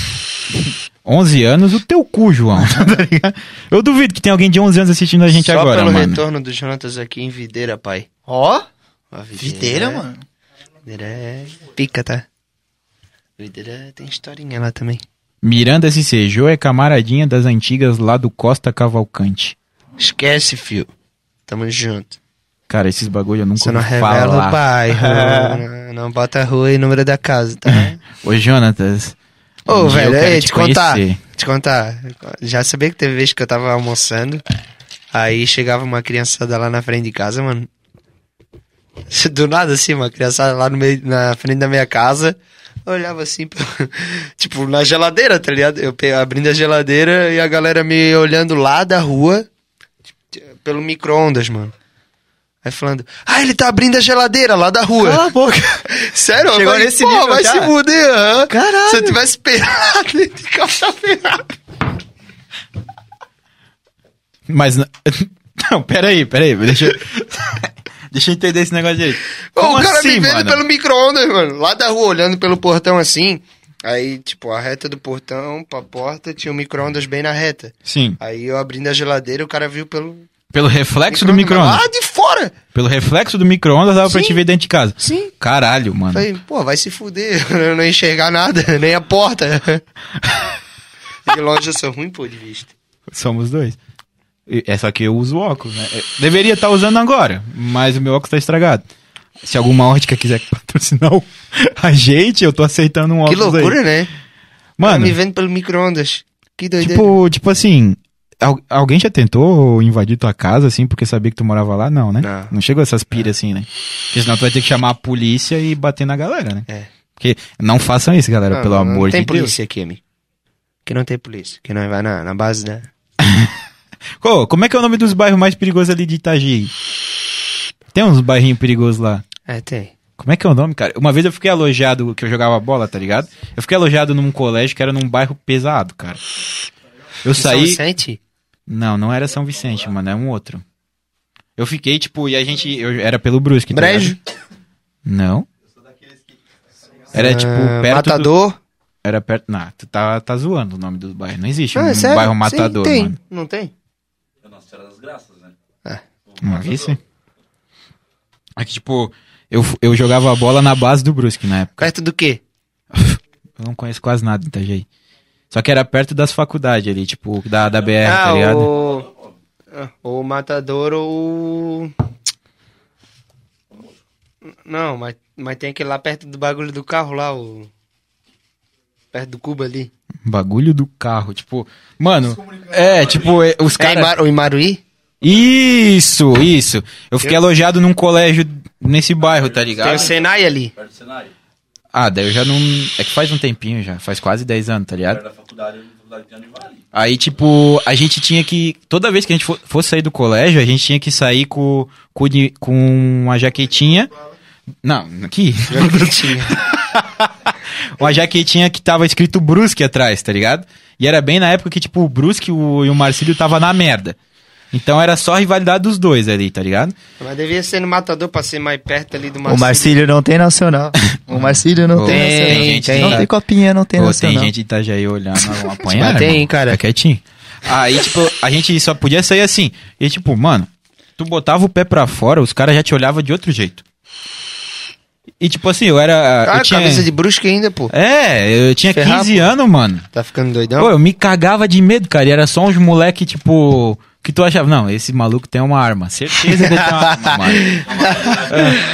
Speaker 2: 11 anos, o teu cu, João. tá ligado? Eu duvido que tem alguém de 11 anos assistindo a gente
Speaker 3: Só
Speaker 2: agora,
Speaker 3: pelo
Speaker 2: mano.
Speaker 3: retorno do Jonatas aqui em Videira, pai.
Speaker 1: Ó,
Speaker 3: Ó, é-
Speaker 1: videira, mano.
Speaker 3: Videira é pica, tá? Videira tem historinha lá também.
Speaker 2: Miranda SC, Jô é camaradinha das antigas lá do Costa Cavalcante.
Speaker 3: Esquece, fio. Tamo junto.
Speaker 2: Cara, esses bagulho eu nunca
Speaker 3: Você não
Speaker 2: ouvi
Speaker 3: revela
Speaker 2: falar.
Speaker 3: o bairro. não bota rua e número da casa, tá?
Speaker 2: Ô, Jonatas.
Speaker 3: Ô,
Speaker 2: um dia eu
Speaker 3: velho,
Speaker 2: quero
Speaker 3: ei, te, contar.
Speaker 2: conhecer.
Speaker 3: Te contar. Já sabia que teve vez que eu tava almoçando. Aí chegava uma criançada lá na frente de casa, mano. Do nada, assim, uma criançada lá no meio, na frente da minha casa. eu Olhava assim, pra- tipo, na geladeira, tá ligado? Eu pe- abrindo a geladeira e a galera me olhando lá da rua, tipo, pelo micro-ondas, mano. Aí falando, ah, ele tá abrindo a geladeira lá da rua.
Speaker 1: Cala a boca.
Speaker 3: Sério?
Speaker 1: Chegou
Speaker 3: eu falei,
Speaker 1: nesse
Speaker 3: Pô,
Speaker 1: nível
Speaker 3: vai
Speaker 1: já?
Speaker 3: se fuder, hã?
Speaker 1: Caralho.
Speaker 3: Se eu tivesse esperado, ele ficava ferrado.
Speaker 2: Mas. Não, não, peraí, peraí. Deixa eu, deixa eu entender esse negócio direito. Como
Speaker 3: o cara
Speaker 2: assim,
Speaker 3: me vendo
Speaker 2: mano?
Speaker 3: pelo micro-ondas, mano. Lá da rua, olhando pelo portão assim. Aí, tipo, a reta do portão pra porta tinha o micro-ondas bem na reta.
Speaker 2: Sim.
Speaker 3: Aí eu abrindo a geladeira, o cara viu pelo.
Speaker 2: Pelo reflexo do micro-ondas.
Speaker 3: Lá de fora!
Speaker 2: Pelo reflexo do micro-ondas dava pra
Speaker 3: Sim.
Speaker 2: te ver dentro de casa.
Speaker 3: Sim.
Speaker 2: Caralho, mano.
Speaker 3: Falei, pô, vai se fuder, eu não ia enxergar nada, nem a porta. De longe eu sou ruim, pô, de vista.
Speaker 2: Somos dois. E- É só que eu uso óculos, né? Eu deveria estar usando agora, mas o meu óculos tá estragado. Se alguma ótica quiser patrocinar o- a gente, eu tô aceitando um
Speaker 3: Que
Speaker 2: óculos
Speaker 3: loucura,
Speaker 2: aí.
Speaker 3: né? Tá
Speaker 2: Mano,
Speaker 3: me vendo pelo micro-ondas. Que doideira.
Speaker 2: tipo, tipo assim, al- alguém já tentou invadir tua casa, assim, porque sabia que tu morava lá? Não, né?
Speaker 3: Não. É.
Speaker 2: chegou essas piras assim, né? Porque senão tu vai ter que chamar a polícia e bater na galera, né?
Speaker 3: É.
Speaker 2: Porque não façam isso, galera,
Speaker 3: Não,
Speaker 2: pelo
Speaker 3: não,
Speaker 2: amor
Speaker 3: não
Speaker 2: de
Speaker 3: tem
Speaker 2: Deus.
Speaker 3: polícia aqui, amigo. Que não tem polícia. Que não vai na, na base né? da.
Speaker 2: Ô, como é que é o nome dos bairros mais perigosos ali de Itajaí? Tem uns bairrinhos perigosos lá.
Speaker 3: É, tem.
Speaker 2: Como é que é o nome, cara? Uma vez eu fiquei alojado, que eu jogava bola, tá ligado? Eu fiquei alojado num colégio que era num bairro pesado, cara. Eu
Speaker 3: São
Speaker 2: saí...
Speaker 3: Vicente?
Speaker 2: Não, não era São Vicente, mano, é um outro. Eu fiquei, tipo, e a gente... Eu, era pelo Brusque, tá
Speaker 3: Brejo?
Speaker 2: ligado? Não. Era, tipo,
Speaker 3: Ah,
Speaker 2: perto do-
Speaker 3: Matador?
Speaker 2: Era perto... Não, tu tá, tá zoando o nome dos bairros. Não existe
Speaker 3: Ah,
Speaker 2: um
Speaker 3: é sério?
Speaker 2: bairro
Speaker 3: Sim,
Speaker 2: matador,
Speaker 3: tem. É.
Speaker 2: mano.
Speaker 3: Não tem?
Speaker 2: Uma vez, sim. É que, tipo, eu, eu jogava bola na base do Brusque na época.
Speaker 3: Perto do quê?
Speaker 2: Eu não conheço quase nada de Itajaí. Só que era perto das faculdades ali, tipo, da, da BR, tá ligado?
Speaker 3: Ah, o... ah, o Matador ou. Não, mas, mas tem aquele lá perto do bagulho do carro lá, o. Perto do Cuba ali.
Speaker 2: Bagulho do carro, tipo... Mano, é, tipo, é, os
Speaker 3: É,
Speaker 2: caras...
Speaker 3: Ima- o Imaruí?
Speaker 2: Isso, isso. Eu fiquei alojado num colégio nesse bairro, tá
Speaker 3: Tem um o
Speaker 2: ligado?
Speaker 3: Senai ali.
Speaker 2: Ah, daí eu já não... É que faz um tempinho já, faz quase 10 anos, tá ligado? Aí, tipo, a gente tinha que. Toda vez que a gente fo- fosse sair do colégio, a gente tinha que sair com, com, o ni- com uma jaquetinha. Não, aqui. uma jaquetinha que tava escrito Brusque atrás, tá ligado? E era bem na época que, tipo, o Brusque o- e o Marcílio tava na merda. Então era só a rivalidade dos dois ali, tá ligado?
Speaker 3: Mas devia ser no Matador pra ser mais perto ali do
Speaker 1: O Marcílio não tem nacional. O Marcílio não
Speaker 2: Ô,
Speaker 1: tem,
Speaker 2: tem
Speaker 1: nacional.
Speaker 2: gente que
Speaker 1: não
Speaker 2: tá-
Speaker 1: tem copinha, não tem
Speaker 2: Pô, tem
Speaker 1: nacional.
Speaker 2: gente de Itajaí olhando, vão apanhar.
Speaker 3: Mas tem,
Speaker 2: irmão.
Speaker 3: cara.
Speaker 2: Fica quietinho. Aí, tipo, a gente só podia sair assim. E, tipo, mano, tu botava o pé pra fora, os caras já te olhavam de outro jeito. E tipo assim, eu era.
Speaker 3: Ah,
Speaker 2: eu tinha...
Speaker 3: cabeça de brusca ainda, pô.
Speaker 2: É, eu tinha
Speaker 3: Ferrar,
Speaker 2: 15
Speaker 3: pô.
Speaker 2: anos, mano.
Speaker 3: Tá ficando doidão?
Speaker 2: Pô, eu me cagava de medo, cara. E era só uns moleque, tipo. Que tu achava, não, esse maluco tem uma arma. Certeza que ele tem uma arma, mano.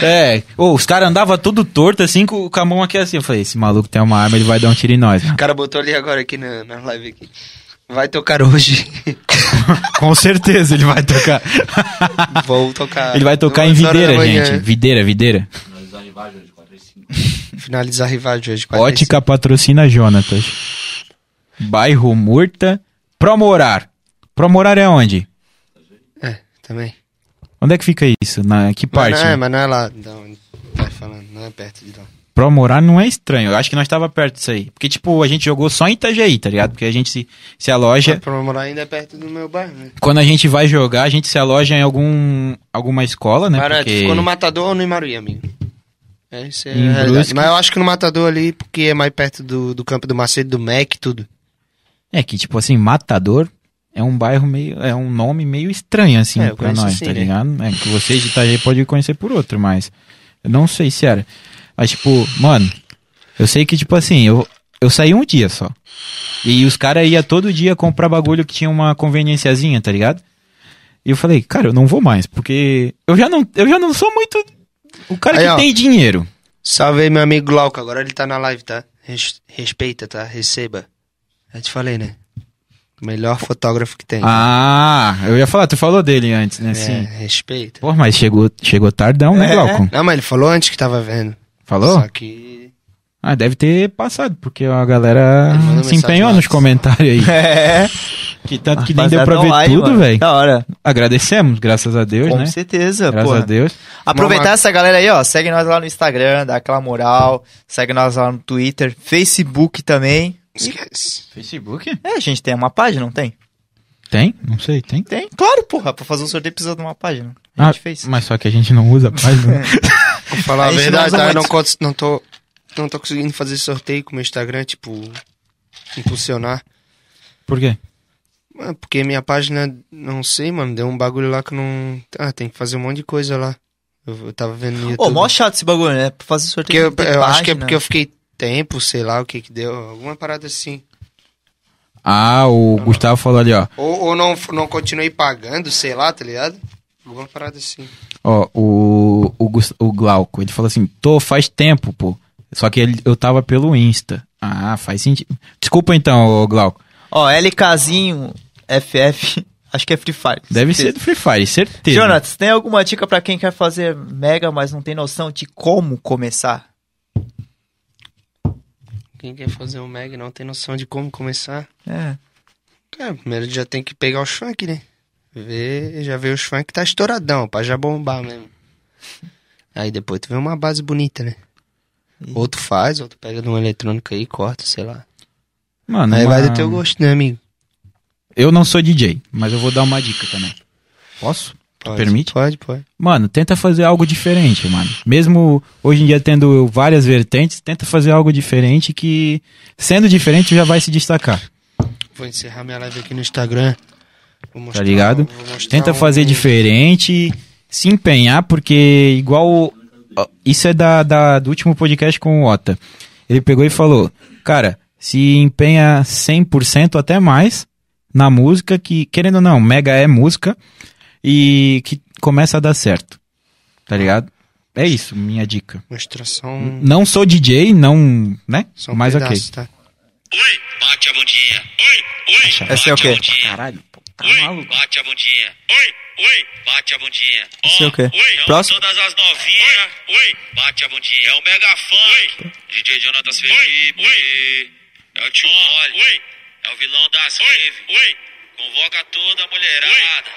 Speaker 2: É, é. Ô, os caras andavam tudo torto, assim, com, com a mão aqui assim. Eu falei, esse maluco tem uma arma, ele vai dar um tiro em nós.
Speaker 3: O cara botou ali agora aqui na, na live aqui. Vai tocar hoje.
Speaker 2: com certeza ele vai tocar.
Speaker 3: Vou tocar.
Speaker 2: Ele vai tocar em
Speaker 3: Duas horas da
Speaker 2: videira,
Speaker 3: manhã.
Speaker 2: gente. Videira, videira.
Speaker 3: Finalizar a rival de hoje.
Speaker 2: Ótica patrocina Jonatas. Bairro Murta. Promorar. Promorar é onde?
Speaker 3: Também.
Speaker 2: Onde é que fica isso? Na que parte? né?
Speaker 3: Mas não é, mas não é lá. Não, tá falando, não é perto de lá.
Speaker 2: Promorar não é estranho. Eu acho que nós tava perto disso aí. Porque, tipo, a gente jogou só em Itajaí, tá ligado? Porque a gente se, se aloja.
Speaker 3: Mas Pra morar ainda é perto do meu bairro, né?
Speaker 2: Quando a gente vai jogar, a gente se aloja em algum, alguma escola, né?
Speaker 3: Cara, tipo,
Speaker 2: Porque-
Speaker 3: tu ficou no Matador ou no Imaruí, amigo? É, isso é a
Speaker 2: Em
Speaker 3: realidade.
Speaker 2: Brusque.
Speaker 3: Mas eu acho que no Matador ali, porque é mais perto do, do campo do Macedo, do MEC e tudo.
Speaker 2: É que, tipo assim, Matador é um bairro meio. É um nome meio estranho, assim,
Speaker 3: É, eu
Speaker 2: pra
Speaker 3: conheço
Speaker 2: nós,
Speaker 3: assim,
Speaker 2: tá
Speaker 3: né?
Speaker 2: ligado? É que vocês de Itajaí podem conhecer por outro, mas. Eu não sei se era. Mas, tipo, mano, eu sei que, tipo assim, eu, eu saí um dia só. E os caras iam todo dia comprar bagulho que tinha uma convenienciazinha, tá ligado? E eu falei, cara, eu não vou mais, porque eu já não, eu já não sou muito. O cara
Speaker 3: Aí,
Speaker 2: que
Speaker 3: ó.
Speaker 2: tem dinheiro.
Speaker 3: Salve aí, meu amigo Glauco. Agora ele tá na live, tá? Res- respeita, tá? Receba. Já te falei, né? O melhor fotógrafo
Speaker 1: É.
Speaker 3: que tem.
Speaker 2: Ah, eu ia falar, tu falou dele antes, né?
Speaker 3: é,
Speaker 2: Sim.
Speaker 3: respeita.
Speaker 2: Pô, mas chegou, chegou tardão,
Speaker 1: É.
Speaker 2: né, Glauco?
Speaker 3: Não, mas ele falou antes que tava vendo.
Speaker 2: Falou?
Speaker 3: Só que.
Speaker 2: Ah, deve ter passado, porque a galera
Speaker 3: Ele mandou
Speaker 2: se
Speaker 3: mensagem
Speaker 2: empenhou
Speaker 3: lá.
Speaker 2: nos comentários aí.
Speaker 1: É.
Speaker 2: Que tanto que nem deu pra ver
Speaker 1: Rapaziada online,
Speaker 2: tudo,
Speaker 1: mano.
Speaker 2: velho.
Speaker 1: Da hora.
Speaker 2: Agradecemos, graças a Deus,
Speaker 1: Com
Speaker 2: né?
Speaker 1: certeza,
Speaker 2: Graças
Speaker 1: porra.
Speaker 2: a Deus.
Speaker 1: Aproveitar
Speaker 3: Uma-
Speaker 1: essa galera aí, ó. Segue nós lá no Instagram, dá aquela moral. Segue nós lá no Twitter, Facebook também.
Speaker 3: Esquece.
Speaker 2: Facebook?
Speaker 1: É, a gente tem uma página, não tem?
Speaker 2: Tem? Não sei, tem.
Speaker 1: Tem, claro, porra. Pra fazer um sorteio precisa de uma página. A
Speaker 2: Ah,
Speaker 1: gente fez.
Speaker 2: mas só que a gente não usa né? a página.
Speaker 3: Vou falar a,
Speaker 1: Aí
Speaker 3: verdade,
Speaker 1: chegamos
Speaker 3: tá? Eu
Speaker 1: aonde?
Speaker 3: não, cons- não tô. Não tô conseguindo fazer sorteio com o meu Instagram, tipo. Impulsionar.
Speaker 2: Por quê?
Speaker 3: Ah, Porque minha página, não sei, mano, deu um bagulho lá que não. Ah, tem que fazer um monte de coisa lá. Eu, eu tava vendo no
Speaker 1: Ô,
Speaker 3: YouTube.
Speaker 1: mó chato esse bagulho, né? Pra fazer
Speaker 3: Porque
Speaker 1: sorteio
Speaker 3: eu,
Speaker 1: tem que ter
Speaker 3: eu acho que é
Speaker 1: página.
Speaker 3: porque eu fiquei tempo, sei lá o que que deu, alguma parada assim.
Speaker 2: Ah, o Gustavo falou ali, ó.
Speaker 3: Ou, ou não, não continuei pagando, sei lá, tá ligado? Alguma parada assim.
Speaker 2: Ó, o, o, Gus- o Glauco, ele falou assim, tô, faz tempo, pô. Só que ele- eu tava pelo Insta. Ah, faz sentido. Desculpa então, ô Glauco.
Speaker 1: Ó, LKzinho, FF, acho que é Free Fire.
Speaker 2: Deve ser
Speaker 1: certeza.
Speaker 2: do Free Fire, certeza.
Speaker 1: Jonas, tem alguma dica pra quem quer fazer mega, mas não tem noção de como começar?
Speaker 3: Quem quer fazer um mag não tem noção de como começar.
Speaker 1: É.
Speaker 3: Cara, primeiro já tem que pegar os funk, né? Vê, já vê os funk tá estouradão, pra já bombar mesmo. Aí depois tu vê uma base bonita, né?
Speaker 1: Ih.
Speaker 3: Outro faz, outro pega de um eletrônico aí, corta, sei lá.
Speaker 2: Mano,
Speaker 3: Aí vai
Speaker 2: uma-
Speaker 3: do teu gosto, né, amigo?
Speaker 2: Eu não sou DJ, mas eu vou dar uma dica também. Posso?
Speaker 3: Pode,
Speaker 2: permite?
Speaker 3: Pode, pode.
Speaker 2: Mano, tenta fazer algo diferente, mano. Mesmo hoje em dia tendo várias vertentes, tenta fazer algo diferente que, sendo diferente, tu já vai se destacar,
Speaker 3: Vou encerrar minha live aqui no Instagram. Vou
Speaker 2: tá
Speaker 3: mostrar-
Speaker 2: ligado?
Speaker 3: vou mostrar
Speaker 2: Tenta
Speaker 3: um-
Speaker 2: fazer diferente, se empenhar, porque igual. ó, Isso é da, da- do último podcast com o Ota. Ele pegou e falou: Cara, se empenha 100% até mais na música, que, querendo ou não, mega é música, e que começa a dar certo. Tá ligado? É isso, minha dica.
Speaker 3: Mostrar só um.
Speaker 2: Não sou DJ, não. né?
Speaker 3: Só um
Speaker 2: Mas ok.
Speaker 3: pedaço, tá?
Speaker 8: Oi, bate a bundinha. Oi, oi.
Speaker 1: Esse é o quê?
Speaker 2: Caralho, pô, tá
Speaker 8: Oi,
Speaker 2: maluco.
Speaker 8: bate a bundinha. Oi, oi, bate a bundinha. Ó,
Speaker 1: Isso é o quê?
Speaker 8: Oi, então
Speaker 1: Próximo?
Speaker 8: todas as novinhas. Oi, oi, bate a bundinha. É o Mega Funk. DJ Jonatas Felipe. Oi, É o tio Mole. Oi. É o vilão das Oi, oi. Convoca toda a mulherada.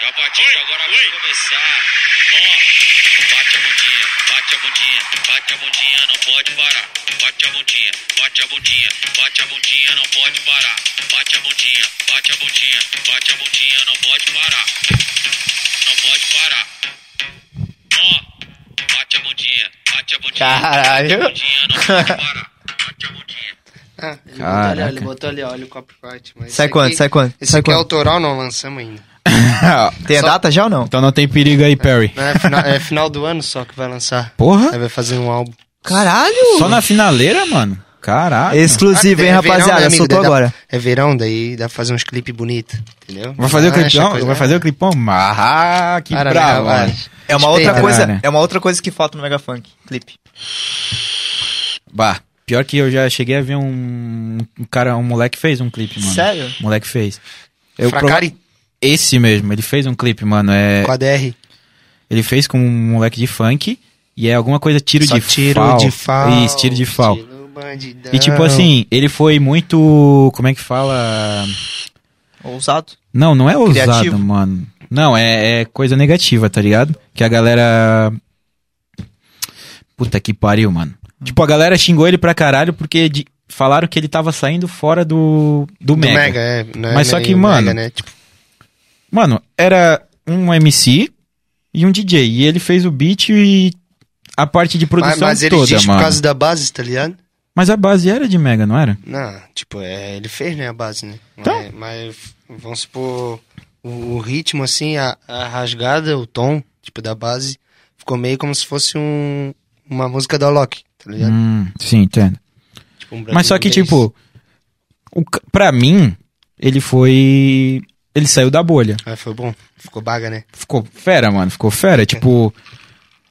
Speaker 8: E a batida agora vai começar. Ó, bate a bundinha, bate a bundinha, bate a bundinha, não pode parar. Bate a bundinha, bate a bundinha, bate a bundinha, não pode parar. Bate a bundinha, bate a bundinha, bate a bundinha, não pode parar. Não pode parar. Ó, bate a bundinha, bate a bundinha.
Speaker 1: Caralho.
Speaker 8: Bate a bundinha, não pode parar. Bate a bundinha.
Speaker 3: Ah, ele botou ali, ó,
Speaker 2: Caraca.
Speaker 3: ele botou ali, ó, olha o copyright. mas
Speaker 1: Sai
Speaker 3: esse
Speaker 1: quando?
Speaker 3: aqui-
Speaker 1: Sai quando?
Speaker 3: Esse
Speaker 1: Sai
Speaker 3: aqui é
Speaker 1: quando?
Speaker 3: autoral, não lançamos ainda.
Speaker 1: Tem a data já ou não?
Speaker 2: Então não tem perigo aí, Perry.
Speaker 3: É final, é final do ano só que vai lançar.
Speaker 2: Porra!
Speaker 3: Aí vai fazer um álbum.
Speaker 1: Caralho!
Speaker 2: Só na finaleira, mano? Caraca.
Speaker 1: Exclusivo,
Speaker 3: Ah,
Speaker 1: hein,
Speaker 3: é verão,
Speaker 1: rapaziada?
Speaker 3: né, amigo?
Speaker 1: Soltou
Speaker 3: Daí dá-
Speaker 1: agora.
Speaker 3: É verão, daí dá pra fazer uns clipes bonitos, entendeu?
Speaker 2: Vai fazer o
Speaker 3: Relaxa,
Speaker 2: clipão?
Speaker 3: coisa
Speaker 2: Vai fazer o clipão? Ah, que
Speaker 3: Cara,
Speaker 2: bravo.
Speaker 3: relaxa.
Speaker 2: mano.
Speaker 1: É uma outra
Speaker 3: Respeita,
Speaker 1: coisa,
Speaker 2: cara.
Speaker 1: é uma outra coisa que falta no Mega Funk, clipe.
Speaker 2: Bah, pior que eu já cheguei a ver um, um cara, um moleque fez um clipe, mano.
Speaker 1: Sério?
Speaker 2: O moleque fez. Eu
Speaker 3: Fracari?
Speaker 2: prova- Esse mesmo, ele fez um clipe, mano. É...
Speaker 3: Com a DR.
Speaker 2: Ele fez com um moleque de funk e é alguma coisa tiro
Speaker 3: Só
Speaker 2: de
Speaker 3: tiro
Speaker 2: fal.
Speaker 3: de fal.
Speaker 2: Isso, tiro de fal.
Speaker 3: Estilo bandidão.
Speaker 2: E tipo assim, ele foi muito. Como é que fala?
Speaker 1: Ousado.
Speaker 2: Não, não é ousado,
Speaker 1: Criativo.
Speaker 2: mano. Não, é, é coisa negativa, tá ligado? Que a galera. Puta que pariu, mano.
Speaker 3: Hum.
Speaker 2: Tipo, a galera xingou ele pra caralho porque de- falaram que ele tava saindo fora do, do,
Speaker 3: Do
Speaker 2: Mega.
Speaker 3: Mega, é, não é
Speaker 2: Mas só
Speaker 3: nem
Speaker 2: que,
Speaker 3: o
Speaker 2: mano,
Speaker 3: Mega, né? Tipo,
Speaker 2: Mano, era um MC e um DJ. E ele fez o beat e a parte de produção
Speaker 3: mas, mas ele
Speaker 2: toda,
Speaker 3: diz
Speaker 2: mano.
Speaker 3: por causa da base, tá ligado?
Speaker 2: Mas a base era de Mega, não era?
Speaker 3: Não, tipo, é, ele fez, né, a base, né?
Speaker 2: Então.
Speaker 3: Mas, mas vamos supor, o, o ritmo, assim, a, a rasgada, o tom, tipo, da base, ficou meio como se fosse um, uma música da Loki, tá ligado?
Speaker 2: Hum, sim, entendo.
Speaker 3: Tipo, um
Speaker 2: Mas só
Speaker 3: Brasil
Speaker 2: que,
Speaker 3: Bass.
Speaker 2: tipo, o, ca- pra mim, ele foi. Ele saiu da bolha.
Speaker 3: Aí foi bom, ficou baga, né?
Speaker 2: Ficou fera, mano. Ficou fera. Tipo.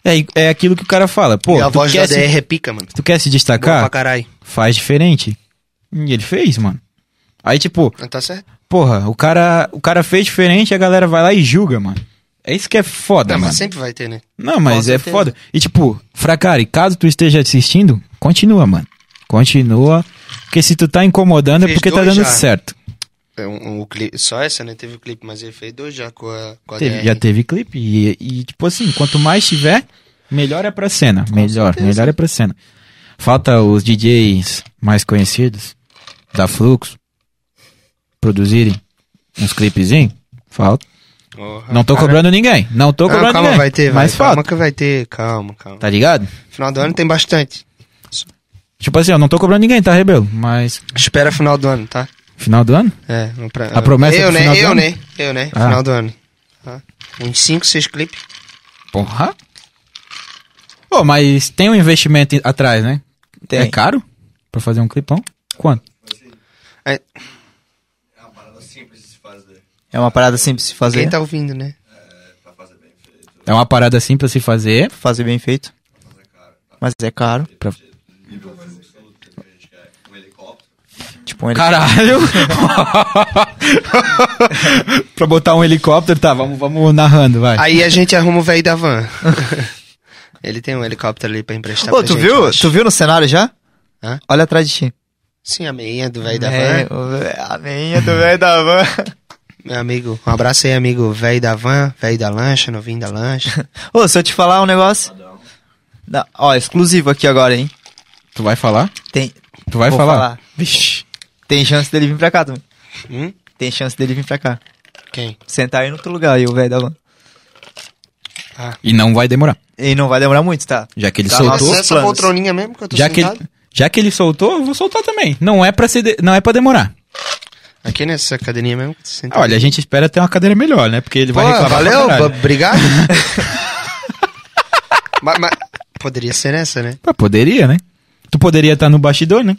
Speaker 2: É, é aquilo que o cara fala. Pô,
Speaker 3: e a
Speaker 2: tu
Speaker 3: voz da
Speaker 2: quer,
Speaker 3: DR
Speaker 2: se,
Speaker 3: é pica, mano.
Speaker 2: tu quer se
Speaker 3: Boa pra
Speaker 2: destacar?
Speaker 3: caralho.
Speaker 2: Faz diferente. E ele fez, mano. Aí, tipo,
Speaker 3: Não tá certo?
Speaker 2: porra, o cara, o cara fez diferente a galera vai lá e julga, mano. É isso que é foda,
Speaker 3: Não,
Speaker 2: mano.
Speaker 3: mas sempre vai ter, né?
Speaker 2: Não, mas
Speaker 1: Com
Speaker 2: é
Speaker 1: certeza.
Speaker 2: foda. E tipo, Fracari, caso tu esteja assistindo, continua, mano. Continua. Porque se tu tá incomodando é
Speaker 3: Fez
Speaker 2: porque tá
Speaker 3: dois
Speaker 2: dando
Speaker 3: já.
Speaker 2: certo.
Speaker 3: É um- um clipe- só essa, né? Teve o clipe, mas ele fez dois já com a, com a
Speaker 2: Teve-
Speaker 3: DR.
Speaker 2: já teve clipe. E, e, tipo assim, quanto mais tiver, melhor é pra cena. melhor, melhor é pra cena. Falta os DJs mais conhecidos da Fluxo produzirem uns clipezinhos. Falta.
Speaker 3: Porra,
Speaker 2: Não tô
Speaker 3: cara.
Speaker 2: cobrando ninguém. Não tô
Speaker 3: Não,
Speaker 2: cobrando
Speaker 3: calma,
Speaker 2: ninguém.
Speaker 3: vai ter, vai.
Speaker 2: mas
Speaker 3: calma
Speaker 2: falta.
Speaker 3: que vai ter, calma, calma.
Speaker 2: né? Tá ligado?
Speaker 3: Final do ano tem bastante.
Speaker 2: Tipo assim, eu não tô cobrando ninguém, tá, Rebelo? Mas.
Speaker 3: Espera final do ano, tá?
Speaker 2: Final do ano?
Speaker 3: É, vamos pra,
Speaker 2: A promessa
Speaker 3: eu,
Speaker 2: pro
Speaker 3: né?
Speaker 2: final do
Speaker 3: eu,
Speaker 2: ano?
Speaker 3: né? Eu, né?
Speaker 2: Ah.
Speaker 3: Final do ano. Tá? Uns 5, 6 clipes.
Speaker 2: Porra. Pô, mas tem um investimento em- atrás, né?
Speaker 1: Tem.
Speaker 2: É caro pra fazer um clipão? Quanto?
Speaker 1: É uma parada simples de fazer,
Speaker 3: Quem tá ouvindo, né?
Speaker 2: É uma parada assim pra se fazer.
Speaker 1: fazer bem feito. Mas é caro.
Speaker 2: Pra-
Speaker 1: Tipo, um helicóptero.
Speaker 2: Caralho! pra botar um helicóptero, tá, vamos, vamos narrando, vai.
Speaker 3: Aí a gente arruma o velho da van. Ele tem um helicóptero ali pra emprestar
Speaker 1: Ô,
Speaker 3: pra
Speaker 1: tu
Speaker 3: gente, eu
Speaker 1: viu?
Speaker 3: acho.
Speaker 1: Tu viu no cenário já?
Speaker 3: Hã?
Speaker 1: Olha atrás de ti.
Speaker 3: Sim, a meinha do velho da
Speaker 1: É,
Speaker 3: van.
Speaker 1: o- é, a meinha do velho
Speaker 3: tá
Speaker 1: da van.
Speaker 3: Meu amigo, um abraço aí, amigo. Velho da van, velho da lancha, novinho da lancha.
Speaker 1: Ô, se eu te falar um negócio. Da- ó, exclusivo aqui agora, hein?
Speaker 2: Tu vai falar?
Speaker 1: Tem,
Speaker 2: Tu vai
Speaker 1: Vou
Speaker 2: falar?
Speaker 1: falar.
Speaker 2: Vixe.
Speaker 1: tem chance dele vir pra cá também.
Speaker 3: Hum?
Speaker 1: Tem chance dele vir pra cá.
Speaker 3: Quem?
Speaker 1: Sentar aí no outro lugar, aí o velho da van.
Speaker 2: E não vai demorar.
Speaker 1: E não vai demorar muito, tá?
Speaker 2: Já que ele
Speaker 1: Tá,
Speaker 2: soltou.
Speaker 1: Todos
Speaker 3: Nossa,
Speaker 1: os
Speaker 3: essa
Speaker 1: planos.
Speaker 3: poltroninha mesmo que eu tô
Speaker 2: já, que ele,
Speaker 3: sentado?
Speaker 2: já que ele soltou, eu vou soltar também. Não é pra, se de- não é pra demorar. Ah,
Speaker 3: Aqui nessa cadeirinha mesmo que eu tô sentado.
Speaker 2: Olha, a gente espera ter uma cadeira melhor, né? Porque ele vai
Speaker 3: Pô,
Speaker 2: reclamar. pra
Speaker 3: valeu,
Speaker 2: caralho.
Speaker 3: ba- obrigado. mas, mas poderia ser essa, né?
Speaker 2: Pô, poderia, né? Tu poderia estar no bastidor, né?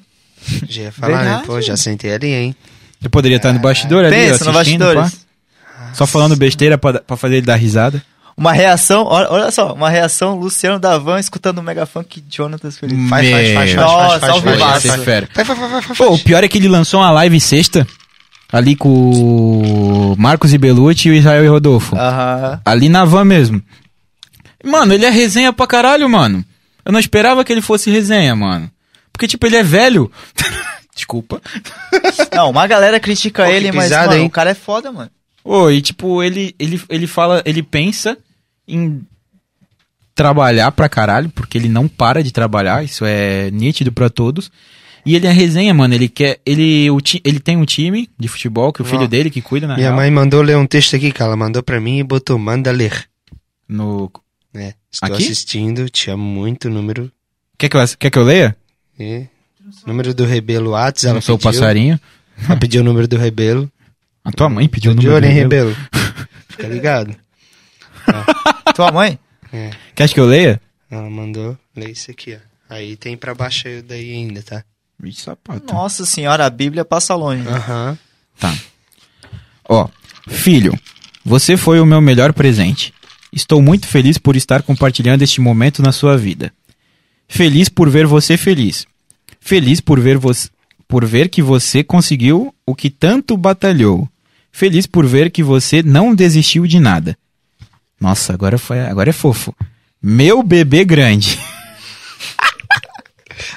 Speaker 3: Já ia falar, né?
Speaker 1: Verdade.
Speaker 3: Pô, já sentei ali, hein?
Speaker 2: Tu poderia estar no bastidor ali,
Speaker 1: Pensa
Speaker 2: assistindo,
Speaker 1: no bastidores.
Speaker 2: pá. Só falando besteira pra, da- pra fazer ele dar risada.
Speaker 1: Uma reação, olha, olha só, uma reação Luciano da Van escutando o Mega Funk Jonathan Felipe.
Speaker 2: Faz, faz, faz,
Speaker 3: Meu.
Speaker 1: Nossa,
Speaker 3: faz, faz,
Speaker 1: ao
Speaker 3: faz,
Speaker 1: vivaço.
Speaker 2: Ia ser fera.
Speaker 3: Vai, vai, vai, vai, vai.
Speaker 2: Pô, o pior é que ele lançou uma live sexta, ali com o Marcos e Belucci e o Israel e Rodolfo.
Speaker 1: Aham.
Speaker 2: Ali na van mesmo. Mano, ele é resenha pra caralho, mano. Eu não esperava que ele fosse resenha, mano. Porque, tipo, ele é velho. Desculpa.
Speaker 1: Não, uma galera critica
Speaker 3: Pô, que
Speaker 1: ele, mas
Speaker 3: pisada,
Speaker 1: mano,
Speaker 3: hein?
Speaker 1: o cara é foda, mano.
Speaker 2: Ô, e tipo, ele, ele, ele fala, ele pensa em trabalhar pra caralho, porque ele não para de trabalhar, isso é nítido pra todos. E ele é resenha, mano, ele quer, ele, o ti- ele tem um time de futebol, que é o filho
Speaker 3: Ó.
Speaker 2: dele que cuida, né? na
Speaker 3: Minha
Speaker 2: real,
Speaker 3: mãe mandou ler um texto aqui, que ela mandou pra mim e botou, manda ler.
Speaker 2: no...
Speaker 3: né? Estou
Speaker 2: Aqui?
Speaker 3: assistindo, te amo muito, número...
Speaker 2: Quer que eu, quer que eu leia?
Speaker 3: E... Número do Rebelo Whats,
Speaker 2: Eu
Speaker 3: ela
Speaker 2: não sou o
Speaker 3: pediu.
Speaker 2: passarinho.
Speaker 3: Ela pediu o número do Rebelo.
Speaker 2: A tua mãe pediu o
Speaker 3: De
Speaker 2: número
Speaker 3: olho,
Speaker 2: dele.
Speaker 3: hein, Rebelo? Fica ligado.
Speaker 1: Tua mãe?
Speaker 3: É.
Speaker 2: Quer que eu leia?
Speaker 3: Ela mandou. Lê isso aqui, ó. Aí tem pra baixo aí daí ainda, tá?
Speaker 2: Vixe, sapato.
Speaker 1: Nossa senhora, a Bíblia passa longe. né?
Speaker 3: Aham.
Speaker 2: Tá. Ó, filho, você foi o meu melhor presente. Estou muito feliz por estar compartilhando este momento na sua vida. Feliz por ver você feliz. Feliz por ver você por ver que você conseguiu o que tanto batalhou. Feliz por ver que você não desistiu de nada. Nossa, agora foi, agora é fofo. Meu bebê grande.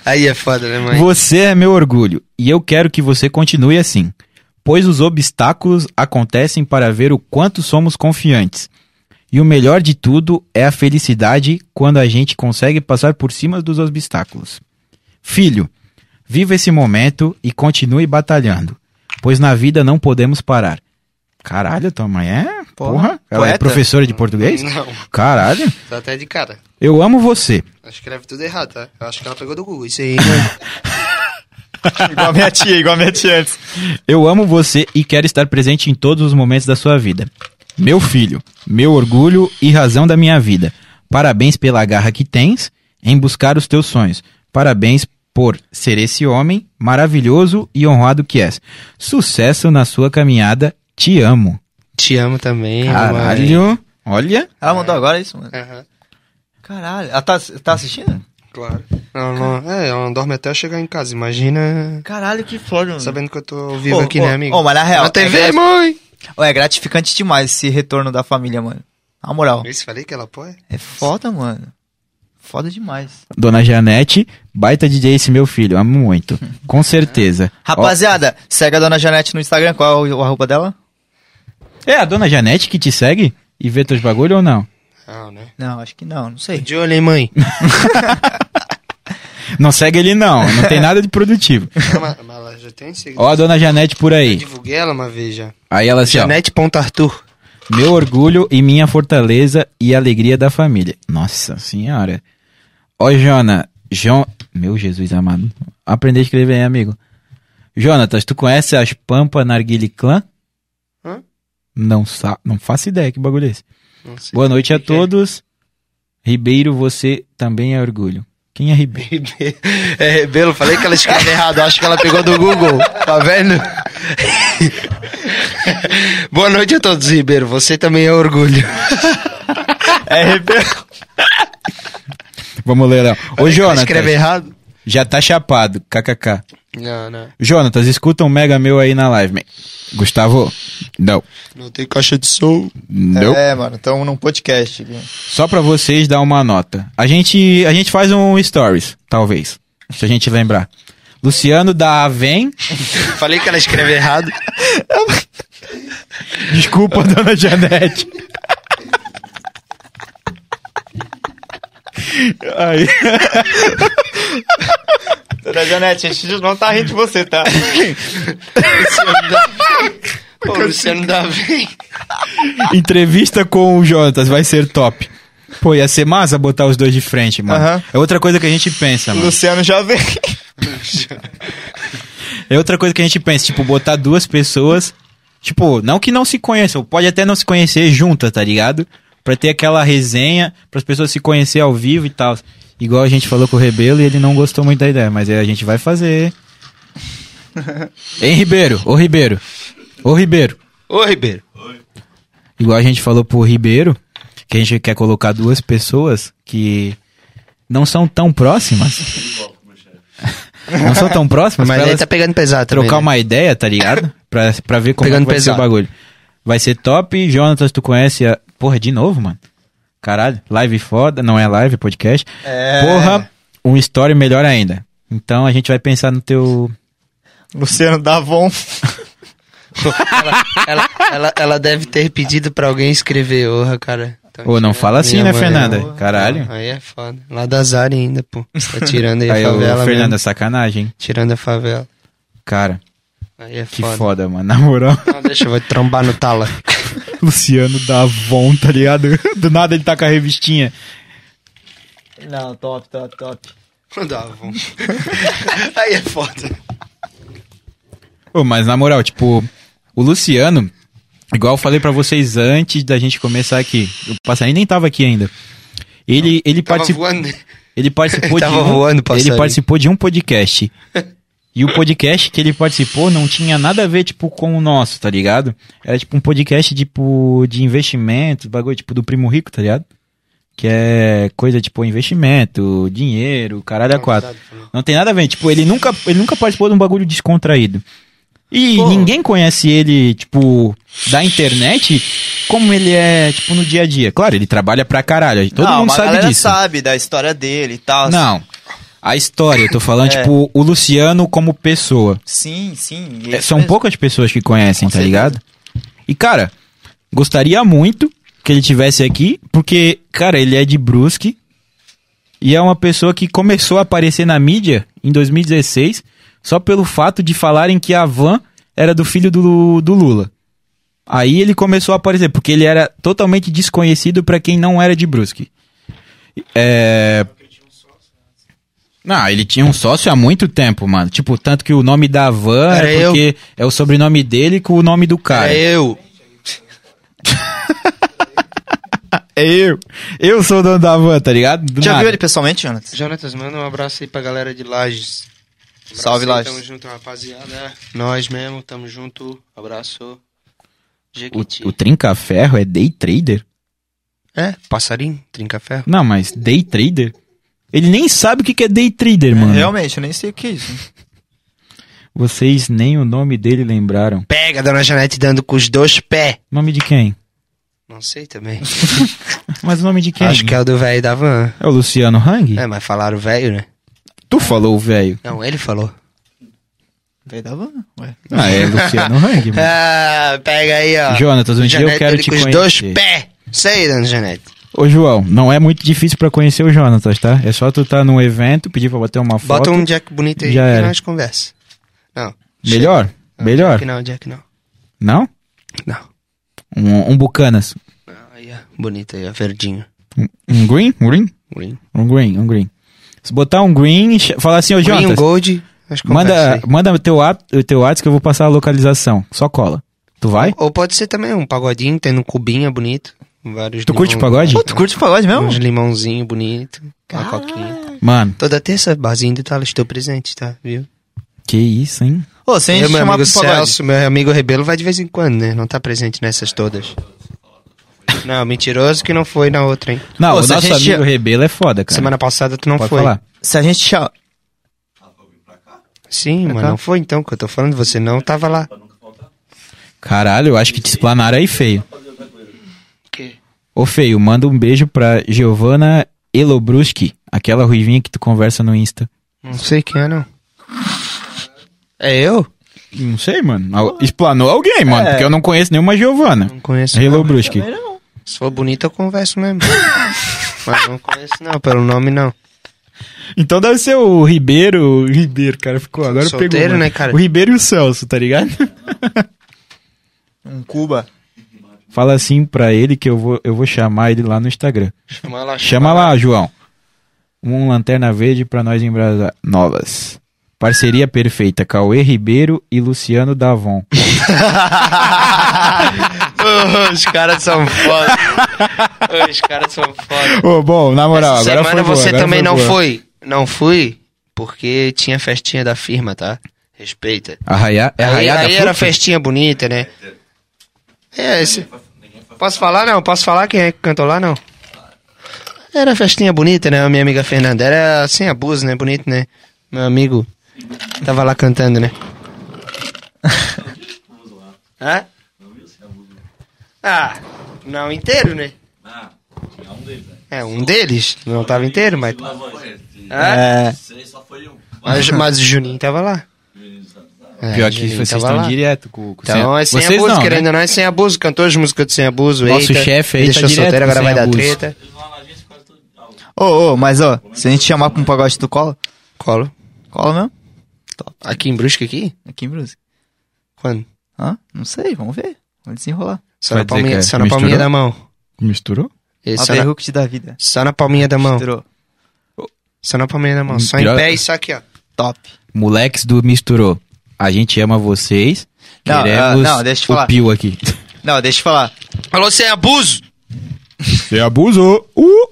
Speaker 3: Aí é foda, né, mãe?
Speaker 2: Você é meu orgulho e eu quero que você continue assim, pois os obstáculos acontecem para ver o quanto somos confiantes. E o melhor de tudo é a felicidade quando a gente consegue passar por cima dos obstáculos. Filho, viva esse momento e continue batalhando, pois na vida não podemos parar. Caralho, tua mãe é? Porra, ela é
Speaker 1: poeta?
Speaker 2: professora de português?
Speaker 3: Não.
Speaker 2: Caralho,
Speaker 3: Tá até de cara.
Speaker 2: eu amo você.
Speaker 3: Ela escreve tudo errado, tá? Eu acho que ela pegou do Google. Isso aí, né? mãe.
Speaker 1: igual a minha tia, igual a minha tia antes.
Speaker 2: Eu amo você e quero estar presente em todos os momentos da sua vida. Meu filho, meu orgulho e razão da minha vida. Parabéns pela garra que tens em buscar os teus sonhos. Parabéns por ser esse homem maravilhoso e honrado que és. Sucesso na sua caminhada. Te amo.
Speaker 3: Te amo também, mãe.
Speaker 2: Caralho. Olha.
Speaker 1: Ela mandou agora é isso, mano?
Speaker 3: É. Aham,
Speaker 1: Caralho. Ela tá, tá assistindo?
Speaker 3: claro. Ela não, é, ela não dorme até eu chegar em casa. Imagina
Speaker 1: Caralho, que foda, mano.
Speaker 3: sabendo que eu tô ao vivo
Speaker 1: Ô,
Speaker 3: aqui,
Speaker 1: ô,
Speaker 3: né, amigo?
Speaker 1: ô, mas na real,
Speaker 3: Na TV,
Speaker 1: é-
Speaker 3: mãe!
Speaker 1: Ó, é gratificante demais esse retorno da família, mano. Na moral.
Speaker 3: Isso, falei que ela apoia?
Speaker 1: É foda, mano. Foda demais.
Speaker 2: Dona Janete, baita DJ esse meu filho. Amo muito. Com certeza.
Speaker 1: Rapaziada, segue a dona Janete no Instagram. Qual é o, o arroba dela?
Speaker 2: Ó, é a Dona Janete que te segue e vê teus bagulho ou não?
Speaker 3: Não, né?
Speaker 1: Não, acho que não, não
Speaker 3: Tô
Speaker 1: sei.
Speaker 3: De olho, hein, mãe?
Speaker 2: Não segue ele não. Não tem nada de produtivo.
Speaker 3: Não, É, mas, mas ela já tem seguidor.
Speaker 2: Ó a dona Janete por
Speaker 3: Eu
Speaker 2: aí.
Speaker 3: divulguei ela uma vez já.
Speaker 2: Aí ela assim, ó,
Speaker 3: Janete.arthur.
Speaker 2: meu orgulho e minha fortaleza e alegria da família. Nossa senhora. Ó, Jona, Jon... Meu Jesus amado. Aprender a escrever, hein, amigo? Jonatas, tu conhece as Pampa Narguile Clã?
Speaker 3: Hã?
Speaker 2: Não, sa... não faço ideia que bagulho é esse.
Speaker 3: Não sei
Speaker 2: Boa noite a
Speaker 3: que que é.
Speaker 2: todos. Ribeiro, você também é orgulho. Quem é Ribeiro?
Speaker 3: Ribeiro. É Rebelo, falei que ela escreve errado, acho que ela pegou do Google, tá vendo? Boa noite a todos, Ribeiro, você também é orgulho.
Speaker 1: É rebelde.
Speaker 2: Vamos ler lá. Ô,
Speaker 3: Ela
Speaker 2: Jonatas,
Speaker 3: Escreve errado?
Speaker 2: já tá chapado. KKK.
Speaker 3: Não, não.
Speaker 2: Jonatas, escuta um mega meu aí na live, man. Gustavo, não.
Speaker 3: Não tem caixa de som.
Speaker 2: Não.
Speaker 1: É, mano, estamos num podcast. aqui.
Speaker 2: Só pra vocês dar uma nota. A gente, a gente faz um stories, talvez. Se a gente lembrar. Luciano da Avem.
Speaker 3: Falei que ela escreve errado.
Speaker 2: Desculpa, dona Janete. Aí.
Speaker 1: Dona Janete, a gente não tá rindo de você, tá?
Speaker 3: Ô, Luciano Davi.
Speaker 2: Entrevista com o Jonatas vai ser top. Pô, ia ser massa botar os dois de frente, mano.
Speaker 1: Aham.
Speaker 2: É outra coisa que a gente pensa, mano.
Speaker 1: Luciano já veio.
Speaker 2: É outra coisa que a gente pensa, tipo, botar duas pessoas, tipo, não que não se conheçam, pode até não se conhecer junta, tá ligado? Pra ter aquela resenha, pras pessoas se conhecer ao vivo e tal. Igual a gente falou com o Rebelo e ele não gostou muito da ideia, mas aí a gente vai fazer. Hein, Ribeiro? Ô, Ribeiro. Ô, Ribeiro.
Speaker 3: Ô, Ribeiro.
Speaker 2: Igual a gente falou pro Ribeiro, que a gente quer colocar duas pessoas que não são tão próximas. não são tão próximas,
Speaker 3: Mas
Speaker 2: pra
Speaker 3: ele
Speaker 2: elas-
Speaker 3: tá pegando pesado também,
Speaker 2: trocar
Speaker 3: né?
Speaker 2: uma ideia, tá ligado? Pra, pra ver como é que
Speaker 3: Pegando
Speaker 2: vai ser
Speaker 3: pesado.
Speaker 2: o bagulho. Vai ser top. Jonatas, tu conhece a. Porra, de novo, mano? Caralho, live foda. Não é live, é podcast. Porra, um story melhor ainda. Então a gente vai pensar no teu.
Speaker 1: Luciano Davon.
Speaker 3: Ela, ela, ela deve ter pedido pra alguém escrever, orra, cara. Então,
Speaker 2: Ô, não
Speaker 3: tira-
Speaker 2: fala assim,
Speaker 3: minha
Speaker 2: né,
Speaker 3: mãe,
Speaker 2: Fernanda?
Speaker 3: porra.
Speaker 2: Caralho.
Speaker 3: Aí é foda. Lá da Zari ainda, pô. Tá tirando aí,
Speaker 2: Aí,
Speaker 3: a
Speaker 2: ô,
Speaker 3: favela.
Speaker 2: Fernanda,
Speaker 3: mesmo.
Speaker 2: sacanagem. hein?
Speaker 3: Tirando a favela.
Speaker 2: Cara,
Speaker 3: Aí é
Speaker 2: que
Speaker 3: foda.
Speaker 2: foda, mano. Na moral,
Speaker 3: Não, deixa, eu vou te trombar no tala.
Speaker 2: Luciano da Avon, tá ligado? Do nada ele tá com a revistinha.
Speaker 1: Não, top, top, top.
Speaker 3: Mandavam. Aí é foda.
Speaker 2: Ô, mas na moral, tipo, o Luciano, Igual eu falei pra vocês antes da gente começar aqui. O passarinho nem tava aqui ainda. Ele, ele
Speaker 3: Tava
Speaker 2: participou.
Speaker 3: voando.
Speaker 2: Ele participou de
Speaker 3: Tava
Speaker 2: um,
Speaker 3: voando,
Speaker 2: Ele
Speaker 3: passarinho.
Speaker 2: participou de um podcast. E o podcast que ele participou não tinha nada a ver, tipo, com o nosso, tá ligado? Era tipo um podcast, tipo, de investimento, bagulho, tipo, do Primo Rico, tá ligado? Que é coisa, tipo, investimento, dinheiro, caralho a quatro. Não tem nada a ver, tipo, ele nunca, ele nunca participou de um bagulho descontraído. E ninguém conhece ele, tipo, da internet, como ele é, tipo, no dia a dia. Claro, ele trabalha pra caralho, todo
Speaker 1: não,
Speaker 2: mundo
Speaker 1: mas a
Speaker 2: sabe
Speaker 1: galera
Speaker 2: disso.
Speaker 1: sabe da história dele e tal.
Speaker 2: Não. A história, eu tô falando,
Speaker 1: É.
Speaker 2: tipo, o Luciano como pessoa.
Speaker 1: Sim, sim.
Speaker 2: É, São poucas pessoas que conhecem, tá ligado? E, cara, gostaria muito que ele tivesse aqui, porque, cara, ele é de Brusque e é uma pessoa que começou a aparecer na mídia em 2016 só pelo fato de falarem que a van era do filho do, do Lula. Aí ele começou a aparecer, porque ele era totalmente desconhecido pra quem não era de Brusque. É... Não, ele tinha um sócio há muito tempo, mano. Tipo, tanto que o nome da van
Speaker 3: Era
Speaker 2: é
Speaker 3: eu.
Speaker 2: porque é o sobrenome dele com o nome do cara.
Speaker 3: É eu.
Speaker 2: É eu. Eu sou o dono da van, tá ligado? Do
Speaker 1: Já
Speaker 2: nada.
Speaker 1: viu ele pessoalmente, Jonathan?
Speaker 3: Jonatas, manda um abraço aí pra galera de Lages. Um abraço
Speaker 1: Salve,
Speaker 3: aí,
Speaker 1: Lages.
Speaker 3: Tamo junto, rapaziada. Nós mesmo, tamo junto. Abraço. Jequiti.
Speaker 2: O, o trinca-ferro é day trader?
Speaker 3: É, passarinho, trinca-ferro.
Speaker 2: Não, mas day trader? Ele nem sabe o que que é day trader, mano.
Speaker 1: Realmente, eu nem sei o que é isso.
Speaker 2: Vocês nem o nome dele lembraram.
Speaker 3: Pega, a dona Janete dando com os dois pés.
Speaker 2: Nome de quem?
Speaker 3: Não sei também.
Speaker 2: Mas o nome de quem?
Speaker 3: Acho que é o do velho da van.
Speaker 2: É o Luciano Hang?
Speaker 3: É, mas falaram velho, né?
Speaker 2: Tu falou, velho.
Speaker 3: Não, ele falou.
Speaker 1: Daí dava. Ué.
Speaker 2: Ah, é Luciano Hang, mano.
Speaker 3: Ah, pega aí, ó.
Speaker 2: Jonatas, um dia eu
Speaker 3: Janete
Speaker 2: quero
Speaker 3: dando
Speaker 2: te
Speaker 3: com os
Speaker 2: conhecer.
Speaker 3: dois pés. Isso aí, dona Janete.
Speaker 2: Ô, João, não é muito difícil pra conhecer o Jonatas, tá? É só tu tá num evento, pedir pra bater uma foto.
Speaker 3: Bota um Jack bonito aí
Speaker 2: já
Speaker 3: que
Speaker 2: era.
Speaker 3: nós conversa. Não.
Speaker 2: Melhor? Melhor?
Speaker 3: Jack não, Jack não.
Speaker 2: Não?
Speaker 3: Não.
Speaker 2: Um, um Bucanas.
Speaker 3: Aí, ó. Bonito aí, ó. Verdinho.
Speaker 2: Um, um green? Um green?
Speaker 3: Green.
Speaker 2: Um green, um green. Se botar um green e ch- falar assim, ô,
Speaker 3: Green um
Speaker 2: Jonatas,
Speaker 3: Gold. nós conversa
Speaker 2: manda,
Speaker 3: aí.
Speaker 2: manda teu, at- o teu WhatsApp que eu vou passar a localização. Só cola. Tu vai?
Speaker 3: Ou pode ser também um pagodinho, tendo um cubinha bonito. Vários
Speaker 2: Tu curte
Speaker 3: limão-
Speaker 2: pagode?
Speaker 1: Pô, tu curte pagode mesmo?
Speaker 3: Uns limãozinho bonito. Uma coquinha.
Speaker 2: Mano,
Speaker 3: Toda terça, barzinho de Thales, estou presente, tá? Viu?
Speaker 2: que isso, hein?
Speaker 1: Ô, sem
Speaker 3: Eu, meu
Speaker 1: chamar
Speaker 3: amigo
Speaker 1: pro pagode.
Speaker 3: Celso, meu amigo Rebelo vai de vez em quando, né? Não tá presente nessas todas. Não, mentiroso que não foi na outra, hein?
Speaker 2: Não,
Speaker 1: Pô,
Speaker 2: o
Speaker 1: se a
Speaker 2: nosso
Speaker 1: gente-
Speaker 2: amigo Rebelo é foda, cara.
Speaker 3: Semana passada tu não
Speaker 2: Pode
Speaker 3: foi.
Speaker 2: falar.
Speaker 1: Se a gente chama.
Speaker 3: Sim, mas
Speaker 1: cá.
Speaker 3: não foi então que eu tô falando, você não tava lá.
Speaker 2: Caralho, eu acho que te explanaram aí feio.
Speaker 3: Que?
Speaker 2: Ô feio, manda um beijo pra Giovana Elobruski, aquela ruivinha que tu conversa no Insta.
Speaker 3: Não sei quem é, não. É eu? É.
Speaker 2: Não sei, mano. Al- Explanou alguém, mano, porque eu não conheço nenhuma Giovana.
Speaker 3: Não conheço. não.
Speaker 2: Elobruski.
Speaker 3: Se for bonita, eu converso mesmo. mas não conheço, não, pelo nome não.
Speaker 2: Então deve ser o Ribeiro. o Ribeiro, cara, ficou agora
Speaker 3: Solteiro,
Speaker 2: pegou. mano.
Speaker 3: né, cara?
Speaker 2: O Ribeiro e o Celso, tá ligado?
Speaker 1: Um Cuba.
Speaker 2: Fala assim pra ele que eu vou, eu vou chamar ele lá no Instagram.
Speaker 3: Chama lá,
Speaker 2: Chama lá, João. Um lanterna verde pra nós em Brasa Novas. Parceria perfeita, Cauê Ribeiro e Luciano Davon.
Speaker 3: Os caras são foda. Os caras são foda.
Speaker 2: Ô, bom, na moral,
Speaker 3: Essa
Speaker 2: agora
Speaker 3: semana
Speaker 2: foi boa,
Speaker 3: você
Speaker 2: agora
Speaker 3: também não
Speaker 2: boa.
Speaker 3: foi. Não fui porque tinha festinha da firma, tá? Respeita.
Speaker 2: Arraia, é
Speaker 3: aí
Speaker 2: arraiada
Speaker 3: aí era festinha bonita, né? É, esse... Posso falar não? Posso falar quem é que cantou lá não? Era festinha bonita, né? A minha amiga Fernanda. Era sem abuso, né? Bonito, né? Meu amigo tava lá cantando, né? Hã? Ah, não inteiro, né?
Speaker 2: Ah, né?
Speaker 3: É, um deles. Não tava inteiro, mas. Hã?
Speaker 1: É.
Speaker 3: Mas, mas o Juninho tava lá. É,
Speaker 2: Pior
Speaker 3: o
Speaker 2: que
Speaker 3: Juninho
Speaker 2: vocês
Speaker 3: tava
Speaker 2: estão
Speaker 3: lá.
Speaker 2: direto com, com
Speaker 3: Então é sem
Speaker 2: vocês
Speaker 3: abuso,
Speaker 2: não, né?
Speaker 3: querendo ou não, é sem abuso. Cantor de música de sem abuso.
Speaker 2: Nosso
Speaker 3: eita,
Speaker 2: chefe aí
Speaker 3: me Deixou
Speaker 2: tá direto
Speaker 3: solteiro,
Speaker 2: com
Speaker 3: agora vai
Speaker 2: sem
Speaker 3: dar
Speaker 2: abuso.
Speaker 3: treta.
Speaker 1: Ô, ô, mas ó, se a gente chamar pra um pagode, tu cola?
Speaker 3: Colo.
Speaker 1: Cola mesmo?
Speaker 3: Aqui em Brusque, aqui?
Speaker 1: Aqui em Brusque.
Speaker 3: Quando?
Speaker 1: Hã? Não sei, vamos ver. Vamos desenrolar.
Speaker 3: Só na
Speaker 2: Vai dizer que
Speaker 3: palminha,
Speaker 2: é
Speaker 3: só na palminha
Speaker 2: misturou?
Speaker 3: da mão.
Speaker 2: Misturou?
Speaker 3: Ei,
Speaker 1: A
Speaker 3: Só na,
Speaker 1: Berruc da vida.
Speaker 3: só na palminha da mão.
Speaker 1: Misturou.
Speaker 3: Só na palminha da mão. Só em
Speaker 2: Pior-
Speaker 3: pé e só É aqui, ó.
Speaker 1: Top.
Speaker 2: Moleques do Misturou. A gente ama vocês.
Speaker 1: Não, ah,
Speaker 2: Queremos
Speaker 1: não, deixa eu te
Speaker 2: o
Speaker 1: falar.
Speaker 2: Pio aqui.
Speaker 1: Não, deixa eu falar.
Speaker 3: Falou sem abuso.
Speaker 2: Você abusou. Uh!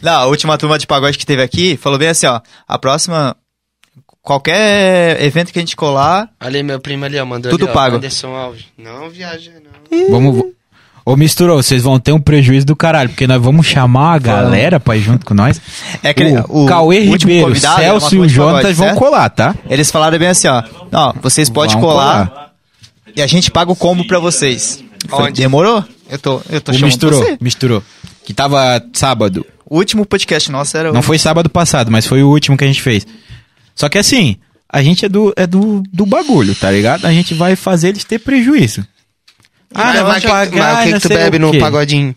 Speaker 1: Não, a última turma de pagode que teve aqui falou bem assim, ó. A próxima. Qualquer evento que a gente colar.
Speaker 3: Ali, meu primo ali, ó, mandou
Speaker 1: Tudo
Speaker 3: ali, ó,
Speaker 1: pago.
Speaker 3: Anderson Alves. Não viaja, né? não.
Speaker 2: Hum. Vamos. Ô, misturou, vocês vão ter um prejuízo do caralho, porque nós vamos chamar a galera pra ir junto com nós.
Speaker 1: É aquele-
Speaker 2: o,
Speaker 1: o
Speaker 2: Cauê
Speaker 1: último
Speaker 2: Ribeiro,
Speaker 1: convidado era uma
Speaker 2: Celso e
Speaker 1: turma
Speaker 2: o
Speaker 1: de
Speaker 2: Jonatas
Speaker 1: pagode,
Speaker 2: vão
Speaker 1: certo?
Speaker 2: colar, tá?
Speaker 1: Eles falaram bem assim, ó. Ó, vocês podem
Speaker 2: Vão
Speaker 1: colar, e a gente paga o combo pra vocês. Eu falei,
Speaker 3: Onde?
Speaker 1: Demorou? Eu tô, eu tô
Speaker 2: O
Speaker 1: chamando
Speaker 2: misturou,
Speaker 1: você.
Speaker 2: misturou. Que tava sábado.
Speaker 1: O último podcast nosso era o...
Speaker 2: Não foi sábado passado, mas foi o último que a gente fez. Só que assim, a gente é do, é do, do bagulho, tá ligado? A gente vai fazer eles ter prejuízo. Ah,
Speaker 3: mas,
Speaker 2: não,
Speaker 3: mas,
Speaker 2: vai
Speaker 3: que-
Speaker 2: pagar,
Speaker 3: mas o que,
Speaker 2: não
Speaker 3: que tu
Speaker 2: sei
Speaker 3: bebe
Speaker 2: o
Speaker 3: no
Speaker 2: quê.
Speaker 3: pagodinho?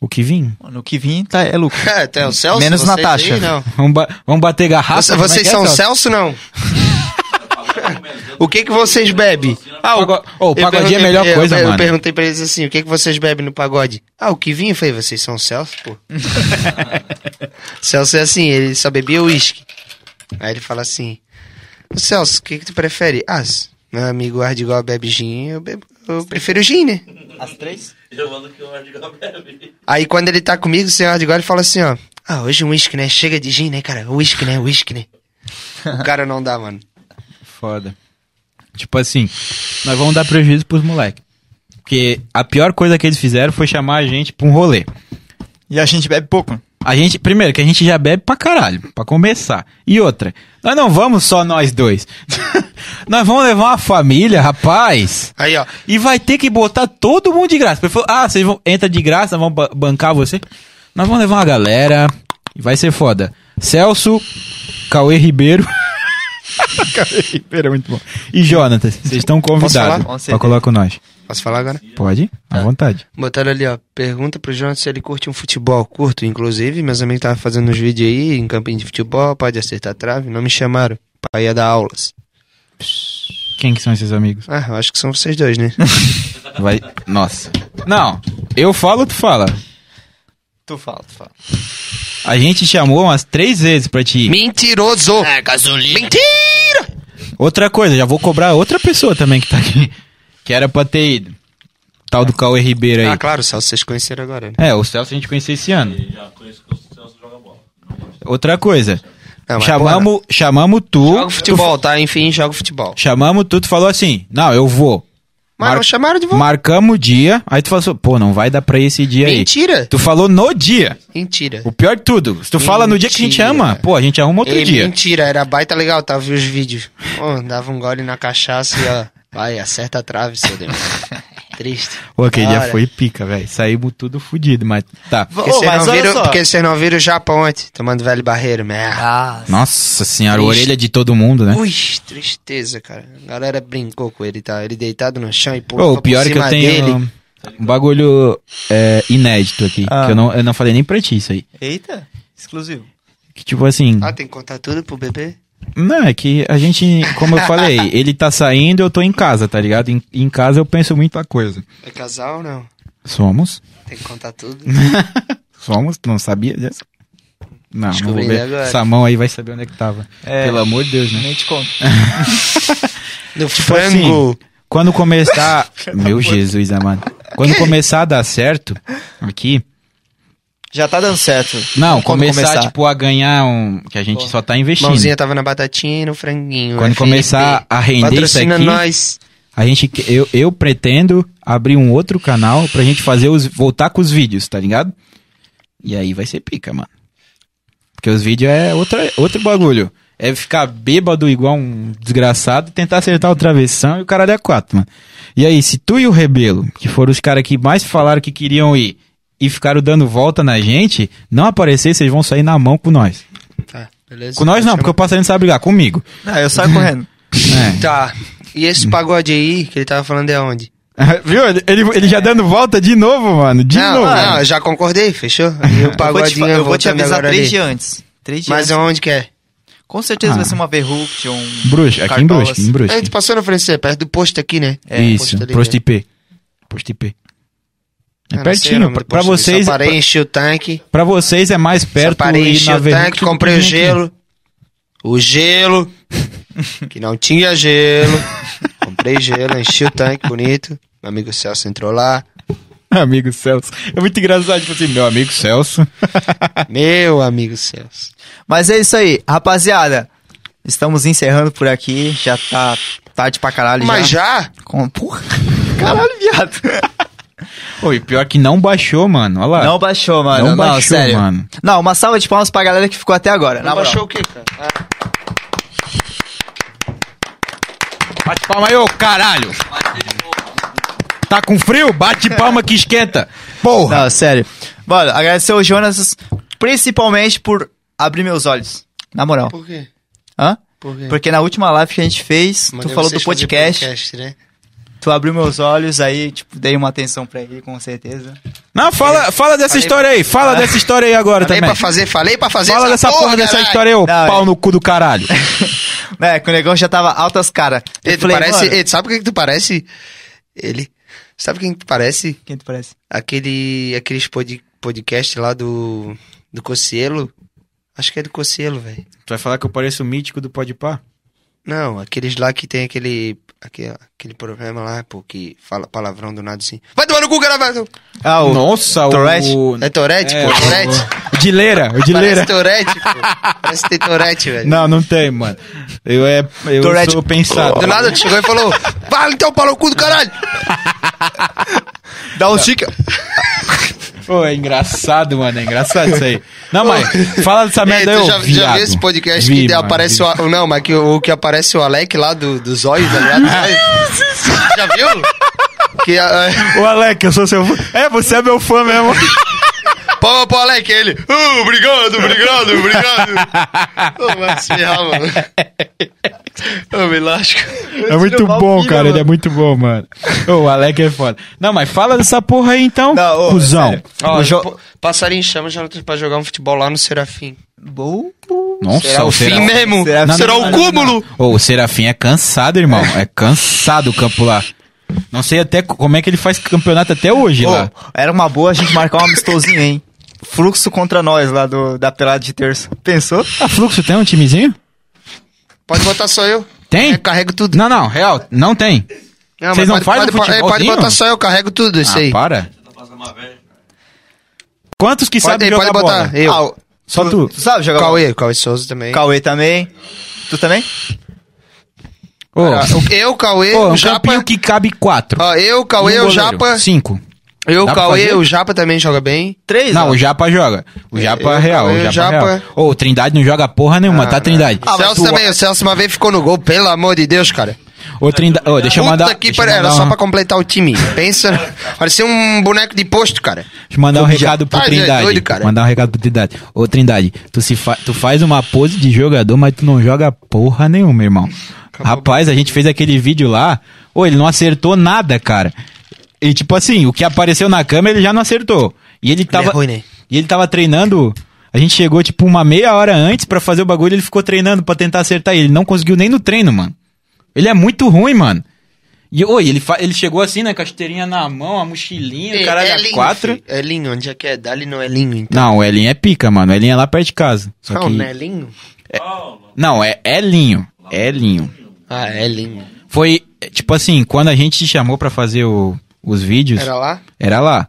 Speaker 2: O que vinha?
Speaker 1: No que vim, tá, é lucro.
Speaker 3: É, tem o Celso?
Speaker 1: Menos
Speaker 3: vocês
Speaker 1: Natasha.
Speaker 3: aí, não.
Speaker 2: Vamos, ba- vamos bater garrafa?
Speaker 3: Você-
Speaker 2: como é
Speaker 3: vocês
Speaker 2: que é,
Speaker 3: são Celso, não? o que que vocês bebem? Ah,
Speaker 2: Pago- Ô, o
Speaker 3: eu
Speaker 2: pagode é a
Speaker 3: perguntei-
Speaker 2: melhor
Speaker 3: eu-
Speaker 2: coisa,
Speaker 3: eu,
Speaker 2: mano.
Speaker 3: perguntei pra eles assim, o que que vocês bebem no pagode? Ah, o que vinha? Eu falei, vocês são Celso, pô. Celso é assim, ele só bebia uísque. Aí ele fala assim, "Ô, Celso, o que que tu prefere? Ah, s- meu amigo Ardigol bebe gin, eu, bebo, eu prefiro gin, né?
Speaker 1: As três?
Speaker 11: Eu mando que é o Ardigão bebe.
Speaker 3: Aí quando ele tá comigo, o senhor Ardigol, ele fala assim, ó, ah, hoje um uísque, né? Chega de gin, né, cara? Uísque, né? Uísque, né? O cara não dá, mano.
Speaker 2: Foda. Tipo assim, nós vamos dar prejuízo pros moleques. Porque a pior coisa que eles fizeram foi chamar a gente pra um rolê.
Speaker 1: E a gente bebe pouco.
Speaker 2: A gente, primeiro, que a gente já bebe pra caralho, pra começar. E outra, nós não vamos só nós dois. nós vamos levar uma família, rapaz.
Speaker 3: Aí, ó.
Speaker 2: E vai ter que botar todo mundo de graça. Porque falou, ah, vocês vão, entra de graça, vão ba- bancar você. Nós vamos levar uma galera. E vai ser foda. Celso, Cauê Ribeiro. Cauê Ribeiro é muito bom. E Jonatas, vocês estão
Speaker 3: falar?
Speaker 2: convidados
Speaker 1: Com certeza.
Speaker 2: pra colar com nós.
Speaker 3: Posso falar agora?
Speaker 2: Pode? À vontade.
Speaker 3: Botaram ali, ó. Pergunta pro Jonas se ele curte um futebol. Curto, inclusive. Meus amigos estavam fazendo uns vídeos aí em campinho de futebol. Pode acertar a trave. Não me chamaram. Pai ia dar aulas.
Speaker 2: Quem que são esses amigos?
Speaker 3: Ah, eu acho que são vocês dois, né?
Speaker 2: Vai. Nossa. Não, eu falo, tu fala.
Speaker 1: Tu fala, tu fala.
Speaker 2: A gente chamou umas três vezes pra te ir.
Speaker 3: Mentiroso! É, gasolina. Mentira!
Speaker 2: Outra coisa, já vou cobrar outra pessoa também que tá aqui. Que era pra ter ido. Tal do Cauê Ribeiro aí.
Speaker 3: Ah, claro, só vocês conheceram agora, né?
Speaker 2: É, o Celso a gente conheceu esse ano. Outra coisa.
Speaker 3: Não, Ah, mas,
Speaker 2: chamamos, chamamos tu.
Speaker 3: pô, Joga o futebol, tá? Enfim, joga o futebol.
Speaker 2: tu- Chamamos tu, tu falou assim: Não, eu vou.
Speaker 3: Mas
Speaker 2: Mar-
Speaker 3: não chamaram de volta.
Speaker 2: Marcamos o dia. Aí tu falou assim: Pô, não vai dar pra esse dia aí.
Speaker 3: Mentira!
Speaker 2: Tu falou no dia.
Speaker 3: Mentira.
Speaker 2: O pior de tudo. Se tu fala no dia que a gente
Speaker 3: Mentira.
Speaker 2: ama, pô, a gente arruma Um outro
Speaker 3: Ei,
Speaker 2: dia.
Speaker 3: Mentira, era baita legal, tá? Eu Vi os vídeos. Pô, dava um gole na cachaça e ó. Vai, acerta a trave, seu demônio. Triste.
Speaker 2: Pô, aquele
Speaker 3: Da
Speaker 2: dia
Speaker 3: hora.
Speaker 2: foi pica, velho. Saímos tudo fudido, mas tá.
Speaker 3: Porque
Speaker 1: Ô,
Speaker 3: vocês
Speaker 1: mas
Speaker 3: não
Speaker 1: olha
Speaker 3: viram,
Speaker 1: só.
Speaker 3: porque vocês não viram o Japão antes, tomando velho barreiro, merda.
Speaker 1: Ah,
Speaker 2: Nossa senhora, a
Speaker 3: Triste.
Speaker 2: orelha de todo mundo, né?
Speaker 3: Ui, tristeza, cara. A galera brincou com ele, tá? Ele deitado no chão e pulou
Speaker 2: Pô, o pior é que eu tenho
Speaker 3: tá dele.
Speaker 2: um bagulho é, inédito aqui.
Speaker 1: Ah.
Speaker 2: Que eu não, eu não falei nem pra ti isso aí.
Speaker 1: Eita, exclusivo.
Speaker 2: Que tipo assim.
Speaker 3: Ah, tem que contar tudo pro bebê?
Speaker 2: Não, é que a gente, como eu falei, ele tá saindo, eu tô em casa, tá ligado? Em, em casa eu penso muita coisa.
Speaker 3: É casal ou não?
Speaker 2: Somos?
Speaker 3: Tem que contar tudo.
Speaker 2: Somos? Tu não sabia dessa? Não, não vou
Speaker 3: Descobri
Speaker 2: ver.
Speaker 3: agora.
Speaker 2: Essa mão aí vai saber onde é que tava.
Speaker 1: É.
Speaker 2: Pelo amor de Deus, né?
Speaker 1: Nem te conto.
Speaker 3: No
Speaker 2: Tipo assim, quando começar. Meu Jesus, amado. Quando começar a dar certo, aqui.
Speaker 1: Já tá dando certo.
Speaker 2: Não,
Speaker 1: Quando
Speaker 2: começar, tipo, a ganhar um. Que a gente só tá investindo.
Speaker 3: Mãozinha tava na batatinha e no franguinho.
Speaker 2: Quando
Speaker 3: FNP.
Speaker 2: começar a render isso
Speaker 3: Patrocina
Speaker 2: aqui,
Speaker 3: nós.
Speaker 2: a gente, que- eu, eu pretendo abrir um outro canal pra gente fazer os. voltar com os vídeos, tá ligado? E aí vai ser pica, mano. Porque os vídeos é outra, outro bagulho. É ficar bêbado igual um desgraçado, tentar acertar o travessão e o cara é quatro, mano. E aí, se tu e o Rebelo, que foram os caras que mais falaram que queriam ir e ficaram dando volta na gente, não aparecer, vocês vão sair na mão com nós.
Speaker 3: Tá, beleza?
Speaker 2: Com nós não,
Speaker 3: Chama-
Speaker 2: porque o passarinho sabe brigar, comigo.
Speaker 1: Não, eu saio correndo.
Speaker 2: É.
Speaker 3: Tá. E esse pagode aí, que ele tava falando é onde?
Speaker 2: Viu? Ele, ele- ele já dando volta de novo, mano. De
Speaker 3: É. não,
Speaker 2: novo.
Speaker 3: não, eu já concordei, fechou? E o
Speaker 1: Eu vou te,
Speaker 3: pagodinho
Speaker 1: fa- eu vou te
Speaker 3: voltando
Speaker 1: avisar
Speaker 3: agora
Speaker 1: três
Speaker 3: ali.
Speaker 1: dias antes. Três dias
Speaker 3: Mas
Speaker 1: antes.
Speaker 3: aonde que é?
Speaker 1: Com certeza
Speaker 2: Ah.
Speaker 1: vai ser uma Verrupt, um...
Speaker 2: Bruxa, aqui em
Speaker 1: Cartolas.
Speaker 2: Bruxa, aqui em Bruxa.
Speaker 3: A gente passou na frente, é perto do posto aqui, né?
Speaker 1: É,
Speaker 2: Isso,
Speaker 3: posto ali,
Speaker 2: posto
Speaker 3: né?
Speaker 2: IP. Posto IP. É
Speaker 3: Ah, não sei o
Speaker 2: pertinho,
Speaker 3: nome
Speaker 2: pra,
Speaker 3: do
Speaker 2: pra
Speaker 3: posto ali.
Speaker 2: vocês,
Speaker 3: Só parei, enchi o tanque.
Speaker 2: pra vocês é mais
Speaker 3: Perto
Speaker 2: perto
Speaker 3: só parei,
Speaker 2: ir
Speaker 3: enchi
Speaker 2: na
Speaker 3: o
Speaker 2: Verruc
Speaker 3: tanque,
Speaker 2: do que
Speaker 3: comprei o
Speaker 2: vir aqui.
Speaker 3: gelo. O gelo. que não tinha gelo. comprei gelo, enchi o tanque, bonito. Meu amigo Celso entrou lá.
Speaker 2: Amigo Celso. É muito engraçado, tipo assim, meu amigo Celso.
Speaker 3: meu amigo Celso.
Speaker 1: Mas é isso aí, rapaziada. Estamos encerrando por aqui. Já tá tarde pra caralho.
Speaker 3: Mas já?
Speaker 1: Com... Porra. Caralho, viado.
Speaker 2: Pô, e pior que não baixou, mano. Olha lá.
Speaker 1: Não baixou, mano.
Speaker 2: Não
Speaker 1: Não,
Speaker 2: baixou,
Speaker 1: sério.
Speaker 2: mano.
Speaker 1: Não, uma salva de palmas pra galera que ficou até agora. na
Speaker 3: Não
Speaker 1: moral.
Speaker 3: baixou o quê, cara? Ah,
Speaker 2: Bate palma aí, ô caralho. Tá com frio? Bate palma que esquenta. Porra.
Speaker 1: Não, sério. Mano, agradecer o Jonas principalmente por abrir meus olhos. Na moral.
Speaker 3: por quê?
Speaker 1: Hã?
Speaker 3: Por quê?
Speaker 1: Porque na última live que a gente fez,
Speaker 3: Mandei
Speaker 1: tu falou do
Speaker 3: vocês fazer
Speaker 1: podcast,
Speaker 3: podcast, né?
Speaker 1: tu abriu meus olhos, aí, tipo, dei uma atenção pra ele, com certeza.
Speaker 2: Não, fala, fala dessa
Speaker 1: Falei-
Speaker 2: história aí. Fala dessa história aí agora
Speaker 3: Falei
Speaker 2: também.
Speaker 3: pra fazer, falei pra fazer
Speaker 2: Fala dessa porra dessa
Speaker 3: caralho.
Speaker 2: história aí, ô
Speaker 1: Não,
Speaker 2: pau
Speaker 1: é-
Speaker 2: no cu do caralho.
Speaker 1: né, que o negão já tava altas caras.
Speaker 3: Ei,
Speaker 1: Eu
Speaker 3: tu
Speaker 1: falei,
Speaker 3: parece,
Speaker 1: mano,
Speaker 3: ei, tu sabe o que que tu parece? Ele. Sabe quem que tu parece?
Speaker 1: quem tu parece?
Speaker 3: Aquele, aqueles pod, podcast lá do, do Cocielo. Acho que é do Cocielo, velho.
Speaker 2: Tu vai falar que eu pareço o mítico do Podpah?
Speaker 3: Não, aqueles lá que tem aquele, aquele, aquele programa lá, pô, que fala palavrão do nada assim. Vai tomar no cu, gravado!
Speaker 1: Ah, o...
Speaker 2: Nossa,
Speaker 1: Tourette?
Speaker 2: o...
Speaker 3: É Torete,
Speaker 2: É,
Speaker 3: pô, Torete.
Speaker 2: o- Dileira, o Dileira.
Speaker 3: Parece Torete, pô. Parece que tem Torete, velho.
Speaker 2: Não, não tem, mano. Eu, é, eu
Speaker 1: Tourette.
Speaker 2: sou pensado.
Speaker 3: Do nada tu chegou e falou, fala então, pau no cu do caralho!
Speaker 1: Dá um chica.
Speaker 2: Pô, é engraçado, mano. É engraçado isso aí. Não, Ah, mas fala dessa
Speaker 3: Ei,
Speaker 2: merda
Speaker 3: tu
Speaker 2: aí, ô
Speaker 3: já, já
Speaker 2: viado.
Speaker 3: viu esse podcast
Speaker 2: Vi,
Speaker 3: que tem-
Speaker 2: mano,
Speaker 3: aparece
Speaker 2: vi.
Speaker 3: o. Não, mas que, o o que aparece o Alec lá do, do Zóio, tá ligado?
Speaker 2: Ah!
Speaker 3: já viu? Que, ah, ah,
Speaker 2: Ô, Alec, eu sou seu fã. É, você é meu fã mesmo.
Speaker 3: Palma pro Alec, ele. "Ah, obrigado, obrigado, obrigado. Ô, vai se ferrar, mano. Ô, me lasco.
Speaker 2: É muito
Speaker 1: mal
Speaker 2: bom,
Speaker 1: filho,
Speaker 2: cara. Ele é
Speaker 1: mano.
Speaker 2: muito bom, mano. Ô, o Alec é foda. Não, mas fala dessa porra aí, então,
Speaker 1: Não, ô,
Speaker 2: cuzão.
Speaker 1: sério. O jo-
Speaker 3: Passarinho chama Jonathan pra jogar um futebol lá no Serafim.
Speaker 1: Bom,
Speaker 2: Nossa,
Speaker 3: Será o fim
Speaker 2: Serafim-
Speaker 3: mesmo?
Speaker 1: Será-
Speaker 2: Não,
Speaker 3: Será
Speaker 2: não, não,
Speaker 3: o
Speaker 2: não,
Speaker 3: cúmulo?
Speaker 2: não. Ô, o Serafim é cansado, irmão. É cansado o campo lá. Não sei até co- como é que ele faz campeonato até hoje lá.
Speaker 1: Ô, era uma boa a gente marcar um amistosinho, hein? Fluxo contra nós lá do, da pelada de terça. Pensou?
Speaker 2: A Fluxo tem um timezinho?
Speaker 3: Pode botar só eu.
Speaker 2: Tem?
Speaker 3: Eu carrego tudo.
Speaker 2: Não, não, real, não tem.
Speaker 3: Não,
Speaker 2: Vocês
Speaker 3: mas
Speaker 2: não
Speaker 3: pode-
Speaker 2: fazem
Speaker 3: pode-
Speaker 2: futebolzinho?
Speaker 3: Pode botar só eu, carrego tudo isso
Speaker 2: ah,
Speaker 3: aí.
Speaker 2: para. Quantos que
Speaker 3: Pode,
Speaker 2: sabem
Speaker 3: aí, pode
Speaker 2: jogar bola?
Speaker 3: botar. Eu.
Speaker 1: Ah, o-
Speaker 2: Só tu.
Speaker 1: Tu sabe jogar bola?
Speaker 3: Cauê, Cauê Souza também.
Speaker 1: Cauê também. Tu também?
Speaker 2: Ô,
Speaker 3: Ah, o- Eu, Cauê,
Speaker 2: ô, um
Speaker 3: o Japa.
Speaker 2: campinho que cabe quatro.
Speaker 3: Ó, eu,
Speaker 2: E
Speaker 3: Cauê,
Speaker 2: um
Speaker 3: o
Speaker 2: goleiro.
Speaker 3: Japa.
Speaker 2: Cinco.
Speaker 3: Eu,
Speaker 2: Dá pra
Speaker 3: Cauê,
Speaker 2: fazer?
Speaker 3: o Japa também joga bem.
Speaker 1: Três?
Speaker 2: Não,
Speaker 1: ó.
Speaker 2: o Japa joga. O Japa
Speaker 3: eu,
Speaker 2: é real.
Speaker 3: eu,
Speaker 2: O Japa, é
Speaker 3: Japa. Ah,
Speaker 2: real. Ô, o Trindade não joga porra nenhuma, tá, Trindade?
Speaker 3: o Celso também, o Celso uma vez ficou no gol, pelo amor de Deus, cara.
Speaker 2: Ô, Trindade. Ô, deixa eu
Speaker 3: Puta
Speaker 2: mandar.
Speaker 3: que
Speaker 2: deixa eu
Speaker 3: pariu, era
Speaker 2: mandar
Speaker 3: só
Speaker 2: um-
Speaker 3: pra completar o time. Pensa, parecia um boneco de posto, cara.
Speaker 2: Deixa eu mandar um recado pro
Speaker 3: Tá, já é
Speaker 2: Trindade.
Speaker 3: doido, cara.
Speaker 2: Mandar um recado pro Trindade. Ô, Trindade, tu, se fa- tu faz uma pose de jogador, mas tu não joga porra nenhuma, irmão. Rapaz, a gente fez aquele vídeo lá. Ô, ele não acertou nada, cara. E tipo assim, o que apareceu na câmera ele já não acertou. E ele tava.
Speaker 3: ruim, né?
Speaker 2: E ele tava treinando. A gente chegou tipo uma meia hora antes pra fazer o bagulho, ele ficou treinando pra tentar acertar ele. Não conseguiu nem no treino, mano. Ele é muito ruim, mano. E oi, ele, fa- ele chegou assim, né, com a esteirinha na mão, a mochilinha, o caralho,
Speaker 3: é
Speaker 2: a
Speaker 3: Linho,
Speaker 2: quatro.
Speaker 3: filho. É Linho, onde é que é? Dali não é Linho, então.
Speaker 2: Não, o Elinho é pica, mano. O Elinho é lá perto de casa. Só
Speaker 3: Não,
Speaker 2: que...
Speaker 3: não é Linho?
Speaker 2: Não, é Elinho. Elinho.
Speaker 3: Ah, é Linho.
Speaker 2: Foi, é, tipo assim, quando a gente te chamou pra fazer o- os vídeos,
Speaker 3: Era lá?
Speaker 2: era lá.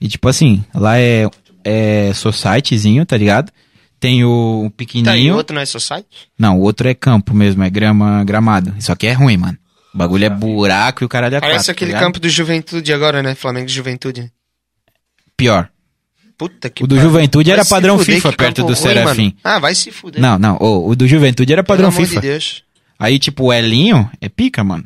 Speaker 2: E tipo assim, lá é, é societyzinho, tá ligado? Tem o, o
Speaker 3: Tá, e
Speaker 2: pequenininho.
Speaker 3: o outro não é Society?
Speaker 2: Não, o outro é campo mesmo, é grama, gramado. Isso aqui é ruim, mano. O bagulho é buraco e o caralho é
Speaker 3: Parece
Speaker 2: quatro, tá
Speaker 3: aquele
Speaker 2: ligado?
Speaker 3: campo do Juventude agora, né? Flamengo de Juventude.
Speaker 2: Pior.
Speaker 3: Puta que
Speaker 2: O do
Speaker 3: pariu.
Speaker 2: Juventude
Speaker 3: Vai
Speaker 2: era
Speaker 3: se
Speaker 2: padrão
Speaker 3: fuder,
Speaker 2: FIFA
Speaker 3: que
Speaker 2: perto
Speaker 3: campo
Speaker 2: do
Speaker 3: ruim,
Speaker 2: Serafim.
Speaker 3: mano. Ah, vai se fuder.
Speaker 2: Não, não, ô, o do Juventude era É padrão
Speaker 3: Pelo
Speaker 2: FIFA.
Speaker 3: amor de Deus.
Speaker 2: Aí, tipo, o Elinho é pica, mano.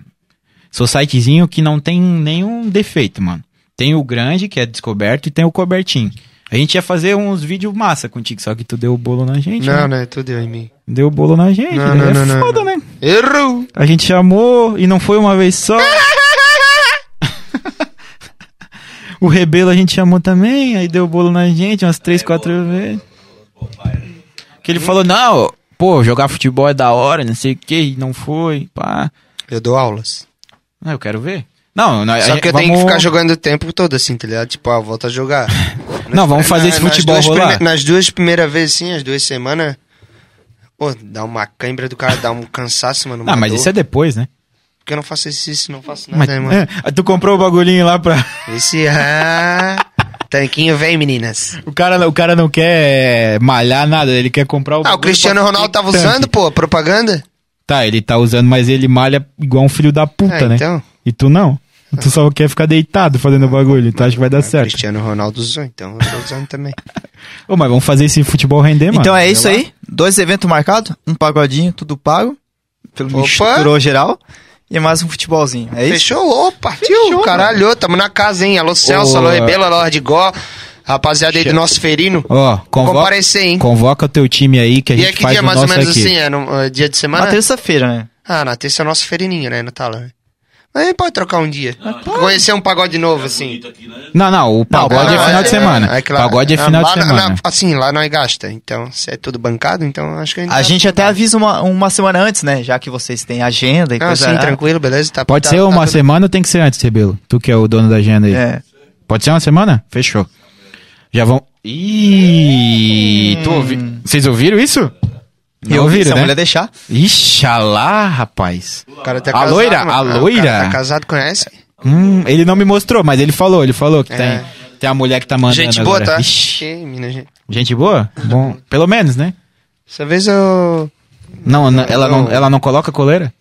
Speaker 2: Societyzinho que não tem nenhum defeito, mano. Tem o grande, que é descoberto, e tem o cobertinho. A gente ia fazer uns vídeos massa contigo, só que tu deu o bolo na gente.
Speaker 3: Não,
Speaker 2: né?
Speaker 3: não, tu deu em mim.
Speaker 2: Deu o bolo na gente.
Speaker 3: Não,
Speaker 2: né?
Speaker 3: não,
Speaker 2: é
Speaker 3: não,
Speaker 2: foda,
Speaker 3: não.
Speaker 2: né?
Speaker 3: Errou!
Speaker 2: A gente chamou e não foi uma vez só. o Rebelo a gente chamou também, aí deu o bolo na gente umas
Speaker 3: É,
Speaker 2: três, quatro vezes. Que ele falou, não, pô, jogar futebol é da hora, não sei o que, e não foi, pá.
Speaker 3: Eu dou aulas.
Speaker 2: Ah, eu quero ver. Não, não
Speaker 3: Só que eu tenho que ficar jogando o tempo todo, assim, tá ligado? Tipo, ah, volta a jogar.
Speaker 2: Não, vamos fazer
Speaker 3: Na-
Speaker 2: esse
Speaker 3: nas
Speaker 2: futebol
Speaker 3: duas
Speaker 2: rolar.
Speaker 3: prime- Nas duas primeiras vezes, sim, as duas semanas. Pô, dá uma cãibra do cara, dá um cansaço, mano.
Speaker 2: Ah, mas isso é depois, né?
Speaker 3: Porque eu não faço exercício, não faço nada,
Speaker 2: é Mas,
Speaker 3: né,
Speaker 2: é,
Speaker 3: mano?
Speaker 2: aí tu comprou o bagulhinho lá pra.
Speaker 3: Esse ah, tanquinho vem, meninas.
Speaker 2: O cara, o cara não quer malhar nada, ele quer comprar o.
Speaker 3: Ah, o
Speaker 2: bagulho
Speaker 3: Cristiano
Speaker 2: pra-
Speaker 3: Ronaldo tava
Speaker 2: tanque.
Speaker 3: usando, pô, a propaganda?
Speaker 2: Tá, ele tá usando, mas ele malha igual um filho da puta,
Speaker 3: Ah,
Speaker 2: né?
Speaker 3: então.
Speaker 2: E tu não. Tu só quer ficar deitado fazendo bagulho. Tu acha que vai dar certo.
Speaker 3: É, Cristiano Ronaldo usou, então eu tô usando também.
Speaker 2: Ô, mas vamos fazer esse futebol render, É, mano.
Speaker 1: Então é isso aí. Dois eventos marcados, um pagodinho, tudo pago. Pelo
Speaker 3: Opa!
Speaker 1: misturou geral. E mais um futebolzinho. É isso?
Speaker 3: Fechou, ô, partiu, caralho, ô, tamo na casa, hein? Alô Celso,
Speaker 2: Ô,
Speaker 3: alô
Speaker 2: é.
Speaker 3: Rebela, alô de Gó, rapaziada aí do nosso ferino.
Speaker 2: Ó, convoca,
Speaker 3: comparecer, hein?
Speaker 2: convoca teu time aí que a
Speaker 3: e
Speaker 2: gente
Speaker 3: é que
Speaker 2: faz
Speaker 3: dia
Speaker 2: o
Speaker 3: mais ou
Speaker 2: nosso
Speaker 3: menos
Speaker 2: aqui.
Speaker 3: assim, é no, é dia de semana?
Speaker 1: Na terça-feira, né?
Speaker 3: Ah, na terça é o nosso ferininho, né, Natal? né? Mas aí pode trocar um dia. Conhecer um pagode novo, assim.
Speaker 2: Não, não, o pagode é final de semana.
Speaker 3: É claro.
Speaker 2: Pagode é
Speaker 3: Ah,
Speaker 2: final de
Speaker 3: lá na-
Speaker 2: semana.
Speaker 3: na- assim, lá nós gasta. Então, se é tudo bancado, então acho que a gente...
Speaker 1: A gente até avisa uma, uma semana antes, né? Já que vocês têm agenda e
Speaker 3: Não,
Speaker 1: coisa.
Speaker 3: assim, tranquilo, beleza? Tá,
Speaker 2: Pode
Speaker 3: tá-
Speaker 2: ser
Speaker 3: tá
Speaker 2: uma
Speaker 3: tudo-
Speaker 2: semana ou tem que ser antes, Rebelo? Tu que é o dono da agenda aí.
Speaker 1: É.
Speaker 2: Pode ser uma semana? Fechou. Já vão. Ih, tu ouvi... Vocês ouviram isso?
Speaker 1: Hum. Eu
Speaker 2: Não
Speaker 1: ouvi, se
Speaker 2: ouviram,
Speaker 1: a mulher
Speaker 2: né?
Speaker 1: deixar.
Speaker 2: Ixalá, rapaz.
Speaker 3: O cara tá
Speaker 2: A loira,
Speaker 3: mano.
Speaker 2: a
Speaker 3: Ah, o cara
Speaker 2: loira.
Speaker 3: tá casado, conhece?
Speaker 2: Hum, ele não me mostrou, mas ele falou, ele falou que
Speaker 3: É.
Speaker 2: tem, tem a mulher que tá mandando
Speaker 3: Gente boa,
Speaker 2: agora.
Speaker 3: tá?
Speaker 2: Ixi,
Speaker 3: Ih, mina, gente.
Speaker 2: gente boa? Bom, pelo menos, né?
Speaker 3: Essa vez eu...
Speaker 2: Não, não, ela, não,
Speaker 3: Não.
Speaker 2: ela não coloca coleira?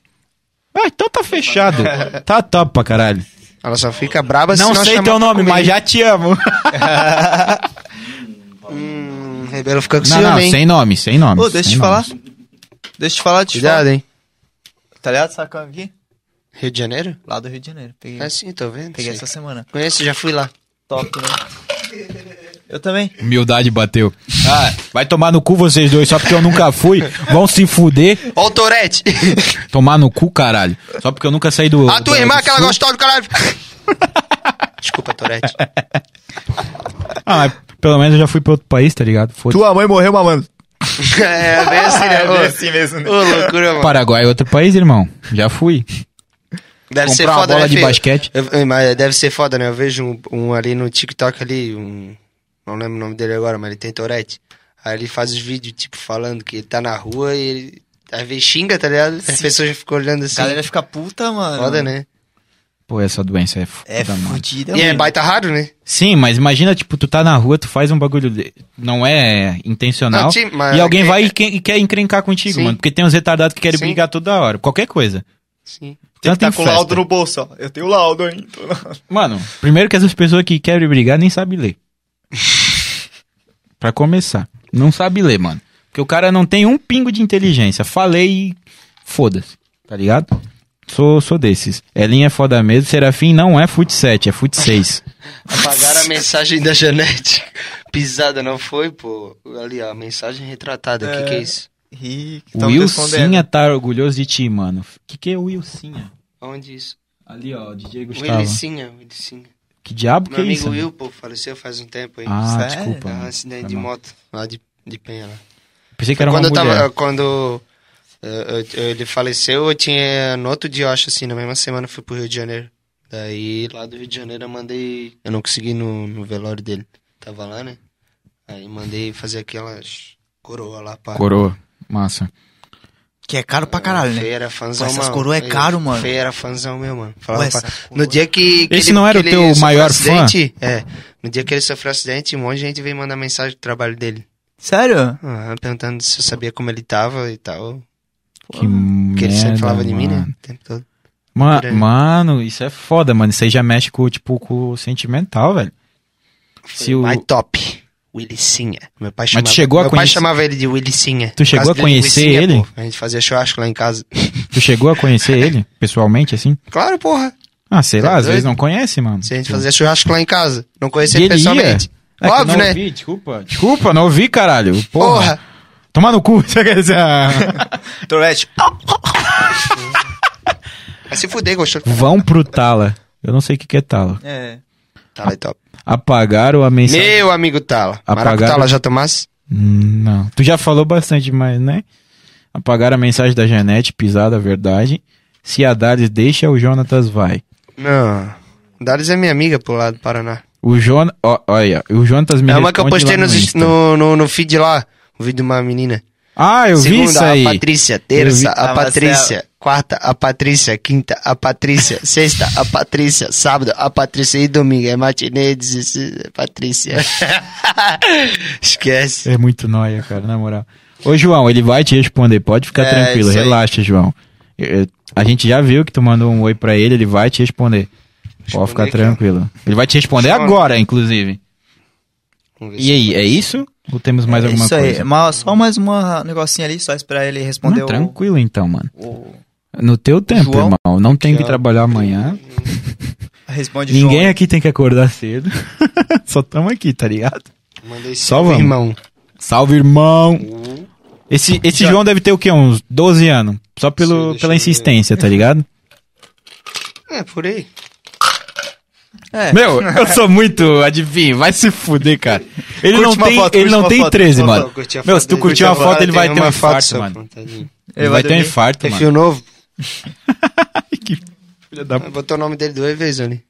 Speaker 2: Ah, então tá fechado. Tá top pra caralho.
Speaker 3: Ela só fica braba se
Speaker 2: não
Speaker 3: nós
Speaker 2: sei
Speaker 3: chamar
Speaker 2: teu
Speaker 3: pra
Speaker 2: nome,
Speaker 3: comer.
Speaker 2: mas já te amo.
Speaker 3: Hum, Rebelo fica com
Speaker 2: Não, não,
Speaker 3: ciúme, hein?
Speaker 2: sem nome, sem nome.
Speaker 1: Ô, deixa eu
Speaker 2: sem
Speaker 1: te
Speaker 2: nome.
Speaker 1: falar. Deixa eu te falar, deixa eu te
Speaker 3: Cuidado,
Speaker 1: falar.
Speaker 3: hein?
Speaker 1: Tá ligado? Sacão aqui?
Speaker 3: Rio de Janeiro?
Speaker 1: Lá do Rio de Janeiro. Peguei,
Speaker 3: É sim, tô vendo.
Speaker 1: peguei
Speaker 3: Sim.
Speaker 1: essa semana.
Speaker 3: Conheço, já fui lá.
Speaker 1: Top, né? Eu também.
Speaker 2: Humildade bateu. Ah, vai tomar no cu vocês dois, só porque eu nunca fui. Vão se fuder,
Speaker 3: Ó o Torete!
Speaker 2: tomar no cu, caralho. Só porque eu nunca saí do.
Speaker 3: A tua
Speaker 2: do-
Speaker 3: irmã, é
Speaker 2: do
Speaker 3: aquela
Speaker 2: sul.
Speaker 3: gostosa do caralho! Desculpa, Torete.
Speaker 2: Ah, mas pelo menos eu já fui pra outro país, tá ligado? Foda-se.
Speaker 1: Tua mãe morreu mamando.
Speaker 3: É, bem assim, né? Ô,
Speaker 1: mesmo,
Speaker 3: ô, loucura, mano.
Speaker 2: Paraguai é outro país, irmão. Já fui.
Speaker 3: Deve ser
Speaker 2: Comprar uma
Speaker 3: foda,
Speaker 2: bola
Speaker 3: né,
Speaker 2: de
Speaker 3: filho?
Speaker 2: basquete.
Speaker 3: Eu- eu- mas deve ser foda, né? Eu vejo um, um ali no TikTok ali, um... Não lembro o nome dele agora, mas ele tem Torete. Aí ele faz os vídeos, tipo, falando que ele tá na rua e ele... Às vezes xinga, tá ligado? As pessoas ficam olhando
Speaker 1: A
Speaker 3: assim.
Speaker 1: galera fica puta, mano.
Speaker 3: Foda, né?
Speaker 2: Pô, essa doença é foda,
Speaker 1: É
Speaker 2: mano.
Speaker 1: fudida,
Speaker 3: E é
Speaker 1: mano.
Speaker 3: baita raro, né?
Speaker 2: Sim, mas imagina, tipo, tu tá na rua, tu faz um bagulho. De... Não é intencional.
Speaker 3: Não, sim, mas
Speaker 2: e alguém
Speaker 3: quem-
Speaker 2: vai e, que- e quer encrencar contigo,
Speaker 3: Sim.
Speaker 2: mano. Porque tem uns retardados que querem
Speaker 3: Sim.
Speaker 2: brigar toda hora. Qualquer coisa.
Speaker 3: Sim.
Speaker 1: Tem que
Speaker 2: Tanto em
Speaker 1: tá com o
Speaker 2: festa.
Speaker 1: laudo no bolso, ó. Eu tenho o laudo, hein?
Speaker 2: Mano, primeiro que essas pessoas que querem brigar nem sabem ler. pra começar. Não sabe ler, mano. Porque o cara não tem um pingo de inteligência. Falei e foda-se, tá ligado? Sou, sou desses. Elinha é foda mesmo. Serafim não é fut 7, é fut 6.
Speaker 3: Apagaram a mensagem da Janete. Pisada, não foi, pô? Ali, ó, a mensagem retratada. O que, que é isso?
Speaker 1: Ih, que
Speaker 2: o
Speaker 1: tão me escondendo.
Speaker 2: Wilsinha tá orgulhoso de ti, mano. Que que é o Wilsinha?
Speaker 3: Onde isso?
Speaker 2: Ali, ó, DJ
Speaker 3: O
Speaker 2: Gustavo.
Speaker 3: Willicinha, o Willicinha.
Speaker 2: Que diabo que
Speaker 3: Meu
Speaker 2: é
Speaker 3: amigo
Speaker 2: isso?
Speaker 3: Will, pô, faleceu faz um tempo aí.
Speaker 2: Ah,
Speaker 1: Sério?
Speaker 2: desculpa.
Speaker 3: Tava um
Speaker 2: mano.
Speaker 3: acidente
Speaker 2: Foi
Speaker 3: de
Speaker 2: mal.
Speaker 3: moto lá de, de Penha. Lá.
Speaker 2: Pensei que era uma
Speaker 3: Quando eu
Speaker 2: mulher.
Speaker 3: tava. Quando eh, eu- eu- ele faleceu, eu tinha. No outro dia, eu acho assim, na mesma semana eu fui pro Rio de Janeiro. Daí lá do Rio de Janeiro eu mandei. Eu não consegui no, no velório dele. Tava lá, né? Aí mandei fazer aquelas coroa lá pra.
Speaker 2: Coroa. Massa.
Speaker 1: Que é caro pra caralho, né?
Speaker 3: Feio era fanzão,
Speaker 1: Pô, essas
Speaker 3: mano.
Speaker 1: coroa é
Speaker 3: Feio-
Speaker 1: caro, mano.
Speaker 3: Feio era fanzão meu, mano. Falava
Speaker 1: Ué,
Speaker 3: pra-
Speaker 1: essa
Speaker 3: No dia que. que
Speaker 2: Esse não era o
Speaker 3: que
Speaker 2: teu
Speaker 3: sofreu
Speaker 2: maior fã?
Speaker 3: acidente, É. No dia que ele sofreu acidente, um monte de gente veio mandar mensagem do trabalho dele.
Speaker 1: Sério?
Speaker 3: Ah, perguntando se eu sabia como ele tava e tal.
Speaker 2: Que
Speaker 3: Porque ele sempre
Speaker 2: merda,
Speaker 3: falava de mim, né?
Speaker 2: mano.
Speaker 3: O tempo todo.
Speaker 2: Ma-
Speaker 3: Grande.
Speaker 2: mano, isso é foda, mano. Isso aí já mexe com, tipo, com o sentimental, velho. Se o...
Speaker 3: My top. Willicinha. Meu pai chamava,
Speaker 2: tu chegou a
Speaker 3: meu pai
Speaker 2: conhecer-
Speaker 3: chamava ele de Willicinha.
Speaker 2: Tu chegou
Speaker 3: Por causa
Speaker 2: a
Speaker 3: dele,
Speaker 2: conhecer
Speaker 3: Willicinha,
Speaker 2: ele?
Speaker 3: pô. A gente fazia churrasco lá em casa.
Speaker 2: Tu chegou a conhecer ele, pessoalmente, assim?
Speaker 3: Claro, porra.
Speaker 2: Ah, sei
Speaker 3: Tá
Speaker 2: lá, às
Speaker 3: doido?
Speaker 2: vezes não conhece, mano.
Speaker 3: Se a gente fazia churrasco lá em casa. Não conhecia
Speaker 2: E
Speaker 3: ele
Speaker 2: ele ia?
Speaker 3: pessoalmente.
Speaker 2: É que eu
Speaker 3: Óbvio,
Speaker 2: não
Speaker 3: né?
Speaker 2: ouvi, desculpa. Desculpa, não ouvi, caralho. Porra.
Speaker 3: Porra.
Speaker 2: Tomar no cu, você quer dizer... ah.
Speaker 1: Torete.
Speaker 3: Vai se fuder, gostou.
Speaker 2: Vão pro Tala. Eu não sei o que que é Tala.
Speaker 1: É.
Speaker 3: Tala e top.
Speaker 2: Apagaram a mensagem...
Speaker 3: Meu amigo Tala.
Speaker 2: Apagaram-
Speaker 3: Maraco Tala já tomasse?
Speaker 2: Hum, Não. Tu já falou bastante, mas, né? Apagaram a mensagem da Janete, pisada, verdade. Se a Dali deixa, o Jonatas vai.
Speaker 3: Não. Dales é minha amiga pro lado do Paraná.
Speaker 2: O Jonas, ó, olha, o Jonatas me
Speaker 3: é uma que eu
Speaker 2: responde
Speaker 3: postei
Speaker 2: lá
Speaker 3: nos-
Speaker 2: Insta.
Speaker 3: no, no, no feed lá. O vídeo de uma menina.
Speaker 2: Ah, eu
Speaker 3: Segunda,
Speaker 2: vi isso aí.
Speaker 3: a Patrícia.
Speaker 2: Eu vi-
Speaker 3: Terça, a
Speaker 2: Ah,
Speaker 3: Patrícia. Quarta, a Patrícia. Quinta, a Patrícia. Sexta, a Patrícia. Sábado, a Patrícia. E domingo, é matinê, 16, é Patrícia. Esquece.
Speaker 2: É muito nóia, cara, na moral. Ô, João, ele vai te responder, pode ficar
Speaker 3: É,
Speaker 2: tranquilo,
Speaker 3: isso aí.
Speaker 2: relaxa, João. Eu- eu- a gente já viu que tu mandou um oi pra ele, ele vai te responder. pode ficar tranquilo. Ele vai te responder agora, inclusive. E aí, é isso? Ou temos mais
Speaker 1: É
Speaker 2: alguma
Speaker 1: isso
Speaker 2: coisa?
Speaker 1: aí, mas só mais uma negocinho ali, só esperar ele responder
Speaker 2: Não,
Speaker 1: o-
Speaker 2: tranquilo então, mano.
Speaker 1: o-
Speaker 2: No teu tempo,
Speaker 1: João,
Speaker 2: irmão. Não tem
Speaker 1: que
Speaker 2: que
Speaker 1: é-
Speaker 2: trabalhar amanhã.
Speaker 1: Responde o
Speaker 2: Ninguém
Speaker 1: João.
Speaker 2: aqui tem que acordar cedo. Só tamo aqui, tá ligado? Só vamos.
Speaker 3: irmão.
Speaker 2: Salve, irmão. Esse, esse
Speaker 1: Uhum. Já-
Speaker 2: João deve ter o quê? Uns 12 anos. Só pelo, pela insistência, tá ligado?
Speaker 3: É, por aí.
Speaker 1: É.
Speaker 2: Meu, eu sou muito adivinho. Vai se fuder, cara. Ele
Speaker 1: Curte
Speaker 2: não
Speaker 1: uma
Speaker 2: tem,
Speaker 1: foto,
Speaker 2: ele
Speaker 1: curte
Speaker 2: não
Speaker 1: uma
Speaker 2: tem
Speaker 1: foto,
Speaker 2: 13,
Speaker 1: curte uma
Speaker 2: mano.
Speaker 1: foto, curte a
Speaker 2: Meu,
Speaker 1: foto
Speaker 2: se tu
Speaker 1: dele,
Speaker 2: curtir
Speaker 1: curte
Speaker 2: uma
Speaker 1: a
Speaker 2: foto,
Speaker 1: foto,
Speaker 2: ele vai
Speaker 1: tem
Speaker 2: ter um
Speaker 1: uma foto
Speaker 2: infarto,
Speaker 1: só,
Speaker 2: mano.
Speaker 1: Ele
Speaker 2: Ele vai ter um infarto,
Speaker 3: Perfil
Speaker 2: mano.
Speaker 3: novo.
Speaker 2: Filha da
Speaker 3: Ah, Botou o nome dele duas vezes ali.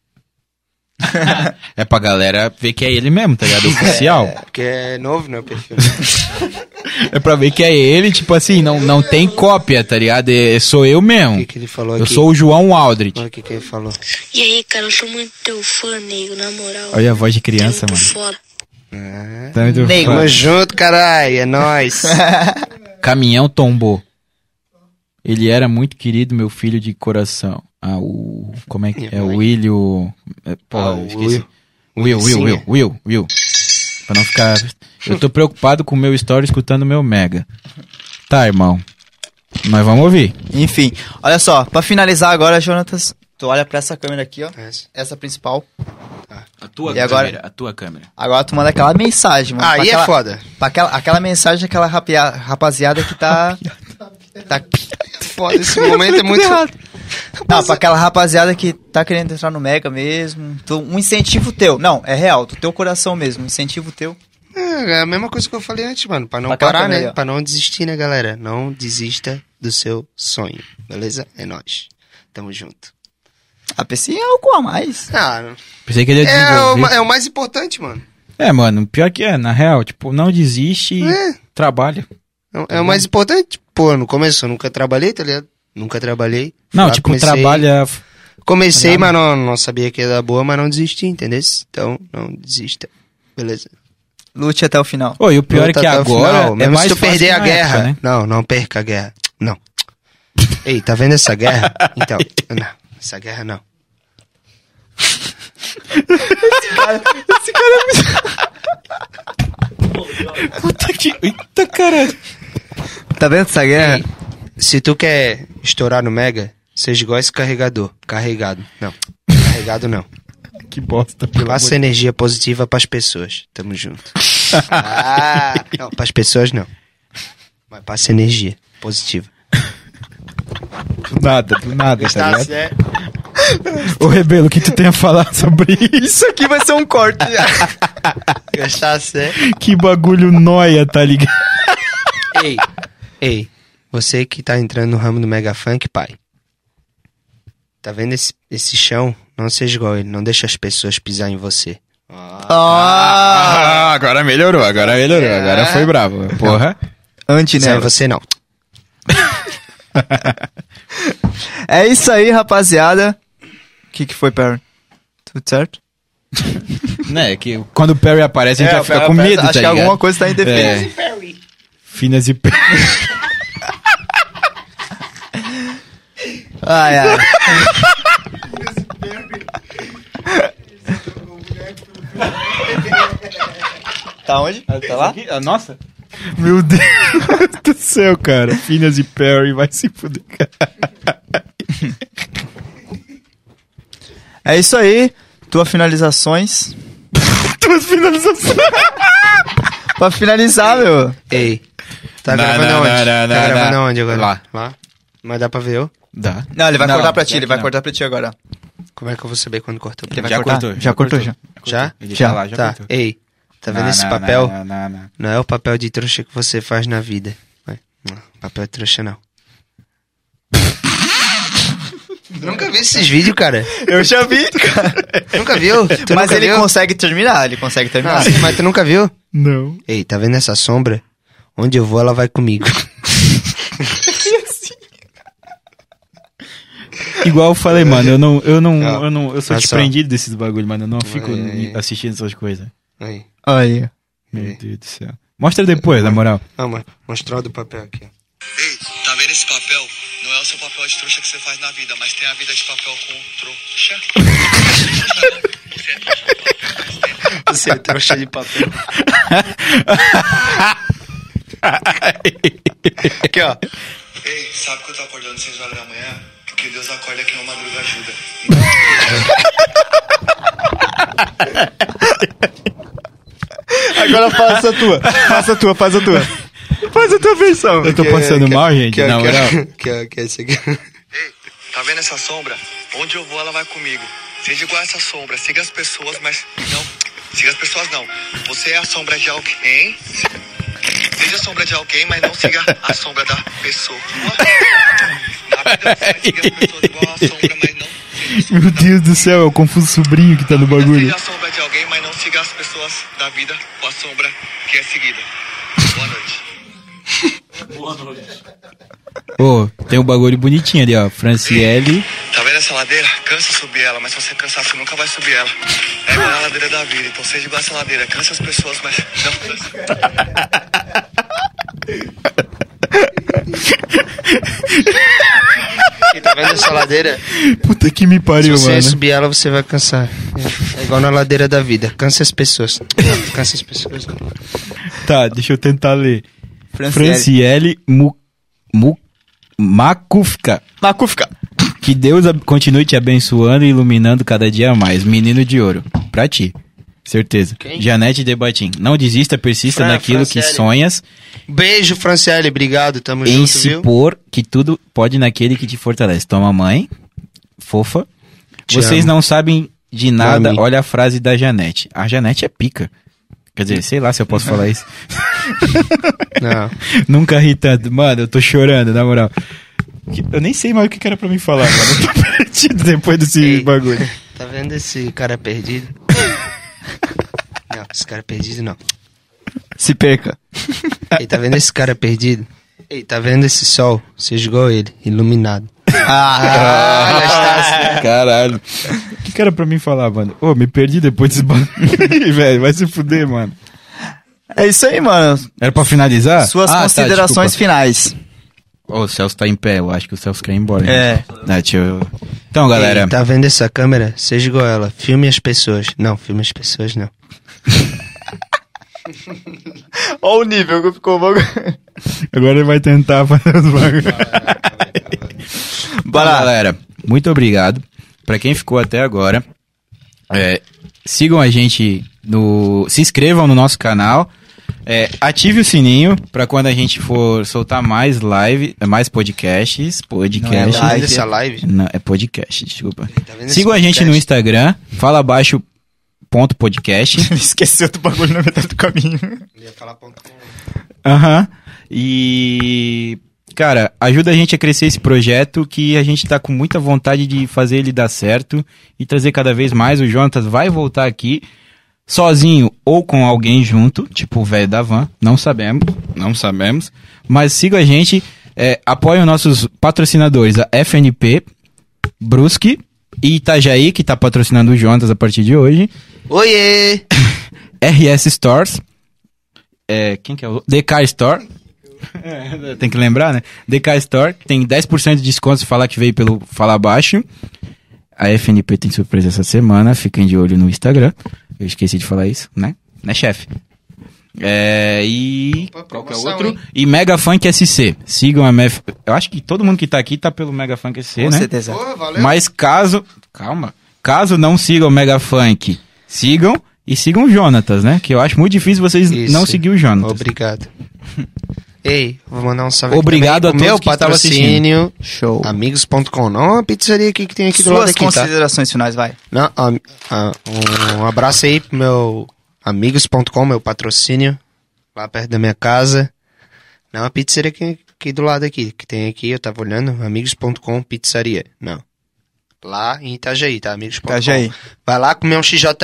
Speaker 2: É pra galera ver que é ele mesmo, tá ligado? Oficial.
Speaker 3: É, porque é novo, né, o perfil.
Speaker 2: É pra ver que é ele, tipo assim, não, não tem cópia, tá ligado? É- sou eu mesmo.
Speaker 3: que ele falou
Speaker 2: Eu
Speaker 3: aqui?
Speaker 2: sou o João Aldrich.
Speaker 3: Olha o que, que ele falou.
Speaker 13: E aí, cara, eu sou muito teu fã, nego, na moral.
Speaker 2: Olha a voz de criança, mano.
Speaker 13: Foda.
Speaker 2: Tá muito
Speaker 3: Nego,
Speaker 2: foda.
Speaker 3: Tamo junto, caralho. É nóis.
Speaker 2: Caminhão tombou. Ele era muito querido, meu filho de coração. Ah, o. Como é que. É o Willio. é, Porra,
Speaker 3: Ah,
Speaker 2: eu
Speaker 3: o
Speaker 2: esqueci. Will,
Speaker 3: Will.
Speaker 2: Will, Will, Will, Will. Pra não ficar. Eu tô preocupado com o meu story escutando o meu Mega. Tá, irmão. Nós vamos ouvir.
Speaker 1: Enfim, olha só, pra finalizar agora, Jonatas, tu olha pra essa câmera aqui, ó. Essa principal.
Speaker 2: Tá. A
Speaker 1: tua E agora- câmera,
Speaker 2: a tua câmera.
Speaker 1: Agora tu manda aquela mensagem, mano.
Speaker 3: Aí
Speaker 1: pra
Speaker 3: é
Speaker 1: aquela,
Speaker 3: foda.
Speaker 1: Pra aquela, aquela mensagem daquela rapia- rapaziada que tá. tá
Speaker 3: Foda, esse momento é muito...
Speaker 1: Não, pra aquela rapaziada que tá querendo entrar no Mega mesmo. tu- um incentivo teu. Não, é real, do teu coração mesmo. Um incentivo teu.
Speaker 3: É, é a mesma coisa que eu falei antes, mano. Pra não
Speaker 1: Pra aquela
Speaker 3: parar,
Speaker 1: câmera
Speaker 3: né?
Speaker 1: ali, ó.
Speaker 3: Pra não desistir, né, galera? Não desista do seu sonho, beleza? É nóis. Tamo junto.
Speaker 1: A PC é algo a mais.
Speaker 3: Ah,
Speaker 2: Pensei que ele ia
Speaker 3: é, o,
Speaker 2: desenvolver.
Speaker 3: ma- é o mais importante, mano.
Speaker 2: É, mano, pior que é, na real, tipo, não desiste e
Speaker 3: É.
Speaker 2: trabalha. Tá
Speaker 3: É, o- é o mais importante. Pô, no começo eu nunca trabalhei, tá ligado? Nunca trabalhei.
Speaker 2: Não,
Speaker 3: Lá
Speaker 2: tipo,
Speaker 3: comecei-
Speaker 2: trabalha.
Speaker 3: Comecei, mas não, não sabia que era boa, mas não desisti, entendeu? Então, não desista. Beleza.
Speaker 1: Lute até o final.
Speaker 2: Ô, e o pior
Speaker 3: Luta
Speaker 2: é que
Speaker 3: até o
Speaker 2: agora
Speaker 3: final.
Speaker 2: é
Speaker 3: Mesmo
Speaker 2: mais
Speaker 3: se tu
Speaker 2: fácil
Speaker 3: perder
Speaker 2: que
Speaker 3: a
Speaker 2: na
Speaker 3: guerra.
Speaker 2: época, né?
Speaker 3: Não, não perca a guerra. Não. Ei, tá vendo essa guerra? Então, não, essa guerra não.
Speaker 2: Esse cara é muito... Puta que... Eita, caralho.
Speaker 1: Tá vendo essa guerra?
Speaker 3: Se tu quer estourar no Mega, seja igual esse carregador. Carregado. Não. Carregado não.
Speaker 2: Que bosta.
Speaker 3: Passa energia positiva pras pessoas. Tamo junto. Ah, não, pras pessoas não. Mas passa energia positiva.
Speaker 2: Do nada, do nada, tá ligado?
Speaker 3: é.
Speaker 2: Ô, Rebelo, o que tu tem a falar sobre isso?
Speaker 1: Aqui vai ser um corte.
Speaker 3: Gastasse é.
Speaker 2: Que bagulho noia, tá ligado?
Speaker 3: Ei, ei, você que tá entrando no ramo do Mega Funk, pai. Tá vendo esse, esse chão? Não seja igual a ele, não deixa as pessoas pisar em você.
Speaker 2: Ah, agora melhorou, agora melhorou,
Speaker 1: É.
Speaker 3: É.
Speaker 2: agora foi bravo. Porra.
Speaker 1: Anti,
Speaker 3: Não é
Speaker 1: né?
Speaker 3: você não.
Speaker 1: É isso aí, rapaziada. O que, que foi, Perry? Tudo certo?
Speaker 2: Né, que quando o Perry aparece, a gente
Speaker 1: É,
Speaker 2: já
Speaker 1: o
Speaker 2: fica
Speaker 1: Perry
Speaker 2: com
Speaker 1: aparece,
Speaker 2: medo, tá
Speaker 1: acho que
Speaker 2: ligado?
Speaker 1: alguma coisa tá em defesa.
Speaker 2: É. Finas e Perry.
Speaker 1: Ai, ai. tá onde? Tá lá?
Speaker 2: Nossa. Meu Deus do céu, cara. Phineas e Perry vai se fuder, cara.
Speaker 1: É isso aí. Tuas finalizações.
Speaker 2: Tuas finalizações.
Speaker 1: Pra finalizar, meu.
Speaker 3: Ei, tá
Speaker 2: Não,
Speaker 3: gravando
Speaker 2: não,
Speaker 3: aonde?
Speaker 2: não, não,
Speaker 3: tá
Speaker 2: não,
Speaker 3: gravando
Speaker 2: não.
Speaker 3: aonde agora?
Speaker 2: Lá.
Speaker 3: Lá? Mas dá pra ver eu? é
Speaker 2: Dá.
Speaker 1: Não, ele vai
Speaker 2: Não,
Speaker 1: cortar pra ti,
Speaker 2: pior
Speaker 1: ele
Speaker 2: que
Speaker 1: vai
Speaker 2: não.
Speaker 1: cortar pra ti agora.
Speaker 3: Como é que eu vou saber quando cortou?
Speaker 1: Ele vai
Speaker 2: Já
Speaker 1: cortar?
Speaker 2: cortou,
Speaker 1: Já,
Speaker 2: já
Speaker 1: cortou,
Speaker 2: cortou.
Speaker 1: já.
Speaker 3: Já?
Speaker 2: Ele
Speaker 1: Já,
Speaker 2: tá lá, já
Speaker 3: tá,
Speaker 2: cortou.
Speaker 3: ei, tá vendo
Speaker 2: Não,
Speaker 3: esse
Speaker 2: não,
Speaker 3: papel?
Speaker 2: não, não, não.
Speaker 3: Não é o papel de trouxa que você faz na vida. Vai. Não, papel de trouxa não. Nunca vi esses vídeos, cara.
Speaker 1: Eu já vi, cara.
Speaker 3: Nunca viu? Tu
Speaker 1: Mas
Speaker 3: nunca
Speaker 1: ele
Speaker 3: viu?
Speaker 1: consegue terminar, ele consegue
Speaker 3: Ah,
Speaker 1: terminar.
Speaker 3: sim, mas tu nunca viu?
Speaker 2: Não.
Speaker 3: Ei, tá vendo essa sombra? Onde eu vou, ela vai comigo.
Speaker 2: Igual eu falei, mano, eu não, eu não,
Speaker 3: Não.
Speaker 2: eu não, eu sou
Speaker 3: Olha só.
Speaker 2: desprendido desses bagulho, mano, eu não fico
Speaker 3: Aí.
Speaker 2: assistindo essas coisas.
Speaker 3: Aí.
Speaker 2: Olha. Meu Deus do céu. Mostra depois, na moral.
Speaker 3: Ah, mano, mostrar o do papel aqui.
Speaker 12: Tá vendo esse papel? Não é o seu papel de trouxa que você faz na vida, mas tem a vida de papel com trouxa.
Speaker 3: Você é trouxa de papel.
Speaker 12: Aqui, ó. Ei, sabe que eu tô acordando às 6 horas da manhã? Porque Deus acorda que não madruga ajuda.
Speaker 1: Agora faça a tua. Faça a tua, faz a tua. Faz a tua versão.
Speaker 2: Eu tô passando mal, gente,
Speaker 1: que-
Speaker 2: na
Speaker 1: que-
Speaker 2: moral.
Speaker 3: Que é, que é esse aqui.
Speaker 12: Tá vendo essa sombra? Onde eu vou, ela vai comigo. Seja igual essa sombra. Siga as pessoas, mas não. Siga as pessoas, não. Você é a sombra de alguém. Seja a sombra de alguém, mas não siga a sombra da pessoa.
Speaker 2: Meu Deus do céu, é o confuso sobrinho que tá no bagulho.
Speaker 12: Seja a sombra de alguém, mas não siga as pessoas da vida com a sombra que é seguida. Boa noite. Boa noite.
Speaker 2: Ô, tem um bagulho bonitinho ali, ó. Franciele.
Speaker 12: Tá vendo essa ladeira? Cansa subir ela, mas se você cansar, você nunca vai subir ela. É igual a ladeira da vida, então seja igual essa ladeira. Cansa as pessoas, mas não.
Speaker 3: E tá vendo essa ladeira?
Speaker 2: Puta que me pariu,
Speaker 3: Se você
Speaker 2: mano.
Speaker 3: subir ela, você vai cansar. É igual na ladeira da vida. Cansa as pessoas. Cansa as pessoas.
Speaker 2: Tá, deixa eu tentar ler.
Speaker 3: Franciele.
Speaker 2: Franciele Mu, Mu, Macufka.
Speaker 1: Macufka.
Speaker 2: Que Deus ab- continue te abençoando e iluminando cada dia mais. Menino de ouro. Pra ti. Certeza. Janete Debatim. Não desista, persista
Speaker 3: Fran-
Speaker 2: naquilo que
Speaker 3: Franciele.
Speaker 2: sonhas.
Speaker 3: Beijo, Franciele. Obrigado. Tamo
Speaker 2: em
Speaker 3: junto,
Speaker 2: se
Speaker 3: viu?
Speaker 2: pôr que tudo pode naquele que te fortalece. Toma mãe, fofa.
Speaker 3: Te
Speaker 2: Vocês
Speaker 3: amo.
Speaker 2: não sabem de nada,
Speaker 3: Mami.
Speaker 2: olha a frase da Janete. A Janete é pica. Quer dizer, sei lá se eu posso falar isso.
Speaker 3: Não.
Speaker 2: Nunca ri tanto. Mano, eu tô chorando, na moral. Eu nem sei mais o que que era pra mim falar, mano. Eu tô perdido depois desse bagulho.
Speaker 3: Tá vendo esse cara perdido? não, esse cara perdido não.
Speaker 1: Se perca.
Speaker 3: Ei, tá vendo esse cara perdido? Ei, tá vendo esse sol? Seja igual ele, iluminado.
Speaker 2: Ah, Caralho. O que que era pra mim falar, mano? Ô, me perdi depois desse bagulho. Velho, vai se fuder, mano.
Speaker 1: É isso aí, mano.
Speaker 2: Era pra finalizar?
Speaker 1: Suas
Speaker 2: Ah, tá,
Speaker 1: considerações
Speaker 2: desculpa.
Speaker 1: finais.
Speaker 2: Ô, o Celso tá em pé, eu acho que o Celso quer ir embora.
Speaker 1: É.
Speaker 2: Ah, deixa eu- Então, galera.
Speaker 3: Ei, tá vendo essa câmera? Seja igual ela. Filme as pessoas. Não, filme as pessoas não.
Speaker 1: Olha o nível que ficou o bagulho.
Speaker 2: Agora ele vai tentar fazer os bagulhos. Bora, Então, galera. Muito obrigado. Pra quem ficou até agora, é, sigam a gente no. Se inscrevam no nosso canal. é, ative o sininho pra quando a gente for soltar mais live, é, mais podcasts. Podcasts.
Speaker 3: live, essa live?
Speaker 2: Não, é podcast, desculpa.
Speaker 3: vendo
Speaker 2: Sigam a
Speaker 3: esse
Speaker 2: gente
Speaker 3: podcast?
Speaker 2: no Instagram, fala abaixo ponto podcast.
Speaker 1: Esqueceu do bagulho na metade do caminho.
Speaker 2: Aham. E. Cara, ajuda a gente a crescer esse projeto que a gente tá com muita vontade de fazer ele dar certo e trazer cada vez mais. O Jonatas vai voltar aqui sozinho ou com alguém junto, tipo o velho da van, não sabemos, não sabemos. Mas siga a gente, é, apoia os nossos patrocinadores, a FNP, Brusque e Itajaí, que tá patrocinando o Jonatas a partir de hoje.
Speaker 3: Oiê!
Speaker 2: RS Stores. É, quem que é o... DK Store.
Speaker 1: É.
Speaker 2: tem que lembrar, né? DK Store tem 10% de desconto se falar que veio pelo Fala Baixo. A FNP tem surpresa essa semana, fiquem de olho no Instagram. Eu esqueci de falar isso, né? Né, chefe? É, e. Qual que é o outro? E Mega Funk SC. Sigam a MF. Eu acho que todo mundo que tá aqui tá pelo Mega Funk SC,
Speaker 1: Com
Speaker 2: né?
Speaker 1: certeza. Porra, valeu.
Speaker 2: Mas caso. Calma. Caso não sigam o Mega Funk, sigam e sigam o Jonatas, né? Que eu acho muito difícil vocês não seguir o Jonatas.
Speaker 3: Obrigado. Ei, vou mandar um salve
Speaker 2: Obrigado
Speaker 3: aqui
Speaker 2: a
Speaker 3: também pro
Speaker 2: todos que
Speaker 3: meu
Speaker 2: estavam
Speaker 3: patrocínio.
Speaker 2: assistindo. Show.
Speaker 3: Amigos.com. Não é uma pizzaria aqui que tem aqui do lado
Speaker 1: Suas
Speaker 3: aqui, tá?
Speaker 1: considerações finais, vai.
Speaker 3: Não, ah, ah, um, um abraço aí pro meu amigos.com, meu patrocínio, lá perto da minha casa. Não, a pizzaria aqui, aqui do lado aqui, que tem aqui, eu tava olhando, amigos.com pizzaria. Não. Lá em Itajaí, tá? Amigos.com.
Speaker 1: Itajaí.
Speaker 3: Vai lá comer um XJF,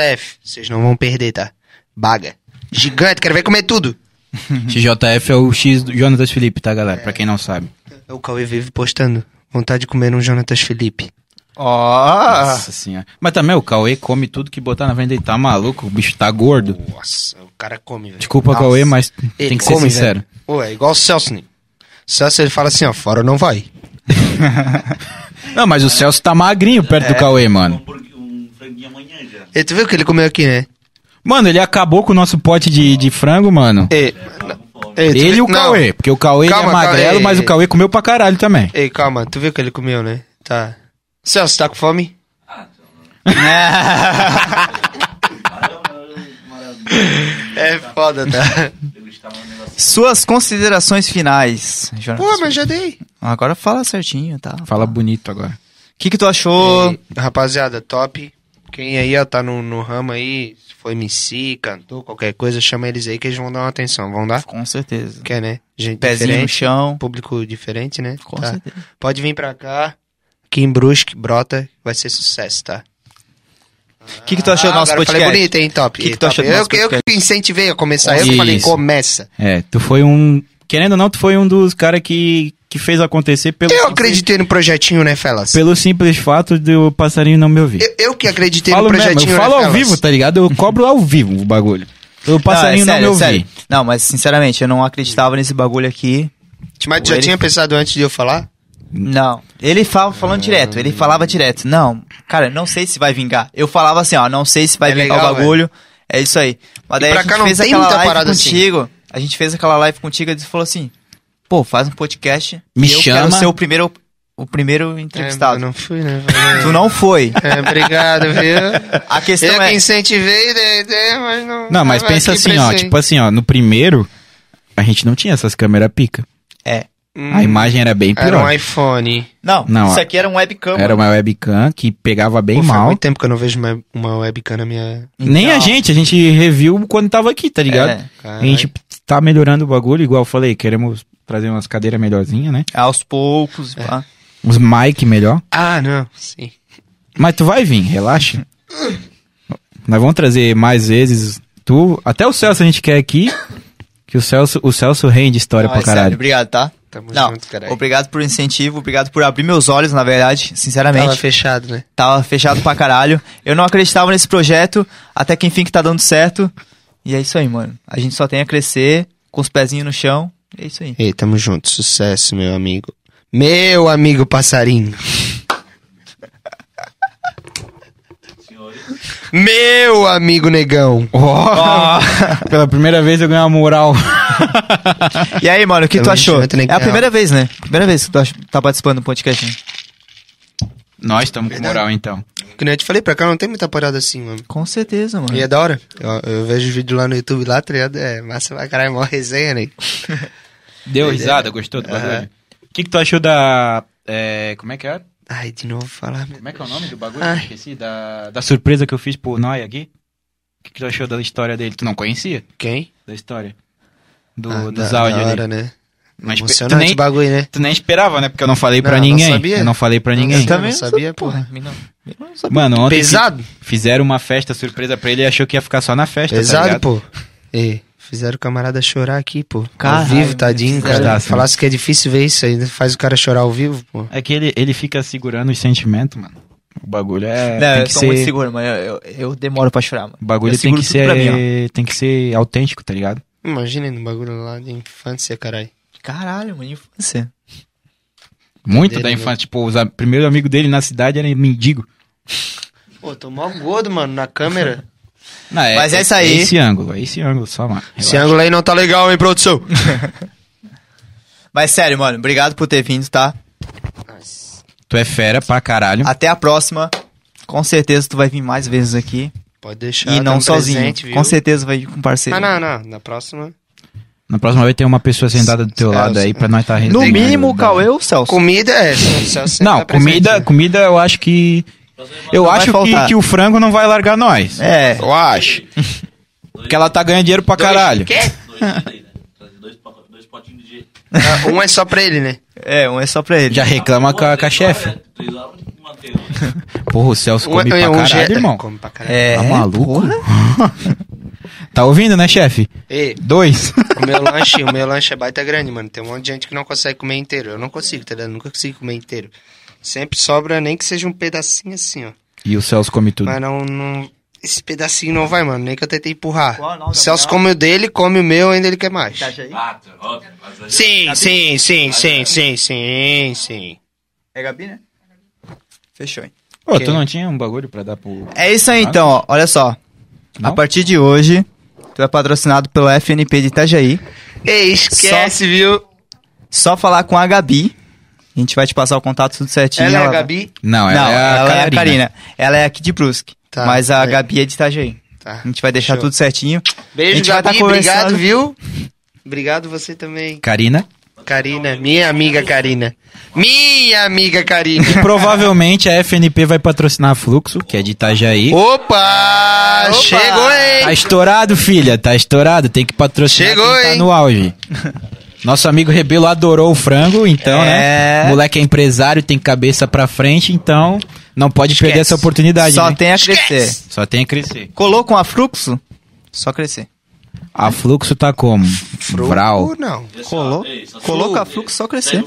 Speaker 3: vocês não vão perder, tá? Baga. Gigante, É. quero ver comer tudo.
Speaker 2: XJF é o X do Jonatas Felipe, tá, galera? Pra quem não sabe.
Speaker 3: O Cauê vive postando. Vontade de comer um Jonatas Felipe.
Speaker 2: Nossa senhora. Mas também o Cauê come tudo que botar na venda e tá maluco, o bicho tá gordo.
Speaker 3: Nossa, o cara come, velho.
Speaker 2: Desculpa,
Speaker 3: Nossa.
Speaker 2: Cauê, mas
Speaker 3: Ele
Speaker 2: tem que ser
Speaker 3: come,
Speaker 2: sincero.
Speaker 3: velho. Pô, é igual o Celso. né? Celso, ele fala assim, ó, fora não vai.
Speaker 2: Não, mas o Celso tá magrinho perto do
Speaker 3: É.
Speaker 2: Cauê, mano.
Speaker 3: E tu viu o que ele comeu aqui, né?
Speaker 2: Mano, ele acabou com o nosso pote de, de frango, mano.
Speaker 3: Ei, tu
Speaker 2: ele e
Speaker 3: viu-
Speaker 2: o
Speaker 3: não.
Speaker 2: Cauê, porque o Cauê ele
Speaker 3: Calma,
Speaker 2: é magrelo,
Speaker 3: Cauê.
Speaker 2: mas o Cauê comeu pra caralho também.
Speaker 3: Ei, calma, tu viu o que ele comeu, né? Tá. Celso, tá com fome? é foda, tá?
Speaker 1: Suas considerações finais, Jonathan.
Speaker 3: Pô, mas já dei.
Speaker 1: Agora fala certinho, tá?
Speaker 2: Fala bonito agora.
Speaker 1: O que, que tu achou?
Speaker 3: Rapaziada, top. Quem aí ó, tá no, no ramo aí, se for MC, cantor, qualquer coisa, chama eles aí que eles vão dar uma atenção, vão dar?
Speaker 1: Com certeza.
Speaker 3: Quer, né? Gente
Speaker 1: Pezinho no
Speaker 3: diferente,
Speaker 1: chão.
Speaker 3: público diferente, né?
Speaker 1: Com
Speaker 3: Tá.
Speaker 1: certeza.
Speaker 3: Pode vir pra cá, aqui em Brusque, brota, vai ser sucesso, tá?
Speaker 1: O que, que tu achou do
Speaker 3: Ah,
Speaker 1: nosso
Speaker 3: agora eu
Speaker 1: podcast?
Speaker 3: falei bonito, hein, top.
Speaker 1: O que, que tu
Speaker 3: Top.
Speaker 1: achou do
Speaker 3: Eu-
Speaker 1: nosso
Speaker 3: eu,
Speaker 1: podcast?
Speaker 3: que incentivei a começar, eu que falei,
Speaker 2: Isso.
Speaker 3: começa.
Speaker 2: É, tu foi um. Querendo ou não, tu foi um dos caras que, que fez acontecer pelo.
Speaker 3: Eu acreditei no projetinho, né, Felas?
Speaker 2: Pelo simples fato do passarinho não me ouvir.
Speaker 3: Eu, eu que acreditei
Speaker 2: falo
Speaker 3: no
Speaker 2: mesmo,
Speaker 3: projetinho,
Speaker 2: eu falo
Speaker 3: né,
Speaker 2: ao
Speaker 3: Felas?
Speaker 2: vivo, tá ligado? Eu cobro ao vivo o bagulho. O Um passarinho não,
Speaker 1: é
Speaker 2: me
Speaker 1: sério,
Speaker 2: ouvir.
Speaker 1: sério. Não, mas sinceramente, eu não acreditava nesse bagulho aqui.
Speaker 3: Mas tu já
Speaker 1: Ele-
Speaker 3: tinha pensado antes de eu falar?
Speaker 1: Não. Ele fala falando direto, ele falava direto. Não, cara, não sei se vai vingar. Eu falava assim, ó, não sei se vai
Speaker 3: É
Speaker 1: vingar
Speaker 3: legal,
Speaker 1: o bagulho. É isso aí. Mas
Speaker 3: E
Speaker 1: daí
Speaker 3: pra
Speaker 1: a gente
Speaker 3: cá não
Speaker 1: fez
Speaker 3: tem
Speaker 1: aquela
Speaker 3: muita
Speaker 1: live
Speaker 3: parada assim.
Speaker 1: contigo. A gente fez aquela live contigo e tu falou assim: "Pô, faz um podcast
Speaker 2: Me
Speaker 1: e eu
Speaker 2: chama."
Speaker 1: quero ser o primeiro o primeiro entrevistado".
Speaker 3: É, eu não fui, né?
Speaker 1: Tu não foi.
Speaker 3: É, obrigado, viu?
Speaker 1: A questão
Speaker 3: eu
Speaker 1: é
Speaker 3: que incentivei, né, né, mas não.
Speaker 2: Não,
Speaker 1: Ah,
Speaker 2: mas
Speaker 3: tava
Speaker 2: pensa
Speaker 3: aqui
Speaker 2: assim, ó.
Speaker 3: presente.
Speaker 2: Tipo assim, ó. No primeiro, a gente não tinha essas câmeras pica.
Speaker 1: É.
Speaker 2: A imagem era bem
Speaker 3: Hum. Era um
Speaker 2: pior.
Speaker 3: iPhone.
Speaker 1: Não,
Speaker 2: Não,
Speaker 1: isso
Speaker 2: a-
Speaker 1: aqui era um webcam.
Speaker 2: Era
Speaker 1: mano.
Speaker 2: uma webcam que pegava bem
Speaker 3: Pô, Faz
Speaker 2: mal.
Speaker 3: muito tempo que eu não vejo uma, uma webcam na minha.
Speaker 2: Nem a
Speaker 1: Então.
Speaker 2: gente, a gente reviu quando tava aqui, tá ligado?
Speaker 1: É.
Speaker 2: A gente tá melhorando o bagulho, igual eu falei, queremos trazer umas cadeiras melhorzinhas, né?
Speaker 1: Aos poucos, pá.
Speaker 2: Uns mic melhor.
Speaker 3: É. Ah, não. Sim.
Speaker 2: É Mas tu vai vir, relaxa. Nós vamos trazer mais vezes tu, até o Celso a gente quer aqui, que o Celso, o Celso rende história
Speaker 1: Não,
Speaker 2: pra
Speaker 1: é sério,
Speaker 2: caralho.
Speaker 1: obrigado, tá?
Speaker 3: Tamo
Speaker 1: Não,
Speaker 3: junto, caralho.
Speaker 1: obrigado por incentivo, obrigado por abrir meus olhos, na verdade, sinceramente.
Speaker 3: Tava
Speaker 1: Tava,
Speaker 3: fechado, né?
Speaker 1: fechado pra caralho. Eu não acreditava nesse projeto, até que enfim que tá dando certo. E é isso aí, mano. A gente só tem a crescer, com os pezinhos no chão. É isso aí.
Speaker 3: Ei, tamo junto. Sucesso, meu amigo. Meu amigo passarinho. Meu amigo negão.
Speaker 2: Ó, Pela primeira vez eu ganhei uma moral.
Speaker 1: E aí, mano, o que
Speaker 3: Tamo
Speaker 1: tu achou?
Speaker 3: junto, né,
Speaker 1: É a
Speaker 3: cara?
Speaker 1: primeira vez, né? Primeira vez que tu ach- tá participando do podcast. né?
Speaker 2: Nós estamos com moral então.
Speaker 3: Que nem eu te falei, pra cá não tem muita parada assim, mano.
Speaker 1: Com certeza, mano.
Speaker 3: E é da hora. Eu, eu vejo vídeo lá no YouTube lá, tá ligado? É massa pra caralho, mó resenha, né? É.
Speaker 2: Deu risada, gostou do bagulho? O que, que tu achou da. é, como é que é?
Speaker 3: Ai, de novo falar. meu-
Speaker 2: Como é que é o nome do bagulho?
Speaker 3: Ai.
Speaker 2: Esqueci. Da, da surpresa que eu fiz pro Noia aqui. O que, que tu achou da história dele? Tu não conhecia?
Speaker 3: Quem?
Speaker 2: Da história. Do,
Speaker 3: Ah, da-
Speaker 2: dos
Speaker 3: da
Speaker 2: áudios
Speaker 3: hora,
Speaker 2: ali.
Speaker 3: né?
Speaker 2: Mas tu
Speaker 3: Emocionante
Speaker 2: nem,
Speaker 3: o bagulho, né?
Speaker 2: tu nem esperava, né? Porque eu não falei pra
Speaker 3: Não, não
Speaker 2: ninguém.
Speaker 3: sabia.
Speaker 2: Eu não falei pra ninguém.
Speaker 3: Eu
Speaker 1: também
Speaker 3: não sabia, porra.
Speaker 1: Não, não sabia.
Speaker 2: Mano, ontem
Speaker 3: Pesado?
Speaker 2: fi- fizeram uma festa surpresa pra ele e achou que ia ficar só na festa, tá
Speaker 3: Pesado,
Speaker 2: ligado?
Speaker 3: pô. E fizeram o camarada chorar aqui, pô. ao
Speaker 1: Caralho,
Speaker 3: vivo, tadinho,
Speaker 1: fizeram.
Speaker 3: cara.
Speaker 2: Pedaço, né?
Speaker 3: Falasse que é difícil ver isso ainda, faz o cara chorar ao vivo, pô.
Speaker 2: É que ele, ele fica segurando os sentimentos, mano. O bagulho é...
Speaker 1: Não,
Speaker 2: tem
Speaker 1: eu
Speaker 2: que
Speaker 1: sou
Speaker 2: ser...
Speaker 1: muito seguro, mano. Eu, eu- eu demoro pra chorar, mano.
Speaker 2: O bagulho tem
Speaker 1: Eu seguro
Speaker 2: que,
Speaker 1: tudo pra
Speaker 2: ser,
Speaker 1: mim,
Speaker 2: tem que ser autêntico, tá ligado?
Speaker 3: Imagina no bagulho lá de infância, caralho.
Speaker 1: Caralho, mano, infância.
Speaker 2: Muito
Speaker 3: Dele,
Speaker 2: da
Speaker 3: né?
Speaker 2: infância. Tipo, os a- primeiro amigo dele na cidade era mendigo.
Speaker 3: Pô, tô mó gordo, mano, na câmera.
Speaker 2: Não, é,
Speaker 1: Mas é isso aí.
Speaker 2: É esse ângulo, é esse ângulo só, mano.
Speaker 3: Esse ângulo aí não tá legal, hein, produção?
Speaker 1: Mas sério, mano, obrigado por ter vindo, tá?
Speaker 2: Tu é fera pra caralho.
Speaker 1: Até a próxima. Com certeza tu vai vir mais vezes aqui.
Speaker 3: Pode deixar.
Speaker 1: E
Speaker 3: dá
Speaker 1: não
Speaker 3: um
Speaker 1: sozinho.
Speaker 3: presente, viu?
Speaker 1: com certeza vai vir com um parceiro.
Speaker 3: Ah, não, não. Na próxima.
Speaker 2: Na próxima vez tem uma pessoa sentada do teu
Speaker 3: É,
Speaker 2: lado
Speaker 3: eu-
Speaker 2: aí pra nós tá
Speaker 1: No
Speaker 2: resenhando.
Speaker 1: mínimo, o Cauê ou o Celso.
Speaker 3: Comida é. só você
Speaker 2: Não,
Speaker 3: tá presente,
Speaker 2: comida,
Speaker 3: né?
Speaker 2: comida eu acho que. Eu
Speaker 1: vai
Speaker 2: acho que,
Speaker 1: faltar.
Speaker 2: que o frango não vai largar nós.
Speaker 1: É.
Speaker 2: Eu acho. Porque ela tá ganhando dinheiro pra caralho.
Speaker 3: Ah, um é só pra ele, né?
Speaker 1: É, um é só pra ele.
Speaker 2: Já reclama Tá com a, com a chefe. Porra, o Celso
Speaker 3: Um
Speaker 2: come
Speaker 3: é
Speaker 2: pra
Speaker 3: um
Speaker 2: caralho,
Speaker 3: ge-
Speaker 2: irmão.
Speaker 3: Tá Come pra caralho.
Speaker 1: É,
Speaker 2: Tá maluco? Tá ouvindo, né, chefe?
Speaker 3: Ei.
Speaker 2: Dois.
Speaker 3: O meu lanche, o meu lanche é baita grande, mano. Tem um monte de gente que não consegue comer inteiro. Eu não consigo, tá ligado? Nunca consigo comer inteiro. Sempre sobra nem que seja um pedacinho assim, ó.
Speaker 2: E o Celso come tudo.
Speaker 3: Mas não, não- Esse pedacinho não vai, mano. Nem que eu tentei empurrar. o Celso come o dele, come o meu, ainda ele quer mais. Sim, sim, sim, sim, sim, sim, sim.
Speaker 1: É Gabi, né? Fechou, hein?
Speaker 2: Pô, tu não tinha um bagulho pra dar pro...
Speaker 1: É isso aí então, ó. Olha só. A partir de hoje, tu é patrocinado pelo FNP de Itajaí.
Speaker 3: Ei, esquece, viu?
Speaker 1: Só falar com a Gabi. A gente vai te passar o contato tudo certinho.
Speaker 3: Ela é a
Speaker 1: vai-
Speaker 3: Gabi?
Speaker 2: Não, ela é a Catarina.
Speaker 1: Ela é aqui de Brusque.
Speaker 3: Tá,
Speaker 1: mas a
Speaker 3: aí.
Speaker 1: Gabi é de Itajaí. A gente vai deixar
Speaker 3: Show.
Speaker 1: tudo certinho. a
Speaker 3: Beijo,
Speaker 1: gente vai
Speaker 3: Gabi.
Speaker 1: tá conversando-
Speaker 3: obrigado, viu? Obrigado você também.
Speaker 2: Karina.
Speaker 3: Karina, minha amiga Karina. Minha amiga Karina.
Speaker 2: E provavelmente a FNP vai patrocinar a Fluxo, que é de Itajaí.
Speaker 3: Opa! Ah, Chegou, hein?
Speaker 2: Tá estourado, filha, tá estourado. Tem que patrocinar
Speaker 3: Chegou,
Speaker 2: quem tá
Speaker 3: hein?
Speaker 2: no auge. Nosso amigo Rebelo adorou o frango, então, né? O moleque é empresário, tem cabeça pra frente, então não pode perder essa oportunidade.
Speaker 1: Só
Speaker 2: né?
Speaker 1: tem a crescer.
Speaker 2: Só tem a crescer.
Speaker 1: Colou com a Fluxo? Só crescer.
Speaker 2: A Fluxo tá como? Vral.
Speaker 3: não.
Speaker 1: Colou? Colou com a Fluxo, só crescer.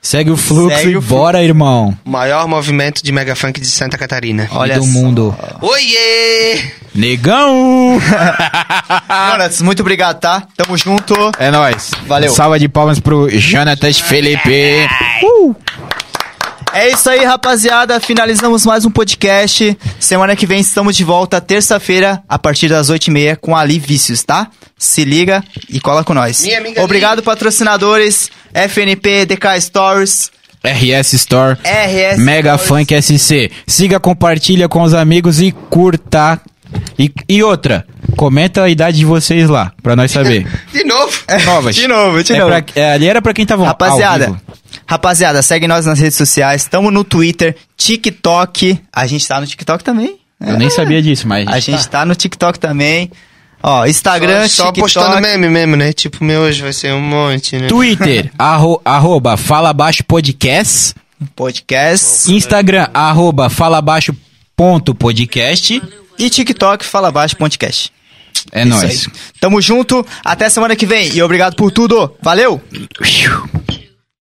Speaker 2: Segue o Fluxo
Speaker 3: Segue
Speaker 2: e
Speaker 3: o Fluxo.
Speaker 2: bora, irmão.
Speaker 3: Maior movimento de mega funk de Santa Catarina.
Speaker 2: Olha do mundo.
Speaker 3: Oiê!
Speaker 2: Negão!
Speaker 1: Jonas, muito obrigado, tá? Tamo junto.
Speaker 2: É nóis.
Speaker 1: Valeu.
Speaker 2: Salva de palmas pro Jonatas Felipe.
Speaker 1: É isso aí, rapaziada. Finalizamos mais um podcast. Semana que vem estamos de volta, terça-feira, a partir das 8h30, É com a Ali Vícios, tá? Se liga e cola com nós.
Speaker 3: Minha amiga
Speaker 1: Obrigado, patrocinadores. FNP, DK Stories.
Speaker 2: RS Store.
Speaker 1: RS
Speaker 2: Mega Funk SC. Siga, compartilha com os amigos e curta. E, e outra, comenta a idade de vocês lá, pra nós saber.
Speaker 3: De novo.
Speaker 2: Novas.
Speaker 1: De novo, de
Speaker 2: É
Speaker 1: novo.
Speaker 2: pra- é, ali era pra quem tava ao
Speaker 1: Rapaziada,
Speaker 2: vivo.
Speaker 1: rapaziada, segue nós nas redes sociais. Estamos no Twitter, TikTok. A gente tá no TikTok também.
Speaker 2: Eu nem sabia disso, mas.
Speaker 1: A gente tá no TikTok também. Ó, Instagram,
Speaker 3: só, só
Speaker 1: TikTok.
Speaker 3: postando meme mesmo, né? Tipo, meu hoje vai ser um monte, né?
Speaker 2: Twitter, arro- arroba Fala Baixo Podcast.
Speaker 1: Podcast.
Speaker 2: Instagram, arroba Fala Baixo ponto podcast.
Speaker 1: E TikTok, fala baixo, podcast.
Speaker 2: É
Speaker 1: Isso
Speaker 2: nóis.
Speaker 1: aí. Tamo junto, até semana que vem e obrigado por tudo. Valeu!